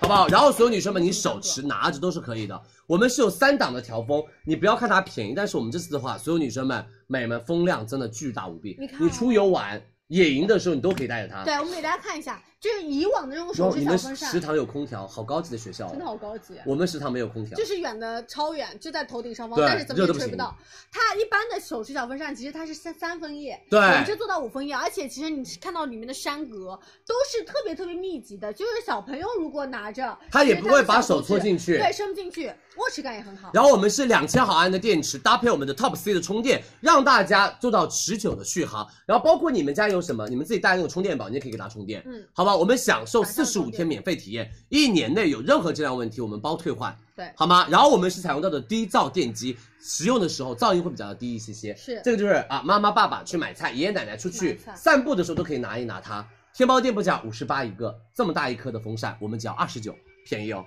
Speaker 2: 好不好？然后所有女生们，你手持拿着都是可以的。我们是有三档的调风，你不要看它便宜，但是我们这次的话，所有女生们美们风量真的巨大无比。
Speaker 1: 你看啊
Speaker 2: 你出游玩、野营的时候，你都可以带着它。
Speaker 1: 对，我们给大家看一下，就是以往的那种
Speaker 2: 然
Speaker 1: 手
Speaker 2: 后
Speaker 1: 持
Speaker 2: 你
Speaker 1: 小
Speaker 2: 们
Speaker 1: 风扇
Speaker 2: 食，啊堂有空调，好高级的学校、哦，
Speaker 1: 真的好高级。
Speaker 2: 我们食堂没有空调
Speaker 1: 就，是远的超远，就在头顶上方，
Speaker 2: 对
Speaker 1: 但是怎么
Speaker 2: 热
Speaker 1: 也
Speaker 2: 得不
Speaker 1: 吹
Speaker 2: 行
Speaker 1: 不到。它一般的手持小风扇，其实它是三三分叶，
Speaker 2: 对
Speaker 1: 我们这做到五分叶，而且其实你看到里面的山格都是特别特别密集的，就是小朋友如果拿着，
Speaker 2: 它
Speaker 1: 其
Speaker 2: 也
Speaker 1: 实
Speaker 2: 不会
Speaker 1: 的
Speaker 2: 把
Speaker 1: 小
Speaker 2: 手
Speaker 1: 拇指
Speaker 2: 戳进去
Speaker 1: 对，伸不进去，握持感也很好。
Speaker 2: 然后我们是两千毫安的电池，搭配我们的 Top C 的充电，让大家做到持久的续航。然后包括你们家有什么，你们自己带那种充电宝，你也可以给它充电，
Speaker 1: 嗯，
Speaker 2: 好吧？我们享受
Speaker 1: 马
Speaker 2: 四
Speaker 1: 上
Speaker 2: 十五
Speaker 1: 充电
Speaker 2: 天免费体验，一年内有任何质量问题，我们包退换，
Speaker 1: 对
Speaker 2: 好吗？然后我们是采用到的低噪电机，使用的时候噪音会比较的低一些些。
Speaker 1: 是
Speaker 2: 这个就是啊，妈妈爸爸去买菜，爷爷奶奶出去
Speaker 1: 买菜
Speaker 2: 散步的时候都可以拿一拿它。天猫店铺价五十八一个，这么大一颗的风扇，我们只要二十九，便宜哦。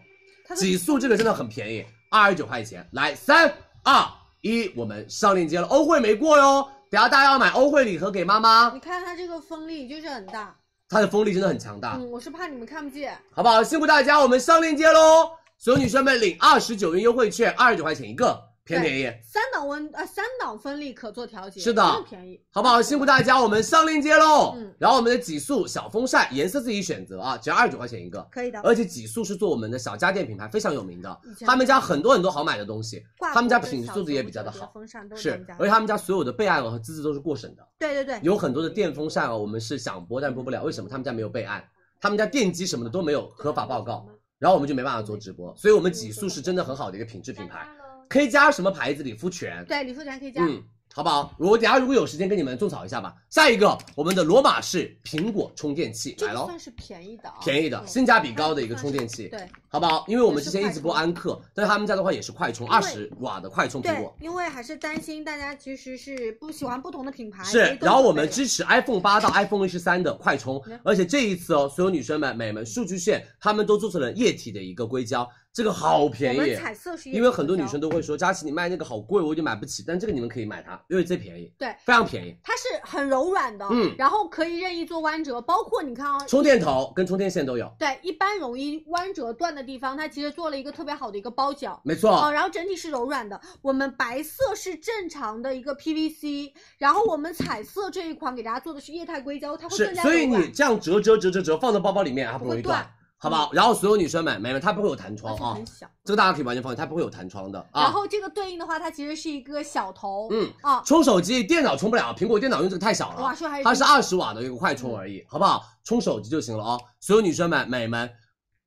Speaker 1: 它
Speaker 2: 极速这个真的很便宜，二十九块钱。来，三二一，我们上链接了。欧惠没过哟，等下大家要买欧惠礼盒给妈妈
Speaker 1: 你，看它这个风力就是很大，
Speaker 2: 它的风力真的很强大，
Speaker 1: 嗯，我是怕你们看不见，
Speaker 2: 好不好？辛苦大家，我们上链接喽。所有女生们领二十九元优惠券，二十九块钱一个，偏便宜，
Speaker 1: 三档温呃三档分力可做调节，
Speaker 2: 是的
Speaker 1: 真便宜，
Speaker 2: 好不好？辛苦大家，我们上链接喽。
Speaker 1: 嗯
Speaker 2: 然后我们的极速小风扇颜色自己选择啊，只要二十九块钱一个。
Speaker 1: 可以的。
Speaker 2: 而且极速是做我们的小家电品牌非常有名的
Speaker 1: 以，前
Speaker 2: 他们家很多很多好买的东西，
Speaker 1: 挂
Speaker 2: 他们家
Speaker 1: 钩跟
Speaker 2: 品质
Speaker 1: 小
Speaker 2: 做的也
Speaker 1: 球
Speaker 2: 比较的
Speaker 1: 折叠
Speaker 2: 好
Speaker 1: 风扇都
Speaker 2: 是
Speaker 1: 他们家，
Speaker 2: 而且他们家所有的备案额和资质都是过审的。
Speaker 1: 对对对，
Speaker 2: 有很多的电风扇啊，我们是想播但播
Speaker 1: 嗯
Speaker 2: 不了，为什么？他们家没有备案，他们家电机什么的都没有合法报
Speaker 1: 嗯
Speaker 2: 告，然后我们就没办法做直播，所以我们极速是真的很好的一个品质品牌，K 加什么牌子里肤泉，
Speaker 1: 啊对，李富全可以加。
Speaker 2: 嗯，好不好？我等下如果有时间跟你们种草一下吧。下一个，我们的罗马式苹果充电器
Speaker 1: 这
Speaker 2: 来
Speaker 1: 个
Speaker 2: 喽
Speaker 1: 算。是便宜的啊，
Speaker 2: 便宜的，
Speaker 1: 嗯
Speaker 2: 性价比高的一个充电器，
Speaker 1: 对
Speaker 2: 好不好？因为我们之前一直播安克，但是他们家的话也是快充，
Speaker 1: 因为
Speaker 2: 二十瓦的快充苹
Speaker 1: 对
Speaker 2: 果，
Speaker 1: 因为还是担心大家其实是不喜欢不同的品牌，所
Speaker 2: 是
Speaker 1: 以，都
Speaker 2: 然后我
Speaker 1: 准备
Speaker 2: 们
Speaker 1: 了
Speaker 2: 支持 iPhone 八到 iPhone 十三的快充
Speaker 1: 嗯，
Speaker 2: 而且这一次哦，所有女生们、美们，数据线他们都做成了液体的一个硅胶，这个好便
Speaker 1: 我们
Speaker 2: 宜。
Speaker 1: 彩色是一个
Speaker 2: 因为很多女
Speaker 1: 目标
Speaker 2: 生都会说，佳琪你卖那个好贵，我就买不起。但这个你们可以买它，因为最便宜，
Speaker 1: 对
Speaker 2: 非常便宜。
Speaker 1: 它是很柔软的，
Speaker 2: 嗯
Speaker 1: 然后可以任意做弯折，包括你看啊。
Speaker 2: 充电头跟充电线都有，
Speaker 1: 对，一般容易弯折断的地方，它其实做了一个特别好的一个包脚，
Speaker 2: 没错。
Speaker 1: 哦，然后整体是柔软的。我们白色是正常的一个 PVC，然后我们彩色这一款给大家做的是液态硅胶，它会
Speaker 2: 是
Speaker 1: 更，加柔
Speaker 2: 所以
Speaker 1: 软。
Speaker 2: 你这样折折折折折放到包包里面，它不容易
Speaker 1: 不会断嗯
Speaker 2: 断，好不好？然后所有女生们，美们，它不会有弹窗
Speaker 1: 而且
Speaker 2: 啊
Speaker 1: 很，小，
Speaker 2: 这个大家可以完全放心，它不会有弹窗的
Speaker 1: 然
Speaker 2: 啊。
Speaker 1: 后这个对应的话，它其实是一个小头，
Speaker 2: 嗯
Speaker 1: 啊，
Speaker 2: 充手机、电脑充不了，苹果电脑用这个太小了。
Speaker 1: 哇，说还是
Speaker 2: 它是二十瓦的一个快充而已，好不好？充手机就行了哦。所有女生们、美们，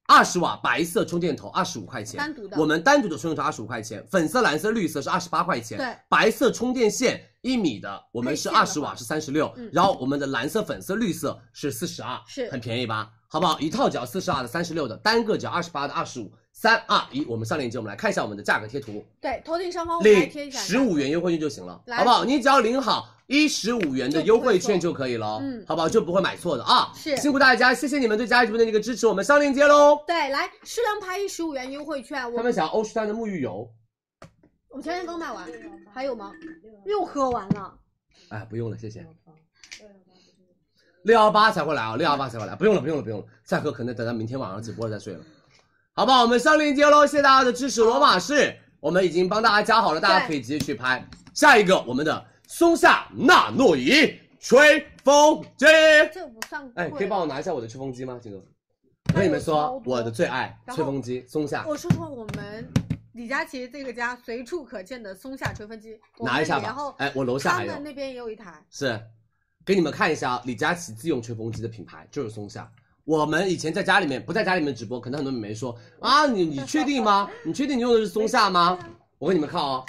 Speaker 2: 二十瓦白色充电头二十五块钱，
Speaker 1: 单独的
Speaker 2: 我们单独的充电头二十五块钱，粉色、蓝色、绿色是二十八块钱，
Speaker 1: 对，
Speaker 2: 白色充电线一米的，我们是
Speaker 1: 配线
Speaker 2: 二
Speaker 1: 的
Speaker 2: 十瓦
Speaker 1: 话
Speaker 2: 是三十六
Speaker 1: 嗯，
Speaker 2: 然后我们的蓝色、粉色、绿色是四十二，
Speaker 1: 是
Speaker 2: 很便宜吧？好不好？一套只要四十二的、三十六的，单个只要二十八的、二十五，三二一，我们上链接，我们来看一下我们的价格贴图，
Speaker 1: 对，头顶上方我们来贴一
Speaker 2: 领
Speaker 1: 下。
Speaker 2: 十五元优惠券就行了，
Speaker 1: 来
Speaker 2: 好不好？你只要领好一十五元的优惠券就可以了，哦
Speaker 1: 嗯
Speaker 2: 好不好？就不会买错的啊！
Speaker 1: 是
Speaker 2: 辛苦大家，谢谢你们对佳怡直播间的一个支持，我们上链接喽。
Speaker 1: 对，来适量拍一十五元优惠券，
Speaker 2: 他
Speaker 1: 我
Speaker 2: 们想要欧舒丹的沐浴油，
Speaker 1: 我们前天刚卖完，还有吗？又喝完了，
Speaker 2: 哎，不用了，谢谢。六幺八才会来啊，六幺八才会来，不用了，不用了，不用了，再喝可能等到明天晚上直播了再睡了，好不好？我们上链接喽，谢谢大家的支持。罗马市我们已经帮大家加好了，大家可以直接去拍。下一个我们的松下纳诺仪吹风机，
Speaker 1: 这个不算贵。
Speaker 2: 哎，可以帮我拿一下我的吹风机吗？这个，我跟你们
Speaker 1: 它有超
Speaker 2: 说，
Speaker 1: 多
Speaker 2: 我的最爱
Speaker 1: 然后
Speaker 2: 吹风机松下，
Speaker 1: 我说说我们李佳琦这个家随处可见的松下吹风机，我们
Speaker 2: 拿一下
Speaker 1: 然后
Speaker 2: 吧。哎，我楼下
Speaker 1: 他
Speaker 2: 还有
Speaker 1: 们。那边也有一台，
Speaker 2: 是，给你们看一下啊，李佳琦自用吹风机的品牌就是松下。我们以前在家里面不在家里面直播，可能很多美眉说啊，你你确定吗？你确定你用的是松下吗？我给你们看哦，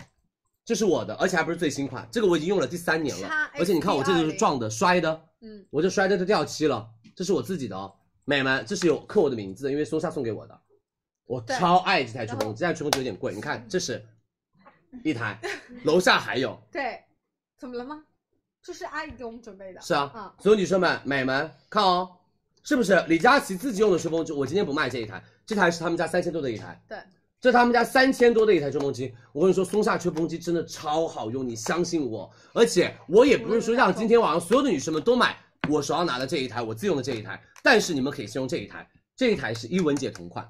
Speaker 2: 这是我的，而且还不是最新款，这个我已经用了第三年了
Speaker 1: XS，
Speaker 2: 而且你看我这个就是撞的、摔的，
Speaker 1: 嗯，
Speaker 2: 我这摔的都掉漆了，这是我自己的哦，美们，这是有刻我的名字的，因为松下送给我的，我
Speaker 1: 对
Speaker 2: 超爱这台吹
Speaker 1: 然
Speaker 2: 风
Speaker 1: 后
Speaker 2: 机，这台吹风机有点贵，你看这 是一台，楼下还有，
Speaker 1: 对，怎么了吗？这是阿姨给我们准备的，
Speaker 2: 是啊，
Speaker 1: 啊
Speaker 2: 所有女生们、美们看哦，是不是李佳琦自己用的吹风机？我今天不卖这一台，这台是他们家三千多的一台。
Speaker 1: 对，
Speaker 2: 这是他们家三千多的一台吹风机。我跟你说，松下吹风机真的超好用，你相信我。而且我也不是说让今天晚上所有的女生们都买我手上拿的这一台，我自用的这一台，但是你们可以先用这一台，这一台是伊文姐同款，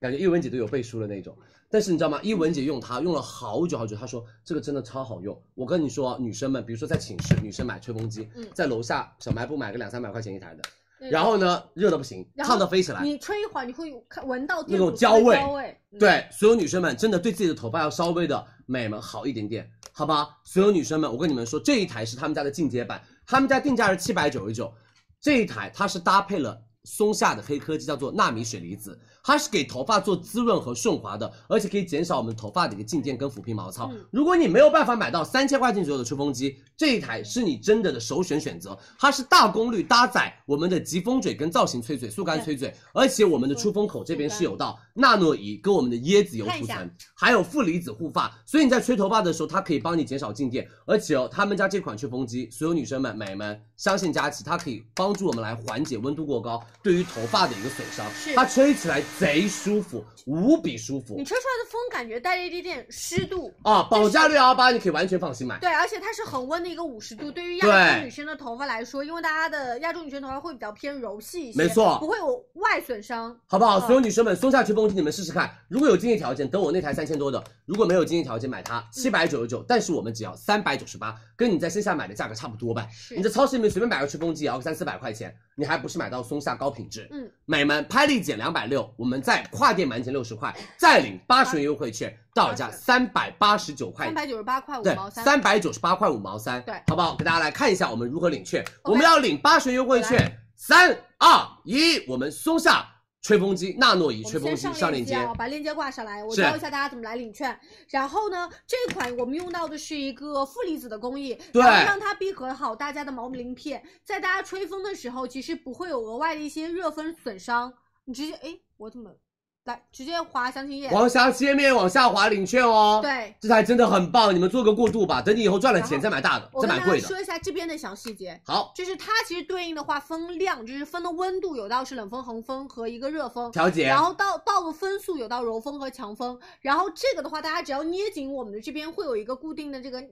Speaker 2: 感觉伊文姐都有背书的那种。但是你知道吗？一文姐用它用了好久好久，她说这个真的超好用。我跟你说，女生们，比如说在寝室，女生买吹风机，在楼下小卖部买个两三百块钱一台的，
Speaker 1: 嗯
Speaker 2: 然后呢，热的不行，
Speaker 1: 然后
Speaker 2: 烫的飞起来。
Speaker 1: 你吹一会儿，你会有看闻到
Speaker 2: 那种
Speaker 1: 焦
Speaker 2: 焦味
Speaker 1: 焦味，嗯，
Speaker 2: 对，所有女生们真的对自己的头发要稍微的美们好一点点，好吧？所有女生们，我跟你们说，这一台是他们家的进阶版，他们家定价是七百九十九，这一台它是搭配了松下的黑科技，叫做纳米水离子，它是给头发做滋润和顺滑的，而且可以减少我们头发的一个静电跟抚平毛糙。如果你没有办法买到三千块钱左右的吹风机，这一台是你真的的首选选择，它是大功率搭载我们的疾风嘴跟造型吹嘴、速干吹嘴，而且我们的出风口这边是有到纳诺仪跟我们的椰子油
Speaker 1: 看一
Speaker 2: 涂
Speaker 1: 下
Speaker 2: 层，还有负离子护发，所以你在吹头发的时候，它可以帮你减少静电。而且哦，他们家这款吹风机，所有女生们、美们，相信佳琪，它可以帮助我们来缓解温度过高对于头发的一个损伤。
Speaker 1: 是
Speaker 2: 它吹起来贼舒服，无比舒服
Speaker 1: 你吹出来的风感觉带着一点点湿度，
Speaker 2: 啊！保价六幺八，你可以完全放心买。
Speaker 1: 对，而且它是恒温的一个五十度，对于亚
Speaker 2: 对
Speaker 1: 洲女生的头发来说，因为大家的亚洲女生头发会比较偏柔细一些，
Speaker 2: 没错
Speaker 1: 不会有外损伤。
Speaker 2: 好不好？
Speaker 1: 嗯
Speaker 2: 所有女生们，松下吹风机你们试试看。如果有经济条件，等我那台三千多的；如果没有经济条件，买
Speaker 1: 嗯
Speaker 2: 它七百九十九，但是我们只要三百九十八，跟你在线下买的价格差不多吧。
Speaker 1: 是
Speaker 2: 你在超市里面随便买个吹风机也要三四百块钱，你还不是买到松下高品质？
Speaker 1: 嗯，
Speaker 2: 美们，拍立减两百六，我们再跨店满减六十块，再领八十元优惠券，到手价三百八十九块
Speaker 1: 三百九十八块五
Speaker 2: 对
Speaker 1: 毛，三，
Speaker 2: 三百九十八块五毛三，
Speaker 1: 对
Speaker 2: 好不好？给大家来看一下我们如何领券。我们要领八十元优惠券，三二一，我们松下吹风机纳诺仪
Speaker 1: 我
Speaker 2: 吹
Speaker 1: 们
Speaker 2: 风
Speaker 1: 先上
Speaker 2: 机上链接。
Speaker 1: 啊，把链接挂上来，我
Speaker 2: 是
Speaker 1: 教一下大家怎么来领券。然后呢，这款我们用到的是一个负离子的工艺，
Speaker 2: 对
Speaker 1: 然后让它闭合好大家的毛鳞片，在大家吹风的时候，其实不会有额外的一些热风损伤。你直接，哎，我怎么来直接划详情页？
Speaker 2: 王霞界面往下滑领券哦。，
Speaker 1: 对，
Speaker 2: 这台真的很棒，你们做个过渡吧。等你以后赚了钱再买大的，
Speaker 1: 我
Speaker 2: 再
Speaker 1: 跟
Speaker 2: 买
Speaker 1: 大家
Speaker 2: 贵的。
Speaker 1: 说一下这边的小细节。
Speaker 2: 好，
Speaker 1: 就是它其实对应的话，风量就是风的温度有到是冷风、恒风和一个热风，
Speaker 2: 调节
Speaker 1: 然。后到到了分数有到柔风和强风，然后这个的话，大家只要捏紧我们的这边会有一个固定的这个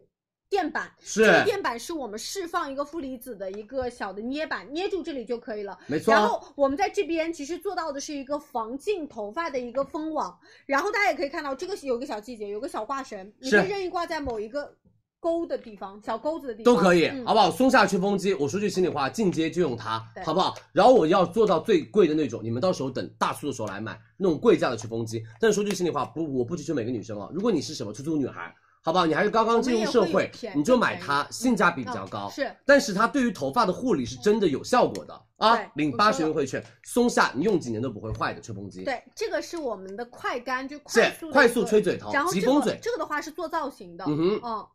Speaker 1: 垫板，
Speaker 2: 是
Speaker 1: 这个垫板是我们释放一个负离子的一个小的捏板，捏住这里就可以了。
Speaker 2: 没错
Speaker 1: 然后我们在这边其实做到的是一个防浸头发的一个风网，然后大家也可以看到这个是有一个小细节，有个小挂绳，你
Speaker 2: 是
Speaker 1: 可以任意挂在某一个钩的地方，小钩子的地方
Speaker 2: 都可以，啊
Speaker 1: 嗯
Speaker 2: 好不好？松下吹风机，我说句心里话，进阶就用它，
Speaker 1: 对
Speaker 2: 好不好？然后我要做到最贵的那种，你们到时候等大促的时候来买那种贵价的吹风机。但是说句心里话，不，我不追求每个女生啊。如果你是什么出租女孩，好不好？你还是刚刚进入社
Speaker 1: 我们也会
Speaker 2: 会
Speaker 1: 有便，宜
Speaker 2: 你就买
Speaker 1: 更，
Speaker 2: 它
Speaker 1: 便宜
Speaker 2: 性价比比较高。
Speaker 1: 嗯是，
Speaker 2: 但是它对于头发的护理是真的有效果的啊
Speaker 1: 对！
Speaker 2: 领
Speaker 1: 我
Speaker 2: 八
Speaker 1: 说
Speaker 2: 十元优惠券，松下你用几年都不会坏的吹风机，，
Speaker 1: 对，这个是我们的快干，就快
Speaker 2: 是
Speaker 1: 速的
Speaker 2: 快
Speaker 1: 一
Speaker 2: 速
Speaker 1: 个
Speaker 2: 吹嘴头
Speaker 1: 然，后
Speaker 2: 疾
Speaker 1: 这
Speaker 2: 风
Speaker 1: 个
Speaker 2: 嘴，
Speaker 1: 这个的话是做造型的，
Speaker 2: 嗯哼
Speaker 1: 嗯，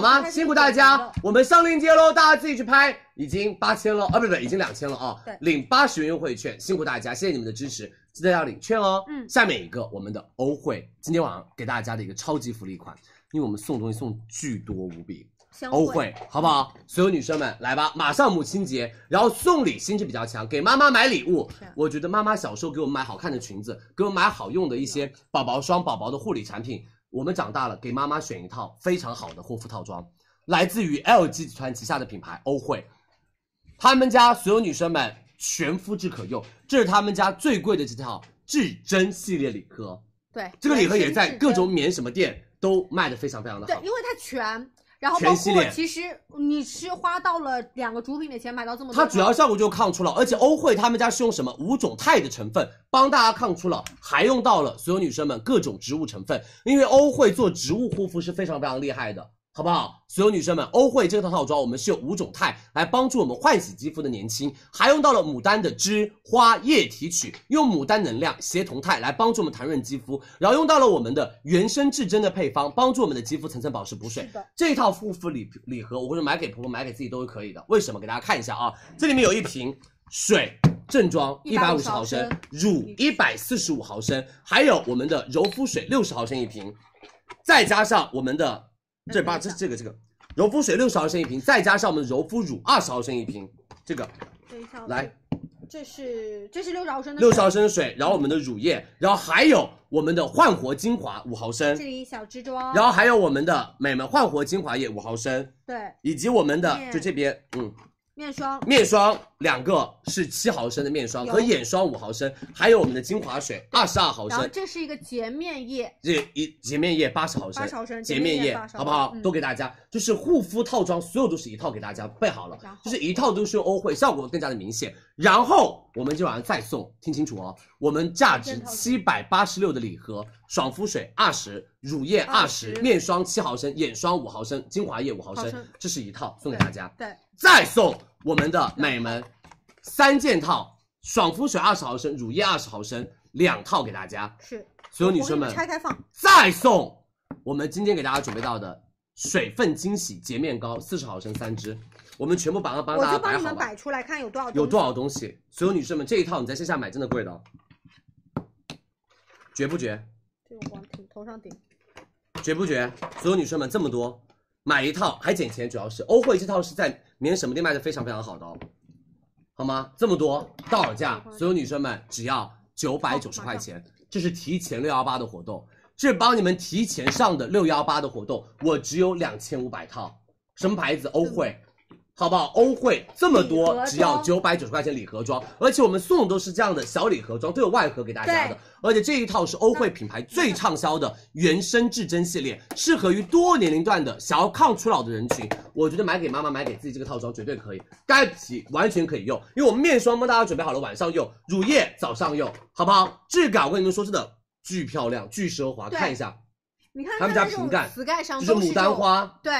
Speaker 1: 它
Speaker 2: 吗？
Speaker 1: 是
Speaker 2: 辛苦
Speaker 1: 自己
Speaker 2: 大
Speaker 1: 选
Speaker 2: 家
Speaker 1: 的，
Speaker 2: 我们上链接喽，大家自己去拍，已经八千喽，啊，不不，已经两千了啊
Speaker 1: 对，
Speaker 2: 领八十元优惠券，辛苦大家，谢谢你们的支持。记得要领券哦。
Speaker 1: 嗯
Speaker 2: 下面一个我们的欧惠，今天晚上给大家的一个超级福利款，因为我们送东西送巨多无比，
Speaker 1: 香
Speaker 2: 欧惠，哦好不好？所有女生们来吧，马上母亲节，然后送礼心智比较强，给妈妈买礼物
Speaker 1: 是。
Speaker 2: 我觉得妈妈小时候给我们买好看的裙子，给我们买好用的一些宝宝霜、宝宝的护理产品，我们长大了给妈妈选一套非常好的护肤套装，来自于 LG 集团旗下的品牌欧惠，他们家所有女生们全肤质可用，这是他们家最贵的这套至臻系列礼盒，
Speaker 1: 对，
Speaker 2: 这个礼盒也
Speaker 1: 原
Speaker 2: 在
Speaker 1: 生至
Speaker 2: 各
Speaker 1: 臻
Speaker 2: 种免什么店都卖的非常非常的
Speaker 1: 对
Speaker 2: 好，。
Speaker 1: 因为它全，然后
Speaker 2: 全
Speaker 1: 包
Speaker 2: 系
Speaker 1: 括
Speaker 2: 列
Speaker 1: 其实你是花到了两个主品的钱买到这么多
Speaker 2: 它
Speaker 1: 款，
Speaker 2: 主要效果就是抗初老，而且欧惠他们家是用什么五种肽的成分帮大家抗初老，还用到了所有女生们各种植物成分，因为欧惠做植物护肤是非常非常厉害的，好不好？所有女生们，欧惠这套套装我们是用五种肽来帮助我们唤醒肌肤的年轻，还用到了牡丹的枝花叶提取，用牡丹能量协同肽来帮助我们弹润肌肤，然后用到了我们的原生至臻的配方，帮助我们的肌肤层层保湿补水
Speaker 1: 是。的
Speaker 2: 这套护肤礼礼盒，我会说买给婆婆、买给自己都是可以的。为什么？给大家看一下啊，这里面有一瓶水正装一百五十
Speaker 1: 150
Speaker 2: 毫
Speaker 1: 毫
Speaker 2: 升嗯
Speaker 1: 升，
Speaker 2: 乳一百四十五毫升，还有我们的柔肤水六十毫升一瓶，再加上我们的这把这这个这个柔肤水六十毫升一瓶，再加上我们的柔肤乳二十毫升一瓶，这个
Speaker 1: 等一下，
Speaker 2: 来，
Speaker 1: 这是这是六十毫升的
Speaker 2: 六十
Speaker 1: 水
Speaker 2: 毫升的水，然后我们的乳液，然后还有我们的焕活精华五毫升
Speaker 1: 这，里小支装，
Speaker 2: 然后还有我们的美们焕活精华液五毫升，
Speaker 1: 对
Speaker 2: 以及我们的
Speaker 1: 面
Speaker 2: 就这边嗯。
Speaker 1: 面霜
Speaker 2: 面霜两个是七毫升的面霜
Speaker 1: 有
Speaker 2: 和眼霜五毫升，还有我们的精华水二十二毫
Speaker 1: 然后
Speaker 2: 升，
Speaker 1: 这是一个洁面液，
Speaker 2: 这一洁面液八十毫升
Speaker 1: 八十，毫升
Speaker 2: 洁面液
Speaker 1: 80
Speaker 2: 好不好？
Speaker 1: 嗯
Speaker 2: 都给大家，就是护肤套装，所有都是一套给大家备好了
Speaker 1: 然后，
Speaker 2: 就是一套都是用欧惠，效果更加的明显。然后我们今晚上再送，听清楚哦，我们价值
Speaker 1: 这套
Speaker 2: 七百八十六的礼盒，爽肤水二十，乳液二十，
Speaker 1: 20
Speaker 2: 面霜七毫升，眼霜五毫升，精华液五毫
Speaker 1: 毫
Speaker 2: 升
Speaker 1: 升，
Speaker 2: 这是一套送给大家。
Speaker 1: 对，
Speaker 2: 再送我们的美们三件套爽肤水二十毫升，乳液二十毫升两套给大家，
Speaker 1: 是
Speaker 2: 所有女生
Speaker 1: 我给你
Speaker 2: 们
Speaker 1: 拆开放，
Speaker 2: 再送我们今天给大家准备到的水分惊喜洁面膏四十毫升三支，我们全部把它帮
Speaker 1: 我
Speaker 2: 大家
Speaker 1: 就帮
Speaker 2: 摆
Speaker 1: 你
Speaker 2: 好
Speaker 1: 们
Speaker 2: 吧
Speaker 1: 摆。出来看有多少
Speaker 2: 有
Speaker 1: 东
Speaker 2: 多少东西？所有女生们，这一套你在线下买真的贵的哦，绝不绝？
Speaker 1: 西，这个往顶头上顶，
Speaker 2: 绝不绝？所有女生们这么多，买一套还减钱，主要是欧惠这套是在免什么店卖的非常非常好的哦，好吗？这么多到手价，所有女生们只要九百九十块钱，这是提前六幺八的活动，这是帮你们提前上的六幺八的活动，我只有两千五百套，什么牌子？欧惠。好不好？欧惠这么
Speaker 1: 礼盒
Speaker 2: 多，
Speaker 1: 装
Speaker 2: 只要九百九十块钱礼盒装，而且我们送的都是这样的小礼盒装，都有外盒给大家的
Speaker 1: 对。
Speaker 2: 而且这一套是欧惠品牌最畅销的原生至臻系列，适合于多年龄段的想要抗初老的人群。我觉得买给妈妈、买给自己这个套装绝对可以，该皮完全可以用，因为我们面霜帮大家准备好了，晚上用，乳液早上用，好不好？质感我跟你们说，真的巨漂亮、巨奢华，
Speaker 1: 对
Speaker 2: 看一下，
Speaker 1: 你看
Speaker 2: 他们
Speaker 1: 它
Speaker 2: 家
Speaker 1: 这种
Speaker 2: 瓶盖
Speaker 1: 瓶盖上
Speaker 2: 就
Speaker 1: 都
Speaker 2: 是
Speaker 1: 是这
Speaker 2: 牡丹
Speaker 1: 种
Speaker 2: 花，
Speaker 1: 对，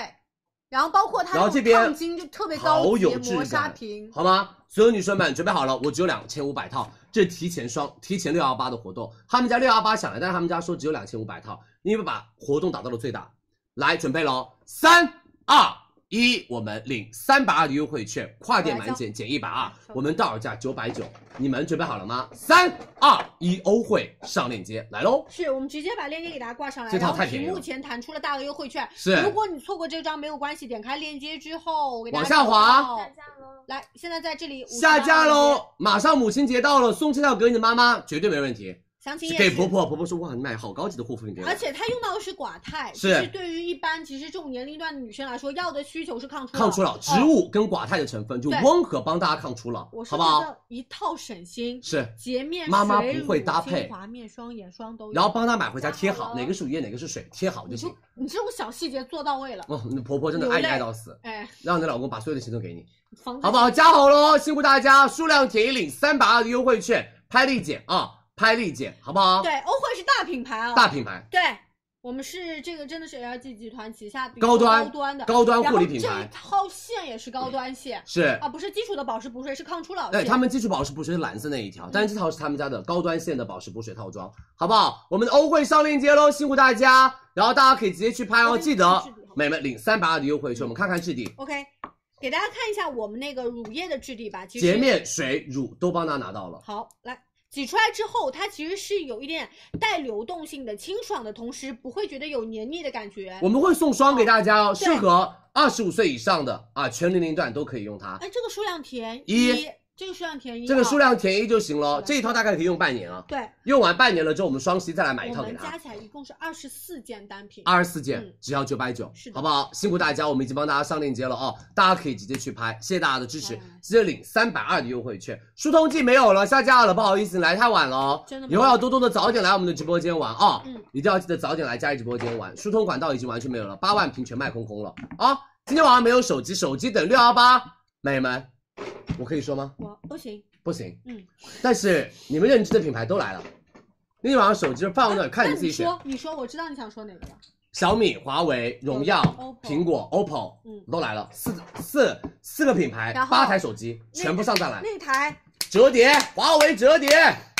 Speaker 1: 然后包括它
Speaker 2: 然后
Speaker 1: 那种
Speaker 2: 这边
Speaker 1: 烫金就特别高
Speaker 2: 好
Speaker 1: 级
Speaker 2: 有质
Speaker 1: 磨砂
Speaker 2: 感
Speaker 1: 瓶，
Speaker 2: 好吗？所有女生们准备好了，我只有两千五百套，这是提前双提前六幺八的活动，他们家六幺八想来，但是他们家说只有两千五百套，因为把活动打到了最大，来准备喽，三二一，我们领三百二的优惠券，跨店满减减一百二，我们到手价九百九，你们准备好了吗？三二一，欧惠上链接来喽，
Speaker 1: 是我们直接把链接给大家挂上来，
Speaker 2: 这套
Speaker 1: 然后
Speaker 2: 太便宜
Speaker 1: 屏幕
Speaker 2: 了
Speaker 1: 前弹出了大额优惠券。
Speaker 2: 是
Speaker 1: 如果你错过这张没有关系，点开链接之后，我给大
Speaker 2: 往
Speaker 1: 家
Speaker 2: 下
Speaker 1: 找
Speaker 2: 滑
Speaker 1: 到
Speaker 3: 架喽！
Speaker 1: 来，现在在这里58
Speaker 2: 下
Speaker 1: 链
Speaker 2: 架
Speaker 1: 接，
Speaker 2: 喽，马上母亲节到了，送这套给你的妈妈绝对没问题，
Speaker 1: 详情页
Speaker 2: 给
Speaker 1: 是
Speaker 2: 婆。婆，婆婆说哇，你买好高级的护肤品给我
Speaker 1: 而。且它用到的是寡肽，
Speaker 2: 是
Speaker 1: 其实对于一般其实这种年龄段的女生来说，要的需求是抗初
Speaker 2: 抗初老，植
Speaker 1: 哦
Speaker 2: 物跟寡肽的成分就
Speaker 1: 对
Speaker 2: 温和帮大家抗初老，
Speaker 1: 我是
Speaker 2: 好不
Speaker 1: 觉
Speaker 2: 好？
Speaker 1: 得一套省心，
Speaker 2: 是，
Speaker 1: 洁面
Speaker 2: 妈妈
Speaker 1: 水
Speaker 2: 不会
Speaker 1: 乳
Speaker 2: 搭
Speaker 1: 精
Speaker 2: 配
Speaker 1: 华面霜、眼霜都有。
Speaker 2: 然后帮她买回家贴
Speaker 3: 加
Speaker 2: 好，
Speaker 3: 好了
Speaker 2: 哪个是乳液，哪个是水，贴好就
Speaker 1: 你
Speaker 2: 行
Speaker 1: 就。你这种小细节做到位了，
Speaker 2: 哦，你婆婆真的
Speaker 1: 流
Speaker 2: 爱你
Speaker 1: 泪
Speaker 2: 爱到死，
Speaker 1: 哎，
Speaker 2: 让你的老公把所有的钱都给你，
Speaker 1: 防
Speaker 2: 好不好？加好喽，辛苦大家，数量填一领三百二的优惠券，拍立减啊，拍立减，好不好？
Speaker 1: 对，欧惠是大品牌啊，
Speaker 2: 大品牌，
Speaker 1: 对，我们是这个真的是 LG 集团旗下比
Speaker 2: 高端
Speaker 1: 高端的
Speaker 2: 高端
Speaker 1: 然
Speaker 2: 护
Speaker 1: 后
Speaker 2: 理品
Speaker 1: 这一
Speaker 2: 牌
Speaker 1: 套线也是高端线、
Speaker 2: 是。
Speaker 1: 啊，不是基础的保湿补水，是抗初老线。
Speaker 2: 对他们基础保湿补水是蓝色那一条，但
Speaker 1: 嗯
Speaker 2: 是这套是他们家的高端线的保湿补水套装，好不好？我们的欧惠上链接喽，辛苦大家，然后大家可以直接去拍哦，
Speaker 1: 我给你看
Speaker 2: 记得
Speaker 1: 质地好吗嗯
Speaker 2: 美们领三百二的优惠券，我们看看质地，
Speaker 1: OK，给大家看一下我们那个乳液的质地吧，其实
Speaker 2: 洁面水乳都帮大家拿到了，
Speaker 1: 好来。挤出来之后，它其实是有一点带流动性的、清爽的同时，不会觉得有黏腻的感觉。
Speaker 2: 我们会送霜给大家哦，
Speaker 1: 对
Speaker 2: 适合二十五岁以上的啊，全年龄段都可以用它。
Speaker 1: 哎，这个数量填
Speaker 2: 一
Speaker 1: 这个数量填一，
Speaker 2: 这个数量填一就行了，
Speaker 1: 是的
Speaker 2: 这一套大概可以用半年啊。
Speaker 1: 对，
Speaker 2: 用完半年了之后，我们双十一再来买一
Speaker 1: 我
Speaker 2: 套给
Speaker 1: 们
Speaker 2: 他
Speaker 1: 加。起来一共是二十四件单品。
Speaker 2: 二十四件
Speaker 1: 嗯
Speaker 2: 只要九百九
Speaker 1: 是，的
Speaker 2: 好不好？辛苦大家，我们已经帮大家上链接了哦，大家可以直接去拍，谢谢大家的支持
Speaker 1: 嗯，
Speaker 2: 记得领三百二的优惠券。疏通剂没有了，下架了，不好意思，你来太晚了哦，
Speaker 1: 真的吗
Speaker 2: 以后要多多的早点来我们的直播间玩啊，
Speaker 1: 嗯
Speaker 2: 一定要记得早点来佳怡直播间玩。疏通管道已经完全没有了，八万瓶全卖空空了啊！今天晚上没有手机，手机等六幺八，美们，我可以说吗？
Speaker 1: 我不行，
Speaker 2: 不行，
Speaker 1: 嗯，
Speaker 2: 但是你们认知的品牌都来了，那天晚上手机就放那儿，看
Speaker 1: 那
Speaker 2: 你自己
Speaker 1: 你
Speaker 2: 选。
Speaker 1: 说，你说，我知道你想说哪个了。
Speaker 2: 小米、华为、荣耀、
Speaker 1: OPPO
Speaker 2: 苹果、OPPO，
Speaker 1: 嗯
Speaker 2: 都来了，四四四个品牌
Speaker 1: 然，后
Speaker 2: 八台手机
Speaker 1: 那
Speaker 2: 全部上下来，
Speaker 1: 那台
Speaker 2: 折叠，华为折叠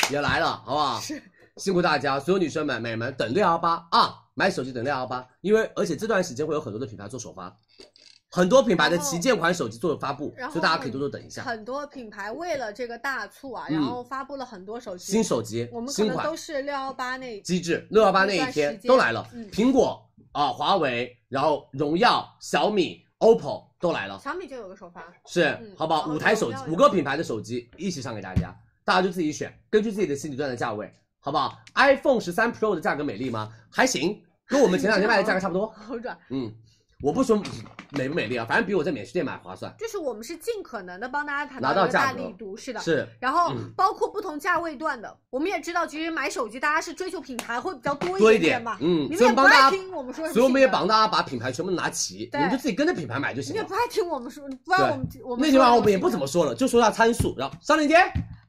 Speaker 2: 也来了，好不好？是，辛苦大家，所有女生们、美们，等六幺八啊，买手机等六幺八，因为而且这段时间会有很多的品牌做首发，很多品牌的
Speaker 1: 然后
Speaker 2: 旗舰款手机做发布，
Speaker 1: 然后
Speaker 2: 所以大家可以多多等一下，
Speaker 1: 很多品牌为了这个大促啊，
Speaker 2: 嗯
Speaker 1: 然后发布了很多手机。
Speaker 2: 新手机
Speaker 1: 我、们可
Speaker 2: 新
Speaker 1: 能
Speaker 2: 款
Speaker 1: 都是六幺八那
Speaker 2: 机制，六幺八那一天都来了
Speaker 1: 那段时，间嗯
Speaker 2: 苹果啊、华为，然后荣耀、小米、OPPO 都来了。
Speaker 1: 小米就有个首发，
Speaker 2: 是
Speaker 1: 嗯，
Speaker 2: 好不好？
Speaker 1: 好
Speaker 2: 五台手机
Speaker 1: 好，
Speaker 2: 五个品牌的手机一起上给大家，大家就自己选，根据自己的心理段的价位，好不好？iPhone 十三 Pro 的价格美丽吗？还行，跟我们前两天卖的价格差不 多。
Speaker 1: 好转。
Speaker 2: 嗯，我不说美不美丽啊，反正比我在免税店买划算。
Speaker 1: 就是我们是尽可能的帮大家谈
Speaker 2: 拿
Speaker 1: 一
Speaker 2: 到
Speaker 1: 个
Speaker 2: 价
Speaker 1: 大
Speaker 2: 格
Speaker 1: 力度，是的。
Speaker 2: 是，
Speaker 1: 然后
Speaker 2: 嗯
Speaker 1: 包括不同价位段的，我们也知道，其实买手机大家是追求品牌会比较多
Speaker 2: 多一
Speaker 1: 一
Speaker 2: 点
Speaker 1: 嘛，
Speaker 2: 嗯
Speaker 1: 你们
Speaker 2: 所以
Speaker 1: 也不
Speaker 2: 我们帮
Speaker 1: 爱
Speaker 2: 大家
Speaker 1: 听我们说什么，
Speaker 2: 所以我们也，帮大家把品牌全部拿齐，你
Speaker 1: 对
Speaker 2: 们就自己跟着品牌买就
Speaker 1: 你
Speaker 2: 行
Speaker 1: 们也
Speaker 2: 了
Speaker 1: 不。爱听我们说，不然我们我们
Speaker 2: 那天晚上我
Speaker 1: 说
Speaker 2: 们也不
Speaker 1: 什
Speaker 2: 怎么说了，就说下参数，然后上链接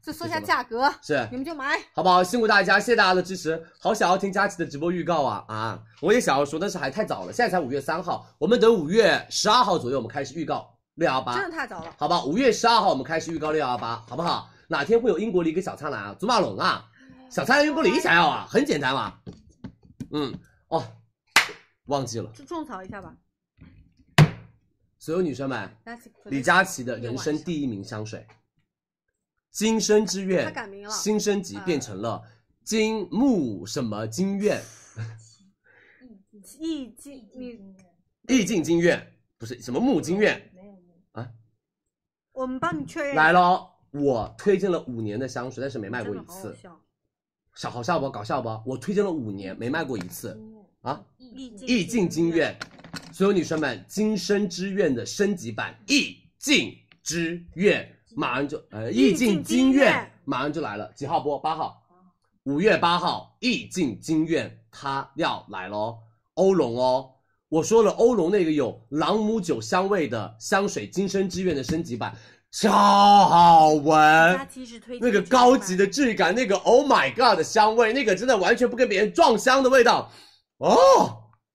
Speaker 1: 就说一下价格，
Speaker 2: 是。
Speaker 1: 你们就买。
Speaker 2: 好不好？辛苦大家，谢谢大家的支持。好想要听佳琪的直播预告啊啊！我也想要说，但是还太早了，现在才五月三号，我们等五月十二号左右我们开始预告六幺八
Speaker 1: 真，的太早了，
Speaker 2: 好不好？五月十二号我们开始预告六幺八，好不好？哪天会有英国梨跟小苍兰啊？祖马龙啊，小苍兰英国梨想要啊，很简单嘛。嗯，哦，忘记了，
Speaker 1: 就种草一下吧。
Speaker 2: 所有女生们，
Speaker 1: That's it.
Speaker 2: 李佳琦的人生第一名香水，今生之愿，
Speaker 1: 他改名了
Speaker 2: 新升级变成了金木什么金愿，
Speaker 1: 一季你，
Speaker 2: 意境金愿，不是什么木金愿
Speaker 1: 我们帮你确认
Speaker 2: 来喽。我推荐了五年的香水，但是没卖过一次
Speaker 1: 真的好好，笑
Speaker 2: 小好笑不？搞笑不？我推荐了五年，没卖过一次啊！
Speaker 1: 意境
Speaker 2: 意境金愿，所有女生们，今生之愿的升级版，意境之愿马上就呃，
Speaker 1: 意
Speaker 2: 意
Speaker 1: 境
Speaker 2: 境
Speaker 1: 金
Speaker 2: 金
Speaker 1: 愿
Speaker 2: 愿马上就来了，几号播？八号，五月八号，意境金愿它要来喽，欧龙哦。我说了，欧龙那个有朗姆酒香味的香水，今生之愿的升级版，超好闻
Speaker 1: 佳。琦是推荐
Speaker 2: 呃那个高级的质感，那个 Oh my God 的香味，那个真的完全不跟别人撞香的味道。哦，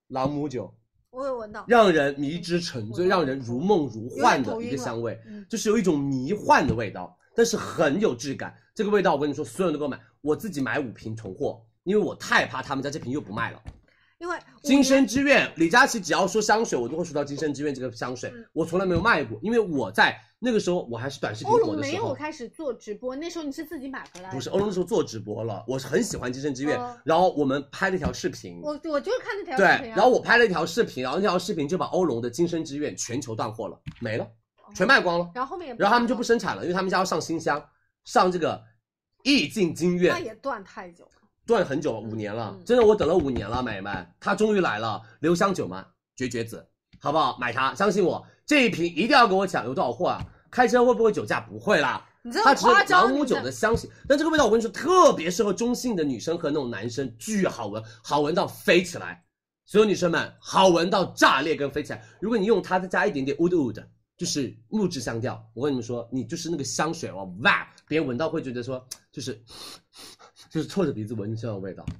Speaker 2: 朗姆酒
Speaker 1: 我有闻到，
Speaker 2: 让人迷之沉
Speaker 1: 嗯
Speaker 2: 醉，让人如梦如幻的一个香味
Speaker 1: 晕了嗯，
Speaker 2: 就是有一种迷幻的味道，但是很有质感。这个味道我跟你说，所有人都给我买，我自己买五瓶囤货，因为我太怕他们家这瓶又不卖了。
Speaker 1: 因为
Speaker 2: 今生之愿，李佳琦只要说香水，我都会说到今生之愿这个香水，
Speaker 1: 嗯
Speaker 2: 我从来没有卖过，因为我在那个时候我还是短视频
Speaker 1: 欧
Speaker 2: 火
Speaker 1: 龙
Speaker 2: 的
Speaker 1: 没
Speaker 2: 时
Speaker 1: 有
Speaker 2: 候。
Speaker 1: 开始做直播，那时候你是自己买回来的。
Speaker 2: 不是，欧龙那时候做直播了，我是很喜欢《今生之愿》
Speaker 1: 哦
Speaker 2: 然后我们拍了一条视频，
Speaker 1: 我我就是看那条
Speaker 2: 对
Speaker 1: 视频、啊，，
Speaker 2: 然后我拍了一条视频，然后那条视频就把欧龙的《今生之愿》全球断货了，没了，全卖光了，
Speaker 1: 然后后面也
Speaker 2: 然后他们就不生产了，因为他们家要上新香，上这个意境金
Speaker 1: 那
Speaker 2: 愿，
Speaker 1: 也断太久了，
Speaker 2: 断了很久了，五年了
Speaker 1: 哎嗯，
Speaker 2: 真的我等了五年了，美们，它终于来了，留香九嘛，绝绝子，好不好？买它，相信我，这一瓶一定要给我抢，有多少货啊？开车会不会酒驾？不会啦，
Speaker 1: 你这
Speaker 2: 它
Speaker 1: 么
Speaker 2: 只是
Speaker 1: 夸张，
Speaker 2: 朗姆酒的香型，但这个味道我跟你说，特别适合中性的女生和那种男生，巨好闻，好闻到飞起来。所有女生们，好闻到炸裂跟飞起来。如果你用它再加一点点 wood wood，就是木质香调，我跟你们说，你就是那个香水哦，哇，别人闻到会觉得说，就是就是搓着鼻子闻这种味道。
Speaker 1: 你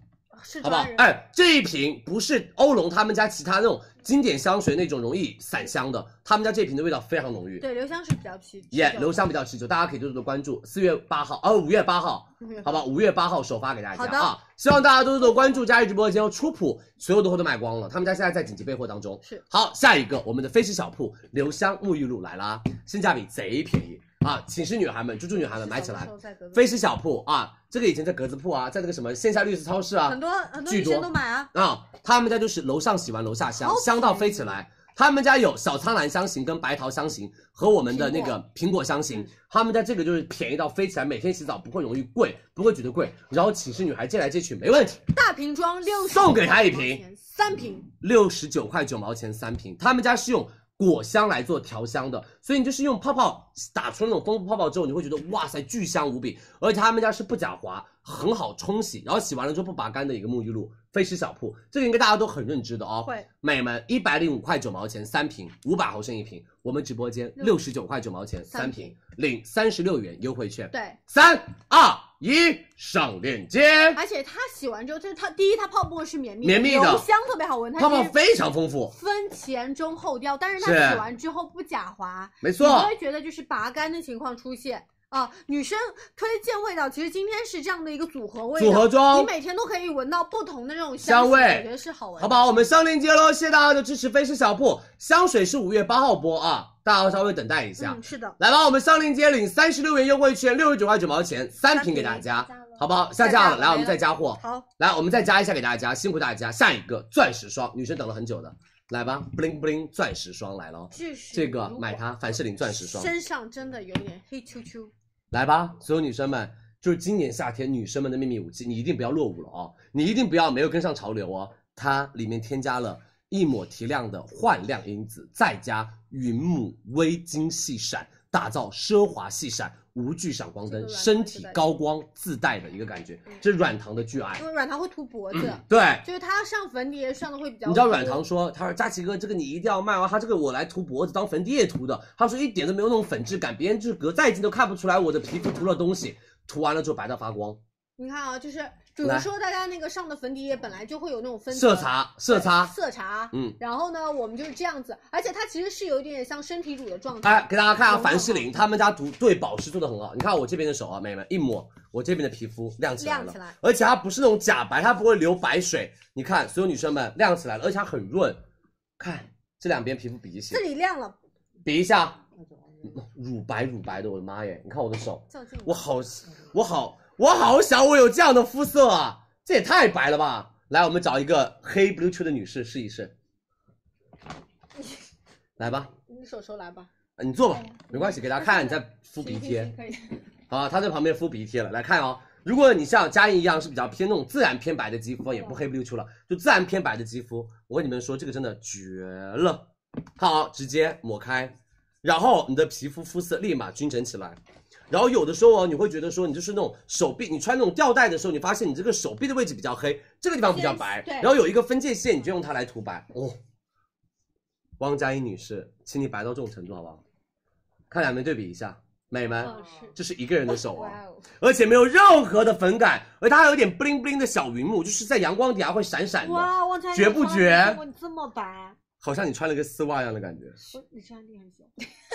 Speaker 1: 这是
Speaker 2: 好不好
Speaker 1: 抓？人。
Speaker 2: 哎，这一瓶不是欧龙他们家其他那种经典香水那种容易散香的，他们家这瓶的味道非常浓郁。
Speaker 1: 对，留香是比较皮，
Speaker 2: 也
Speaker 1: 持久
Speaker 2: 留香比较持久，大家可以多多的关注。四月八号，哦，五月八号，
Speaker 1: 的
Speaker 2: 好吧，五月八号首发给大
Speaker 1: 嗯好
Speaker 2: 家
Speaker 1: 的
Speaker 2: 啊！希望大家多多的关注佳怡直播间哦，初普所有的货都卖光了，他们家现在在紧急备货当中。
Speaker 1: 是
Speaker 2: 好，下一个我们的飞驰小铺留香沐浴露来啦，性价比贼便宜，啊，寝室女孩们、猪猪女孩们买起
Speaker 1: 小
Speaker 2: 来
Speaker 1: 时，候在格子
Speaker 2: 非是小铺啊，这个以前在格子铺啊，在那个什么线下绿色超市啊
Speaker 1: 很，多很多
Speaker 2: 巨
Speaker 1: 女生
Speaker 2: 多
Speaker 1: 都买啊，
Speaker 2: 啊，他们家就是楼上洗完楼下香
Speaker 1: 好，
Speaker 2: 香到飞起来。他们家有小苍兰香型跟白桃香型和我们的那个苹果嗯香型，他们家这个就是便宜到飞起来，每天洗澡不会容易贵，不会觉得贵。然后寝室女孩借来借去没问题，
Speaker 1: 大瓶装六
Speaker 2: 送给她一瓶，
Speaker 1: 三瓶，
Speaker 2: 六十九块九毛钱三瓶。他们家是用果香来做调香的，所以你就是用泡泡打出那种丰富泡泡之后，你会觉得哇塞，巨香无比。而且他们家是不假滑，很好冲洗，然后洗完了之后不拔干的一个沐浴露。飞驰小铺，这个应该大家都很认知的哦。
Speaker 1: 会，
Speaker 2: 美们一百零五块九毛钱三瓶，五百毫升一瓶。我们直播间六十九块九毛钱三瓶，领三十六元优惠券。
Speaker 1: 对，
Speaker 2: 三二一，上链接，
Speaker 1: 而且它洗完之后，就是它第一它泡沫是绵密
Speaker 2: 绵密的
Speaker 1: 油香特别好闻，它
Speaker 2: 泡泡
Speaker 1: 是
Speaker 2: 非常丰富，
Speaker 1: 分前中后调，但是它
Speaker 2: 是
Speaker 1: 洗完之后不假滑，
Speaker 2: 没
Speaker 1: 你不
Speaker 2: 错。
Speaker 1: 会觉得就是拔干的情况出现啊、女生推荐味道，其实今天是这样的一个组合味道，
Speaker 2: 组合装
Speaker 1: 你每天都可以闻到不同的这种
Speaker 2: 香
Speaker 1: 气
Speaker 2: 味
Speaker 1: 我觉得是好闻的。
Speaker 2: 好不好？我们上链接喽，谢谢大家的支持。飞是小铺香水是五月八号播啊，大家稍微等待一下。
Speaker 1: 嗯，是的，
Speaker 2: 来吧，我们上链接领三十六元优惠券，六十九块九毛钱三瓶给大家，好不好？下架了，来我们再加货，
Speaker 1: 好，
Speaker 2: 来我们再加一下给大家，辛苦大家。下一个钻石霜，女生等了很久的，来吧，bling bling 钻石霜来了，哦
Speaker 1: 这是
Speaker 2: 这个买它，凡士林钻石霜，
Speaker 1: 身上真的有点黑秋秋，
Speaker 2: 来吧，所有女生们，就是今年夏天女生们的秘密武器，你一定不要落伍了哦，你一定不要没有跟上潮流哦。它里面添加了一抹提亮的焕亮因子，再加云母微晶细闪，打造奢华细闪无惧闪光
Speaker 1: 这
Speaker 2: 灯，
Speaker 1: 个软糖
Speaker 2: 身体
Speaker 1: 自带
Speaker 2: 高光自带的一个感觉
Speaker 1: 嗯，
Speaker 2: 这是软糖的巨爱嗯
Speaker 1: 因。为软糖会涂脖子，
Speaker 2: 对，
Speaker 1: 就是它上粉底液上的会比较多。
Speaker 2: 你知道软糖说，他说佳琪哥，这个你一定要卖哦，他这个我来涂脖子当粉底液涂的，他说一点都没有那种粉质感，别人就是隔再近都看不出来我的皮肤涂了东西，涂完了之后白到发光，
Speaker 1: 你看啊，就是比如
Speaker 2: 来
Speaker 1: 说大家那个上的粉底液本来就会有那种分
Speaker 2: 色
Speaker 1: 层
Speaker 2: 差色差，
Speaker 1: 色差，
Speaker 2: 嗯，
Speaker 1: 然后呢，我们就是这样子，而且它其实是有一点点像身体乳的状态。
Speaker 2: 哎，给大家看啊，
Speaker 1: 浓的
Speaker 2: 凡士林他们家涂对保湿做的很好，你看我这边的手啊，妹妹们一抹，我这边的皮肤亮起来
Speaker 1: 亮
Speaker 2: 了
Speaker 1: 起，来，
Speaker 2: 而且它不是那种假白，它不会流白水，你看所有女生们亮起来了，而且它很润，看这两边皮肤比一下
Speaker 1: 这，里亮了，
Speaker 2: 比一下，乳白乳白的，我的妈耶，你看我的手。
Speaker 1: 较劲。
Speaker 2: 我好，我好，我好想我有这样的肤色啊！这也太白了吧！来，我们找一个黑不溜秋的女士试一试。来吧，
Speaker 1: 你手收来吧，
Speaker 2: 呃你坐吧，没关系，给大家看看你在敷鼻贴。
Speaker 1: 可以可以可以
Speaker 2: 好啊，她在旁边敷鼻贴了，来看哦。如果你像佳怡一样是比较偏那种自然偏白的肌肤，也不黑不溜秋了，就自然偏白的肌肤，我跟你们说，这个真的绝了。好，直接抹开，然后你的皮肤肤色立马均整起来。然后有的时候哦，你会觉得说你就是那种手臂，你穿那种吊带的时候，你发现你这个手臂的位置比较黑，这个地方比较白，
Speaker 1: 对
Speaker 2: 然后有一个分界线，你就用它来涂白。哦，汪佳怡女士，请你白到这种程度好不好？看两边对比一下，美们，
Speaker 1: 哦是
Speaker 2: 这是一个人的手啊、
Speaker 1: 哇哦，
Speaker 2: 而且没有任何的粉感，而它还有一点 bling bling 的小云雾，就是在阳光底下会闪闪的，
Speaker 1: 哇，旺财
Speaker 2: 绝不绝
Speaker 1: 你这么白，
Speaker 2: 好像你穿了个丝袜一样的感觉，
Speaker 1: 我你穿的很小，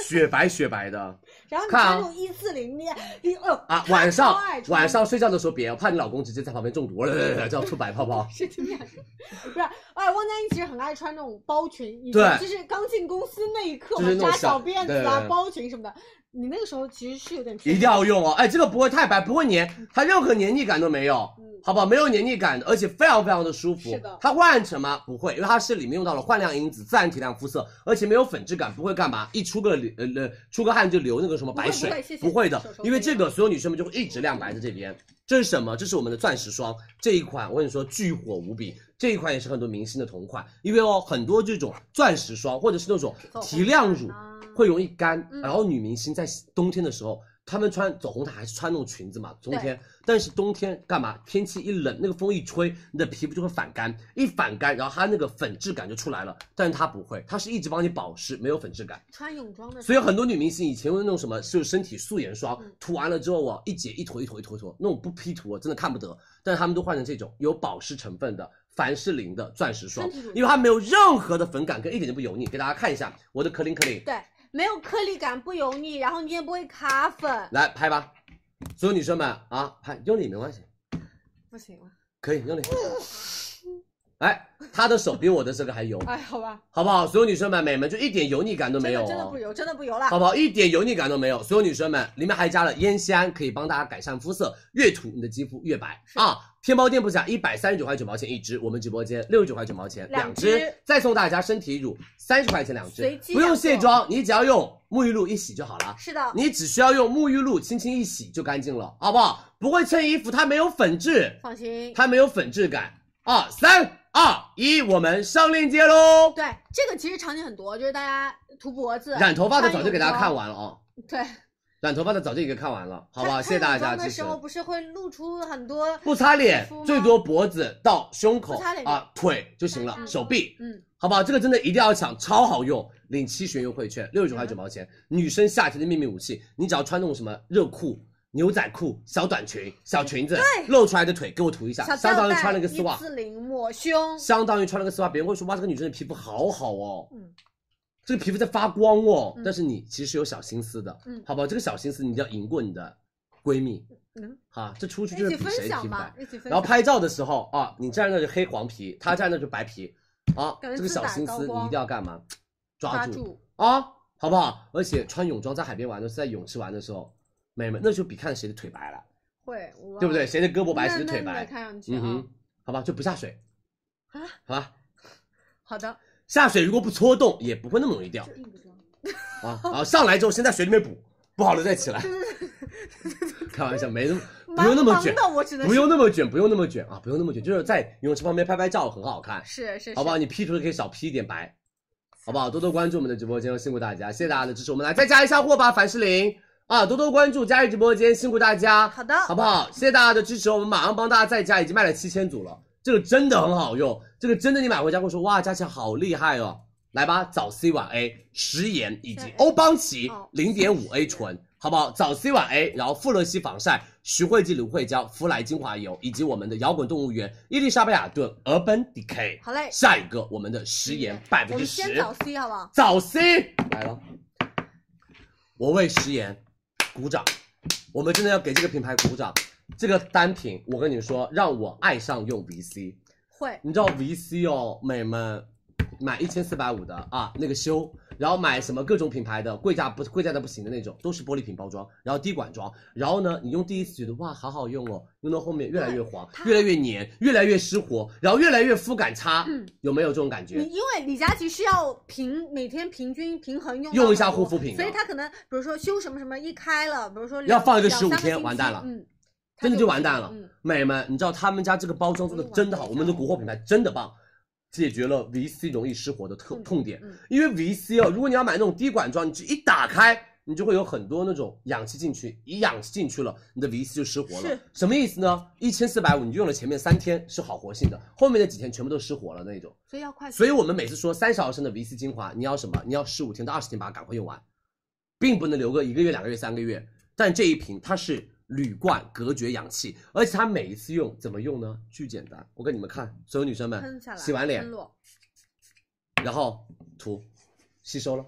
Speaker 2: 雪白雪白的
Speaker 1: 然后你
Speaker 2: 看啊
Speaker 1: 穿那种一四零，你你哦
Speaker 2: 啊！晚上
Speaker 1: 超爱穿
Speaker 2: 晚上睡觉的时候别，我怕你老公直接在旁边中毒 了，这样出白泡泡。
Speaker 1: 是这样， 不是？哎，汪佳怡其实很爱穿那种包裙，以
Speaker 2: 对
Speaker 1: 前就是刚进公司那一刻
Speaker 2: 就
Speaker 1: 嘛
Speaker 2: 是，那种
Speaker 1: 扎
Speaker 2: 小
Speaker 1: 小辫子
Speaker 2: 对
Speaker 1: 啊、包裙什么的。你那个时候其实是有点
Speaker 2: 一定要用哦！哎，这个不会太白，不会粘，它任何黏腻感都没有
Speaker 1: 嗯，
Speaker 2: 好不好？没有黏腻感的，而且非常非常的舒服。
Speaker 1: 是的
Speaker 2: 它会暗沉吗？不会，因为它是里面用到了焕亮因子，自然提亮肤色，而且没有粉质感，不会干嘛？一出个流呃呃出个汗就流那个什么白水，
Speaker 1: 不会不会谢谢
Speaker 2: 的
Speaker 1: 手手，
Speaker 2: 因为这
Speaker 1: 不
Speaker 2: 个所有女生们就会一直亮白在这边。这是什么？这是我们的钻石霜这一款，我跟你说巨火无比。这一款也是很多明星的同款，因为哦，很多这种钻石霜或者是那种提亮
Speaker 1: 哦
Speaker 2: 乳，
Speaker 1: 啊
Speaker 2: 会容易干，
Speaker 1: 嗯
Speaker 2: 然后女明星在冬天的时候，她们穿走红毯还是穿那种裙子嘛，冬天。但是冬天干嘛？天气一冷，那个风一吹，你的皮肤就会反干，一反干，然后它那个粉质感就出来了。但是它不会，它是一直帮你保湿，没有粉质感。
Speaker 1: 穿泳装的时
Speaker 2: 所以
Speaker 1: 候，
Speaker 2: 很多女明星以前用那种什么，就是身体素颜霜，
Speaker 1: 嗯
Speaker 2: 涂完了之后啊，一节一坨一坨一坨一坨，那种不 P 图我真的看不得。但是她们都换成这种有保湿成分的凡士林的钻石霜
Speaker 1: 身体乳，
Speaker 2: 因为它没有任何的粉感，跟一点都不油腻。给大家看一下我的可伶可伶。
Speaker 1: 对，没有颗粒感，不油腻，然后你也不会卡粉，
Speaker 2: 来拍吧，所有女生们啊，拍用力没关系，
Speaker 1: 不行了，
Speaker 2: 可以用力。哎，她的手比我的这个还油，
Speaker 1: 哎，好吧，
Speaker 2: 好不好？所有女生们、美们就一点油腻感都
Speaker 1: 真
Speaker 2: 没有
Speaker 1: 的真的
Speaker 2: 哦
Speaker 1: 不。油，真啊的不油啦。
Speaker 2: 好不好？一点油腻感都没有。所有女生们，里面还加了烟酰胺，可以帮大家改善肤色，越涂你的肌肤越白啊！天猫店铺价一百三十九块九毛钱一支，我们直播间六十九块九毛钱
Speaker 1: 两
Speaker 2: 支，
Speaker 1: 支
Speaker 2: 再送大家身体乳三十块钱两
Speaker 1: 随
Speaker 2: 支，
Speaker 1: 机
Speaker 2: 不用
Speaker 1: 两
Speaker 2: 卸
Speaker 1: 个
Speaker 2: 妆，你只要用沐浴露一洗就好了。
Speaker 1: 是的，
Speaker 2: 你只需要用沐浴露轻轻一洗就干净了，好不好？不会蹭衣服，它没有粉质，
Speaker 1: 放心。
Speaker 2: 它没有粉质感啊！三二一，我们上链接喽！
Speaker 1: 对，这个其实场景很多，就是大家涂脖子、
Speaker 2: 染头发的
Speaker 1: 穿
Speaker 2: 早就给大家
Speaker 1: 泳
Speaker 2: 看
Speaker 1: 装。
Speaker 2: 完了啊。
Speaker 1: 对，
Speaker 2: 染头发的早就已经看完了，好不好？
Speaker 1: 看
Speaker 2: 谢谢大
Speaker 1: 看
Speaker 2: 家
Speaker 1: 泳装
Speaker 2: 支
Speaker 1: 的
Speaker 2: 持
Speaker 1: 时。候不是会露出很多
Speaker 2: 不擦脸
Speaker 1: 皮肤，吗
Speaker 2: 最多脖子到胸口
Speaker 1: 不擦脸就
Speaker 2: 啊腿就行了，
Speaker 1: 嗯
Speaker 2: 手臂，
Speaker 1: 嗯，
Speaker 2: 好不好？这个真的一定要抢，超好用，领七十元优惠券，六十九块
Speaker 1: 嗯
Speaker 2: 九毛钱。女生夏天的秘密武器，你只要穿那种什么热裤、牛仔裤、小短裙、小裙子，露出来的腿给我涂一下，
Speaker 1: 小
Speaker 2: 相
Speaker 1: 吊
Speaker 2: 当于
Speaker 1: 带、
Speaker 2: 穿了个丝袜
Speaker 1: 一，字领抹胸，
Speaker 2: 相当于穿了个丝袜，别人会说哇，这个女生的皮肤好好哦，
Speaker 1: 嗯
Speaker 2: 这个皮肤在发光哦，
Speaker 1: 嗯
Speaker 2: 但是你其实是有小心思的，
Speaker 1: 嗯
Speaker 2: 好不好？这个小心思你一定要赢过你的闺蜜，
Speaker 1: 嗯，
Speaker 2: 啊，这出去就
Speaker 1: 一
Speaker 2: 是
Speaker 1: 起
Speaker 2: 比
Speaker 1: 分
Speaker 2: 谁皮
Speaker 1: 享
Speaker 2: 肤白
Speaker 1: 吧，。一起分享。
Speaker 2: 然后拍照的时候啊，你站那是黑黄皮，他站那是白皮，啊，
Speaker 1: 感觉
Speaker 2: 这个小心
Speaker 1: 自打高
Speaker 2: 思你
Speaker 1: 光
Speaker 2: 一定要干嘛？抓
Speaker 1: 抓
Speaker 2: 住
Speaker 1: 住，
Speaker 2: 啊，好不好？而且穿泳装在海边玩的时候，在泳池玩的时候，美们那就比看谁的腿白了，
Speaker 1: 会，哇
Speaker 2: 对不对？？谁的胳膊白，谁的
Speaker 1: 嫩
Speaker 2: 腿
Speaker 1: 嫩的
Speaker 2: 白？
Speaker 1: 看上去
Speaker 2: 嗯
Speaker 1: 啊
Speaker 2: 哼，，好吧，就不下水
Speaker 1: 啊，
Speaker 2: 好吧。
Speaker 1: 好的，
Speaker 2: 下水如果不戳洞，也不会那么容易掉
Speaker 1: 硬不装，
Speaker 2: 啊。然后上来之后，先在水里面补，补好了 再起来。开玩笑，没那么不用那么卷
Speaker 1: 茫，茫的我只能
Speaker 2: 不
Speaker 1: 说
Speaker 2: 用那么卷，不用那么卷啊，不用那么卷，就是在游泳池旁边拍拍照很好看，
Speaker 1: 是是，
Speaker 2: 好不好？你 P 图可以少 P 一点白，好不好？多多关注我们的直播间，辛苦大家，谢谢大家的支持，我们来再加一下货吧，凡士林啊，多多关注，加入直播间，辛苦大家，
Speaker 1: 好的
Speaker 2: 好不好？谢谢大家的支持，我们马上帮大家再加，已经卖了七千组了，这个真的很好用，这个真的你买回家会说哇，佳琪好厉害哦，来吧，早 C 晚 A 食盐以及欧邦琪
Speaker 1: 哦
Speaker 2: 零点五 A 醇。好不好？早 C 晚 A，然后富勒烯防晒、徐汇肌芦荟胶、芙莱精华油，以及我们的摇滚动物园、伊丽莎白雅顿、Urban Decay。
Speaker 1: 好嘞，
Speaker 2: 下一个我们的食盐百
Speaker 1: 我
Speaker 2: 分之
Speaker 1: 们先
Speaker 2: 十
Speaker 1: 找 C 好不好？
Speaker 2: 早 C 来了，我为食盐鼓掌，我们真的要给这个品牌鼓掌。这个单品我跟你们说，让我爱上用 VC。
Speaker 1: 会，
Speaker 2: 你知道 VC 哦，美们，买一千四百五的啊，那个修，然后买什么各种品牌的，贵价不贵价的不行的那种，都是玻璃瓶包装，然后滴管装，然后呢，你用第一次觉得哇好好用哦，用到后面越来越黄，越来越黏，越来越湿活，然后越来越肤感差，有没有这种感
Speaker 1: 嗯你
Speaker 2: 觉？
Speaker 1: 因为李佳琦是要平每天平均平衡用到
Speaker 2: 用一下
Speaker 1: 很多
Speaker 2: 护肤品的啊
Speaker 1: 所以他可能比如说修什么什么一开了，比如说
Speaker 2: 要放一个
Speaker 1: 两三
Speaker 2: 15天
Speaker 1: 星期
Speaker 2: 完蛋了
Speaker 1: 嗯，他
Speaker 2: 真的就完蛋了
Speaker 1: 嗯，
Speaker 2: 美们，你知道他们家这个包装做的真的好，我们的国货品牌真的棒，解决了 VC 容易失火的特痛点。
Speaker 1: 嗯
Speaker 2: 因为 VC 哦，如果你要买那种滴管装，你只一打开，你就会有很多那种氧气进去，一氧气进去了，你的 VC 就失活了
Speaker 1: 是。
Speaker 2: 什么意思呢？一千四百五，你用了前面三天是好活性的，后面的几天全部都失活了那种。
Speaker 1: 所以要快速，
Speaker 2: 所以我们每次说三十毫升的 VC 精华，你要什么？你要十五天到二十天把它赶快用完，并不能留个一个月、两个月、三个月。但这一瓶它是铝罐隔绝氧气，而且它每一次用怎么用呢？巨简单，我给你们看，所有女生们
Speaker 1: 喷下来，
Speaker 2: 洗完脸
Speaker 1: 喷，落，
Speaker 2: 然后涂，吸收了，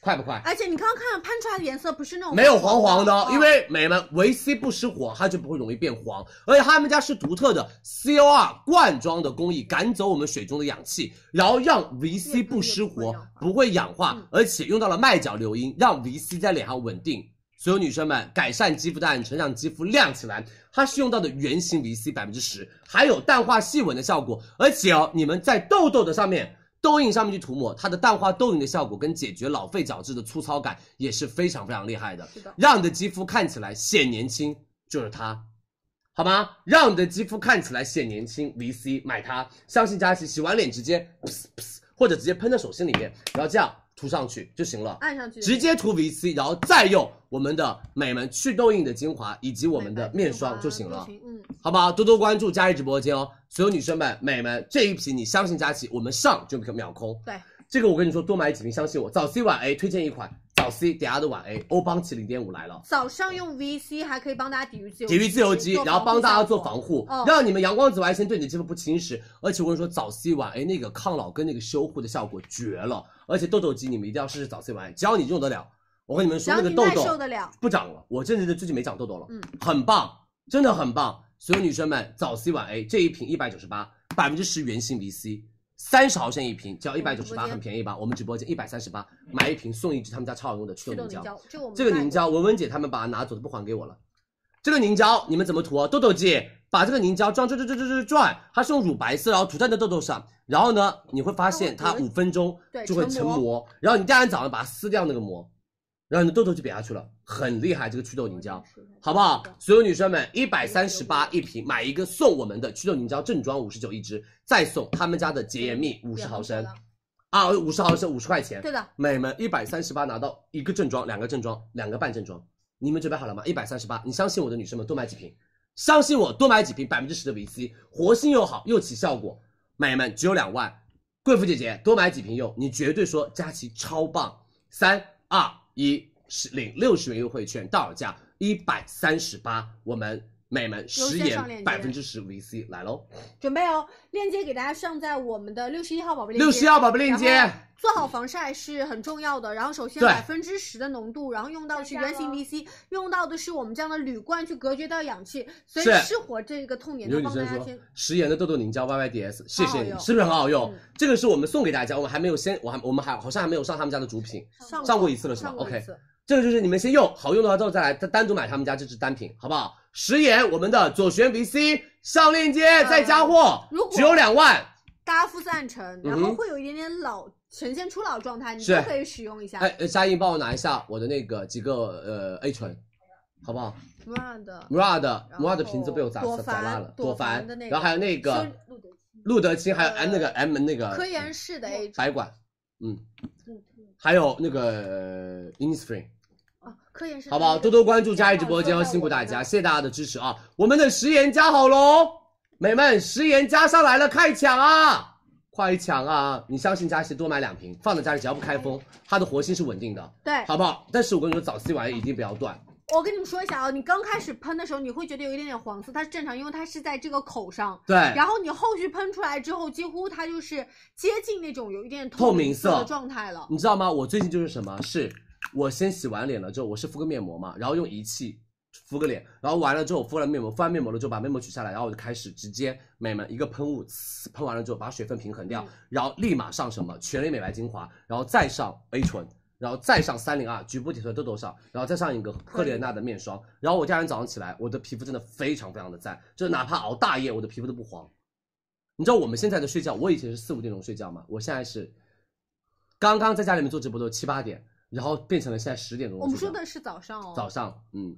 Speaker 2: 快不快？
Speaker 1: 而且你刚刚看到喷出来的颜色不是那种
Speaker 2: 没有黄黄的哦，
Speaker 1: 哦
Speaker 2: 因为美们维 C 不失火，它就不会容易变黄，而且他们家是独特的 COR 罐装的工艺，赶走我们水中的氧气，然后让维 C 不失火，不会氧化
Speaker 1: 嗯，
Speaker 2: 而且用到了麦角硫因，让维 C 在脸上稳定。所有女生们，改善肌肤蛋，成长肌肤亮起来，它是用到的原型维 C 百分之十，还有淡化细纹的效果，而且哦，你们在痘痘的上面痘印上面去涂抹，它的淡化痘印的效果跟解决老废角质的粗糙感也是非常非常厉害的，
Speaker 1: 哦是的
Speaker 2: 让你的肌肤看起来显年轻，就是它，好吗？让你的肌肤看起来显年轻，VC 买它，相信佳琪洗完脸直接噗噗噗，或者直接喷到手心里面，然后这样涂上去就行了。
Speaker 1: 按上去
Speaker 2: 直接涂 VC，然后再用我们的美们祛痘印的精华以及我们的面霜就行了。
Speaker 1: 嗯，
Speaker 2: 好不好？多多关注佳怡直播间哦，所有女生们、美们，这一瓶你相信佳琪，我们上就秒空。
Speaker 1: 对，
Speaker 2: 这个我跟你说，多买几瓶，相信我。早 C 晚 A 推荐一款，早 C 抵押的晚 A，欧邦琪零点五来了。
Speaker 1: 早上用 VC 还可以帮大家抵御自由
Speaker 2: 体育自由基，然后帮大家做
Speaker 1: 防
Speaker 2: 防护
Speaker 1: 嗯，
Speaker 2: 让你们阳光紫外线对你的肌肤不侵蚀。而且我跟你说，早 C 晚 A 那个抗老跟那个修护的效果绝了。而且痘痘肌你们一定要试试早 C 晚 A，只要你用得了，我跟你们
Speaker 1: 护，只
Speaker 2: 说
Speaker 1: 要
Speaker 2: 那
Speaker 1: 你
Speaker 2: 个痘
Speaker 1: 耐受
Speaker 2: 痘
Speaker 1: 得了，
Speaker 2: 不长了。我真的最近没长痘痘了，
Speaker 1: 嗯，
Speaker 2: 很棒，真哎的很棒。所有女生们，早 C 晚 A 这一瓶一百九十八，百分之十原型 VC，三十毫升一瓶，只要一百九十
Speaker 1: 嗯我
Speaker 2: 八，
Speaker 1: 们直播间
Speaker 2: 很便宜吧？我们直播间一百三十八，买一瓶送一支他们家超好用的祛
Speaker 1: 祛
Speaker 2: 痘
Speaker 1: 痘
Speaker 2: 凝
Speaker 1: 凝
Speaker 2: 胶。
Speaker 1: 胶，这个我们
Speaker 2: 这个
Speaker 1: 卖
Speaker 2: 凝
Speaker 1: 过
Speaker 2: 胶，文文姐他们把它拿走的不还给我了。这个凝胶你们怎么涂啊？痘痘姐把这个凝胶转转转转转转转，它是用乳白色，然后涂在你的痘痘上，然后呢，你会发现它
Speaker 1: 它会
Speaker 2: 五分钟
Speaker 1: 哦对
Speaker 2: 就会
Speaker 1: 成
Speaker 2: 成
Speaker 1: 膜
Speaker 2: 膜，然后你第二天早上把它撕掉那个膜，然后你的痘痘就瘪下去了，很厉害这个祛痘凝
Speaker 1: 哦
Speaker 2: 胶，好不好？所有女生们，一百三十八一瓶，买一个送我们的祛痘凝胶正装五十九一支，再送他们家的洁颜蜜五十毫升，啊，五十毫升五十块钱，
Speaker 1: 对的，
Speaker 2: 美们一百三十八拿到一个正装、两个正装、两个半正装，你们准备好了吗？一百三十八，你相信我的女生们多买几瓶，相信我多买几瓶，百分之十的维 C，活性又好又起效果，美们只有两万，贵妇姐姐多买几瓶用，你绝对说佳琦超棒。三二一，十领六十元优惠券，到手价一百三十八，我们美们
Speaker 1: 优
Speaker 2: 十
Speaker 1: 先上
Speaker 2: 元
Speaker 1: 链
Speaker 2: 百分
Speaker 1: 接
Speaker 2: 之十 VC 来喽，
Speaker 1: 准备哦，链接给大家上在我们的六十一号宝贝链接。
Speaker 2: 六十二宝贝链接。
Speaker 1: 然后做好防晒是很重要的，然后首先
Speaker 2: 对
Speaker 1: 百分之十的浓度，然后用到的是原型 VC，用到的是我们这样的铝罐去隔绝掉氧气，所以
Speaker 2: 是
Speaker 1: 失火这个痛点
Speaker 2: 有
Speaker 1: 都
Speaker 2: 女
Speaker 1: 帮大
Speaker 2: 生
Speaker 1: 家
Speaker 2: 说
Speaker 1: 添。
Speaker 2: 食盐的痘痘凝胶 YYDS，谢
Speaker 1: 好
Speaker 2: 谢
Speaker 1: 好
Speaker 2: 你，
Speaker 1: 用
Speaker 2: 是不是很好用
Speaker 1: 嗯？
Speaker 2: 这个是我们送给大家，我们还没有先，我还我们还好像还没有上他们家的主品，
Speaker 1: 上
Speaker 2: 上过一次了是吧
Speaker 1: 上过一
Speaker 2: OK
Speaker 1: 次
Speaker 2: 这个就是你们先用，好用的话之后再来单单独买他们家这支单品，好不好？食盐我们的左旋 VC 上链接再加货
Speaker 1: 嗯如果，
Speaker 2: 只有两万，
Speaker 1: 大家肤色暗沉，然
Speaker 2: 嗯
Speaker 1: 后
Speaker 2: 哼
Speaker 1: 会有一点点老呈现初老状态，你
Speaker 2: 是
Speaker 1: 都可以使用一下。
Speaker 2: 哎，呃佳颖帮我拿一下我的那个几个呃 A 醇，好不好
Speaker 1: 妈的，
Speaker 2: ？Mura 的
Speaker 1: 然后
Speaker 2: Mura 的瓶子被我砸
Speaker 1: 朵
Speaker 2: 砸砸烂了，
Speaker 1: 朵
Speaker 2: 朵
Speaker 1: 凡
Speaker 2: 凡
Speaker 1: 的那，个
Speaker 2: 然后还有那个
Speaker 1: 修路德清
Speaker 2: 路德清，还有 M 那个
Speaker 1: 呃
Speaker 2: M 那个
Speaker 1: 科研室的 A 醇
Speaker 2: 白管，嗯，还有那个 Innisfree，
Speaker 1: 啊，科研室的
Speaker 2: 好不好？
Speaker 1: 那个
Speaker 2: 多多关注佳怡直播间，哦，辛苦大家，谢谢大家的支持啊！我们的食盐加好喽，美们，食盐加上来了，快抢啊！快抢啊！你相信佳琦多买两瓶，放在家里只要不开封，它的活性是稳定的，
Speaker 1: 对，
Speaker 2: 好不好？但是我跟你说，早 C 玩意一定不要断，
Speaker 1: 我跟你们说一下啊，你刚开始喷的时候，你会觉得有一点点黄色，它是正常，因为它是在这个口上。
Speaker 2: 对，
Speaker 1: 然后你后续喷出来之后，几乎它就是接近那种有一点
Speaker 2: 透
Speaker 1: 明
Speaker 2: 明
Speaker 1: 色
Speaker 2: 色嗯
Speaker 1: 的状态了。
Speaker 2: 你知道吗？我最近就是什么？是我先洗完脸了之后，我是敷个面膜嘛，然后用仪器敷个脸，然后完了之后我敷了面膜，敷完面膜了之后把面膜取下来，然后我就开始直接美们一个喷雾，呲喷完了之后把水分平衡掉，然后立马上什么全脸美白精华，然后再上 A 醇。然后再上三零二局部提纯痘痘上，然后再上一个赫莲娜的面霜。然后我第二天早上起来，我的皮肤真的非常非常的赞，就是哪怕熬大夜，我的皮肤都不黄。你知道我们现在的睡觉，我以前是四五点钟睡觉嘛，我现在是刚刚在家里面做直播都七八点，然后变成了现在十点钟
Speaker 1: 我们
Speaker 2: 睡
Speaker 1: 说
Speaker 2: 觉
Speaker 1: 的是早上哦，
Speaker 2: 早上，嗯，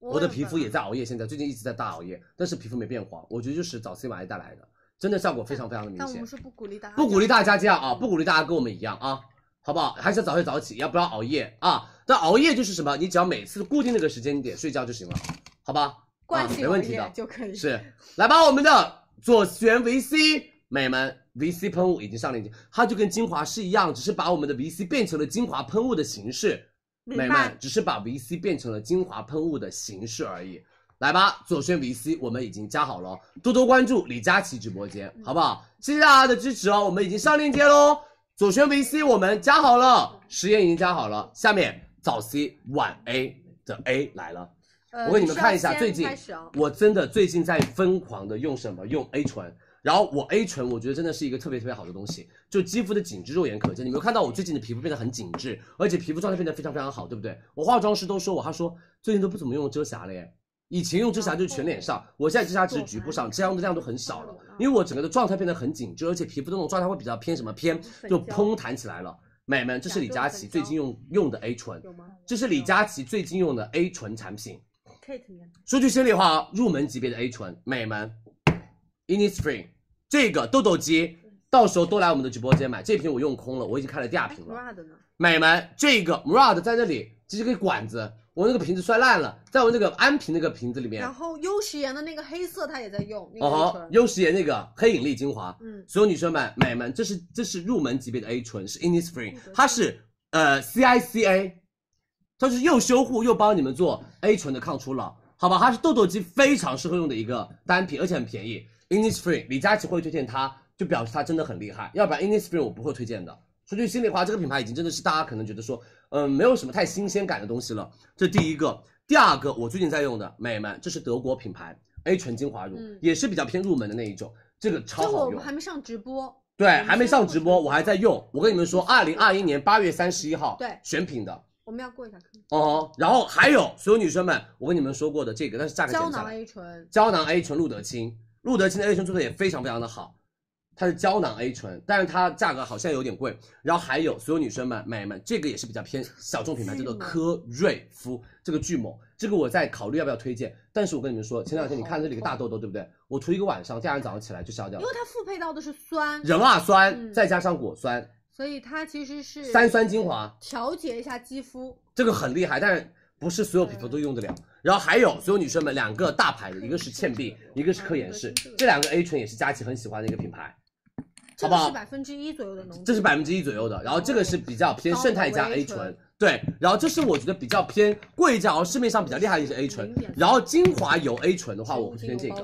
Speaker 1: 我
Speaker 2: 我的
Speaker 1: 也
Speaker 2: 皮
Speaker 1: 会
Speaker 2: 肤也在熬夜，现在最近一直在大熬夜，但是皮肤没变黄，我觉得就是早 C 晚 A 带来的，真的效果非常非常的明
Speaker 1: 但我
Speaker 2: 显
Speaker 1: 们。是不鼓励大家，
Speaker 2: 不鼓励大家这样啊，不鼓励大家跟我们一样啊，好不好？还是要早睡早起，要不要熬夜啊？但熬夜就是什么？你只要每次固定那个时间点睡觉就行了，好吧？
Speaker 1: 惯
Speaker 2: 啊，
Speaker 1: 性
Speaker 2: 没问题
Speaker 1: 熬
Speaker 2: 的
Speaker 1: 夜，就可以。
Speaker 2: 是，来吧，我们的左旋 VC 美们 VC 喷雾已经上链接，它就跟精华是一样，只是把我们的 VC 变成了精华喷雾的形式。
Speaker 1: 明白
Speaker 2: 美们，只是把 VC 变成了精华喷雾的形式而已。来吧，左旋 VC 我们已经加好了哦，多多关注李佳琦直播间，
Speaker 1: 嗯
Speaker 2: 好不好？谢谢大家的支持哦，我们已经上链接喽。左旋 VC 我们加好了，实验已经加好了，下面早 C 晚 A 的 A 来了。
Speaker 1: 呃
Speaker 2: 我给你们看一下，
Speaker 1: 是要
Speaker 2: 最
Speaker 1: 先
Speaker 2: 近
Speaker 1: 开始哦
Speaker 2: 我真的最近在疯狂的用什么？用 A 醇。然后我 A 醇，我觉得真的是一个特别特别好的东西，就肌肤的紧致肉眼可见。你没有看到我最近的皮肤变得很紧致，而且皮肤状态变得非常非常好，对不对？我化妆师都说我，他说最近都不怎么用遮瑕了耶，以前用遮瑕就是全脸上，我现在遮瑕哦只是局部上，遮瑕用的量都很少了，因为我整个的状态变得很紧致，而且皮肤的那种状态会比较偏什么偏就嘭弹起来了。美们，这是李佳琦最近用用的 A 醇，
Speaker 1: 有吗
Speaker 2: 这是李佳琦最近用的 A 醇产品。
Speaker 1: ？Kate 呢？
Speaker 2: 说句心里话啊，入门级别的 A 醇，美们，Innisfree 这个痘痘肌，到时候都来我们的直播间买。这瓶我用空了，我已经开了第二
Speaker 1: 哎
Speaker 2: 瓶了。
Speaker 1: ，Murad 呢？
Speaker 2: 美们，这个 Murad 在这里，这是个管子，我那个瓶子摔烂了，在我那个安瓶那个瓶子里面
Speaker 1: 然，后优时颜的那个黑色，它也在用那个
Speaker 2: 哦
Speaker 1: 黑
Speaker 2: 吼
Speaker 1: 唇，，
Speaker 2: 优时颜那个黑引力精华，
Speaker 1: 嗯，
Speaker 2: 所有女生们、美们，这是这是入门级别的 A 醇，是 Innisfree，它是呃 CICA，它是又修护又帮你们做 A 醇的抗初老，好吧？它是痘痘肌非常适合用的一个单品，而且很便宜。Innisfree，李佳琦会推荐它，就表示它真的很厉害，要不然 Innisfree 我不会推荐的。说句心里话，这个品牌已经真的是大家可能觉得说，嗯、没有什么太新鲜感的东西了。这第一个，第二个，我最近在用的，美们，这是德国品牌 A 醇精华乳，
Speaker 1: 嗯
Speaker 2: 也是比较偏入门的那一种，这个超
Speaker 1: 这个
Speaker 2: 好
Speaker 1: 我
Speaker 2: 用
Speaker 1: 们。还没上直播，
Speaker 2: 对，还没上直播，我还在用。我跟你们说，二零二一年八月三十一号，
Speaker 1: 对
Speaker 2: 选品的
Speaker 1: 我们要过一下坑。
Speaker 2: 哦。然后还有所有女生们，我跟你们说过的这个，但是价格减
Speaker 1: 胶
Speaker 2: 下
Speaker 1: 囊
Speaker 2: 来，
Speaker 1: A 醇，
Speaker 2: 胶囊 A 醇露得清，露得清的 A 醇做的也非常非常的好，它是胶囊 A 醇，但是它价格好像有点贵。然后还有所有女生们、美们，这个也是比较偏小众品牌，叫做科瑞芙，这个巨猛，这个我在考虑要不要推荐。但是我跟你们说，前两天你看这里有个大痘痘，对不对？我涂一个晚上，第二天早上起来就消掉
Speaker 1: 因
Speaker 2: 了
Speaker 1: 为。它复配到的是酸，
Speaker 2: 壬二酸
Speaker 1: 嗯
Speaker 2: 再加上果酸，
Speaker 1: 所以它其实是
Speaker 2: 三酸精华，
Speaker 1: 调节一下肌肤。
Speaker 2: 这个很厉害，但是不是所有皮肤都用得了。然后还有所有女生们两个大牌的，一个是倩碧，一个是科颜氏，这两个 A 醇也是佳琦很喜欢的一个品牌，好
Speaker 1: 这
Speaker 2: 不
Speaker 1: 个是
Speaker 2: 好？
Speaker 1: 百分之一左右的浓度，
Speaker 2: 这是百分之一左右的，然后这个是比较偏胜肽加 A
Speaker 1: 高维
Speaker 2: 醇
Speaker 1: A 醇，
Speaker 2: 对，然后这是我觉得比较偏贵价，然后市面上比较厉害的一些 A 醇
Speaker 1: 0.3，
Speaker 2: 然后精华油 A 醇的话，我会推荐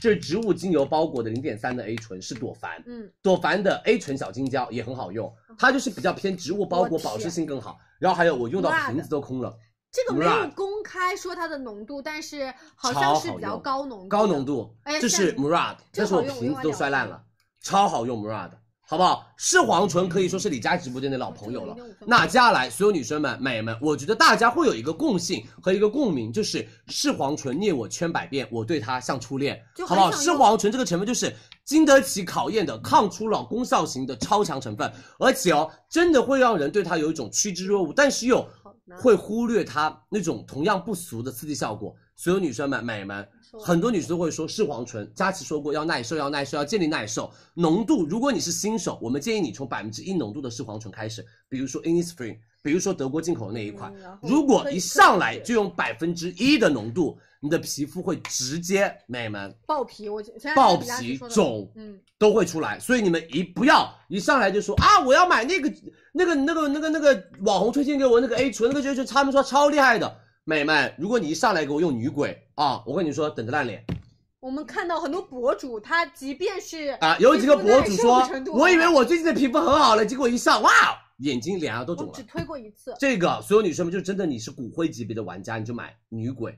Speaker 2: 这
Speaker 1: 植
Speaker 2: 个
Speaker 1: 物精油包裹，
Speaker 2: 这是植物精油包裹的零点三的 A 醇，是朵梵，
Speaker 1: 嗯，
Speaker 2: 朵梵的 A 醇小金胶也很好用，它就是比较偏植物包裹，
Speaker 1: 我天
Speaker 2: 保湿性更好，然后还有我用到
Speaker 1: 辣的
Speaker 2: 瓶子都空了，
Speaker 1: 这个没
Speaker 2: 软
Speaker 1: 有公开说它的浓度，但是好像是比较高浓度的
Speaker 2: 高浓。度
Speaker 1: 哎，
Speaker 2: 这是
Speaker 1: 下
Speaker 2: Murad，但
Speaker 1: 这
Speaker 2: 是
Speaker 1: 好
Speaker 2: 我
Speaker 1: 用
Speaker 2: 瓶子都摔烂了，超好用 Murad，好不好？视黄醇可以说是李佳琦直播间的老朋友了
Speaker 1: 这个0.5。分
Speaker 2: 那接下来所有女生们、美们，我觉得大家会有一个共性和一个共鸣，就是视黄醇虐我千百遍，我对它像初恋，
Speaker 1: 就
Speaker 2: 好
Speaker 1: 很
Speaker 2: 不好？
Speaker 1: 想
Speaker 2: 视
Speaker 1: 用
Speaker 2: 黄醇这个成分就是经得起考验的抗初老功效型的超强成分，而且哦，真的会让人对它有一种趋之若鹜，但是又
Speaker 1: 好难
Speaker 2: 会忽略它那种同样不俗的刺激效果。所有女生们、美们，
Speaker 1: 啊
Speaker 2: 很多女生都会说视黄醇，佳琪说过要耐受，要耐受，要建立耐受浓度。如果你是新手，我们建议你从百分之一浓度的视黄醇开始，比如说 Innisfree，比如说德国进口的那一款
Speaker 1: 嗯然后。
Speaker 2: 如果
Speaker 1: 可以
Speaker 2: 一
Speaker 1: 可以
Speaker 2: 上来
Speaker 1: 是
Speaker 2: 就用百分之一的浓度，你的皮肤会直接美们
Speaker 1: 爆皮，我前两天
Speaker 2: 爆
Speaker 1: 李佳琦
Speaker 2: 皮
Speaker 1: 说的
Speaker 2: 肿，
Speaker 1: 嗯，
Speaker 2: 都会出来，所以你们一不要一上来就说啊，我要买那个那个那个那个那个网红推荐给我那个 A 醇那个 A 醇，他们说超厉害的，美们，如果你一上来给我用女鬼啊，我跟你说等着烂脸
Speaker 1: 我们看到很多博主，他即便是
Speaker 2: 啊！有几个博主
Speaker 1: 皮肤耐
Speaker 2: 说
Speaker 1: 受程，度啊
Speaker 2: 我以为我最近的皮肤很好了，结果一上哇，哦眼睛脸啊都肿
Speaker 1: 我
Speaker 2: 了
Speaker 1: 只。推过一次，
Speaker 2: 这个所有女生们就真的你是骨灰级别的玩家，你就买女鬼。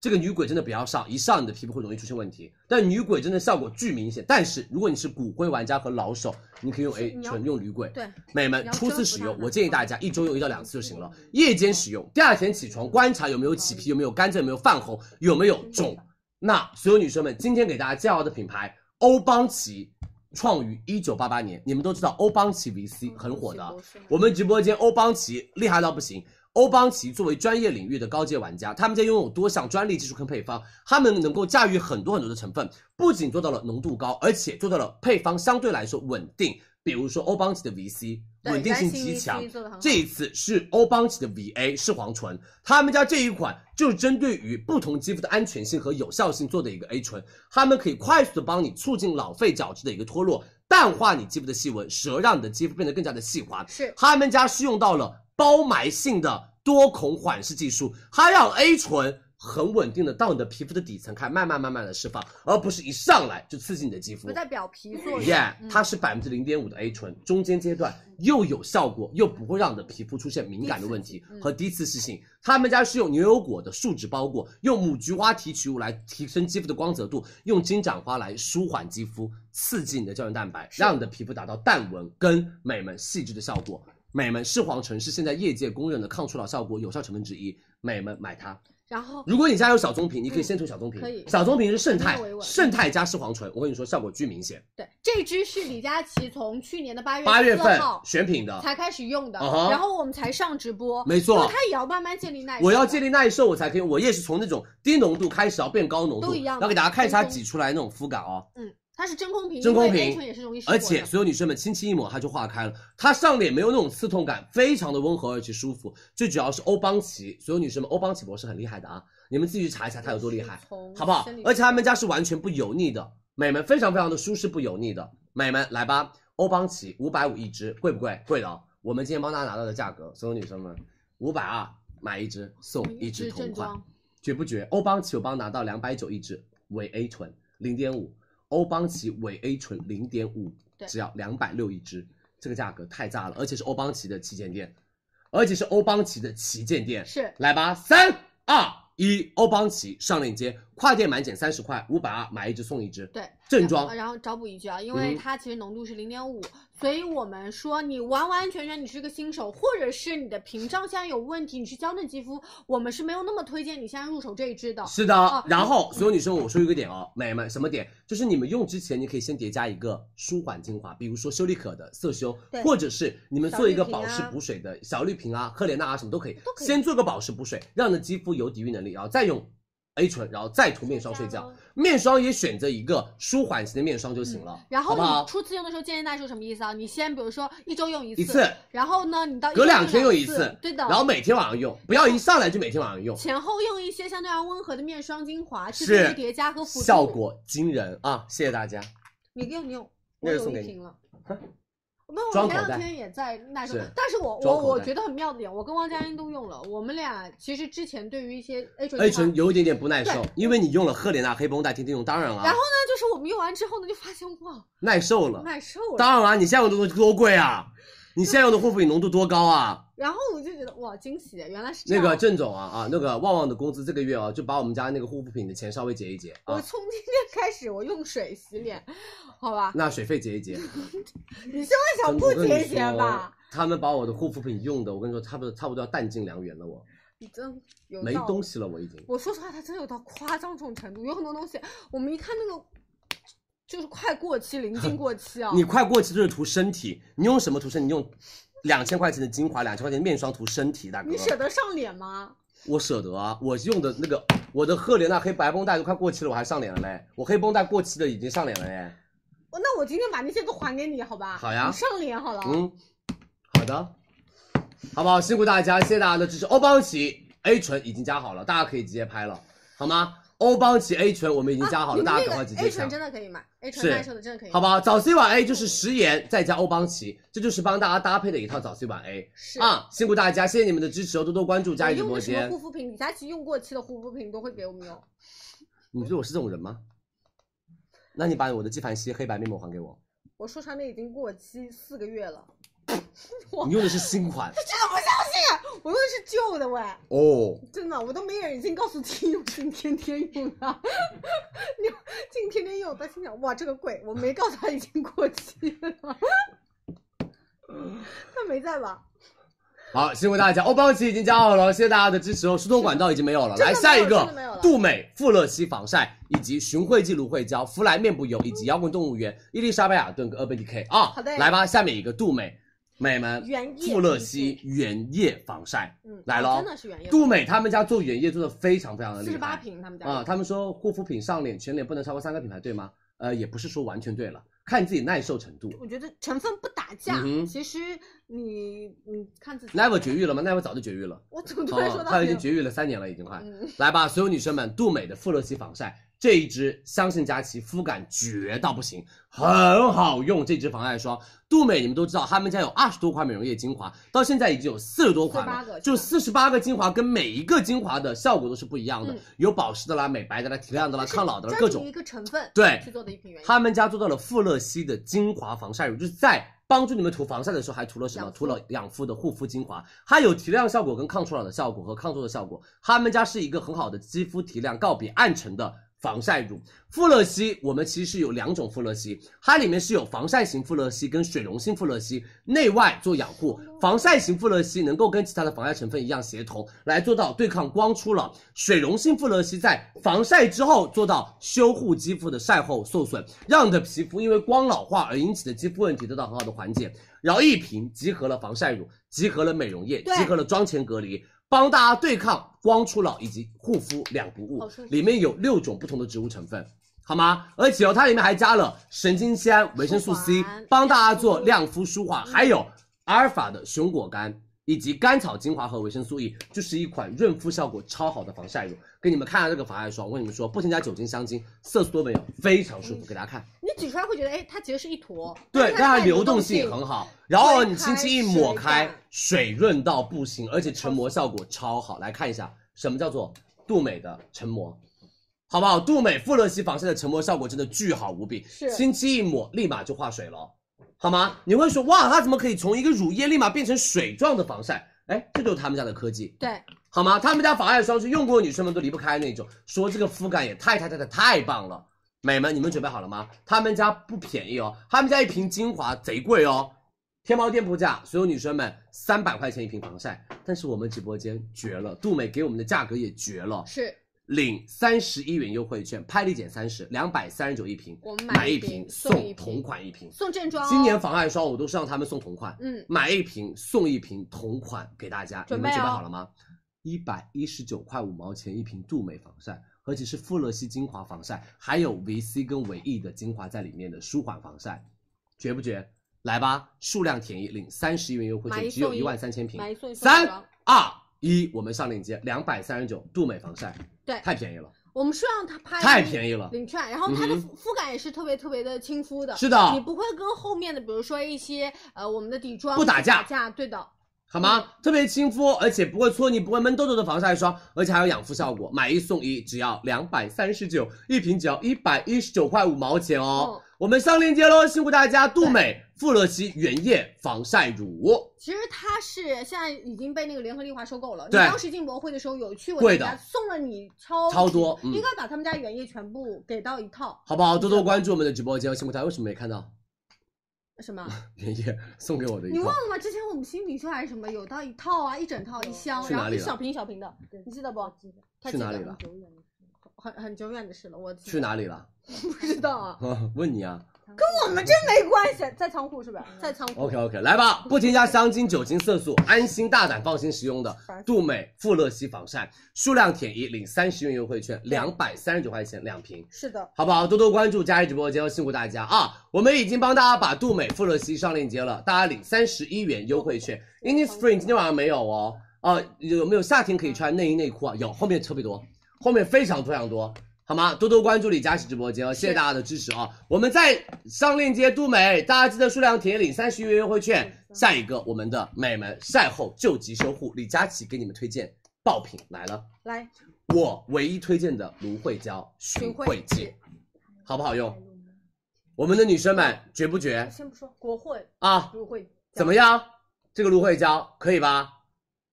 Speaker 2: 这个女鬼真的不要上，一上你的皮肤会容易出现问题。但女鬼真的效果巨明显，但是如果你是骨灰玩家和老手，你可以用 A
Speaker 1: 你要
Speaker 2: 醇用女鬼。
Speaker 1: 对，
Speaker 2: 美们
Speaker 1: 你要
Speaker 2: 初
Speaker 1: 征
Speaker 2: 次
Speaker 1: 服
Speaker 2: 使
Speaker 1: 它
Speaker 2: 用，
Speaker 1: 们
Speaker 2: 我建议大家一周用一到两次就行了。夜间使用，第二天起床观察有没有起皮，有没有干燥，有没有泛红，有没有肿。那所有女生们，今天给大家介绍的品牌欧邦琪，创于一九八八年，你们都知道欧邦琪 VC
Speaker 1: 嗯
Speaker 2: 很火的。我们直播间欧邦琪厉害到不行。欧邦琪作为专业领域的高阶玩家，他们家拥有多项专利技术跟配方，他们能够驾驭很多很多的成分，不仅做到了浓度高，而且做到了配方相对来说稳定。比如说欧邦琪的 VC
Speaker 1: 对
Speaker 2: 稳定性极
Speaker 1: 蓝
Speaker 2: 强
Speaker 1: 心 VC 做得很，好
Speaker 2: 这一次是欧邦琪的 VA 视黄醇，他们家这一款就是针对于不同肌肤的安全性和有效性做的一个 A 醇，它们可以快速的帮你促进老废角质的一个脱落，淡化你肌肤的细纹，时而让你的肌肤变得更加的细滑。
Speaker 1: 是
Speaker 2: 他们家是用到了包埋性的多孔缓释技术，它让 A 醇很稳定的到你的皮肤的底层开，慢慢慢慢的释放，而不是一上来就刺激你的肌肤
Speaker 1: 不。在表皮作用。
Speaker 2: 耶，它是百分之零点五的 A 醇，中间阶段又有效果，又不会让你的皮肤出现敏感的问题
Speaker 1: 嗯
Speaker 2: 和低刺激性。他们家是用牛油果的树脂包裹，用母菊花提取物来提升肌肤的光泽度，用金盏花来舒缓肌肤，刺激你的胶原蛋白，让你的皮肤达到淡纹跟美们细致的效果。美们视黄醇是现在业界公认的抗初老效果有效成分之一，美们买它。
Speaker 1: 然后
Speaker 2: 如果你家有小棕瓶，你可以先涂小棕瓶。
Speaker 1: 哦可以
Speaker 2: 小棕瓶是胜肽
Speaker 1: 没有维，稳
Speaker 2: 胜肽加视黄醇，我跟你说效果巨明显。
Speaker 1: 对，这支是李佳琦从去年的八月
Speaker 2: 八月份
Speaker 1: 4号
Speaker 2: 选品的，
Speaker 1: 才开始用的
Speaker 2: 嗯哼
Speaker 1: 然后我们才上直播，
Speaker 2: 没错
Speaker 1: 因为它也要慢慢建立耐受。
Speaker 2: 我要建。立耐受，我才可以。我也是从那种低浓度开始，要变高浓度，
Speaker 1: 都一样
Speaker 2: 然
Speaker 1: 的
Speaker 2: 后给大家看一下它挤出来那种肤感哦。
Speaker 1: 嗯，它是真空瓶，
Speaker 2: 真空
Speaker 1: 因为
Speaker 2: 瓶
Speaker 1: A 醇也是容易失
Speaker 2: 而
Speaker 1: 火的
Speaker 2: 且所有女生们轻轻一抹它就化开了，它上脸没有那种刺痛感，非常的温和而且舒服。最主要是欧邦琪，所有女生们，欧邦琪博士很厉害的啊，你们自己去查一下它有多厉害，
Speaker 1: 从
Speaker 2: 好不好
Speaker 1: 生理？
Speaker 2: 而且他们家是完全不油腻的，美们非常非常的舒适不油腻的，美们来吧，欧邦琪五百五一支，贵不贵？贵的哦。我们今天帮大家拿到的价格，所有女生们五百二买一支送一支
Speaker 1: 支
Speaker 2: 同
Speaker 1: 正
Speaker 2: 款。
Speaker 1: 装，
Speaker 2: 绝不绝？欧邦琪友邦拿到两百九一支，伪 A 醇零点五，欧邦琪伪 A 醇零点五，
Speaker 1: 对
Speaker 2: 只要两百六一支，这个价格太炸了，而且是欧邦琪的旗舰店，而且是欧邦琪的旗舰店。
Speaker 1: 是
Speaker 2: 来吧，三二一，欧邦琪上链接，跨店满减三十块，五百二买一支送一支，
Speaker 1: 对，
Speaker 2: 正装
Speaker 1: 然后然后找补一句啊，因为
Speaker 2: 嗯
Speaker 1: 它其实浓度是零点五，所以我们说你完完全全你是个新手，或者是你的屏障现在有问题，你是娇嫩肌肤，我们是没有那么推荐你现在入手这一支的。
Speaker 2: 是的
Speaker 1: 哦，
Speaker 2: 然后所有女生，我说一个点哦，美眉们，什么点？就是你们用之前，你可以先叠加一个舒缓精华，比如说修丽可的色修，
Speaker 1: 对
Speaker 2: 或者是你们做一个保
Speaker 1: 小绿
Speaker 2: 湿
Speaker 1: 瓶啊
Speaker 2: 补水的小绿瓶啊、赫莲娜啊什么都可以，
Speaker 1: 可以
Speaker 2: 先做个保湿补水，让你的肌肤有抵御能力，然后再用 A 醇，然后再涂面霜睡觉。面霜也选择一个舒缓型的面霜就行了，
Speaker 1: 然后
Speaker 2: 好不好
Speaker 1: 你？初次用的时候建议大家是什么意思啊？你先比如说一周用一次，
Speaker 2: 一次，
Speaker 1: 然后呢，你到一
Speaker 2: 隔
Speaker 1: 周
Speaker 2: 两天用
Speaker 1: 用
Speaker 2: 一次
Speaker 1: 次，，对的，
Speaker 2: 然后每天晚上用，不要一上来就每天晚上用，
Speaker 1: 前后用一些相对而温和的面霜、精华去
Speaker 2: 是
Speaker 1: 做一个叠加和辅助，
Speaker 2: 效果惊人啊！谢谢大家。
Speaker 1: 你用你用，
Speaker 2: 那
Speaker 1: 我
Speaker 2: 就
Speaker 1: 有
Speaker 2: 送给
Speaker 1: 一
Speaker 2: 你
Speaker 1: 瓶了。 哦
Speaker 2: 哼
Speaker 1: 没有，
Speaker 2: 装
Speaker 1: 我
Speaker 2: 口
Speaker 1: 前两
Speaker 2: 袋
Speaker 1: 天也在那时候
Speaker 2: 是，
Speaker 1: 但是我
Speaker 2: 装
Speaker 1: 我
Speaker 2: 口
Speaker 1: 我
Speaker 2: 袋
Speaker 1: 觉得很妙的点，我跟汪佳音都用了，我们俩其实之前对于一些 A 醇
Speaker 2: A
Speaker 1: 精华
Speaker 2: 醇有一点点不耐受
Speaker 1: 对，
Speaker 2: 因为你用了赫莲娜黑绷带，天天用，当然了，
Speaker 1: 然后呢，就是我们用完之后呢，就发现哇，
Speaker 2: 耐受了，
Speaker 1: 耐受了。
Speaker 2: 当然了，你现在用的东西多贵啊，你现在用的护肤品浓度多高啊？
Speaker 1: 然后我就觉得哇，惊喜，原来是这
Speaker 2: 那
Speaker 1: 样。
Speaker 2: 个郑总啊啊，那个旺旺的工资这个月啊，就把我们家那个护肤品的钱稍微结一结
Speaker 1: 我
Speaker 2: 啊，
Speaker 1: 从今天开始，我用水洗脸，好吧？
Speaker 2: 那水费结一结，
Speaker 1: 你是为什么不
Speaker 2: 真的我嗯跟你
Speaker 1: 节俭吧？
Speaker 2: 说？他们把我的护肤品用的，我跟你说，差不多差不多要弹尽粮绝了我，
Speaker 1: 你真有
Speaker 2: 没
Speaker 1: 道理
Speaker 2: 东西了，我已经。
Speaker 1: 我说实话，它真的有到夸张这种程度，有很多东西，我们一看那个就是快过期、临
Speaker 2: 。
Speaker 1: 近过期啊
Speaker 2: 你快过期就是涂身体，你用什么涂身体？你用两千块钱的精华，两千块钱的面霜涂身体，大哥。
Speaker 1: 你舍得上脸吗？
Speaker 2: 我舍得啊，我用的那个我的赫莲娜黑白绷带都快过期了，我还上脸了嘞，我黑绷带过期的已经上脸了嘞。
Speaker 1: 我那我今天把那些都还给你，好吧？
Speaker 2: 好呀
Speaker 1: 你上脸好了。哦
Speaker 2: 嗯，好的，好不好？辛苦大家，谢谢大家的支持。欧邦琪 A 醇已经加好了，大家可以直接拍了，好吗？欧邦琪 A 醇我们已经加好了，
Speaker 1: 啊
Speaker 2: 大家赶快直接
Speaker 1: A
Speaker 2: 抢
Speaker 1: 醇。真的可以买，A
Speaker 2: 是
Speaker 1: 醇耐受的真的可以买。
Speaker 2: 好不好？早 C 晚 A 就是食盐再加欧邦琪，这就是帮大家搭配的一套早 C 晚 A
Speaker 1: 是。
Speaker 2: 啊！辛苦大家，谢谢你们的支持哦，多多关注佳怡
Speaker 1: 你
Speaker 2: 直
Speaker 1: 用
Speaker 2: 播
Speaker 1: 的什么
Speaker 2: 间
Speaker 1: 护。肤品？李佳琦用过期的护肤品都会给我们用。
Speaker 2: 你觉得我是这种人吗？那你把我的纪梵希黑白面膜还 给我。
Speaker 1: 我说啥那已经过期四个月了，我
Speaker 2: 你用的是新款
Speaker 1: 真的不相信，我用的是旧的喂，
Speaker 2: 哦，
Speaker 1: 真的，我都没忍心告诉金用是天天用的， 你静天天用，他心想哇这个贵，我没告诉他已经过期了， 他没在吧？
Speaker 2: 好，辛苦大家，欧邦琪已经加好了，谢谢大家的支持哦。疏通管道已经没有了，
Speaker 1: 真的
Speaker 2: 来下一
Speaker 1: 真的没有
Speaker 2: 个
Speaker 1: 了，
Speaker 2: 杜美富乐烯防晒以及寻惠记芦荟胶、芙莱面部油以及摇滚动物园、伊丽莎白雅顿跟 Urban Decay 啊，
Speaker 1: 好的
Speaker 2: 来吧，下面一个杜美，美们，
Speaker 1: 原液
Speaker 2: 富乐烯原液防晒，
Speaker 1: 嗯，
Speaker 2: 来咯
Speaker 1: 真的是原液，
Speaker 2: 杜美他们家做原液做的非常非常的厉
Speaker 1: 四
Speaker 2: 害，
Speaker 1: 十八瓶他们家
Speaker 2: 啊、他们说护肤品上脸、全脸不能超过三个品牌，对吗？呃，也不是说完全对了，看你自己耐受程度。
Speaker 1: 我觉得成分不打架，
Speaker 2: 嗯哼
Speaker 1: 其实你你看自己。
Speaker 2: Never 绝育了吗？Never 早就绝育了。
Speaker 1: 我怎么突然说
Speaker 2: 哦，
Speaker 1: 到
Speaker 2: 他
Speaker 1: 这
Speaker 2: 已经
Speaker 1: 个？
Speaker 2: 绝育了三年了，已经快。
Speaker 1: 嗯
Speaker 2: 来吧，所有女生们，杜美的富乐烯防晒这一支，相信佳琪肤感绝到不行，很好用。这支防晒霜，杜美你们都知道，他们家有二十多款美容液精华，到现在已经有四十多款
Speaker 1: 48
Speaker 2: 了，
Speaker 1: 个
Speaker 2: 就四十八个精华跟每一个精华的效果都是不一样的，
Speaker 1: 嗯
Speaker 2: 有保湿的啦、美白的啦、提亮的啦、抗老的啦，
Speaker 1: 专
Speaker 2: 各
Speaker 1: 一
Speaker 2: 种。
Speaker 1: 个成分
Speaker 2: 对
Speaker 1: 去做的一瓶原液，
Speaker 2: 他们家做到了富乐烯的精华防晒乳，就是在帮助你们涂防晒的时候，还涂了什么？
Speaker 1: 养肤
Speaker 2: 涂了养肤的护肤精华，它有提亮效果、跟抗初老的效果和抗皱的效果。他们家是一个很好的肌肤提亮、告别暗沉的。防晒乳，富乐烯，我们其实是有两种富乐烯，它里面是有防晒型富乐烯跟水溶性富乐烯，内外做养护。防晒型富乐烯能够跟其他的防晒成分一样协同，来做到对抗光初老。水溶性富乐烯在防晒之后做到修护肌肤的晒后受损，让你的皮肤因为光老化而引起的肌肤问题得到很好的缓解。然后一瓶集合了防晒乳，集合了美容液，
Speaker 1: 对
Speaker 2: 集合了妆前隔离。帮大家对抗光初老以及护肤两不误
Speaker 1: 好舒，服
Speaker 2: 里面有六种不同的植物成分，好吗？而且哦，它里面还加了神经酰胺、维生素 C，
Speaker 1: 舒缓嗯
Speaker 2: 帮大家做亮肤舒缓，还有阿尔法的熊果苷以及甘草精华和维生素 E，就是一款润肤效果超好的防晒乳。给你们看一下这个防晒霜，我跟你们说，不添加酒精、香精，色素都没有，非常舒服。
Speaker 1: 嗯
Speaker 2: 给大家看，
Speaker 1: 你挤出来会觉得，哎，它其实是一坨，但
Speaker 2: 对，
Speaker 1: 是
Speaker 2: 它
Speaker 1: 的
Speaker 2: 流
Speaker 1: 动
Speaker 2: 动性很好。然后你轻轻一抹开
Speaker 1: 水感，
Speaker 2: 水润到不行，而且成膜效果超好。来看一下什么叫做杜美的成膜，好不好？杜美富乐烯防晒的成膜效果真的巨好无比，
Speaker 1: 是
Speaker 2: 轻轻一抹立马就化水了，好吗？你会说哇，它怎么可以从一个乳液立马变成水状的防晒？哎，这就是他们家的科技，
Speaker 1: 对，
Speaker 2: 好吗？他们家法爱霜是用过的女生们都离不开那种，说这个肤感也太太太太太棒了。美们，你们准备好了吗？他们家不便宜哦，他们家一瓶精华贼贵哦，天猫店铺价，所有女生们三百块钱一瓶防晒，但是我们直播间绝了，杜美给我们的价格也绝了，
Speaker 1: 是
Speaker 2: 领三十一元优惠券，拍立减三十，两百三十九一瓶，
Speaker 1: 我们
Speaker 2: 买
Speaker 1: 一
Speaker 2: 瓶
Speaker 1: 送一
Speaker 2: 同款一瓶。
Speaker 1: 送正装哦。
Speaker 2: 今年防晒霜我都是让他们送同款，
Speaker 1: 嗯，
Speaker 2: 买一瓶送一瓶同款给大家，你
Speaker 1: 准
Speaker 2: 们
Speaker 1: 备
Speaker 2: 准备
Speaker 1: 哦
Speaker 2: 好了吗？一百一十九块五毛钱一瓶杜美防晒，而且是富勒烯精华防晒，还有维 C 跟维 E 的精华在里面的舒缓防晒，绝不绝？来吧，数量填一，领三十元优惠
Speaker 1: 买一
Speaker 2: 券，只有
Speaker 1: 送一
Speaker 2: 一万三千瓶
Speaker 1: 买一送一。哦送一
Speaker 2: 三
Speaker 1: 装
Speaker 2: 二一，我们上链接，两百三十九杜美防晒，
Speaker 1: 对
Speaker 2: 太便宜了，
Speaker 1: 我们是让它拍
Speaker 2: 太便宜了。
Speaker 1: 领券，然后它的
Speaker 2: 嗯
Speaker 1: 肤肤感也是特别特别的亲肤的，
Speaker 2: 是的
Speaker 1: 你不会跟后面的，比如说一些呃我们的底妆
Speaker 2: 不打
Speaker 1: 打
Speaker 2: 架
Speaker 1: 架，对的，
Speaker 2: 好
Speaker 1: 嗯
Speaker 2: 吗？特别亲肤，而且不会搓泥，不会闷痘痘的防晒霜，而且还有养肤效果，买一送一，只要两百三十九，一瓶只要一百一十九块五毛钱哦。
Speaker 1: 嗯
Speaker 2: 我们上链接喽，辛苦大家！杜美富勒烯原液防晒乳，
Speaker 1: 其实它是现在已经被那个联合利华收购了。你
Speaker 2: 对
Speaker 1: 当时进博会的时候有去我
Speaker 2: 贵
Speaker 1: 们
Speaker 2: 的
Speaker 1: 家送了你超
Speaker 2: 超多嗯
Speaker 1: 应该把他们家原液全部给到一套，
Speaker 2: 好不好？多多关注我们的直播间哦，辛苦大家！为什么没看到
Speaker 1: 什么？
Speaker 2: 原液送给我的一
Speaker 1: 你
Speaker 2: 套
Speaker 1: 忘？了吗？之前我们新品秀还是什么有到一套啊，一整套一箱，
Speaker 2: 去
Speaker 1: 然
Speaker 2: 哪
Speaker 1: 后
Speaker 2: 里
Speaker 1: 一
Speaker 2: 了
Speaker 1: 小瓶一小瓶的，你记得不？他
Speaker 2: 去
Speaker 1: 记
Speaker 2: 哪
Speaker 1: 得
Speaker 2: 里了？
Speaker 1: 很很久远的事了，我记
Speaker 2: 去哪里了？
Speaker 1: 不知道啊，哦
Speaker 2: 问你啊。
Speaker 1: 我们真没关系，在仓库是吧？在仓库。
Speaker 2: 嗯 OK OK，来吧，不添加香精、酒精、色素，安心、大胆、放心使用的杜美富勒烯防晒，数量填一，领三十元优惠券，两百三十九块钱两瓶。
Speaker 1: 是的，
Speaker 2: 好不好？多多关注佳怡直播间，哦，辛苦大家啊！我们已经帮大家把杜美富勒烯上链接了，大家领三十一元优惠券。Innisfree 今天晚上没有哦，呃，有没有夏天可以穿内衣内裤啊？有，后面特别多，后面非常非常多，好吗？多多关注李佳琦直播间哦，谢谢大家的支持啊！我们再上链接杜美，大家记得数量填领三十一元优惠券。下一个我们的美们晒后救急修护，李佳琦给你们推荐爆品来了。
Speaker 1: 来，
Speaker 2: 我唯一推荐的芦荟胶寻荟记，好不好用？我们的女生们绝不绝
Speaker 1: 先不说国会
Speaker 2: 啊？
Speaker 1: 入会
Speaker 2: 怎么样？这个芦荟胶可以吧？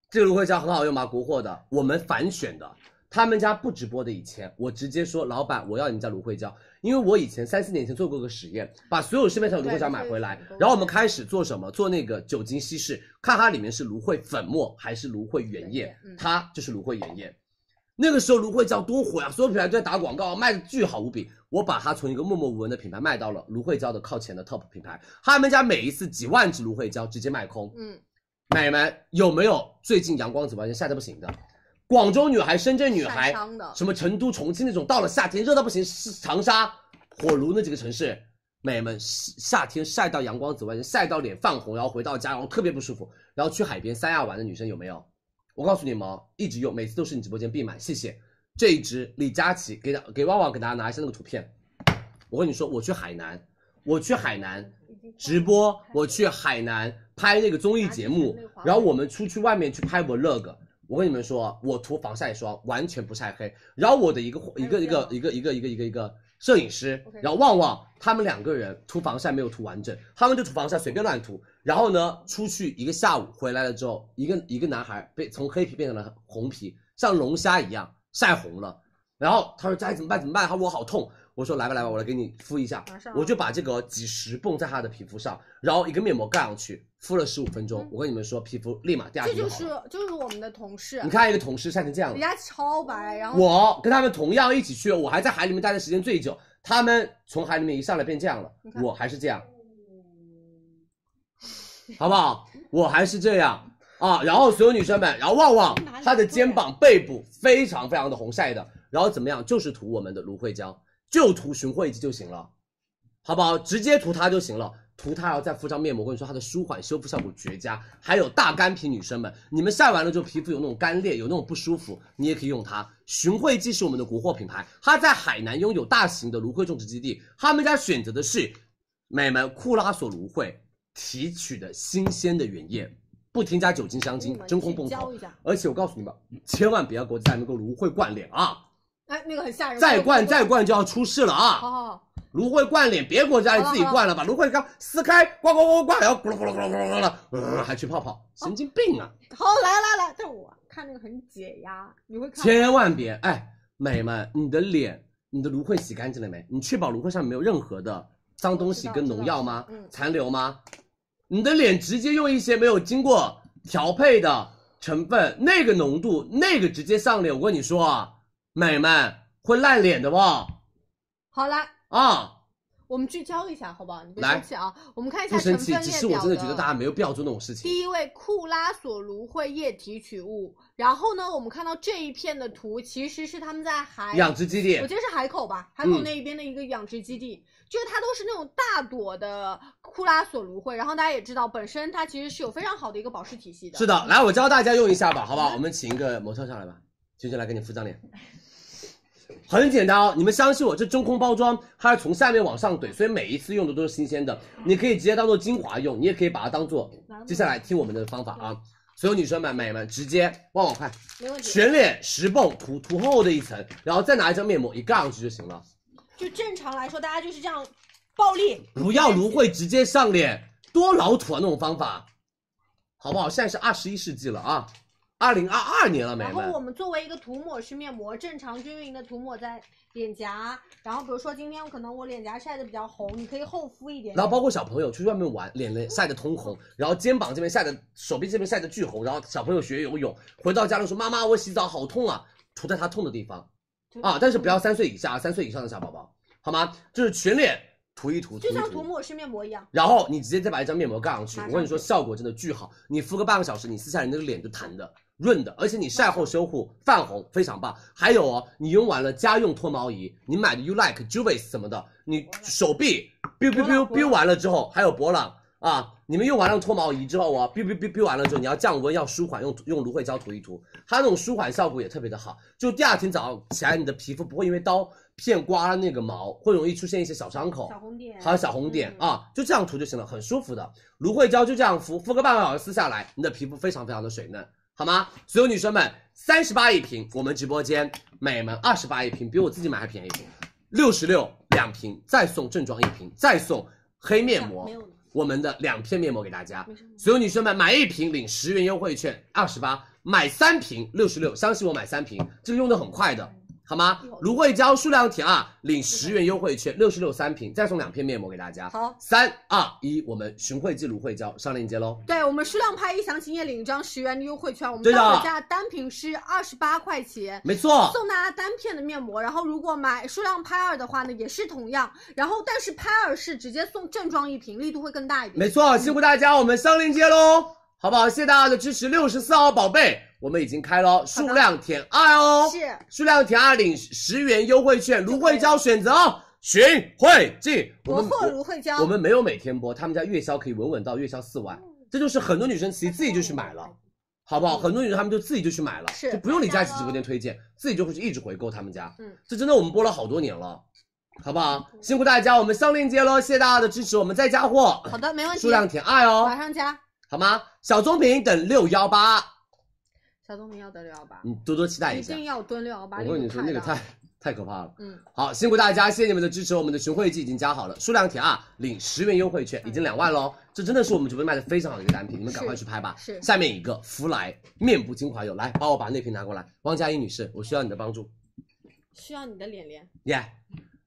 Speaker 2: 这个芦荟胶很好用吧？国货的，我们反选的。他们家不直播的以前，我直接说老板，我要你们家芦荟胶，因为我以前三四年前做过个实验，把所有市面上的芦荟胶买回来
Speaker 1: 对就是，
Speaker 2: 然后我们开始做什么？做那个酒精稀释，看它里面是芦荟粉末还是芦荟原液，
Speaker 1: 嗯
Speaker 2: 它就是芦荟原液。那个时候芦荟胶多火呀、所有品牌都在打广告，卖的巨好无比。我把它从一个默默无闻的品牌卖到了芦荟胶的靠前的 top 品牌，他们家每一次几万支芦荟胶直接卖空。
Speaker 1: 嗯，
Speaker 2: 美们有没有最近阳光直播间晒得不行的？广州女孩、深圳女孩
Speaker 1: 晒伤的，
Speaker 2: 什么成都、重庆那种，到了夏天热到不行，是长沙、火炉那几个城市，美们是夏天晒到阳光紫外线，晒到脸泛红，然后回到家，然后特别不舒服，然后去海边三亚玩的女生有没有？我告诉你们哦，一直用，每次都是你直播间必买，谢谢。这一支李佳琦给给旺旺给大家拿一下那个图片，我跟你说，我去海南，我去海南直播，我去海南拍那个综艺节目，然后我们出去外面去拍 vlog。我跟你们说，我涂防晒霜完全不晒黑。然后我的一个一个一个一个一个一个一个一个摄影师，然后旺旺他们两个人涂防晒没有涂完整，他们就涂防晒随便乱涂。然后呢，出去一个下午回来了之后，一个一个男孩被从黑皮变成了红皮，像龙虾一样晒红了。然后他说：“佳哎怡怎么办？怎么办？”他说：“我好痛。”我说：“来吧，来吧，我来给你敷一下。
Speaker 1: 马上啊
Speaker 2: 我就把这个几十泵在他的皮肤上，然后一个面膜盖上去，敷了十五分钟。我跟你们说，皮肤立马第二
Speaker 1: 嗯这
Speaker 2: 天
Speaker 1: 就
Speaker 2: 好
Speaker 1: 是
Speaker 2: 了。
Speaker 1: 就是我们的同事
Speaker 2: 你，看一个同事晒成这样
Speaker 1: 人
Speaker 2: 了，
Speaker 1: 家超白，然后
Speaker 2: 我跟他们同样一起去，我还在海里面待的时间最久，他们从海里面一上来变这样了，我还是这样，好不好？我还是这样啊。然后所有女生们，然后旺旺她的肩膀、背部非常非常的红晒的，然后怎么样？就是涂我们的芦荟胶，就涂寻荟剂就行了，好不好？直接涂它就行了。涂它，然后再敷上面膜，我跟你说，它的舒缓修复效果绝佳。还有大干皮女生们，你们晒完了之后皮肤有那种干裂，有那种不舒服，你也可以用它。寻荟剂是我们的国货品牌，它在海南拥有大型的芦荟种植基地，他们家选择的是美们库拉索芦荟提取的新鲜的原液，不添加酒精、香精，真空泵头
Speaker 1: 哦教一。下，
Speaker 2: 而且我告诉你们，千万不要给我在那边给我芦荟灌脸啊！
Speaker 1: 哎，那个很吓人，
Speaker 2: 再
Speaker 1: 快
Speaker 2: 灌，再灌就要出事了啊！
Speaker 1: 好好好，
Speaker 2: 芦荟灌脸，别给我家里自己灌了，把芦荟膏撕开，灌灌灌灌，然后咕噜咕噜咕噜咕噜咕噜，呃，还去泡泡，神经病啊！
Speaker 1: 好来来来，这我看那个很解压，你会看
Speaker 2: 千万别哎，美们，你的脸，你的芦荟洗干净了没？你确保芦荟上面没有任何的脏东西跟农药吗
Speaker 1: 知道知道？嗯
Speaker 2: 残留吗？你的脸直接用一些没有经过调配的成分，那个浓度，那个直接上脸，我跟你说啊，美们会烂脸的哇！
Speaker 1: 好啦，
Speaker 2: 啊，
Speaker 1: 我们聚焦一下，好不好？你别
Speaker 2: 来
Speaker 1: 生气啊！我们看一下
Speaker 2: 不
Speaker 1: 成
Speaker 2: 生气
Speaker 1: 分，
Speaker 2: 只
Speaker 1: 列
Speaker 2: 是我
Speaker 1: 表
Speaker 2: 真的觉得大家没有必要做那种事情。
Speaker 1: 第一位库拉索芦荟液提取物，然后呢，我们看到这一片的图其实是他们在海，
Speaker 2: 养殖基地
Speaker 1: 我记得是海口吧，海口
Speaker 2: 嗯
Speaker 1: 那一边的一个养殖基地，就是它都是那种大朵的库拉索芦荟，然后大家也知道，本身它其实是有非常好的一个保湿体系的。
Speaker 2: 是的，来我教大家用一下吧，好不好？我们请一个模特上来吧，娟娟来给你敷张脸。很简单哦，你们相信我，这真空包装，它是从下面往上怼，所以每一次用的都是新鲜的。你可以直接当做精华用，你也可以把它当做。接下来听我们的方法啊，所有女生们、美们，直接旺旺快，
Speaker 1: 没问题。
Speaker 2: 全脸十泵涂涂厚厚的一层，然后再拿一张面膜一盖上去就行了。
Speaker 1: 就正常来说，大家就是这样暴力。
Speaker 2: 不要芦荟直接上脸，多老土啊那种方法，好不好？现在是二十一世纪了啊，二零二二年了，美
Speaker 1: 然后
Speaker 2: 们
Speaker 1: 我。们作为一个涂抹式面膜，正常均匀的涂抹在脸颊，然后比如说今天可能我脸颊晒的比较红，你可以厚敷一点。
Speaker 2: 然后包括小朋友出去外面玩，脸脸晒得通红，然后肩膀这边晒得，手臂这边晒得巨红，然后小朋友学游泳，回到家就说妈妈我洗澡好痛啊，涂在他痛的地方啊，但是不要三岁以下，三岁以上的小宝宝，好吗？就是全脸涂一涂，涂
Speaker 1: 就
Speaker 2: 一
Speaker 1: 像涂
Speaker 2: 涂。
Speaker 1: 抹式面膜一样，
Speaker 2: 然后你直接再把一张面膜盖上去
Speaker 1: 马，上
Speaker 2: 我跟你说效果真的巨好，你敷个半个小时，你撕下来那个脸就弹的、润的，而且你晒后修护、泛红非常棒。还有哦，你用完了家用脱毛仪，你买的 You Like、Juvice 什么的，你手臂 biu biu biu biu 完了之后，还有博朗啊，你们用完了脱毛仪之后哦，biu biu biu biu 完了之后，你要降温要舒缓，用用芦荟胶涂一涂，它那种舒缓效果也特别的好，就第二天早上起来，你的皮肤不会因为刀片刮了那个毛，会容易出现一些小伤口。
Speaker 1: 小红点。
Speaker 2: 还有小红点、
Speaker 1: 嗯
Speaker 2: 啊，就这样涂就行了，很舒服的。芦荟胶就这样敷，敷个半个小时撕下来，你的皮肤非常非常的水嫩，好吗？所有女生们，三十八一瓶，我们直播间美们二十八一瓶，比我自己买还便宜，六十六两瓶，再送正装一瓶，再送黑面膜
Speaker 1: 没有了，
Speaker 2: 我们的两片面膜给大家
Speaker 1: 没事没。
Speaker 2: 所有女生们买一瓶领十元优惠券，二十八；买三瓶六十六，相信我，买三瓶，这个用的很快的。好吗？芦荟胶数量填啊，领十元优惠券，六十六三瓶，再送两片面膜给大家。
Speaker 1: 好，
Speaker 2: 三二一，我们寻惠记芦荟胶上链接喽。
Speaker 1: 对我们数量拍一详情页领一张十元的优惠券，我们
Speaker 2: 对的
Speaker 1: 到手价单品是二十八块钱。
Speaker 2: 没错，
Speaker 1: 送大家单片的面膜，然后如果买数量拍二的话呢，也是同样，然后但是拍二是直接送正装一瓶，力度会更大一点。
Speaker 2: 没错，辛苦大家，我们上链接喽，好不好？谢谢大家的支持。六十四号宝贝，我们已经开喽，数量填二哦，
Speaker 1: 是
Speaker 2: 数量填二领十元优惠券，芦荟胶选择哦，寻惠记，我
Speaker 1: 国
Speaker 2: 们
Speaker 1: 货芦荟胶，
Speaker 2: 我们没有每天播，他们家月销可以稳稳到月销四万，这就是很多女生其实自己就去买了，好不好？很多女生她们就自己就去嗯买了，
Speaker 1: 是
Speaker 2: 就不用李佳琦直播间推荐，自己就会去一直回购他们家。
Speaker 1: 嗯，
Speaker 2: 这真的我们播了好多年了，好不好？辛苦大家，我们上链接喽，谢谢大家的支持，我们再加货，
Speaker 1: 好的，没问题，
Speaker 2: 数量填二
Speaker 1: 马
Speaker 2: 哦，
Speaker 1: 上加。
Speaker 2: 好吗？小棕瓶等六幺八，
Speaker 1: 小东明要得六幺八，
Speaker 2: 你多多期待
Speaker 1: 一
Speaker 2: 一下。
Speaker 1: 定要蹲六幺八。
Speaker 2: 我跟你说，那
Speaker 1: 力
Speaker 2: 个
Speaker 1: 度大
Speaker 2: 太太可怕了。
Speaker 1: 嗯，
Speaker 2: 好，辛苦大家，谢谢你们的支持。我们的寻惠记已经加好了，数量填啊，领十元优惠券，已经两万喽。这真的是我们直播间卖的非常好的一个单品，你们赶快去拍吧。
Speaker 1: 是
Speaker 2: 下面一个芙莱面部精华油，来，帮我把那瓶拿过来。汪佳怡女士，我需要你的帮助。
Speaker 1: 需要你的脸脸。
Speaker 2: 耶、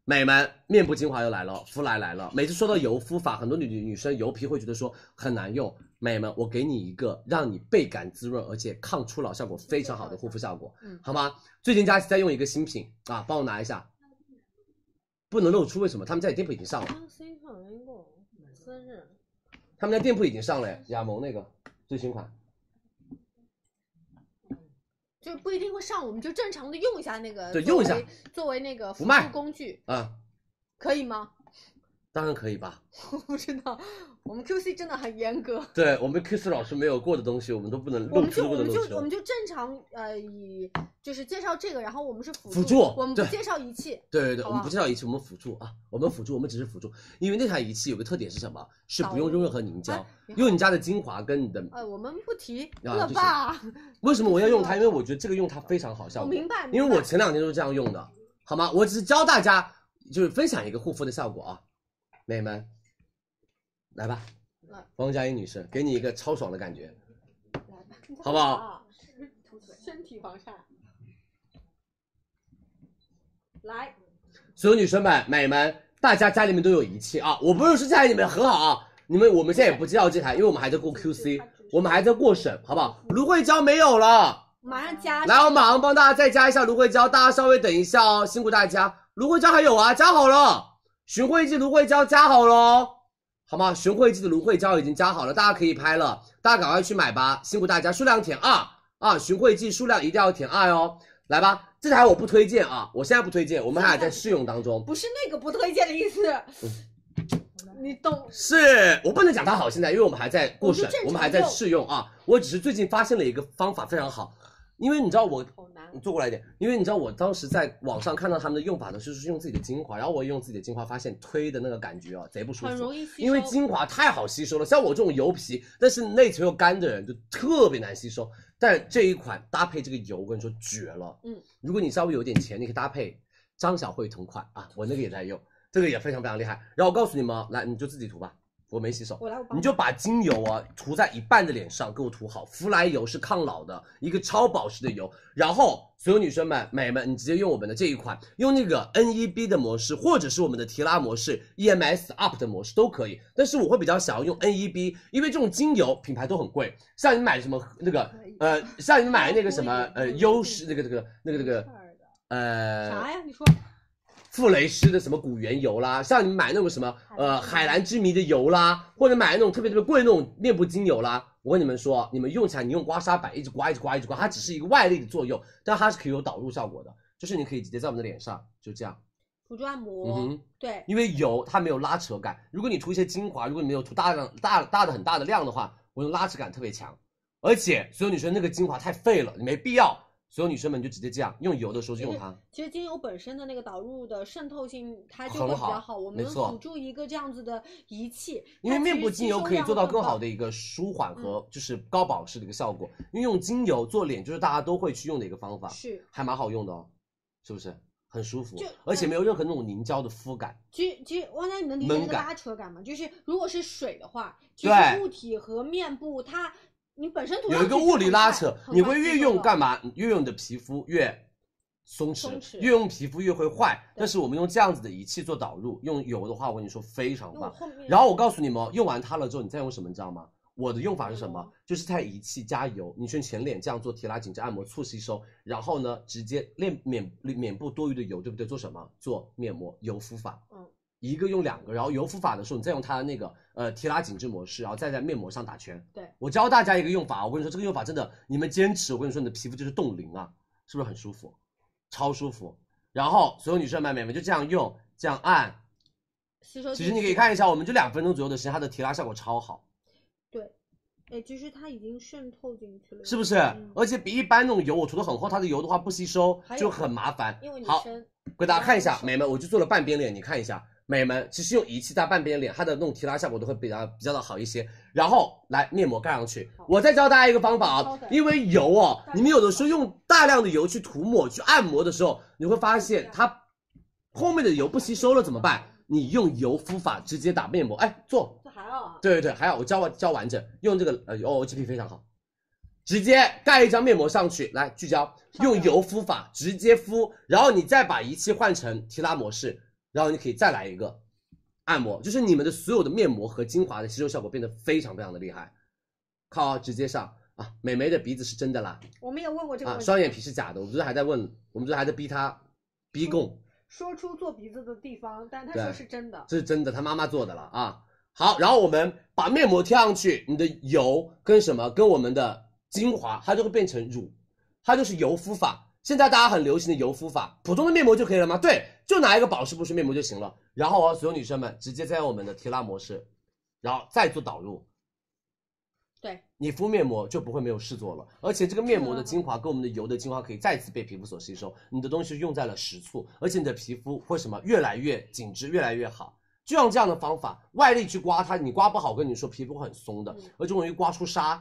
Speaker 2: 美们，面部精华油来了，芙莱来了。每次说到油肤法，很多女女生油皮会觉得说很难用。美们，我给你一个让你倍感滋润，而且抗初老效果非常好的护肤效果，
Speaker 1: 嗯
Speaker 2: 好吗？最近佳琦在用一个新品啊，帮我拿一下。不能露出，为什么？他们家里店铺已经上了，
Speaker 1: 刚 C 上人工生日，
Speaker 2: 他们家店铺已经上了雅萌那个最新款。
Speaker 1: 就不一定会上，我们就正常的用一下那个，
Speaker 2: 对
Speaker 1: 作为
Speaker 2: 用一下，
Speaker 1: 作为那个
Speaker 2: 不
Speaker 1: 辅
Speaker 2: 卖
Speaker 1: 助工具，
Speaker 2: 啊，
Speaker 1: 可以吗？
Speaker 2: 当然可以吧。
Speaker 1: 我不知道，我们 QC 真的很严格，
Speaker 2: 对我们 Q 四老师没有过的东西，我们都不能
Speaker 1: 我
Speaker 2: 露
Speaker 1: 们
Speaker 2: 出，
Speaker 1: 就
Speaker 2: 都不
Speaker 1: 我
Speaker 2: 能
Speaker 1: 们
Speaker 2: 露
Speaker 1: 就我
Speaker 2: 出
Speaker 1: 们。就正常呃以就是介绍这个，然后我们是辅
Speaker 2: 辅助
Speaker 1: 我们不
Speaker 2: 对
Speaker 1: 介绍仪器，
Speaker 2: 对对对，
Speaker 1: 好
Speaker 2: 我
Speaker 1: 不好
Speaker 2: 们不介绍仪器，我们辅助啊，我们辅助，我们只是辅助。因为那台仪器有个特点是什么？是不用用任何凝胶
Speaker 1: 啊，你好
Speaker 2: 用你家的精华跟你的。
Speaker 1: 呃我们不提
Speaker 2: 啊
Speaker 1: 恶
Speaker 2: 就是
Speaker 1: 霸，
Speaker 2: 为什么我要用它？因为我觉得这个用它非常好
Speaker 1: 啊
Speaker 2: 效
Speaker 1: 我
Speaker 2: 果。
Speaker 1: 明白，
Speaker 2: 因为
Speaker 1: 明白
Speaker 2: 我前两天就是这样用的，好吗？我只是教大家，就是分享一个护肤的效果啊，美们，来吧
Speaker 1: 来，
Speaker 2: 王佳怡女士，给你一个超爽的感觉，
Speaker 1: 来吧
Speaker 2: 好不好？
Speaker 1: 啊
Speaker 3: 吐嘴。
Speaker 1: 身体防晒。来，
Speaker 2: 所有女生们、美们，大家家里面都有仪器啊！我不是说家里面很好啊，你们我们现在也不知道这台，因为我们还在过 QC，我们还在过审，好不好？芦荟胶没有了，
Speaker 1: 马上加
Speaker 2: 来，我马上帮大家再加一下芦荟胶，大家稍微等一下哦，辛苦大家。芦荟胶还有啊，加好了，寻惠记芦荟胶加好喽，好吗？寻惠记的芦荟胶已经加好了，大家可以拍了，大家赶快去买吧，辛苦大家，数量填二啊，寻惠记数量一定要填二哦，来吧，这台我不推荐啊，我现在不推荐，我们还在试用当中。
Speaker 1: 不是那个不推荐的意思，
Speaker 2: 嗯
Speaker 1: 你懂？
Speaker 2: 是我不能讲它好，现在因为我们还在过审
Speaker 1: 我们就正，常
Speaker 2: 我们还在试用啊。我只是最近发现了一个方法非常好，因为你知道我，
Speaker 1: 好难啊
Speaker 2: 你坐过来一点，因为你知道我当时在网上看到他们的用法呢，就是用自己的精华，然后我也用自己的精华，发现推的那个感觉啊，贼不舒服，
Speaker 1: 很容易吸收
Speaker 2: 因为精华太好吸收了，像我这种油皮但是内层又干的人就特别难吸收。但这一款搭配这个油，我跟你说绝了。
Speaker 1: 嗯，
Speaker 2: 如果你稍微有点钱，你可以搭配张小慧同款啊，我那个也在用，这个也非常非常厉害。然后我告诉你们啊，来你就自己涂吧，我没洗手。
Speaker 1: 我来，我帮
Speaker 2: 你就把精油啊涂在一半的脸上，给我涂好。芙莱油是抗老的一个超保湿的油，然后所有女生们、美们，你直接用我们的这一款，用那个 NEB 的模式，或者是我们的提拉模式、EMS UP 的模式都可以。但是我会比较想要用 NEB，因为这种精油品牌都很贵，像你买什么那个呃，像你买那个什么呃优势那个这个那个这个呃
Speaker 1: 啥呀？你说
Speaker 2: 傅雷诗的什么古原油啦，像你买那种什么呃海蓝之谜的油啦，或者买那种特别特别贵的那种面部精油啦，我跟你们说，你们用起来，你用刮痧板一直刮一直刮一直刮，它只是一个外力的作用，但它是可以有导入效果的，就是你可以直接在我们的脸上就这样，
Speaker 1: 辅助按
Speaker 2: 嗯
Speaker 1: 摩，
Speaker 2: 哼，
Speaker 1: 对，
Speaker 2: 因为油它没有拉扯感，如果你涂一些精华，如果你没有涂大量大大的很大的量的话，我的拉扯感特别强，而且所有女生那个精华太废了，你没必要，所有女生们就直接这样用油的时候就用它，
Speaker 1: 其实精油本身的那个导入的渗透性，它就
Speaker 2: 很
Speaker 1: 会比
Speaker 2: 好
Speaker 1: 较好。我们
Speaker 2: 没错
Speaker 1: 辅助一个这样子的仪器，
Speaker 2: 因为面部精油可以做到更好
Speaker 1: 的。
Speaker 2: 的一个舒缓
Speaker 1: 嗯
Speaker 2: 和就是高保湿的一个效果，因为用精油做脸就是大家都会去用的一个方法，
Speaker 1: 是，
Speaker 2: 还蛮好用的哦，是不是？很舒服
Speaker 1: 就，嗯
Speaker 2: 而且没有任何那种凝胶的肤感。
Speaker 1: 其实其实汪丹，你能理解那
Speaker 2: 闷
Speaker 1: 个
Speaker 2: 感
Speaker 1: 拉扯感吗？就是如果是水的话，其
Speaker 2: 对
Speaker 1: 实物体和面部它，你本身涂
Speaker 2: 有
Speaker 1: 上
Speaker 2: 一个
Speaker 1: 去就
Speaker 2: 物理
Speaker 1: 很
Speaker 2: 拉
Speaker 1: 快
Speaker 2: 扯，
Speaker 1: 很
Speaker 2: 你
Speaker 1: 快
Speaker 2: 会
Speaker 1: 吸
Speaker 2: 越
Speaker 1: 收
Speaker 2: 用
Speaker 1: 了
Speaker 2: 干嘛？你越用你的皮肤越松弛，
Speaker 1: 松弛
Speaker 2: 越用皮肤越会坏。但是我们用这样子的仪器做导入，用油的话，我跟你说非常
Speaker 1: 因为我
Speaker 2: 棒。
Speaker 1: 后面
Speaker 2: 然后我告诉你们哦，用完它了之后，你再用什么，你知道吗？我的用法是什
Speaker 1: 按
Speaker 2: 么？就是在仪器加油，你去全脸这样做提拉紧致按摩，促吸收，然后呢，直接脸脸脸部多余的油，对不对？做什么？做面膜油敷法。
Speaker 1: 嗯
Speaker 2: 一个用两个，然后油敷法的时候，你再用它的那个呃提拉紧致模式，然后再在面膜上打圈。
Speaker 1: 对，
Speaker 2: 我教大家一个用法，我跟你说，这个用法真的，你们坚持，我跟你说，你的皮肤就是冻龄啊，是不是很舒服？超舒服。然后所有女生们、美们就这样用，这样按，
Speaker 1: 吸收
Speaker 2: 其
Speaker 1: 进
Speaker 2: 实你可以
Speaker 1: 去，
Speaker 2: 看一下，我们就两分钟左右的时间，它的提拉效果超好，
Speaker 1: 哎，其实它已经渗透进去了，
Speaker 2: 是不是？
Speaker 1: 嗯
Speaker 2: 而且比一般那种油我涂的很厚，它的油的话不吸收
Speaker 1: 还，有
Speaker 2: 就很麻烦
Speaker 1: 因为。你
Speaker 2: 好，
Speaker 1: 深，
Speaker 2: 给大家看一下，
Speaker 1: 手
Speaker 2: 美们，我就做了半边脸，你看一下，美们，其实用仪器搭半边脸，它的那种提拉效果都会比较比较的好一些。然后来面膜盖上去
Speaker 1: 好，
Speaker 2: 我再教大家一个方法
Speaker 1: 好
Speaker 2: 啊
Speaker 1: 的，
Speaker 2: 因为油哦
Speaker 1: 大，家
Speaker 2: 你们有的时候用大量的油去涂抹、去按摩的时候，你会发现它后面的油不吸收了怎么办？你用油敷法直接打面膜，哎，坐，
Speaker 1: 这还好啊，
Speaker 2: 对对对，还好我教完教完整，用这个呃哦 G P 非常好，直接盖一张面膜上去，来聚焦，用油敷法直接敷，然后你再把仪器换成提拉模式，然后你可以再来一个按摩，就是你们的所有的面膜和精华的吸收效果变得非常非常的厉害，靠直接上啊，美眉的鼻子是真的啦，
Speaker 1: 我们也问过这个
Speaker 2: 啊
Speaker 1: 问题，
Speaker 2: 双眼皮是假的，我们昨天还在问，我们昨天还在逼她逼供，
Speaker 1: 说出做鼻子的地方，但他
Speaker 2: 对
Speaker 1: 说是真的，
Speaker 2: 这是真的，他妈妈做的了啊。好，然后我们把面膜贴上去，你的油跟什么跟我们的精华，它就会变成乳，它就是油敷法。现在大家很流行的油敷法，普通的面膜就可以了吗？对，就拿一个保湿补湿面膜就行了。然后啊，所有女生们直接再用我们的提拉模式，然后再做导入。
Speaker 1: 对，
Speaker 2: 你敷面膜就不会没有事做了，而且这个面膜的精华跟我们的油的精华可以再次被皮肤所吸收，你的东西用在了实处，而且你的皮肤会什么越来越紧致，越来越好。就用这样的方法，外力去刮它，你刮不好，我跟你说皮肤会很松的，而且容易刮出痧。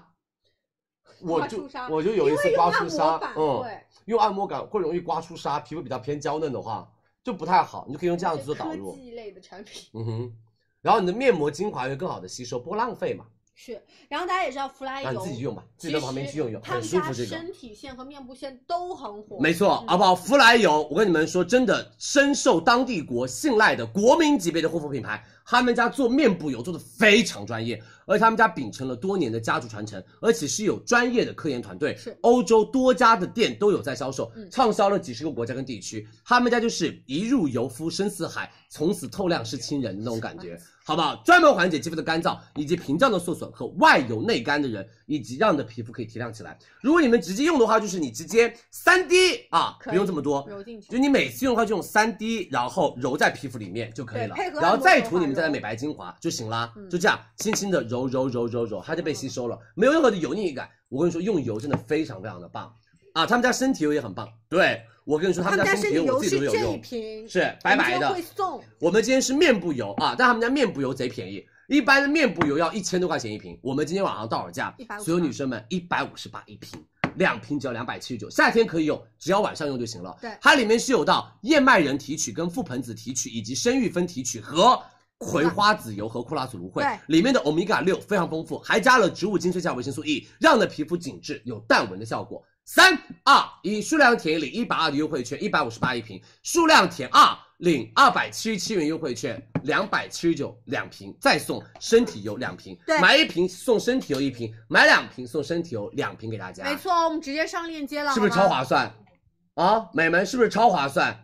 Speaker 2: 我
Speaker 1: 嗯刮
Speaker 2: 就
Speaker 1: 出痧
Speaker 2: 我就有一
Speaker 1: 因
Speaker 2: 次
Speaker 1: 为用
Speaker 2: 刮
Speaker 1: 按
Speaker 2: 出
Speaker 1: 摩
Speaker 2: 痧
Speaker 1: 板，，
Speaker 2: 嗯，
Speaker 1: 对，
Speaker 2: 用按摩感会容易刮出痧，皮肤比较偏娇嫩的话就不太好，你就可以用这样子做导
Speaker 1: 科
Speaker 2: 入，
Speaker 1: 技类的产品，
Speaker 2: 嗯哼，然后你的面膜精华会更好的吸收，不会浪费嘛，
Speaker 1: 是，然后大家也知道，福来
Speaker 2: 啊，你
Speaker 1: 油
Speaker 2: 自己用吧，自
Speaker 1: 哎其
Speaker 2: 己
Speaker 1: 实
Speaker 2: 到旁边去用用，
Speaker 1: 他
Speaker 2: 很
Speaker 1: 们
Speaker 2: 舒
Speaker 1: 家
Speaker 2: 服这个。
Speaker 1: 身体线和面部线都很火，
Speaker 2: 没错，好不好？芙莱油，我跟你们说，真的深受当地国信赖的国民级别的护肤品牌，他们家做面部油做的非常专业，而且他们家秉承了多年的家族传承，而且是有专业的科研团队，
Speaker 1: 是
Speaker 2: 欧洲多家的店都有在销售
Speaker 1: 嗯，
Speaker 2: 畅销了几十个国家跟地区。他们家就是一入油肤深似海，从此透亮是亲人的那种感觉，好不好？专门缓解肌肤的干燥以及屏障的受损和外油内干的人，以及让你的皮肤可以提亮起来。如果你们直接用的话，就是你直接三滴啊，
Speaker 1: 可以
Speaker 2: 不用这么多。
Speaker 1: 揉进去。
Speaker 2: 就你每次用的话就用三滴，然后揉在皮肤里面就可以
Speaker 1: 对
Speaker 2: 了
Speaker 1: 配合，按摩
Speaker 2: 然后再
Speaker 1: 手
Speaker 2: 涂
Speaker 1: 法
Speaker 2: 你们家的
Speaker 1: 揉
Speaker 2: 美白精华就行啦
Speaker 1: 嗯。
Speaker 2: 就这样轻轻的揉揉揉揉揉，它就被吸收了，没有任何的油腻感。我跟你说，用油真的非常非常的棒啊！他们家身体油也很棒，对我跟你说，他
Speaker 1: 他们
Speaker 2: 们家
Speaker 1: 家
Speaker 2: 身
Speaker 1: 身体
Speaker 2: 体油我
Speaker 1: 油
Speaker 2: 自己
Speaker 1: 啊是
Speaker 2: 都有
Speaker 1: 这一
Speaker 2: 用，
Speaker 1: 瓶，
Speaker 2: 是白白
Speaker 1: 我们就
Speaker 2: 的
Speaker 1: 会。送，
Speaker 2: 我们今天是面部油啊，但他们家面部油贼便宜，一般的面部油要一千多块钱一瓶，我们今天晚上到手价
Speaker 1: 158，
Speaker 2: 所有女生们一百五十八一瓶，两瓶只要两百七十九，夏天可以用，只要晚上用就行了。
Speaker 1: 对
Speaker 2: 它里面是有到燕麦仁提取、跟覆盆子提取以及生育酚提取和。葵花籽油和库拉索芦荟
Speaker 1: 对
Speaker 2: 里面的欧米伽六非常丰富，还加了植物精粹下维生素 E，让你的皮肤紧致有淡纹的效果。三二一，数量填领一百二的优惠券，一百五十八一瓶；数量填二领二百七十七元优惠券，两百七十九两瓶，再送身体油两瓶。
Speaker 1: 对
Speaker 2: 买一瓶送身体油一瓶，买两瓶送身体油两瓶给大家，
Speaker 1: 没错，我们直接上链接了，
Speaker 2: 啊是不是
Speaker 1: 好
Speaker 2: 超
Speaker 1: 吗？
Speaker 2: 划算？啊，美们是不是超划算？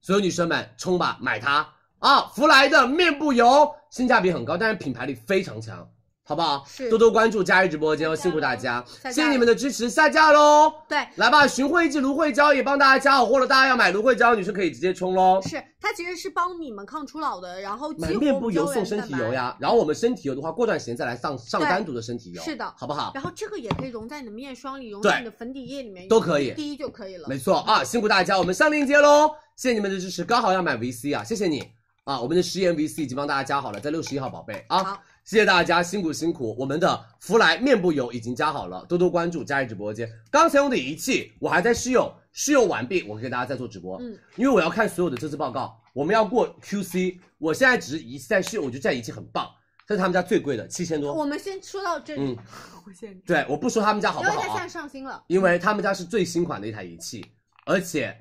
Speaker 2: 所有女生们冲吧，买它啊！芙莱的面部油性价比很高，但是品牌力非常强，好不好？
Speaker 1: 是
Speaker 2: 多多关注佳怡直播间哦，辛苦大家，
Speaker 1: 下架
Speaker 2: 谢
Speaker 1: 了
Speaker 2: 谢你们的支持，下架喽！
Speaker 1: 对，
Speaker 2: 来吧，寻惠记芦荟胶也帮大家加好货了，大家要买芦荟胶，女生可以直接冲喽。
Speaker 1: 是它其实是帮你们抗初老的，然后
Speaker 2: 买
Speaker 1: 激活
Speaker 2: 面部
Speaker 1: 胶
Speaker 2: 油送
Speaker 1: 原
Speaker 2: 身
Speaker 1: 蛋
Speaker 2: 体
Speaker 1: 白
Speaker 2: 油。呀，然后我们身体油的话，过段时间再来上上
Speaker 1: 对
Speaker 2: 单独的身体油，
Speaker 1: 是的
Speaker 2: 好不好？
Speaker 1: 然后这个也可以融在你的面霜里，融在
Speaker 2: 对
Speaker 1: 你的粉底液里面，
Speaker 2: 都可以
Speaker 1: 滴就可以了。
Speaker 2: 没错啊，辛苦大家，我们上链接喽，谢谢你们的支持，刚好要买 VC 啊，谢谢你啊，我们的食盐 VC 已经帮大家加好了，在六十一号宝贝啊
Speaker 1: 好，
Speaker 2: 谢谢大家，辛苦辛苦，我们的芙莱面部油已经加好了，多多关注佳怡直播间。刚才用的仪器我还在试用，试用完毕我会给大家再做直播，
Speaker 1: 嗯，
Speaker 2: 因为我要看所有的测试报告，我们要过 QC，我现在只是仪器在试用，我觉得这台仪器很棒，这是他们家最贵的，七千多，
Speaker 1: 我们先说到这里，
Speaker 2: 嗯，
Speaker 1: 我先，
Speaker 2: 对，我不说他们家好
Speaker 1: 因
Speaker 2: 不
Speaker 1: 为
Speaker 2: 好
Speaker 1: 它现
Speaker 2: 啊
Speaker 1: 在，上新了，
Speaker 2: 因为他们家是最新款的一台仪器，而且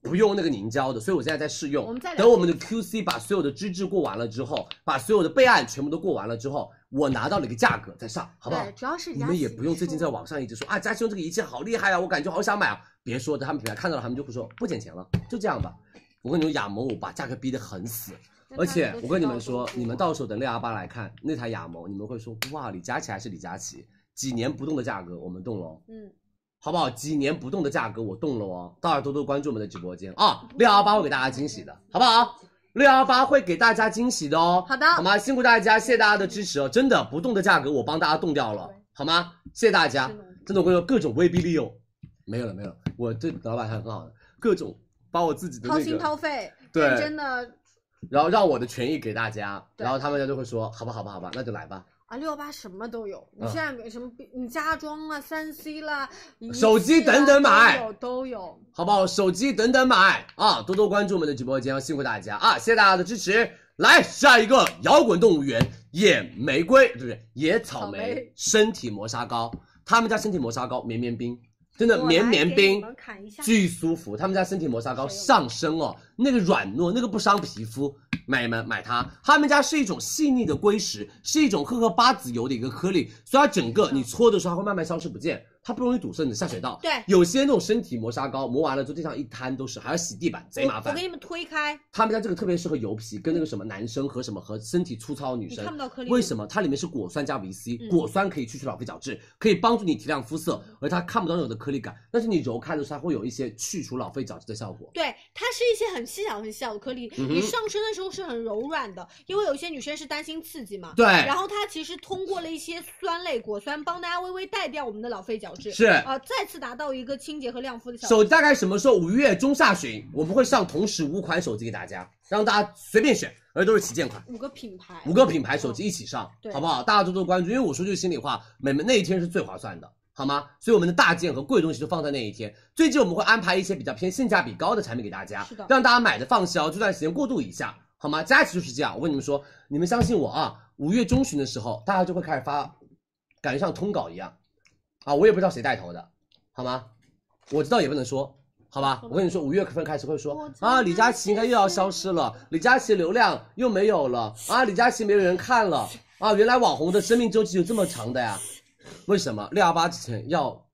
Speaker 2: 不用那个凝胶的，所以我现在在试用。
Speaker 1: 哦我们再聊
Speaker 2: 等我们的 QC 把所有的资质过完了之后，把所有的备案全部都过完了之后，我拿到了一个价格再上，好不好
Speaker 1: 对，？主要是人
Speaker 2: 你
Speaker 1: 家
Speaker 2: 们也
Speaker 1: 洗
Speaker 2: 不用最近在
Speaker 1: 漱
Speaker 2: 网上一直说啊，佳琪用这个仪器好厉害啊，我感觉好想买啊。别说的，他们品牌看到了，他们就会说不捡钱了，就这样吧。我跟你说，亚萌我把价格逼得很死，而且我跟你们说，你们到时候等六幺八来看那台亚萌，你们会说哇，李佳琦还是李佳琦，几年不动的价格我们动了哦，
Speaker 1: 嗯，
Speaker 2: 好不好？几年不动的价格我动了哦，大家多多关注我们的直播间啊，六幺八会给大家惊喜的，好不好？六幺八会给大家惊喜的哦，
Speaker 1: 好的
Speaker 2: 好吗？辛苦大家，谢谢大家的支持哦，真的不动的价格我帮大家动掉了，好吗？谢谢大家，真的我跟你说各种威逼利诱，没有了没有了，我对老板还很好的，各种把我自己的
Speaker 1: 掏
Speaker 2: 那
Speaker 1: 心
Speaker 2: 个
Speaker 1: 掏肺，
Speaker 2: 对
Speaker 1: 认真的
Speaker 2: 然后让我的权益给大家，
Speaker 1: 对
Speaker 2: 然后他们家就会说，好吧，好吧，好吧，那就来吧。
Speaker 1: 啊，六幺八什么都有，你
Speaker 2: 嗯
Speaker 1: 现在有什么你家装啊、三 C 啦、仪
Speaker 2: 手机
Speaker 1: 器啦
Speaker 2: 等等买
Speaker 1: 都有都有。
Speaker 2: 好不好？手机等等买啊，多多关注我们的直播间，辛苦大家啊，谢谢大家的支持。来下一个摇滚动物园野玫瑰，对不对？野草
Speaker 1: 草
Speaker 2: 莓
Speaker 1: 莓
Speaker 2: 身体磨砂膏，他们家身体磨砂膏绵绵冰，真的
Speaker 1: 我
Speaker 2: 绵
Speaker 1: 来
Speaker 2: 绵
Speaker 1: 给
Speaker 2: 冰
Speaker 1: 你们，砍一下，
Speaker 2: 巨舒服。他们家身体磨砂膏上身哦，那个软糯，那个不伤皮肤，买们买它。他们家是一种细腻的硅石，是一种荷荷巴籽油的一个颗粒，所以它整个你搓的时候，它会慢慢消失不见，它不容易堵塞你的下水道。
Speaker 1: 对
Speaker 2: 有些那种身体磨砂膏磨完了之后，地上一摊都是，还要洗地板，贼麻
Speaker 1: 我
Speaker 2: 烦
Speaker 1: 给。你们推开，
Speaker 2: 他们家这个特别适合油皮跟那个什么男生和什么和身体粗糙的女
Speaker 1: 你
Speaker 2: 生
Speaker 1: 看。不到颗粒。
Speaker 2: 为什么？它里面是果酸加 VC，、
Speaker 1: 嗯
Speaker 2: 果酸可以去除老废角质，可以帮助你提亮肤色，而它看不到任何的颗粒感。但是你揉开的时候，它会有一些去除老废角质的效果。
Speaker 1: 对，它是一些很细小、很小的颗粒，
Speaker 2: 嗯哼
Speaker 1: 你上身的时候是很柔软的，因为有一些女生是担心刺激嘛。
Speaker 2: 对，
Speaker 1: 然后它其实通过了一些酸类果酸，帮大家微微带掉我们的老废角质，
Speaker 2: 是
Speaker 1: 呃，再次达到一个清洁和亮肤的效果。
Speaker 2: 手机大概什么时候？五月中下旬，我们会上同时五款手机给大家，让大家随便选，而且都是旗舰款。
Speaker 1: 五个品牌，
Speaker 2: 五个品牌手机一起上，
Speaker 1: 对
Speaker 2: 好不好？大家多多关注，因为我说句心里话，美们那一天是最划算的，好吗？所以我们的大件和贵的东西就放在那一天。最近我们会安排一些比较偏性价比高的产品给大家，
Speaker 1: 是的
Speaker 2: 让大家买的放销，这段时间过渡一下，好吗？佳琦就是这样，我跟你们说，你们相信我啊，五月中旬的时候，大家就会开始发感觉像通稿一样，啊，我也不知道谁带头的，好吗？我知道也不能说，好吧？我跟你说，五月份开始会说啊，李佳琦应该又要消失了，李佳琦流量又没有了啊，李佳琦没有人看了啊，原来网红的生命周期有这么长的呀？为什么六幺八之前要，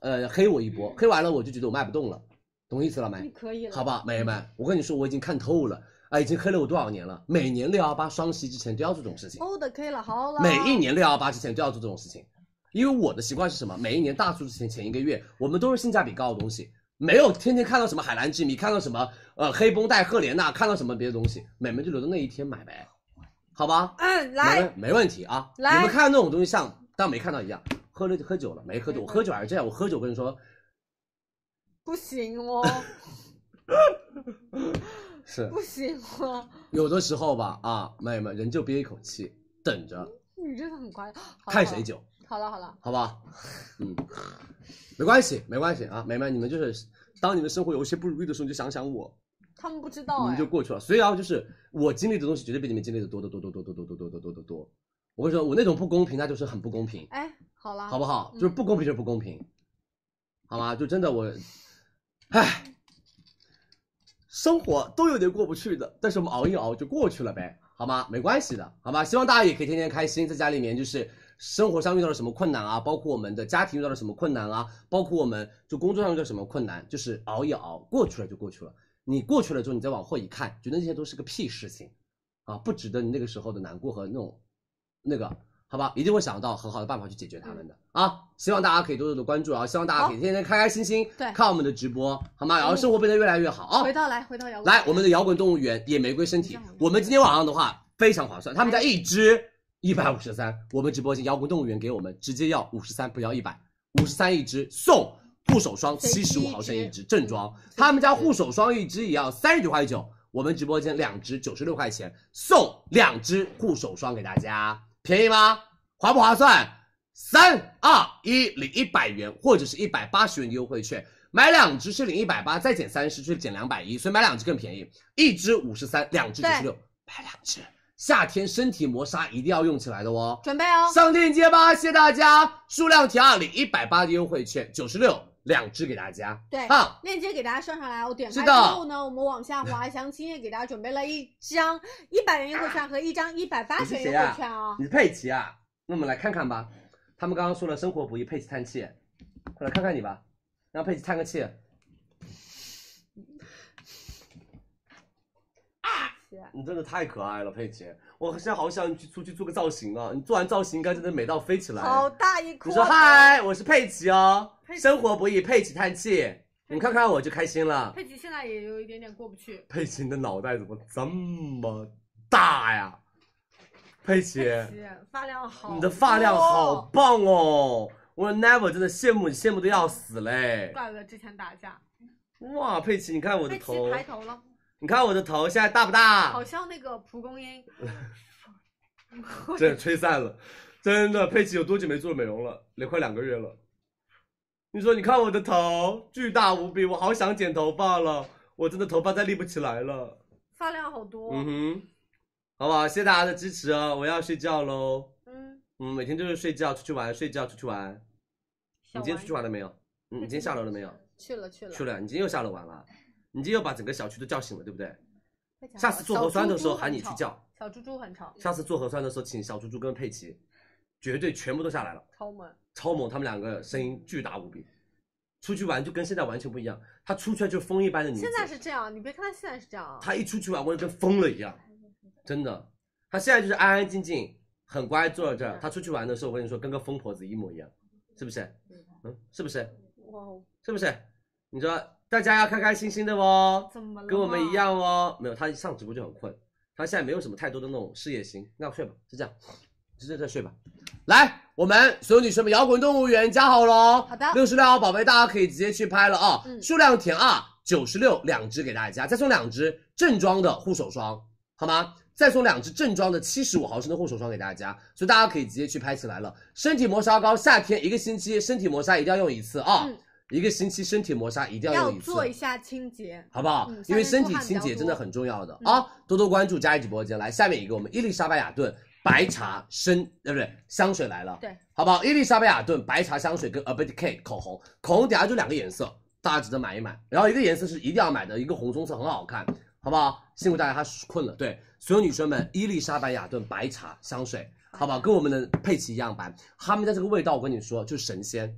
Speaker 2: 呃，黑我一波，黑完了我就觉得我卖不动了，懂意思了没？
Speaker 1: 你可以了，嗯
Speaker 2: 好不好，美人们？我跟你说，我已经看透了，啊，已经黑了我多少年了？每年六幺八、双十一之前都要做这种事情，
Speaker 1: 欧的可以了，好了，
Speaker 2: 每一年六幺八之前都要做这种事情。因为我的习惯是什么？每一年大促之前前一个月，我们都是性价比高的东西，没有天天看到什么海蓝之谜，看到什么呃黑绷带、赫莲娜，看到什么别的东西，美们就留到那一天买呗，好吧？
Speaker 1: 嗯，
Speaker 2: 没
Speaker 1: 来，
Speaker 2: 问没问题啊。
Speaker 1: 来
Speaker 2: 你们看到那种东西像当没看到一样，喝了喝酒了没喝酒，我喝酒还是这样，我喝酒我跟你说
Speaker 1: 不行哦，
Speaker 2: 是
Speaker 1: 不行 哦，
Speaker 2: 有的时候吧啊，妹们人就憋一口气，等着
Speaker 1: 你真的很夸张。好了
Speaker 2: 看谁？久，
Speaker 1: 好了好了，
Speaker 2: 好不好？嗯，没关系，没关系啊，妹妹，你们就是当你们生活有一些不如意的时候，你就想想我，
Speaker 1: 他们不知
Speaker 2: 你
Speaker 1: 道
Speaker 2: 们
Speaker 1: 哎
Speaker 2: 就，过去了。所以啊，就是我经历的东西绝对比你们经历的多得多多多多多多多多多多多。我跟你说，我那种不公平，它就是很不公平，
Speaker 1: 哎，好了，
Speaker 2: 好不好？
Speaker 1: 嗯
Speaker 2: 就是不公平就是不公平，好吗？就真的我，唉，生活都有点过不去的，但是我们熬一熬就过去了呗，好吗？没关系的，好吗？希望大家也可以天天开心，在家里面就是。生活上遇到了什么困难啊？包括我们的家庭遇到了什么困难啊？包括我们就工作上遇到什么困难？就是熬一熬，过去了就过去了。你过去了之后，你再往后一看，觉得那些都是个屁事情，啊，不值得你那个时候的难过和那种那个，好吧，一定会想到很好的办法去解决他们的、
Speaker 1: 嗯
Speaker 2: 啊！希望大家可以多多的关注啊，希望大家可以天天开开心心，
Speaker 1: 对嗯
Speaker 2: 看我们的直播，好吗？然后生活变得越来越好啊！
Speaker 1: 回到来，回到摇滚，
Speaker 2: 来，我们的摇滚动物园野玫瑰身体，我们今天晚上的话非常划算，他们家一只一百五十三，我们直播间摇滚动物园给我们直接要五十三，不要一百，五十三一只送护手霜
Speaker 1: 随
Speaker 2: 七
Speaker 1: 机
Speaker 2: 十五
Speaker 1: 一
Speaker 2: 毫升
Speaker 1: 支
Speaker 2: 一支正装，他们家护手霜一支也要三十九块九，我们直播间两支九十六块钱送两支护手霜给大家，便宜吗？划不划算？三二一，领一百元或者是一百八十元的优惠券，买两支是领一百八，再减三十就是减两百一，所以买两支更便宜，一支五十三，两支九十六，买两支。夏天身体磨砂一定要用起来的哦。
Speaker 1: 准备哦，
Speaker 2: 上链接吧，谢谢大家，数量填二领一百八的优惠券，九十六两支给大家。
Speaker 1: 对
Speaker 2: 啊，
Speaker 1: 链接给大家上上来哦，点
Speaker 2: 是
Speaker 1: 开
Speaker 2: 的
Speaker 1: 之后呢，我们往下滑，详情页给大家准备了一张一百元优惠券和一张一百八十元优
Speaker 2: 啊
Speaker 1: 惠券哦。
Speaker 2: 你是佩奇啊？那我们来看看吧。他们刚刚说了生活不易，佩奇叹气，快来看看你吧，让佩奇叹个气。你真的太可爱了，佩奇！我现在好想你去出去做个造型啊！你做完造型应该真的美到飞起来。
Speaker 1: 好大一哦
Speaker 2: 你
Speaker 1: 块！
Speaker 2: 说嗨，我是佩奇哦，
Speaker 1: 啊佩奇
Speaker 2: 生活不易，佩奇叹气，你看看我就开心了。
Speaker 1: 佩奇现在也有一点点过不去，
Speaker 2: 佩奇，你的脑袋怎么这么大呀？佩奇，
Speaker 1: 是发量好，
Speaker 2: 你的发量好棒哦！我 never 真的羡慕你，羡慕的要死嘞！
Speaker 1: 怪不得之前打架。
Speaker 2: 哇，佩奇，你看我的
Speaker 1: 佩奇
Speaker 2: 头，
Speaker 1: 抬头了，
Speaker 2: 你看我的头现在大不大？
Speaker 1: 好像那个蒲公英。
Speaker 2: 真的吹散了，真的，佩奇有多久没做美容了？也快两个月了。你说，你看我的头巨大无比，我好想剪头发了，我真的头发再立不起来了。
Speaker 1: 发量好多。
Speaker 2: 嗯哼，好不好？谢谢大家的支持啊！我要睡觉喽。
Speaker 1: 嗯，
Speaker 2: 嗯，每天就是睡觉，出去玩，睡觉，出去玩。
Speaker 1: 小
Speaker 2: 你今天
Speaker 1: 丸
Speaker 2: 出去玩了没有？嗯，你今天下楼了没有？
Speaker 1: 去了去了，
Speaker 2: 去了，你今天又下楼玩了。你今天又把整个小区都叫醒了，对不对？
Speaker 1: 快讲
Speaker 2: 下次做
Speaker 1: 小
Speaker 2: 核酸的
Speaker 1: 猪
Speaker 2: 时候
Speaker 1: 猪
Speaker 2: 喊
Speaker 1: 很
Speaker 2: 你去
Speaker 1: 吵
Speaker 2: 叫。
Speaker 1: 小猪猪很吵，
Speaker 2: 下次做核酸的时候，请小猪猪跟佩奇，绝对全部都下来了。
Speaker 1: 超萌。
Speaker 2: 超猛，他们两个声音巨大无比，出去玩就跟现在完全不一样。他出去就是风一般的女子
Speaker 1: 现，在是这样，你别看他现在是这样啊，
Speaker 2: 他一出去玩，我就跟疯了一样，真的。他现在就是安安静静，很乖坐在这儿。他出去玩的时候，我跟你说，跟个疯婆子一模一样，是不是？嗯，是不是？
Speaker 1: 哇哦，
Speaker 2: 是不是？你说大家要开开心心的哦，
Speaker 1: 怎么了？
Speaker 2: 跟我们一，样哦。没有，他一上直播就很困，他现在没有什么太多的那种事业心。那睡吧，就这样，就这样睡吧。来，我们所有女生们，摇滚动物园加好喽！
Speaker 1: 好的
Speaker 2: 六十六号宝贝，大家可以直接去拍了啊、
Speaker 1: 嗯
Speaker 2: 数量填二，九十六两支给大家，再送两支正装的护手霜，好吗？再送两支正装的七十五毫升的护手霜给大家，所以大家可以直接去拍起来了。身体磨砂膏，夏天一个星期身体磨砂一定要用一次啊、
Speaker 1: 嗯
Speaker 2: 一个星期身体磨砂一定
Speaker 1: 要
Speaker 2: 用一次，
Speaker 1: 做一下清洁。
Speaker 2: 好不好？
Speaker 1: 嗯
Speaker 2: 因为
Speaker 1: 夏天
Speaker 2: 身
Speaker 1: 出
Speaker 2: 体
Speaker 1: 汗比
Speaker 2: 清
Speaker 1: 较
Speaker 2: 洁
Speaker 1: 多
Speaker 2: 真的很重要的、
Speaker 1: 嗯
Speaker 2: 啊！多多关注佳怡直播间。来，下面一个我们伊丽莎白雅顿白茶生，对不对？香水来了，
Speaker 3: 对，
Speaker 2: 好不好？伊丽莎白雅顿白茶香水跟 Urban Decay 口红，口红底下就两个颜色，大家值得买一买。然后一个颜色是一定要买的，一个红棕色很好看，好不好？辛苦大家，她困了。对，所有女生们，伊丽莎白雅顿白茶香水，
Speaker 3: 啊
Speaker 2: 好不好？跟我们的佩奇一样白，他们家这个味道，我跟你说，就是神仙。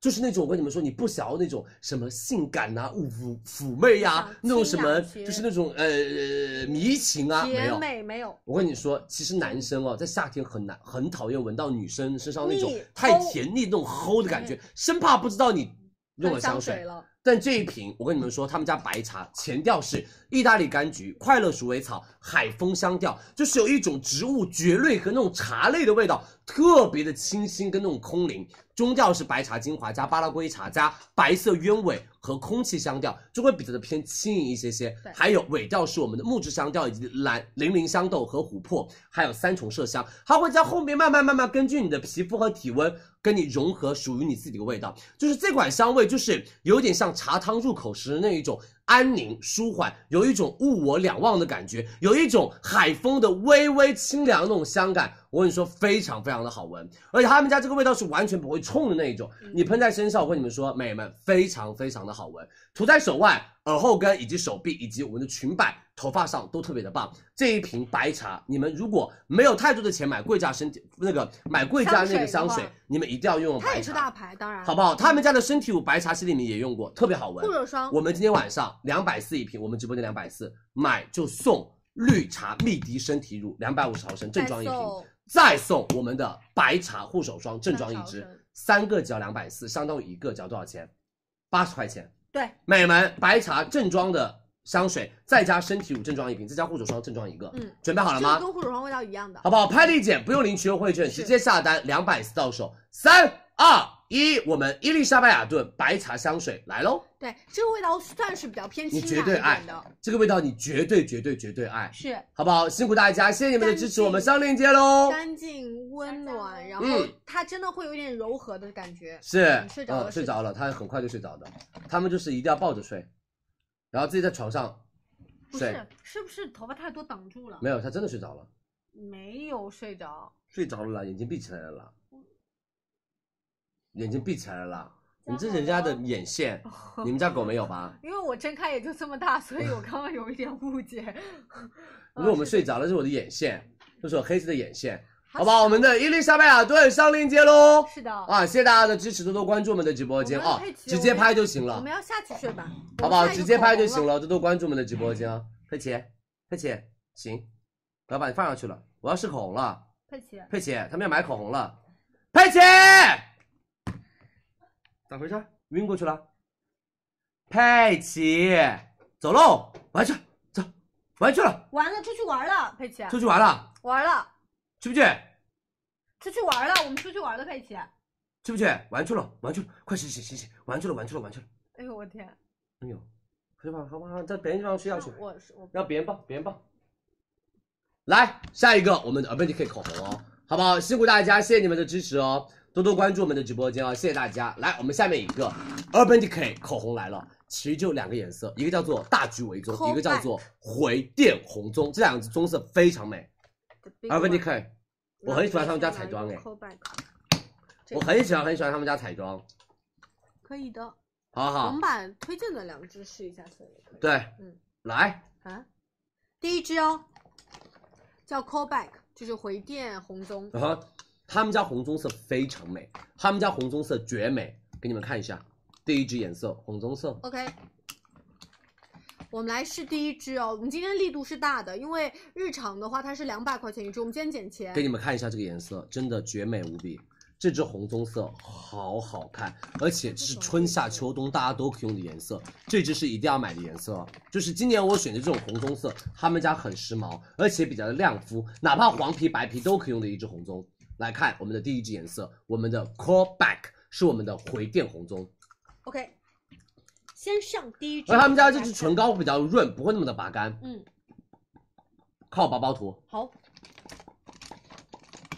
Speaker 2: 就是那种我跟你们说，你不想要那种什么性感呐、妩妩媚呀、
Speaker 3: 想
Speaker 2: 那种什
Speaker 3: 啊清
Speaker 2: 么，
Speaker 3: 雅些
Speaker 2: 就是那种呃迷情啊，没
Speaker 3: 甜
Speaker 2: 有，
Speaker 3: 美没有，
Speaker 2: 我跟你说，其实男生哦，在夏天很难很讨厌闻到女生身上那种
Speaker 3: 腻
Speaker 2: 太
Speaker 3: 齁
Speaker 2: 甜腻那种齁的感觉，生怕不知道你用了
Speaker 3: 喷香
Speaker 2: 香水。
Speaker 3: 了，
Speaker 2: 但这一瓶，我跟你们说，他们家白茶前调是意大利柑橘、快乐鼠尾草、海风香调，就是有一种植物蕨类和那种茶类的味道，特别的清新跟那种空灵。中调是白茶精华加巴拉圭茶加白色鸢尾和空气香调，就会比较的偏轻盈一些些
Speaker 3: 对。
Speaker 2: 还有尾调是我们的木质香调以及蓝零陵香豆和琥珀，还有三重麝香，它会在后面慢慢慢慢根据你的皮肤和体温跟你融合属于你自己的味道。就是这款香味，就是有点像茶汤入口时的那一种安宁舒缓，有一种物我两忘的感觉，有一种海风的微微清凉的那种香感。我跟你说，非常非常的好闻，而且他们家这个味道是完全不会冲的那一种，你喷在身上，我跟你们说，美们非常非常的好闻，涂在手腕、耳后根以及手臂以及我们的裙摆、头发上都特别的棒。这一瓶白茶，你们如果没有太多的钱买贵价身体那个买贵价那个
Speaker 3: 香水的
Speaker 2: 香
Speaker 3: 话
Speaker 2: 水，你们一定要用用
Speaker 1: 它
Speaker 2: 白
Speaker 1: 也是
Speaker 2: 茶。
Speaker 1: 大牌，当然
Speaker 2: 好不好？他们家的身体乳白茶系列里面也用过，特别好闻
Speaker 1: 护。手霜
Speaker 2: 我们今天晚上两百四一瓶，我们直播间两百四，买就送绿茶蜜迪身体乳两百五十毫升正装一瓶，再送我们的白茶护手霜正装一
Speaker 1: 三十
Speaker 2: 支
Speaker 1: 毫升，
Speaker 2: 三个只要两百四，相当于一个只要多少钱？八十块钱。
Speaker 3: 对，
Speaker 2: 美们白茶正装的香水，再加身体乳正装一瓶，再加护手霜正装一个。
Speaker 1: 嗯，
Speaker 2: 准备好
Speaker 1: 这
Speaker 2: 了
Speaker 1: 个
Speaker 2: 吗？
Speaker 1: 跟护手霜味道一样的。
Speaker 2: 好不好？拍立减不用领取优惠券，直接下单两百四到手。三二一，我们伊丽莎白雅顿白茶香水来喽！
Speaker 1: 对，这个味道算是比较偏
Speaker 2: 你
Speaker 1: 清
Speaker 2: 绝
Speaker 1: 凉一
Speaker 2: 对爱
Speaker 1: 点的，
Speaker 2: 这个味道，你绝对绝对绝对爱，
Speaker 1: 是
Speaker 2: 好不好？辛苦大家，谢谢你们的支
Speaker 1: 干
Speaker 2: 持，
Speaker 1: 净
Speaker 2: 我们上链接喽。
Speaker 1: 干净温暖，然后
Speaker 2: 哦嗯
Speaker 1: 它真的会有一点柔和的感觉。
Speaker 2: 是
Speaker 1: 你，睡着了
Speaker 2: 嗯，睡着了，他很快就睡着的。他们就是一定要抱着睡，然后自己在床上
Speaker 3: 不
Speaker 2: 睡
Speaker 3: 是，，是不是头发太多挡住了？
Speaker 2: 没有，他真的睡着了，
Speaker 3: 没有睡着，
Speaker 2: 睡着了啦，眼睛闭起来了啦，眼睛闭起来了啦。
Speaker 3: 家
Speaker 2: 你这
Speaker 3: 狗
Speaker 2: 人家的
Speaker 3: 呢
Speaker 2: 眼 线，你们家狗没有吧？
Speaker 3: 因为我睁开也就这么大，所以 我刚刚有一点误解。
Speaker 2: 如果我
Speaker 3: 哦
Speaker 1: 呃
Speaker 2: 们睡着了，这是我的眼线，这是我黑色的眼线，好不好？我们的伊丽莎白雅顿上链接喽！
Speaker 3: 是的，
Speaker 2: 啊，谢谢大家的支持，多多关注我们的直播间
Speaker 3: 我们
Speaker 2: 啊
Speaker 3: 佩，奇
Speaker 2: 直接拍就行
Speaker 3: 我
Speaker 2: 了
Speaker 3: 们，要下去睡吧，
Speaker 2: 好不好？
Speaker 3: 我们下一
Speaker 2: 直
Speaker 3: 个
Speaker 2: 接拍就
Speaker 3: 口
Speaker 2: 行
Speaker 3: 红了。
Speaker 2: 了，多多关注我们的直播间啊。佩奇，佩奇，行，我要把你放上去了，我要试口红了。
Speaker 3: 佩奇，
Speaker 2: 佩奇，他们要买口红了。佩奇，咋回事？晕过去了。佩奇，走喽，玩去，走，玩去了，
Speaker 3: 完了，出去玩了，佩奇，
Speaker 2: 出去玩了，
Speaker 3: 玩了，
Speaker 2: 去不去？
Speaker 3: 出去玩了，我们出去玩了，佩奇。哎
Speaker 2: 去不去？玩去了，玩去了，快醒醒醒醒，玩去了，玩去了，玩去了。
Speaker 3: 呦我天，
Speaker 2: 哎呦，快去吧，好不好？在别人地方睡觉去，
Speaker 3: 我是我
Speaker 2: 让别人抱，别人抱。来，下一个我们的 Urban Decay 口红哦，好不好？辛苦大家，谢谢你们的支持哦，多多关注我们的直播间哦，谢谢大家。来，我们下面一个 Urban Decay 口红来了。其实就两个颜色，一个叫做大橘维棕，
Speaker 3: Call
Speaker 2: 一个叫做回电红棕，这两个棕色非常美。Urban Decay，我很喜欢他们家彩妆哎，我很喜欢很喜欢他们家彩妆，
Speaker 1: 可以的，
Speaker 2: 好
Speaker 1: 我
Speaker 2: 好
Speaker 1: 们，把推荐的两支试一下，所以可以。
Speaker 2: 对，
Speaker 1: 嗯
Speaker 2: 来，
Speaker 1: 啊，第一支哦，叫 Callback，就是回电红棕，
Speaker 2: 然后他们家红棕色非常美，他们家红棕色绝美，给你们看一下，第一支颜色红棕色，
Speaker 1: OK，我们来试第一支哦。我们今天力度是大的，因为日常的话它是两百块钱一支，我们今天减钱
Speaker 2: 给。你们看一下这个颜色，真的绝美无比。这支红棕色好好看，而且是春夏秋冬大家都可以用的颜色。这支是一定要买的颜色哦，就是今年我选的这种红棕色，他们家很时髦，而且比较的亮肤，哪怕黄皮白皮都可以用的一支红棕。来看我们的第一支颜色，我们的 Call Back 是我们的回电红棕。
Speaker 1: OK，先上第一支。
Speaker 2: 而他们家这支唇膏比较润，不会那么的拔干。
Speaker 1: 嗯，
Speaker 2: 靠薄薄涂，
Speaker 1: 好，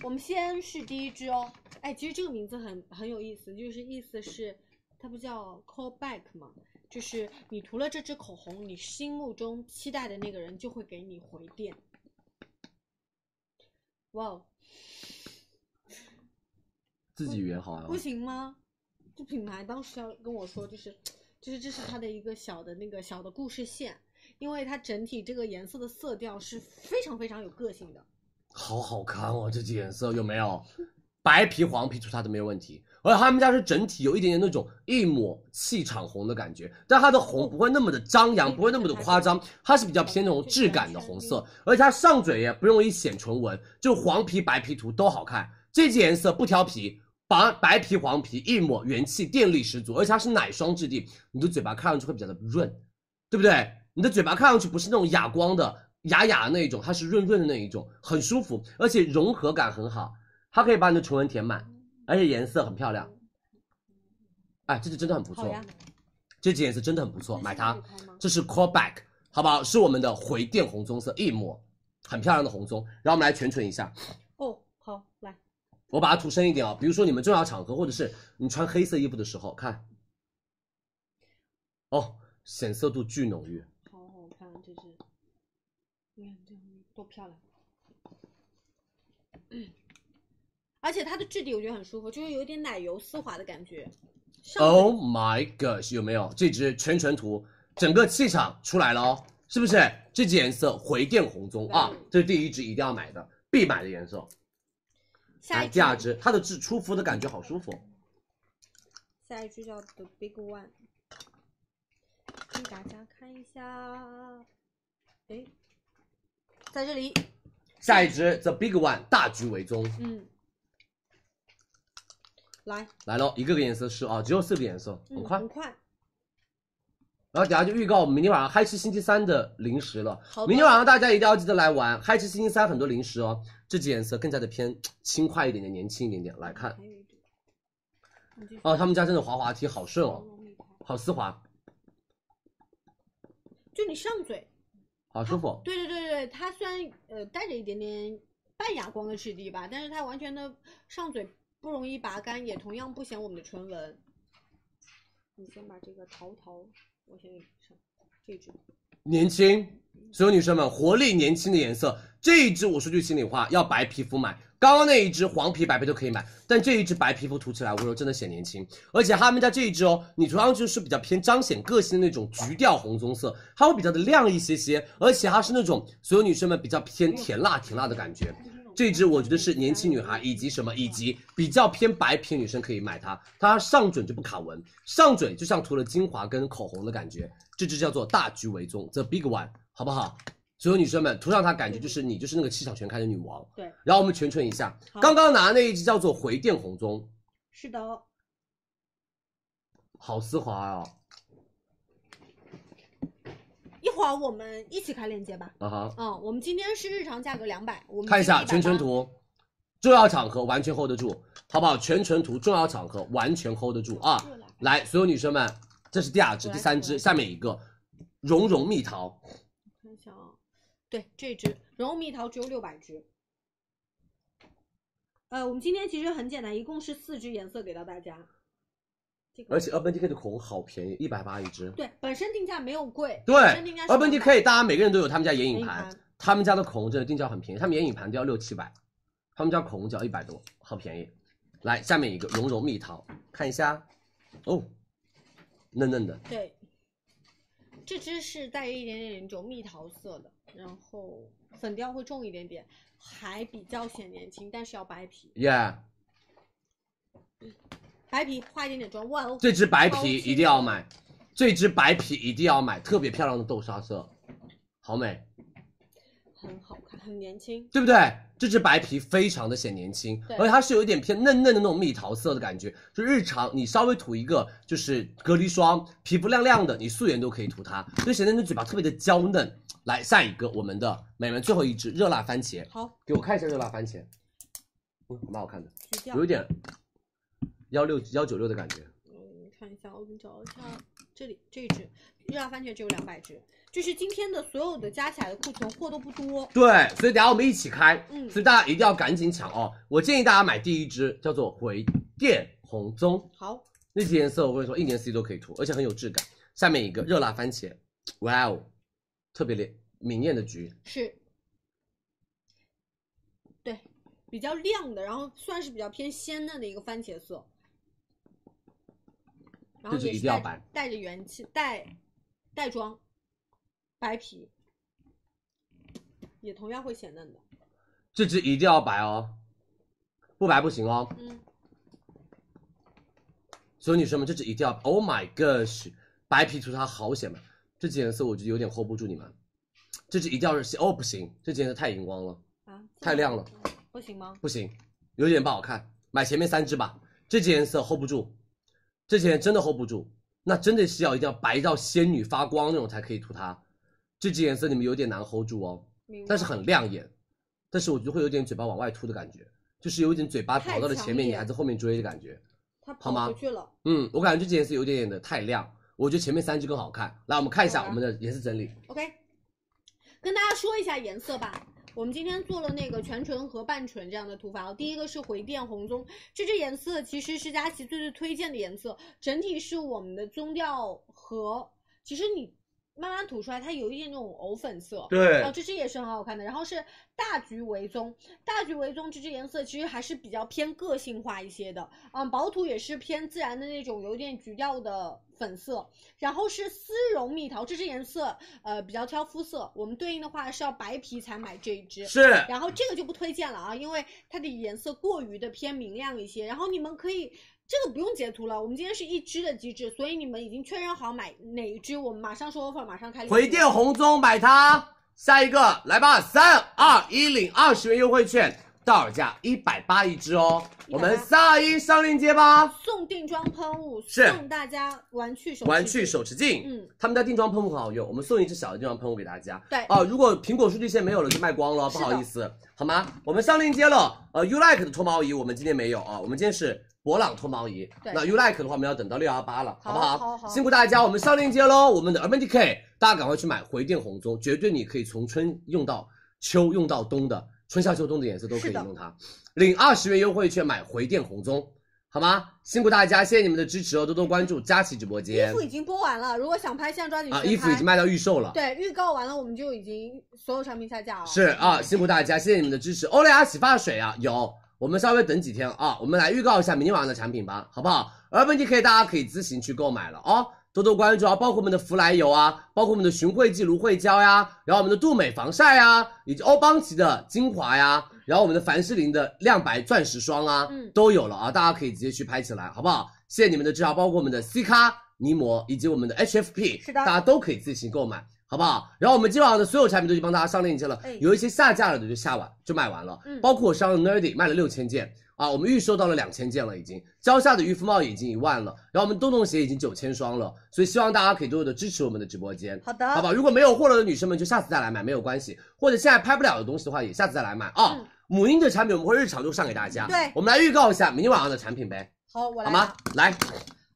Speaker 1: 我们先试第一支哦。哎，其实这个名字很很有意思，就是意思是它不叫 Callback 吗？就是你涂了这支口红，你心目中期待的那个人就会给你回电。
Speaker 3: 哇哦，
Speaker 2: 自己圆好呀啊
Speaker 1: 不行吗？这品牌当时要跟我说，就是，就是这是它的一个小的那个小的故事线，因为它整体这个颜色的色调是非常非常有个性的。
Speaker 2: 好好看哦，这几颜色有没有？白皮、黄皮涂擦都没有问题，而且他们家是整体有一点点那种一抹气场红的感觉，但它的红不会那么的张扬，不会那么的夸张，它是比较偏那种质感的红色，而且它上嘴也不容易显唇纹，就黄皮、白皮涂都好看。这支颜色不挑皮，白白皮、黄皮一抹，元气电力十足，而且它是奶霜质地，你的嘴巴看上去会比较的润，对不对？你的嘴巴看上去不是那种哑光的、哑哑的那一种，它是润润的那一种，很舒服，而且融合感很好，它可以把你的唇纹填满，而且颜色很漂亮。哎，这支真的很嗯不
Speaker 3: 好
Speaker 2: 错
Speaker 3: 呀，
Speaker 2: 这支颜色真的很不错，买它
Speaker 1: 这是可以拍吗。
Speaker 2: 这是 Callback，好不好？是我们的回电红棕色一抹，很漂亮的红棕。然后我们来全唇一下，
Speaker 1: 哦，好，来，
Speaker 2: 我把它涂深一点啊、比如说你们重要场合，或者是你穿黑色衣服的时候，看，哦，显色度巨浓郁。
Speaker 1: 好好看，这是，你看这样多漂亮。嗯而且它的质地我觉得很舒服，就是有一点奶油丝滑的感觉。上嘴
Speaker 2: Oh my gosh，有没有这支全唇涂，整个气场出来了哦，是不是？这支颜色回电红棕啊，这是第一支一定要买的，必买的颜色。
Speaker 1: 下
Speaker 2: 来
Speaker 1: 一
Speaker 2: 第二
Speaker 1: 支，
Speaker 2: 支，它的质出肤的感觉好舒服。
Speaker 1: 下一支叫 The Big One，给大家看一下。哎，在这里，
Speaker 2: 下一支 The Big One 大橘为棕，
Speaker 1: 嗯，来，
Speaker 2: 来喽，一个个颜色试啊，只有四个颜色，
Speaker 1: 嗯
Speaker 2: 很快。
Speaker 1: 很快，
Speaker 2: 然后等下就预告我们明天晚上嗨吃星期三的零食了
Speaker 1: 好。的
Speaker 2: 明天晚上大家一定要记得来玩嗨吃星期三，很多零食哦。这支颜色更加的偏轻快一点点，年轻一点点。来看
Speaker 1: 还有一支，你继续
Speaker 2: 哦，他们家真的滑滑梯好顺
Speaker 1: 往
Speaker 2: 哦，
Speaker 1: 后面拍
Speaker 2: 好丝滑，
Speaker 1: 就你上嘴，
Speaker 2: 好舒服。
Speaker 1: 对对对对，它虽然呃带着一点点半哑光的质地吧，但是它完全的上嘴不容易拔干，也同样不显我们的唇纹。你先把这个桃桃，我先给你上这支，
Speaker 2: 年轻，所有女生们，活力年轻的颜色，这一支我说句心里话，要白皮肤买。刚刚那一支黄皮、白皮都可以买，但这一支白皮肤涂起来，我说真的显年轻。而且他们家这一支哦，你涂上去是比较偏彰显个性的那种橘调红棕色，它会比较的亮一些些，而且它是那种所有女生们比较偏甜辣甜辣的感觉。这支我觉得是年轻女孩以及什么，以及比较偏白皮的女生可以买它，它上嘴就不卡纹，上嘴就像涂了精华跟口红的感觉。这支叫做大橘为棕，The Big One，好不好？所有女生们涂上它，感觉就是你就是那个气场全开的女王。
Speaker 1: 对，
Speaker 2: 然后我们全唇一下，
Speaker 1: 好
Speaker 2: 刚刚拿那一支叫做回电红棕，
Speaker 1: 是的哦。
Speaker 2: 好丝滑哦，
Speaker 1: 一会儿我们一起开链接吧。
Speaker 2: 啊哈。
Speaker 1: 嗯，我们今天是日常价格两百，我们
Speaker 2: 看一下
Speaker 1: 今天
Speaker 2: 全
Speaker 1: 180
Speaker 2: 唇。图，重要场合完全 hold 得住，好不好？全唇图重要场合完全 hold 得住
Speaker 1: 嗯
Speaker 2: 啊！来，所有女生们，这是第二支、第三支，下面一个绒绒蜜桃，
Speaker 1: 看一下啊，对这支绒绒蜜桃只有六百支。呃，我们今天其实很简单，一共是四支颜色给到大家。这个
Speaker 2: 而且 Urban Decay 的口红好便宜，一百八一支。
Speaker 1: 对本身定价没有贵，
Speaker 2: 对啊
Speaker 1: 本身定价是
Speaker 2: ，Urban
Speaker 1: 200块
Speaker 2: Decay 大家每个人都有他们家眼
Speaker 1: 钱
Speaker 2: 影
Speaker 1: 一
Speaker 2: 盘
Speaker 1: 盘，
Speaker 2: 他们家的口红真的定价很便宜，他们眼影盘都要六七百，他们家口红只要一百多，好便宜。来，下面一个绒绒蜜桃，看一下，哦，嫩嫩的，
Speaker 1: 对，这支是带一点点那种蜜桃色的，然后粉调会重一点点，还比较显年轻，但是要白皮，
Speaker 2: 耶、
Speaker 1: 白皮化一点点妆，哇哦，
Speaker 2: 这支白皮一定要买，这支白皮一定要买，特别漂亮的豆沙色，好美，
Speaker 1: 很好看，很年轻。
Speaker 2: 对不对？这支白皮非常的显年轻，
Speaker 1: 对
Speaker 2: 而且它是有一点偏嫩嫩的那种蜜桃色的感觉，就日常你稍微涂一个就是隔离霜，皮肤亮亮的，你素颜都可以涂它，就显得你的嘴巴特别的娇嫩。来下一个，我们的美们最后一支热辣番茄，
Speaker 1: 好，
Speaker 2: 给我看一下热辣番茄，嗯，蛮好看的，
Speaker 1: 橘调
Speaker 2: 有一，点幺六幺九六的感觉，
Speaker 1: 嗯，看一下，我给你找一下，这里这一支热辣番茄只有两百支，就是今天的所有的加起来的库存货都不多，
Speaker 2: 对，所以等下我们一起开，
Speaker 1: 嗯
Speaker 2: 所以大家一定要赶紧抢哦。我建议大家买第一支，叫做回电红棕，
Speaker 1: 好，
Speaker 2: 那支颜色我跟你说，一年四季都可以涂，而且很有质感。下面一个热辣番茄，哇哦，特别的明艳的橘，
Speaker 1: 是，对，比较亮的，然后算是比较偏鲜嫩的一个番茄色。然后
Speaker 2: 这就
Speaker 1: 也
Speaker 2: 一
Speaker 1: 是
Speaker 2: 定要
Speaker 1: 带
Speaker 2: 白
Speaker 1: 带着元气，带带妆，白皮，也同样会显嫩的。
Speaker 2: 这支一定要白哦，不白不行哦。
Speaker 1: 嗯，
Speaker 2: 所有女生们，这支一定要，Oh my gosh，白皮涂它好显白，这支颜色我觉得有点 hold 不住你们，这支一定要是哦不行，这支颜色太荧光了，
Speaker 1: 啊，这
Speaker 2: 太
Speaker 1: 么
Speaker 2: 亮了，
Speaker 1: 嗯不行吗？
Speaker 2: 不行，有点不好看，买前面三支吧，这支颜色 hold 不住，这支颜色真的 hold 不住，那真的是要一定要白到仙女发光那种才可以涂它，这支颜色你们有点难 hold 住哦，
Speaker 1: 明白
Speaker 2: 但是很亮眼，但是我就会有点嘴巴往外凸的感觉，就是有一点嘴巴
Speaker 1: 太
Speaker 2: 跑到了
Speaker 1: 强
Speaker 2: 前面，你
Speaker 1: 烈
Speaker 2: 还在后面追的感觉。
Speaker 1: 它
Speaker 2: 好
Speaker 1: 跑
Speaker 2: 吗
Speaker 1: 回去了，
Speaker 2: 嗯，我感觉这支颜色有点点的太亮，我觉得前面三支更好看。来，我们看一下
Speaker 1: 好啊
Speaker 2: 我们的颜色整理，
Speaker 1: OK，跟大家说一下颜色吧。我们今天做了那个全唇和半唇这样的涂法哦，第一个是回电红棕，这支颜色其实是佳琪最最推荐的颜色，整体是我们的棕调和，其实你慢慢涂出来，它有一点那种藕粉色，
Speaker 2: 对
Speaker 1: 哦，这支也是很好看的。然后是大橘维棕，大橘维棕这支颜色其实还是比较偏个性化一些的，嗯，薄涂也是偏自然的那种，有点橘调的粉色。然后是丝绒蜜桃，这支颜色呃比较挑肤色，我们对应的话是要白皮才买这一支。
Speaker 2: 是
Speaker 1: 然后这个就不推荐了啊，因为它的颜色过于的偏明亮一些。然后你们可以，这个不用截图了，我们今天是一支的机制，所以你们已经确认好买哪一支，我们马上说 offer，马上开礼物。
Speaker 2: 回电红棕买它。下一个来吧，三二一领二十元优惠券，到手价一百八一支哦。我们三二一上链接吧。
Speaker 1: 送定妆喷雾，
Speaker 2: 是
Speaker 1: 送大家玩具手
Speaker 2: 玩
Speaker 1: 机
Speaker 2: 具手持镜，
Speaker 1: 嗯，
Speaker 2: 他们家定妆喷雾很好用，我们送一支小的定妆喷雾给大家。
Speaker 1: 对
Speaker 2: 哦、如果苹果数据线没有了就卖光了，
Speaker 1: 是
Speaker 2: 不
Speaker 1: 的
Speaker 2: 好意思，好吗？我们上链接了，呃，U Like 的脱毛仪我们今天没有啊，我们今天是博朗脱毛仪，
Speaker 1: 对
Speaker 2: 那 U Like 的话我们要等到六幺八了，
Speaker 1: 好
Speaker 2: 不好？
Speaker 1: 好好
Speaker 2: 辛苦大家，我们上链接喽，我们的 Urban Decay，大家赶快去买回电红棕，绝对你可以从春用到秋用到冬的，春夏秋冬的颜色都可
Speaker 1: 是
Speaker 2: 以
Speaker 1: 的
Speaker 2: 用它，领二十元优惠券买回电红棕。好吗？辛苦大家，谢谢你们的支持哦，多多关注佳琪直播间。
Speaker 1: 衣服已经播完了，如果想拍，现在抓紧
Speaker 2: 啊，
Speaker 1: 去
Speaker 2: 衣服已
Speaker 1: 拍
Speaker 2: 经卖到预售了。
Speaker 1: 对，预告完了，我们就已经所有产品下架哦。
Speaker 2: 是啊，辛苦大家，谢谢你们的支持。欧莱雅洗发水啊，有，我们稍微等几天啊，我们来预告一下明天晚上的产品吧，好不好？Urban Decay 大家可以自行去购买了哦，多多关注啊，包括我们的芙莱油啊，包括我们的寻惠记芦荟胶呀，然后我们的杜美防晒啊，以及欧邦琪的精华呀，然后我们的凡士林的亮白钻石霜啊，
Speaker 1: 嗯
Speaker 2: 都有了啊，大家可以直接去拍起来，好不好？谢谢你们的支持啊，包括我们的 C 咖。泥膜以及我们的 HFP，
Speaker 1: 是的
Speaker 2: 大家都可以自行购买，好不好？然后我们今晚上的所有产品都已经帮大家上链接了，
Speaker 1: 哎
Speaker 2: 有一些下架了的就下完就卖完了，
Speaker 1: 嗯
Speaker 2: 包括我上的 Nerdy 卖了六千件啊，我们预售到了两千件了已经，蕉下的渔夫帽也已经一万了，然后我们洞洞鞋已经九千双了，所以希望大家可以多多的支持我们的直播间，
Speaker 1: 好的，
Speaker 2: 好不好？如果没有货了的女生们，就下次再来买没有关系，或者现在拍不了的东西的话，也下次再来买啊。
Speaker 1: 嗯
Speaker 2: 母婴的产品我们会日常就上给大家，
Speaker 1: 对
Speaker 2: 我们来预告一下明天晚上的产品呗，
Speaker 1: 好，我来
Speaker 2: 好吗
Speaker 1: 了。？
Speaker 2: 来，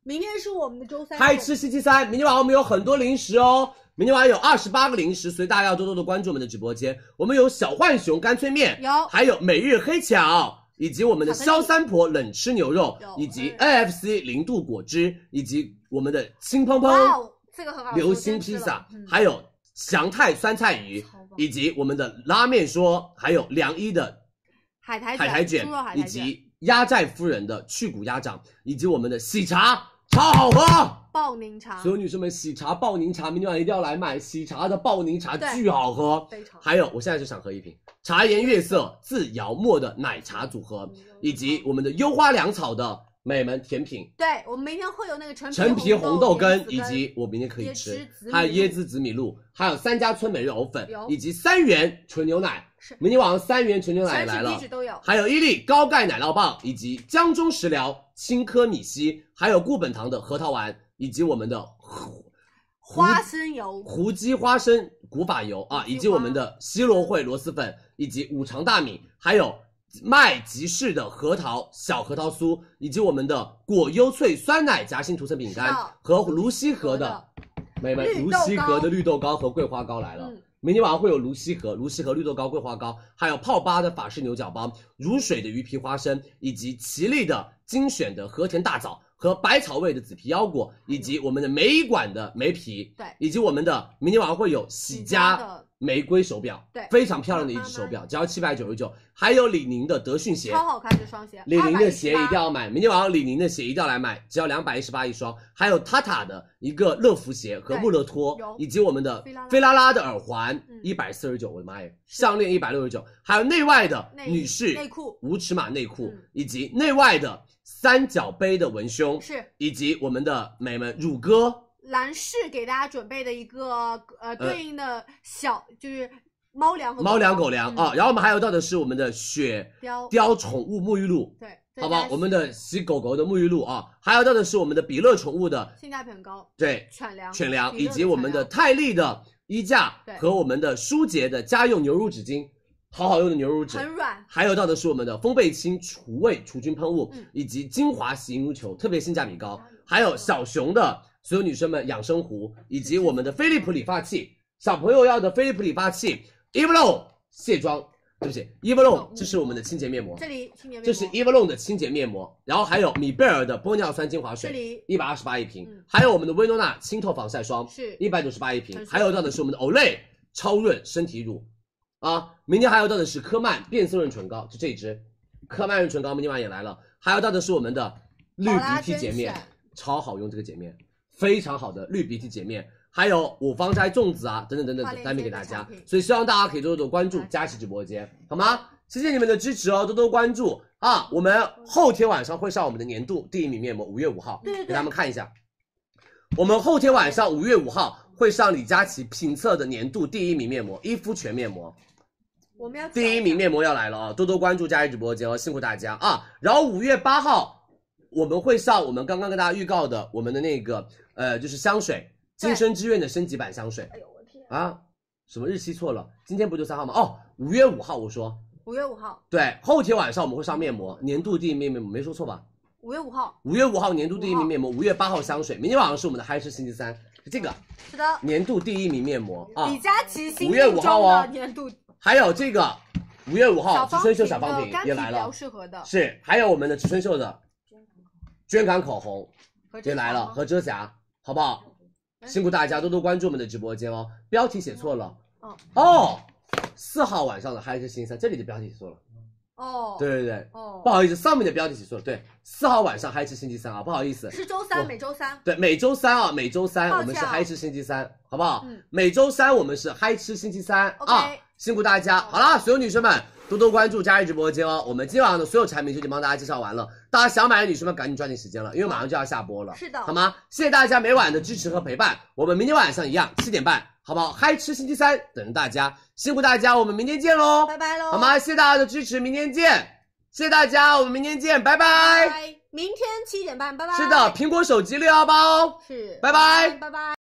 Speaker 1: 明天是我们的周三，
Speaker 2: 开吃星期三，明天晚上我们有很多零食哦。明天晚上有二十八个零食，所以大家要多多的关注我们的直播间。我们有小浣熊干脆面，
Speaker 1: 有
Speaker 2: 还有每日黑巧，以及我们的
Speaker 1: 巧克
Speaker 2: 肖
Speaker 1: 力
Speaker 2: 三婆冷吃牛肉
Speaker 1: 有，
Speaker 2: 以及
Speaker 1: 嗯
Speaker 2: AFC 零度果汁，以及我们的青蓬
Speaker 3: 哇
Speaker 2: 蓬
Speaker 3: 哦，这个很好吃，
Speaker 2: 流
Speaker 3: 我
Speaker 2: 心
Speaker 3: 今天
Speaker 2: 披
Speaker 3: 吃了
Speaker 2: 萨
Speaker 3: 嗯，
Speaker 2: 还有祥泰酸菜鱼
Speaker 3: 超棒，
Speaker 2: 以及我们的拉面说，还有良一的
Speaker 3: 海苔
Speaker 2: 海苔卷
Speaker 3: 猪肉海
Speaker 2: 以
Speaker 3: 苔卷，
Speaker 2: 及压寨夫人的去骨鸭掌，以及我们的喜茶，超好喝。
Speaker 3: 爆柠茶
Speaker 2: 所有女生们，喜茶爆柠茶，明天晚上一定要来买喜茶的爆柠茶，
Speaker 1: 对
Speaker 2: 巨好喝。
Speaker 3: 非常
Speaker 2: 还有，我现在就想喝一瓶茶颜悦色自摇沫的奶茶组
Speaker 3: 嗯
Speaker 2: 合，以及我们的优花粮草的美门甜品、
Speaker 3: 对，我们明天会有那个陈
Speaker 2: 陈皮
Speaker 3: 皮
Speaker 2: 红豆
Speaker 3: 豆
Speaker 2: 羹，
Speaker 3: 莲
Speaker 2: 以
Speaker 3: 子
Speaker 2: 及我明天可以
Speaker 3: 椰
Speaker 2: 吃
Speaker 3: 汁紫米，
Speaker 2: 还有椰
Speaker 3: 露
Speaker 2: 子紫米露，还有三家村每日藕粉
Speaker 3: 有，
Speaker 2: 以及三元纯牛奶
Speaker 3: 是。
Speaker 2: 明天晚上三元纯牛奶也
Speaker 3: 全
Speaker 2: 来
Speaker 3: 是
Speaker 2: 了
Speaker 3: 地址，都有，
Speaker 2: 还有伊利高钙奶酪棒，以及江中食疗青稞米稀，还有固本堂的核桃丸，以及我们的胡
Speaker 3: 花生油
Speaker 2: 胡姬花生古法油啊，
Speaker 3: 胡姬花
Speaker 2: 以及我们的西罗惠螺蛳粉，以及五常大米，还有麦吉士的核桃小核桃酥，以及我们的果优脆酸奶夹心涂层饼干
Speaker 3: 是的
Speaker 2: 和芦溪河的。美们，
Speaker 3: 绿
Speaker 2: 芦
Speaker 3: 豆
Speaker 2: 溪
Speaker 3: 糕
Speaker 2: 河的绿豆糕和桂花糕来了。
Speaker 1: 嗯
Speaker 2: 明天晚上会有芦溪河、芦溪河绿豆糕、桂花糕，还有泡吧的法式牛角包、如水的鱼皮花生，以及吉利的精选的和田大枣和百草味的紫皮腰果，以及我们的梅馆的梅皮，
Speaker 3: 对
Speaker 2: 以及我们的明天晚上会有喜家
Speaker 3: 喜家的
Speaker 2: 玫瑰手表，
Speaker 3: 对
Speaker 2: 非常漂亮的一只手表，只要七百九十九。还有李宁的德训鞋，
Speaker 3: 超好看的双鞋，
Speaker 2: 李宁的鞋一定
Speaker 3: 218
Speaker 2: 要买，明天晚上李宁的鞋一定要来买，只要两百一十八一双。还有塔塔的一个乐福鞋和穆勒托
Speaker 3: 对有，
Speaker 2: 以及我们的
Speaker 3: 菲拉拉
Speaker 2: 菲拉拉的耳环
Speaker 3: 嗯
Speaker 2: 一百四十九，我的妈耶！项链一百六十九，还有内外的
Speaker 3: 内
Speaker 2: 女士
Speaker 3: 内裤
Speaker 2: 无尺码内裤
Speaker 3: 嗯，
Speaker 2: 以及内外的三角杯的文胸，
Speaker 3: 是
Speaker 2: 以及我们的美们乳鸽
Speaker 3: 蓝氏给大家准备的一个呃对应的小就是猫粮和
Speaker 2: 猫粮狗粮
Speaker 3: 嗯
Speaker 2: 啊。然后我们还有到的是我们的雪
Speaker 3: 貂
Speaker 2: 貂宠物沐浴露，
Speaker 3: 对，
Speaker 2: 好不好
Speaker 3: 大？家
Speaker 2: 我们的洗狗狗的沐浴露啊，还有到的是我们的比乐宠物的
Speaker 3: 性价比很高，
Speaker 2: 对
Speaker 3: 犬粮
Speaker 2: 犬粮，
Speaker 3: 比
Speaker 2: 以
Speaker 3: 热
Speaker 2: 及我们的泰利的衣架
Speaker 3: 对
Speaker 2: 和我们的舒洁的家用牛乳纸巾，好好用的牛乳
Speaker 3: 犬
Speaker 2: 纸
Speaker 3: 粮。很软，
Speaker 2: 还有到的是我们的丰贝清除味除菌喷雾
Speaker 3: 嗯，
Speaker 2: 以及精华洗乳球，特别性价比高
Speaker 3: 哪里。
Speaker 2: 还有小熊的所有女生们养生壶，以
Speaker 3: 嗯
Speaker 2: 及我们的飞利浦理发器，小朋友要的飞利浦理发器，Evlo 卸妆，对不起，Evlo
Speaker 3: 哦
Speaker 2: 这是我们的清洁面膜，
Speaker 3: 这里清洁面膜
Speaker 2: 这是 Evlo 的清洁面膜，然后还有米贝尔的玻尿酸精华
Speaker 3: 这
Speaker 2: 水，
Speaker 3: 里
Speaker 2: 一百二十八一瓶
Speaker 3: 嗯，
Speaker 2: 还有我们的薇诺娜清透防晒霜
Speaker 3: 是
Speaker 2: 一百九十八一
Speaker 3: 很
Speaker 2: 瓶，
Speaker 3: 舒服
Speaker 2: 还有到的是我们的 Olay 超润身体乳，啊，明天还有到的是科曼变色润唇膏，就这一支，科曼润唇膏明天晚上也来了，还有到的是我们的绿鼻涕洁面
Speaker 3: 宝拉，
Speaker 2: 超好用这个洁面，非常好的绿鼻涕洁面。还有我方斋粽子啊，等等等等
Speaker 3: 花
Speaker 2: 的
Speaker 3: 莲
Speaker 2: 单品给
Speaker 3: 街的
Speaker 2: 大家
Speaker 3: 产品，
Speaker 2: 所以希望大家可以多多关注
Speaker 3: 好的
Speaker 2: 佳琦直播间，好吗？谢谢你们的支持哦，多多关注啊！我们后天晚上会上我们的年度第一名面膜，五月五号，
Speaker 3: 对对对
Speaker 2: 给他们看一下。我们后天晚上五月五号会上李佳琦评测的年度第一名面膜伊肤全面膜，
Speaker 3: 我们要
Speaker 2: 第一名面膜要来了啊！多多关注佳琦直播间哦，辛苦大家啊！然后五月八号我们会上我们刚刚跟大家预告的我们的那个呃就是香水《今生之愿》的升级版香水
Speaker 3: 哎呦我天，
Speaker 2: 啊，什么日期错了？今天不就三号吗？哦，五月五号我说
Speaker 3: 五月五号，
Speaker 2: 对，后天晚上我们会上面膜，年度第一名面膜没说错吧？
Speaker 3: 五月五号，
Speaker 2: 五月五号年度第一名面膜，五月八号香水，明天晚上是我们的嗨吃星期三，这个
Speaker 3: 是的，
Speaker 2: 年度第一名面膜啊，
Speaker 3: 李佳琦心
Speaker 2: 5月5
Speaker 3: 目中
Speaker 2: 号哦
Speaker 3: 的年度
Speaker 2: 还有这个五月五号
Speaker 3: 小
Speaker 2: 植
Speaker 3: 方
Speaker 2: 村秀
Speaker 3: 瓶
Speaker 2: 小方瓶
Speaker 3: 的干
Speaker 2: 也
Speaker 3: 皮
Speaker 2: 来
Speaker 3: 比
Speaker 2: 了
Speaker 3: 较，适合的，
Speaker 2: 是，还有我们的植村秀的捐款口红嗯
Speaker 3: 和这
Speaker 2: 也来
Speaker 3: 款
Speaker 2: 了，
Speaker 3: 吗
Speaker 2: 和遮瑕，好不好？
Speaker 3: 哎
Speaker 2: 辛苦大家多多关注我们的直播间哦，标题写错了
Speaker 3: 哦，
Speaker 2: 哦，四号晚上的嗨吃星期三，这里的标题写错了，
Speaker 3: 哦，
Speaker 2: 对对对，
Speaker 3: 哦
Speaker 2: 不，好意思，上面的标题写错了，对，四号晚上嗨吃星期三啊，不好意思，
Speaker 3: 是周
Speaker 2: 我
Speaker 3: 三，每周三，
Speaker 2: 对，每周三啊，每周三
Speaker 3: 抱歉啊
Speaker 2: 我们是嗨吃星期三，好不好？
Speaker 3: 嗯
Speaker 2: 每周三我们是嗨吃星期三
Speaker 3: OK
Speaker 2: 啊，辛苦大家。好啦，所有女生们多多关注佳怡直播间哦。我们今天晚上的所有产品就已经帮大家介绍完了，大家想买的女生们赶紧抓紧时间了，因为马上就要下播了，
Speaker 3: 是的
Speaker 2: 好吗？谢谢大家每晚的支持和陪伴，我们明天晚上一样七点半，好不好？嗨吃星期三等着大家，辛苦大家，我们明天见喽，
Speaker 3: 拜拜喽，
Speaker 2: 好？吗？谢谢大家的支持，明天见，谢谢大家，我们明天见，拜拜。
Speaker 3: 拜，明天七点半，拜拜，
Speaker 2: 是的，，苹果手机六幺八哦。
Speaker 3: 是，
Speaker 2: 拜拜
Speaker 3: 拜拜。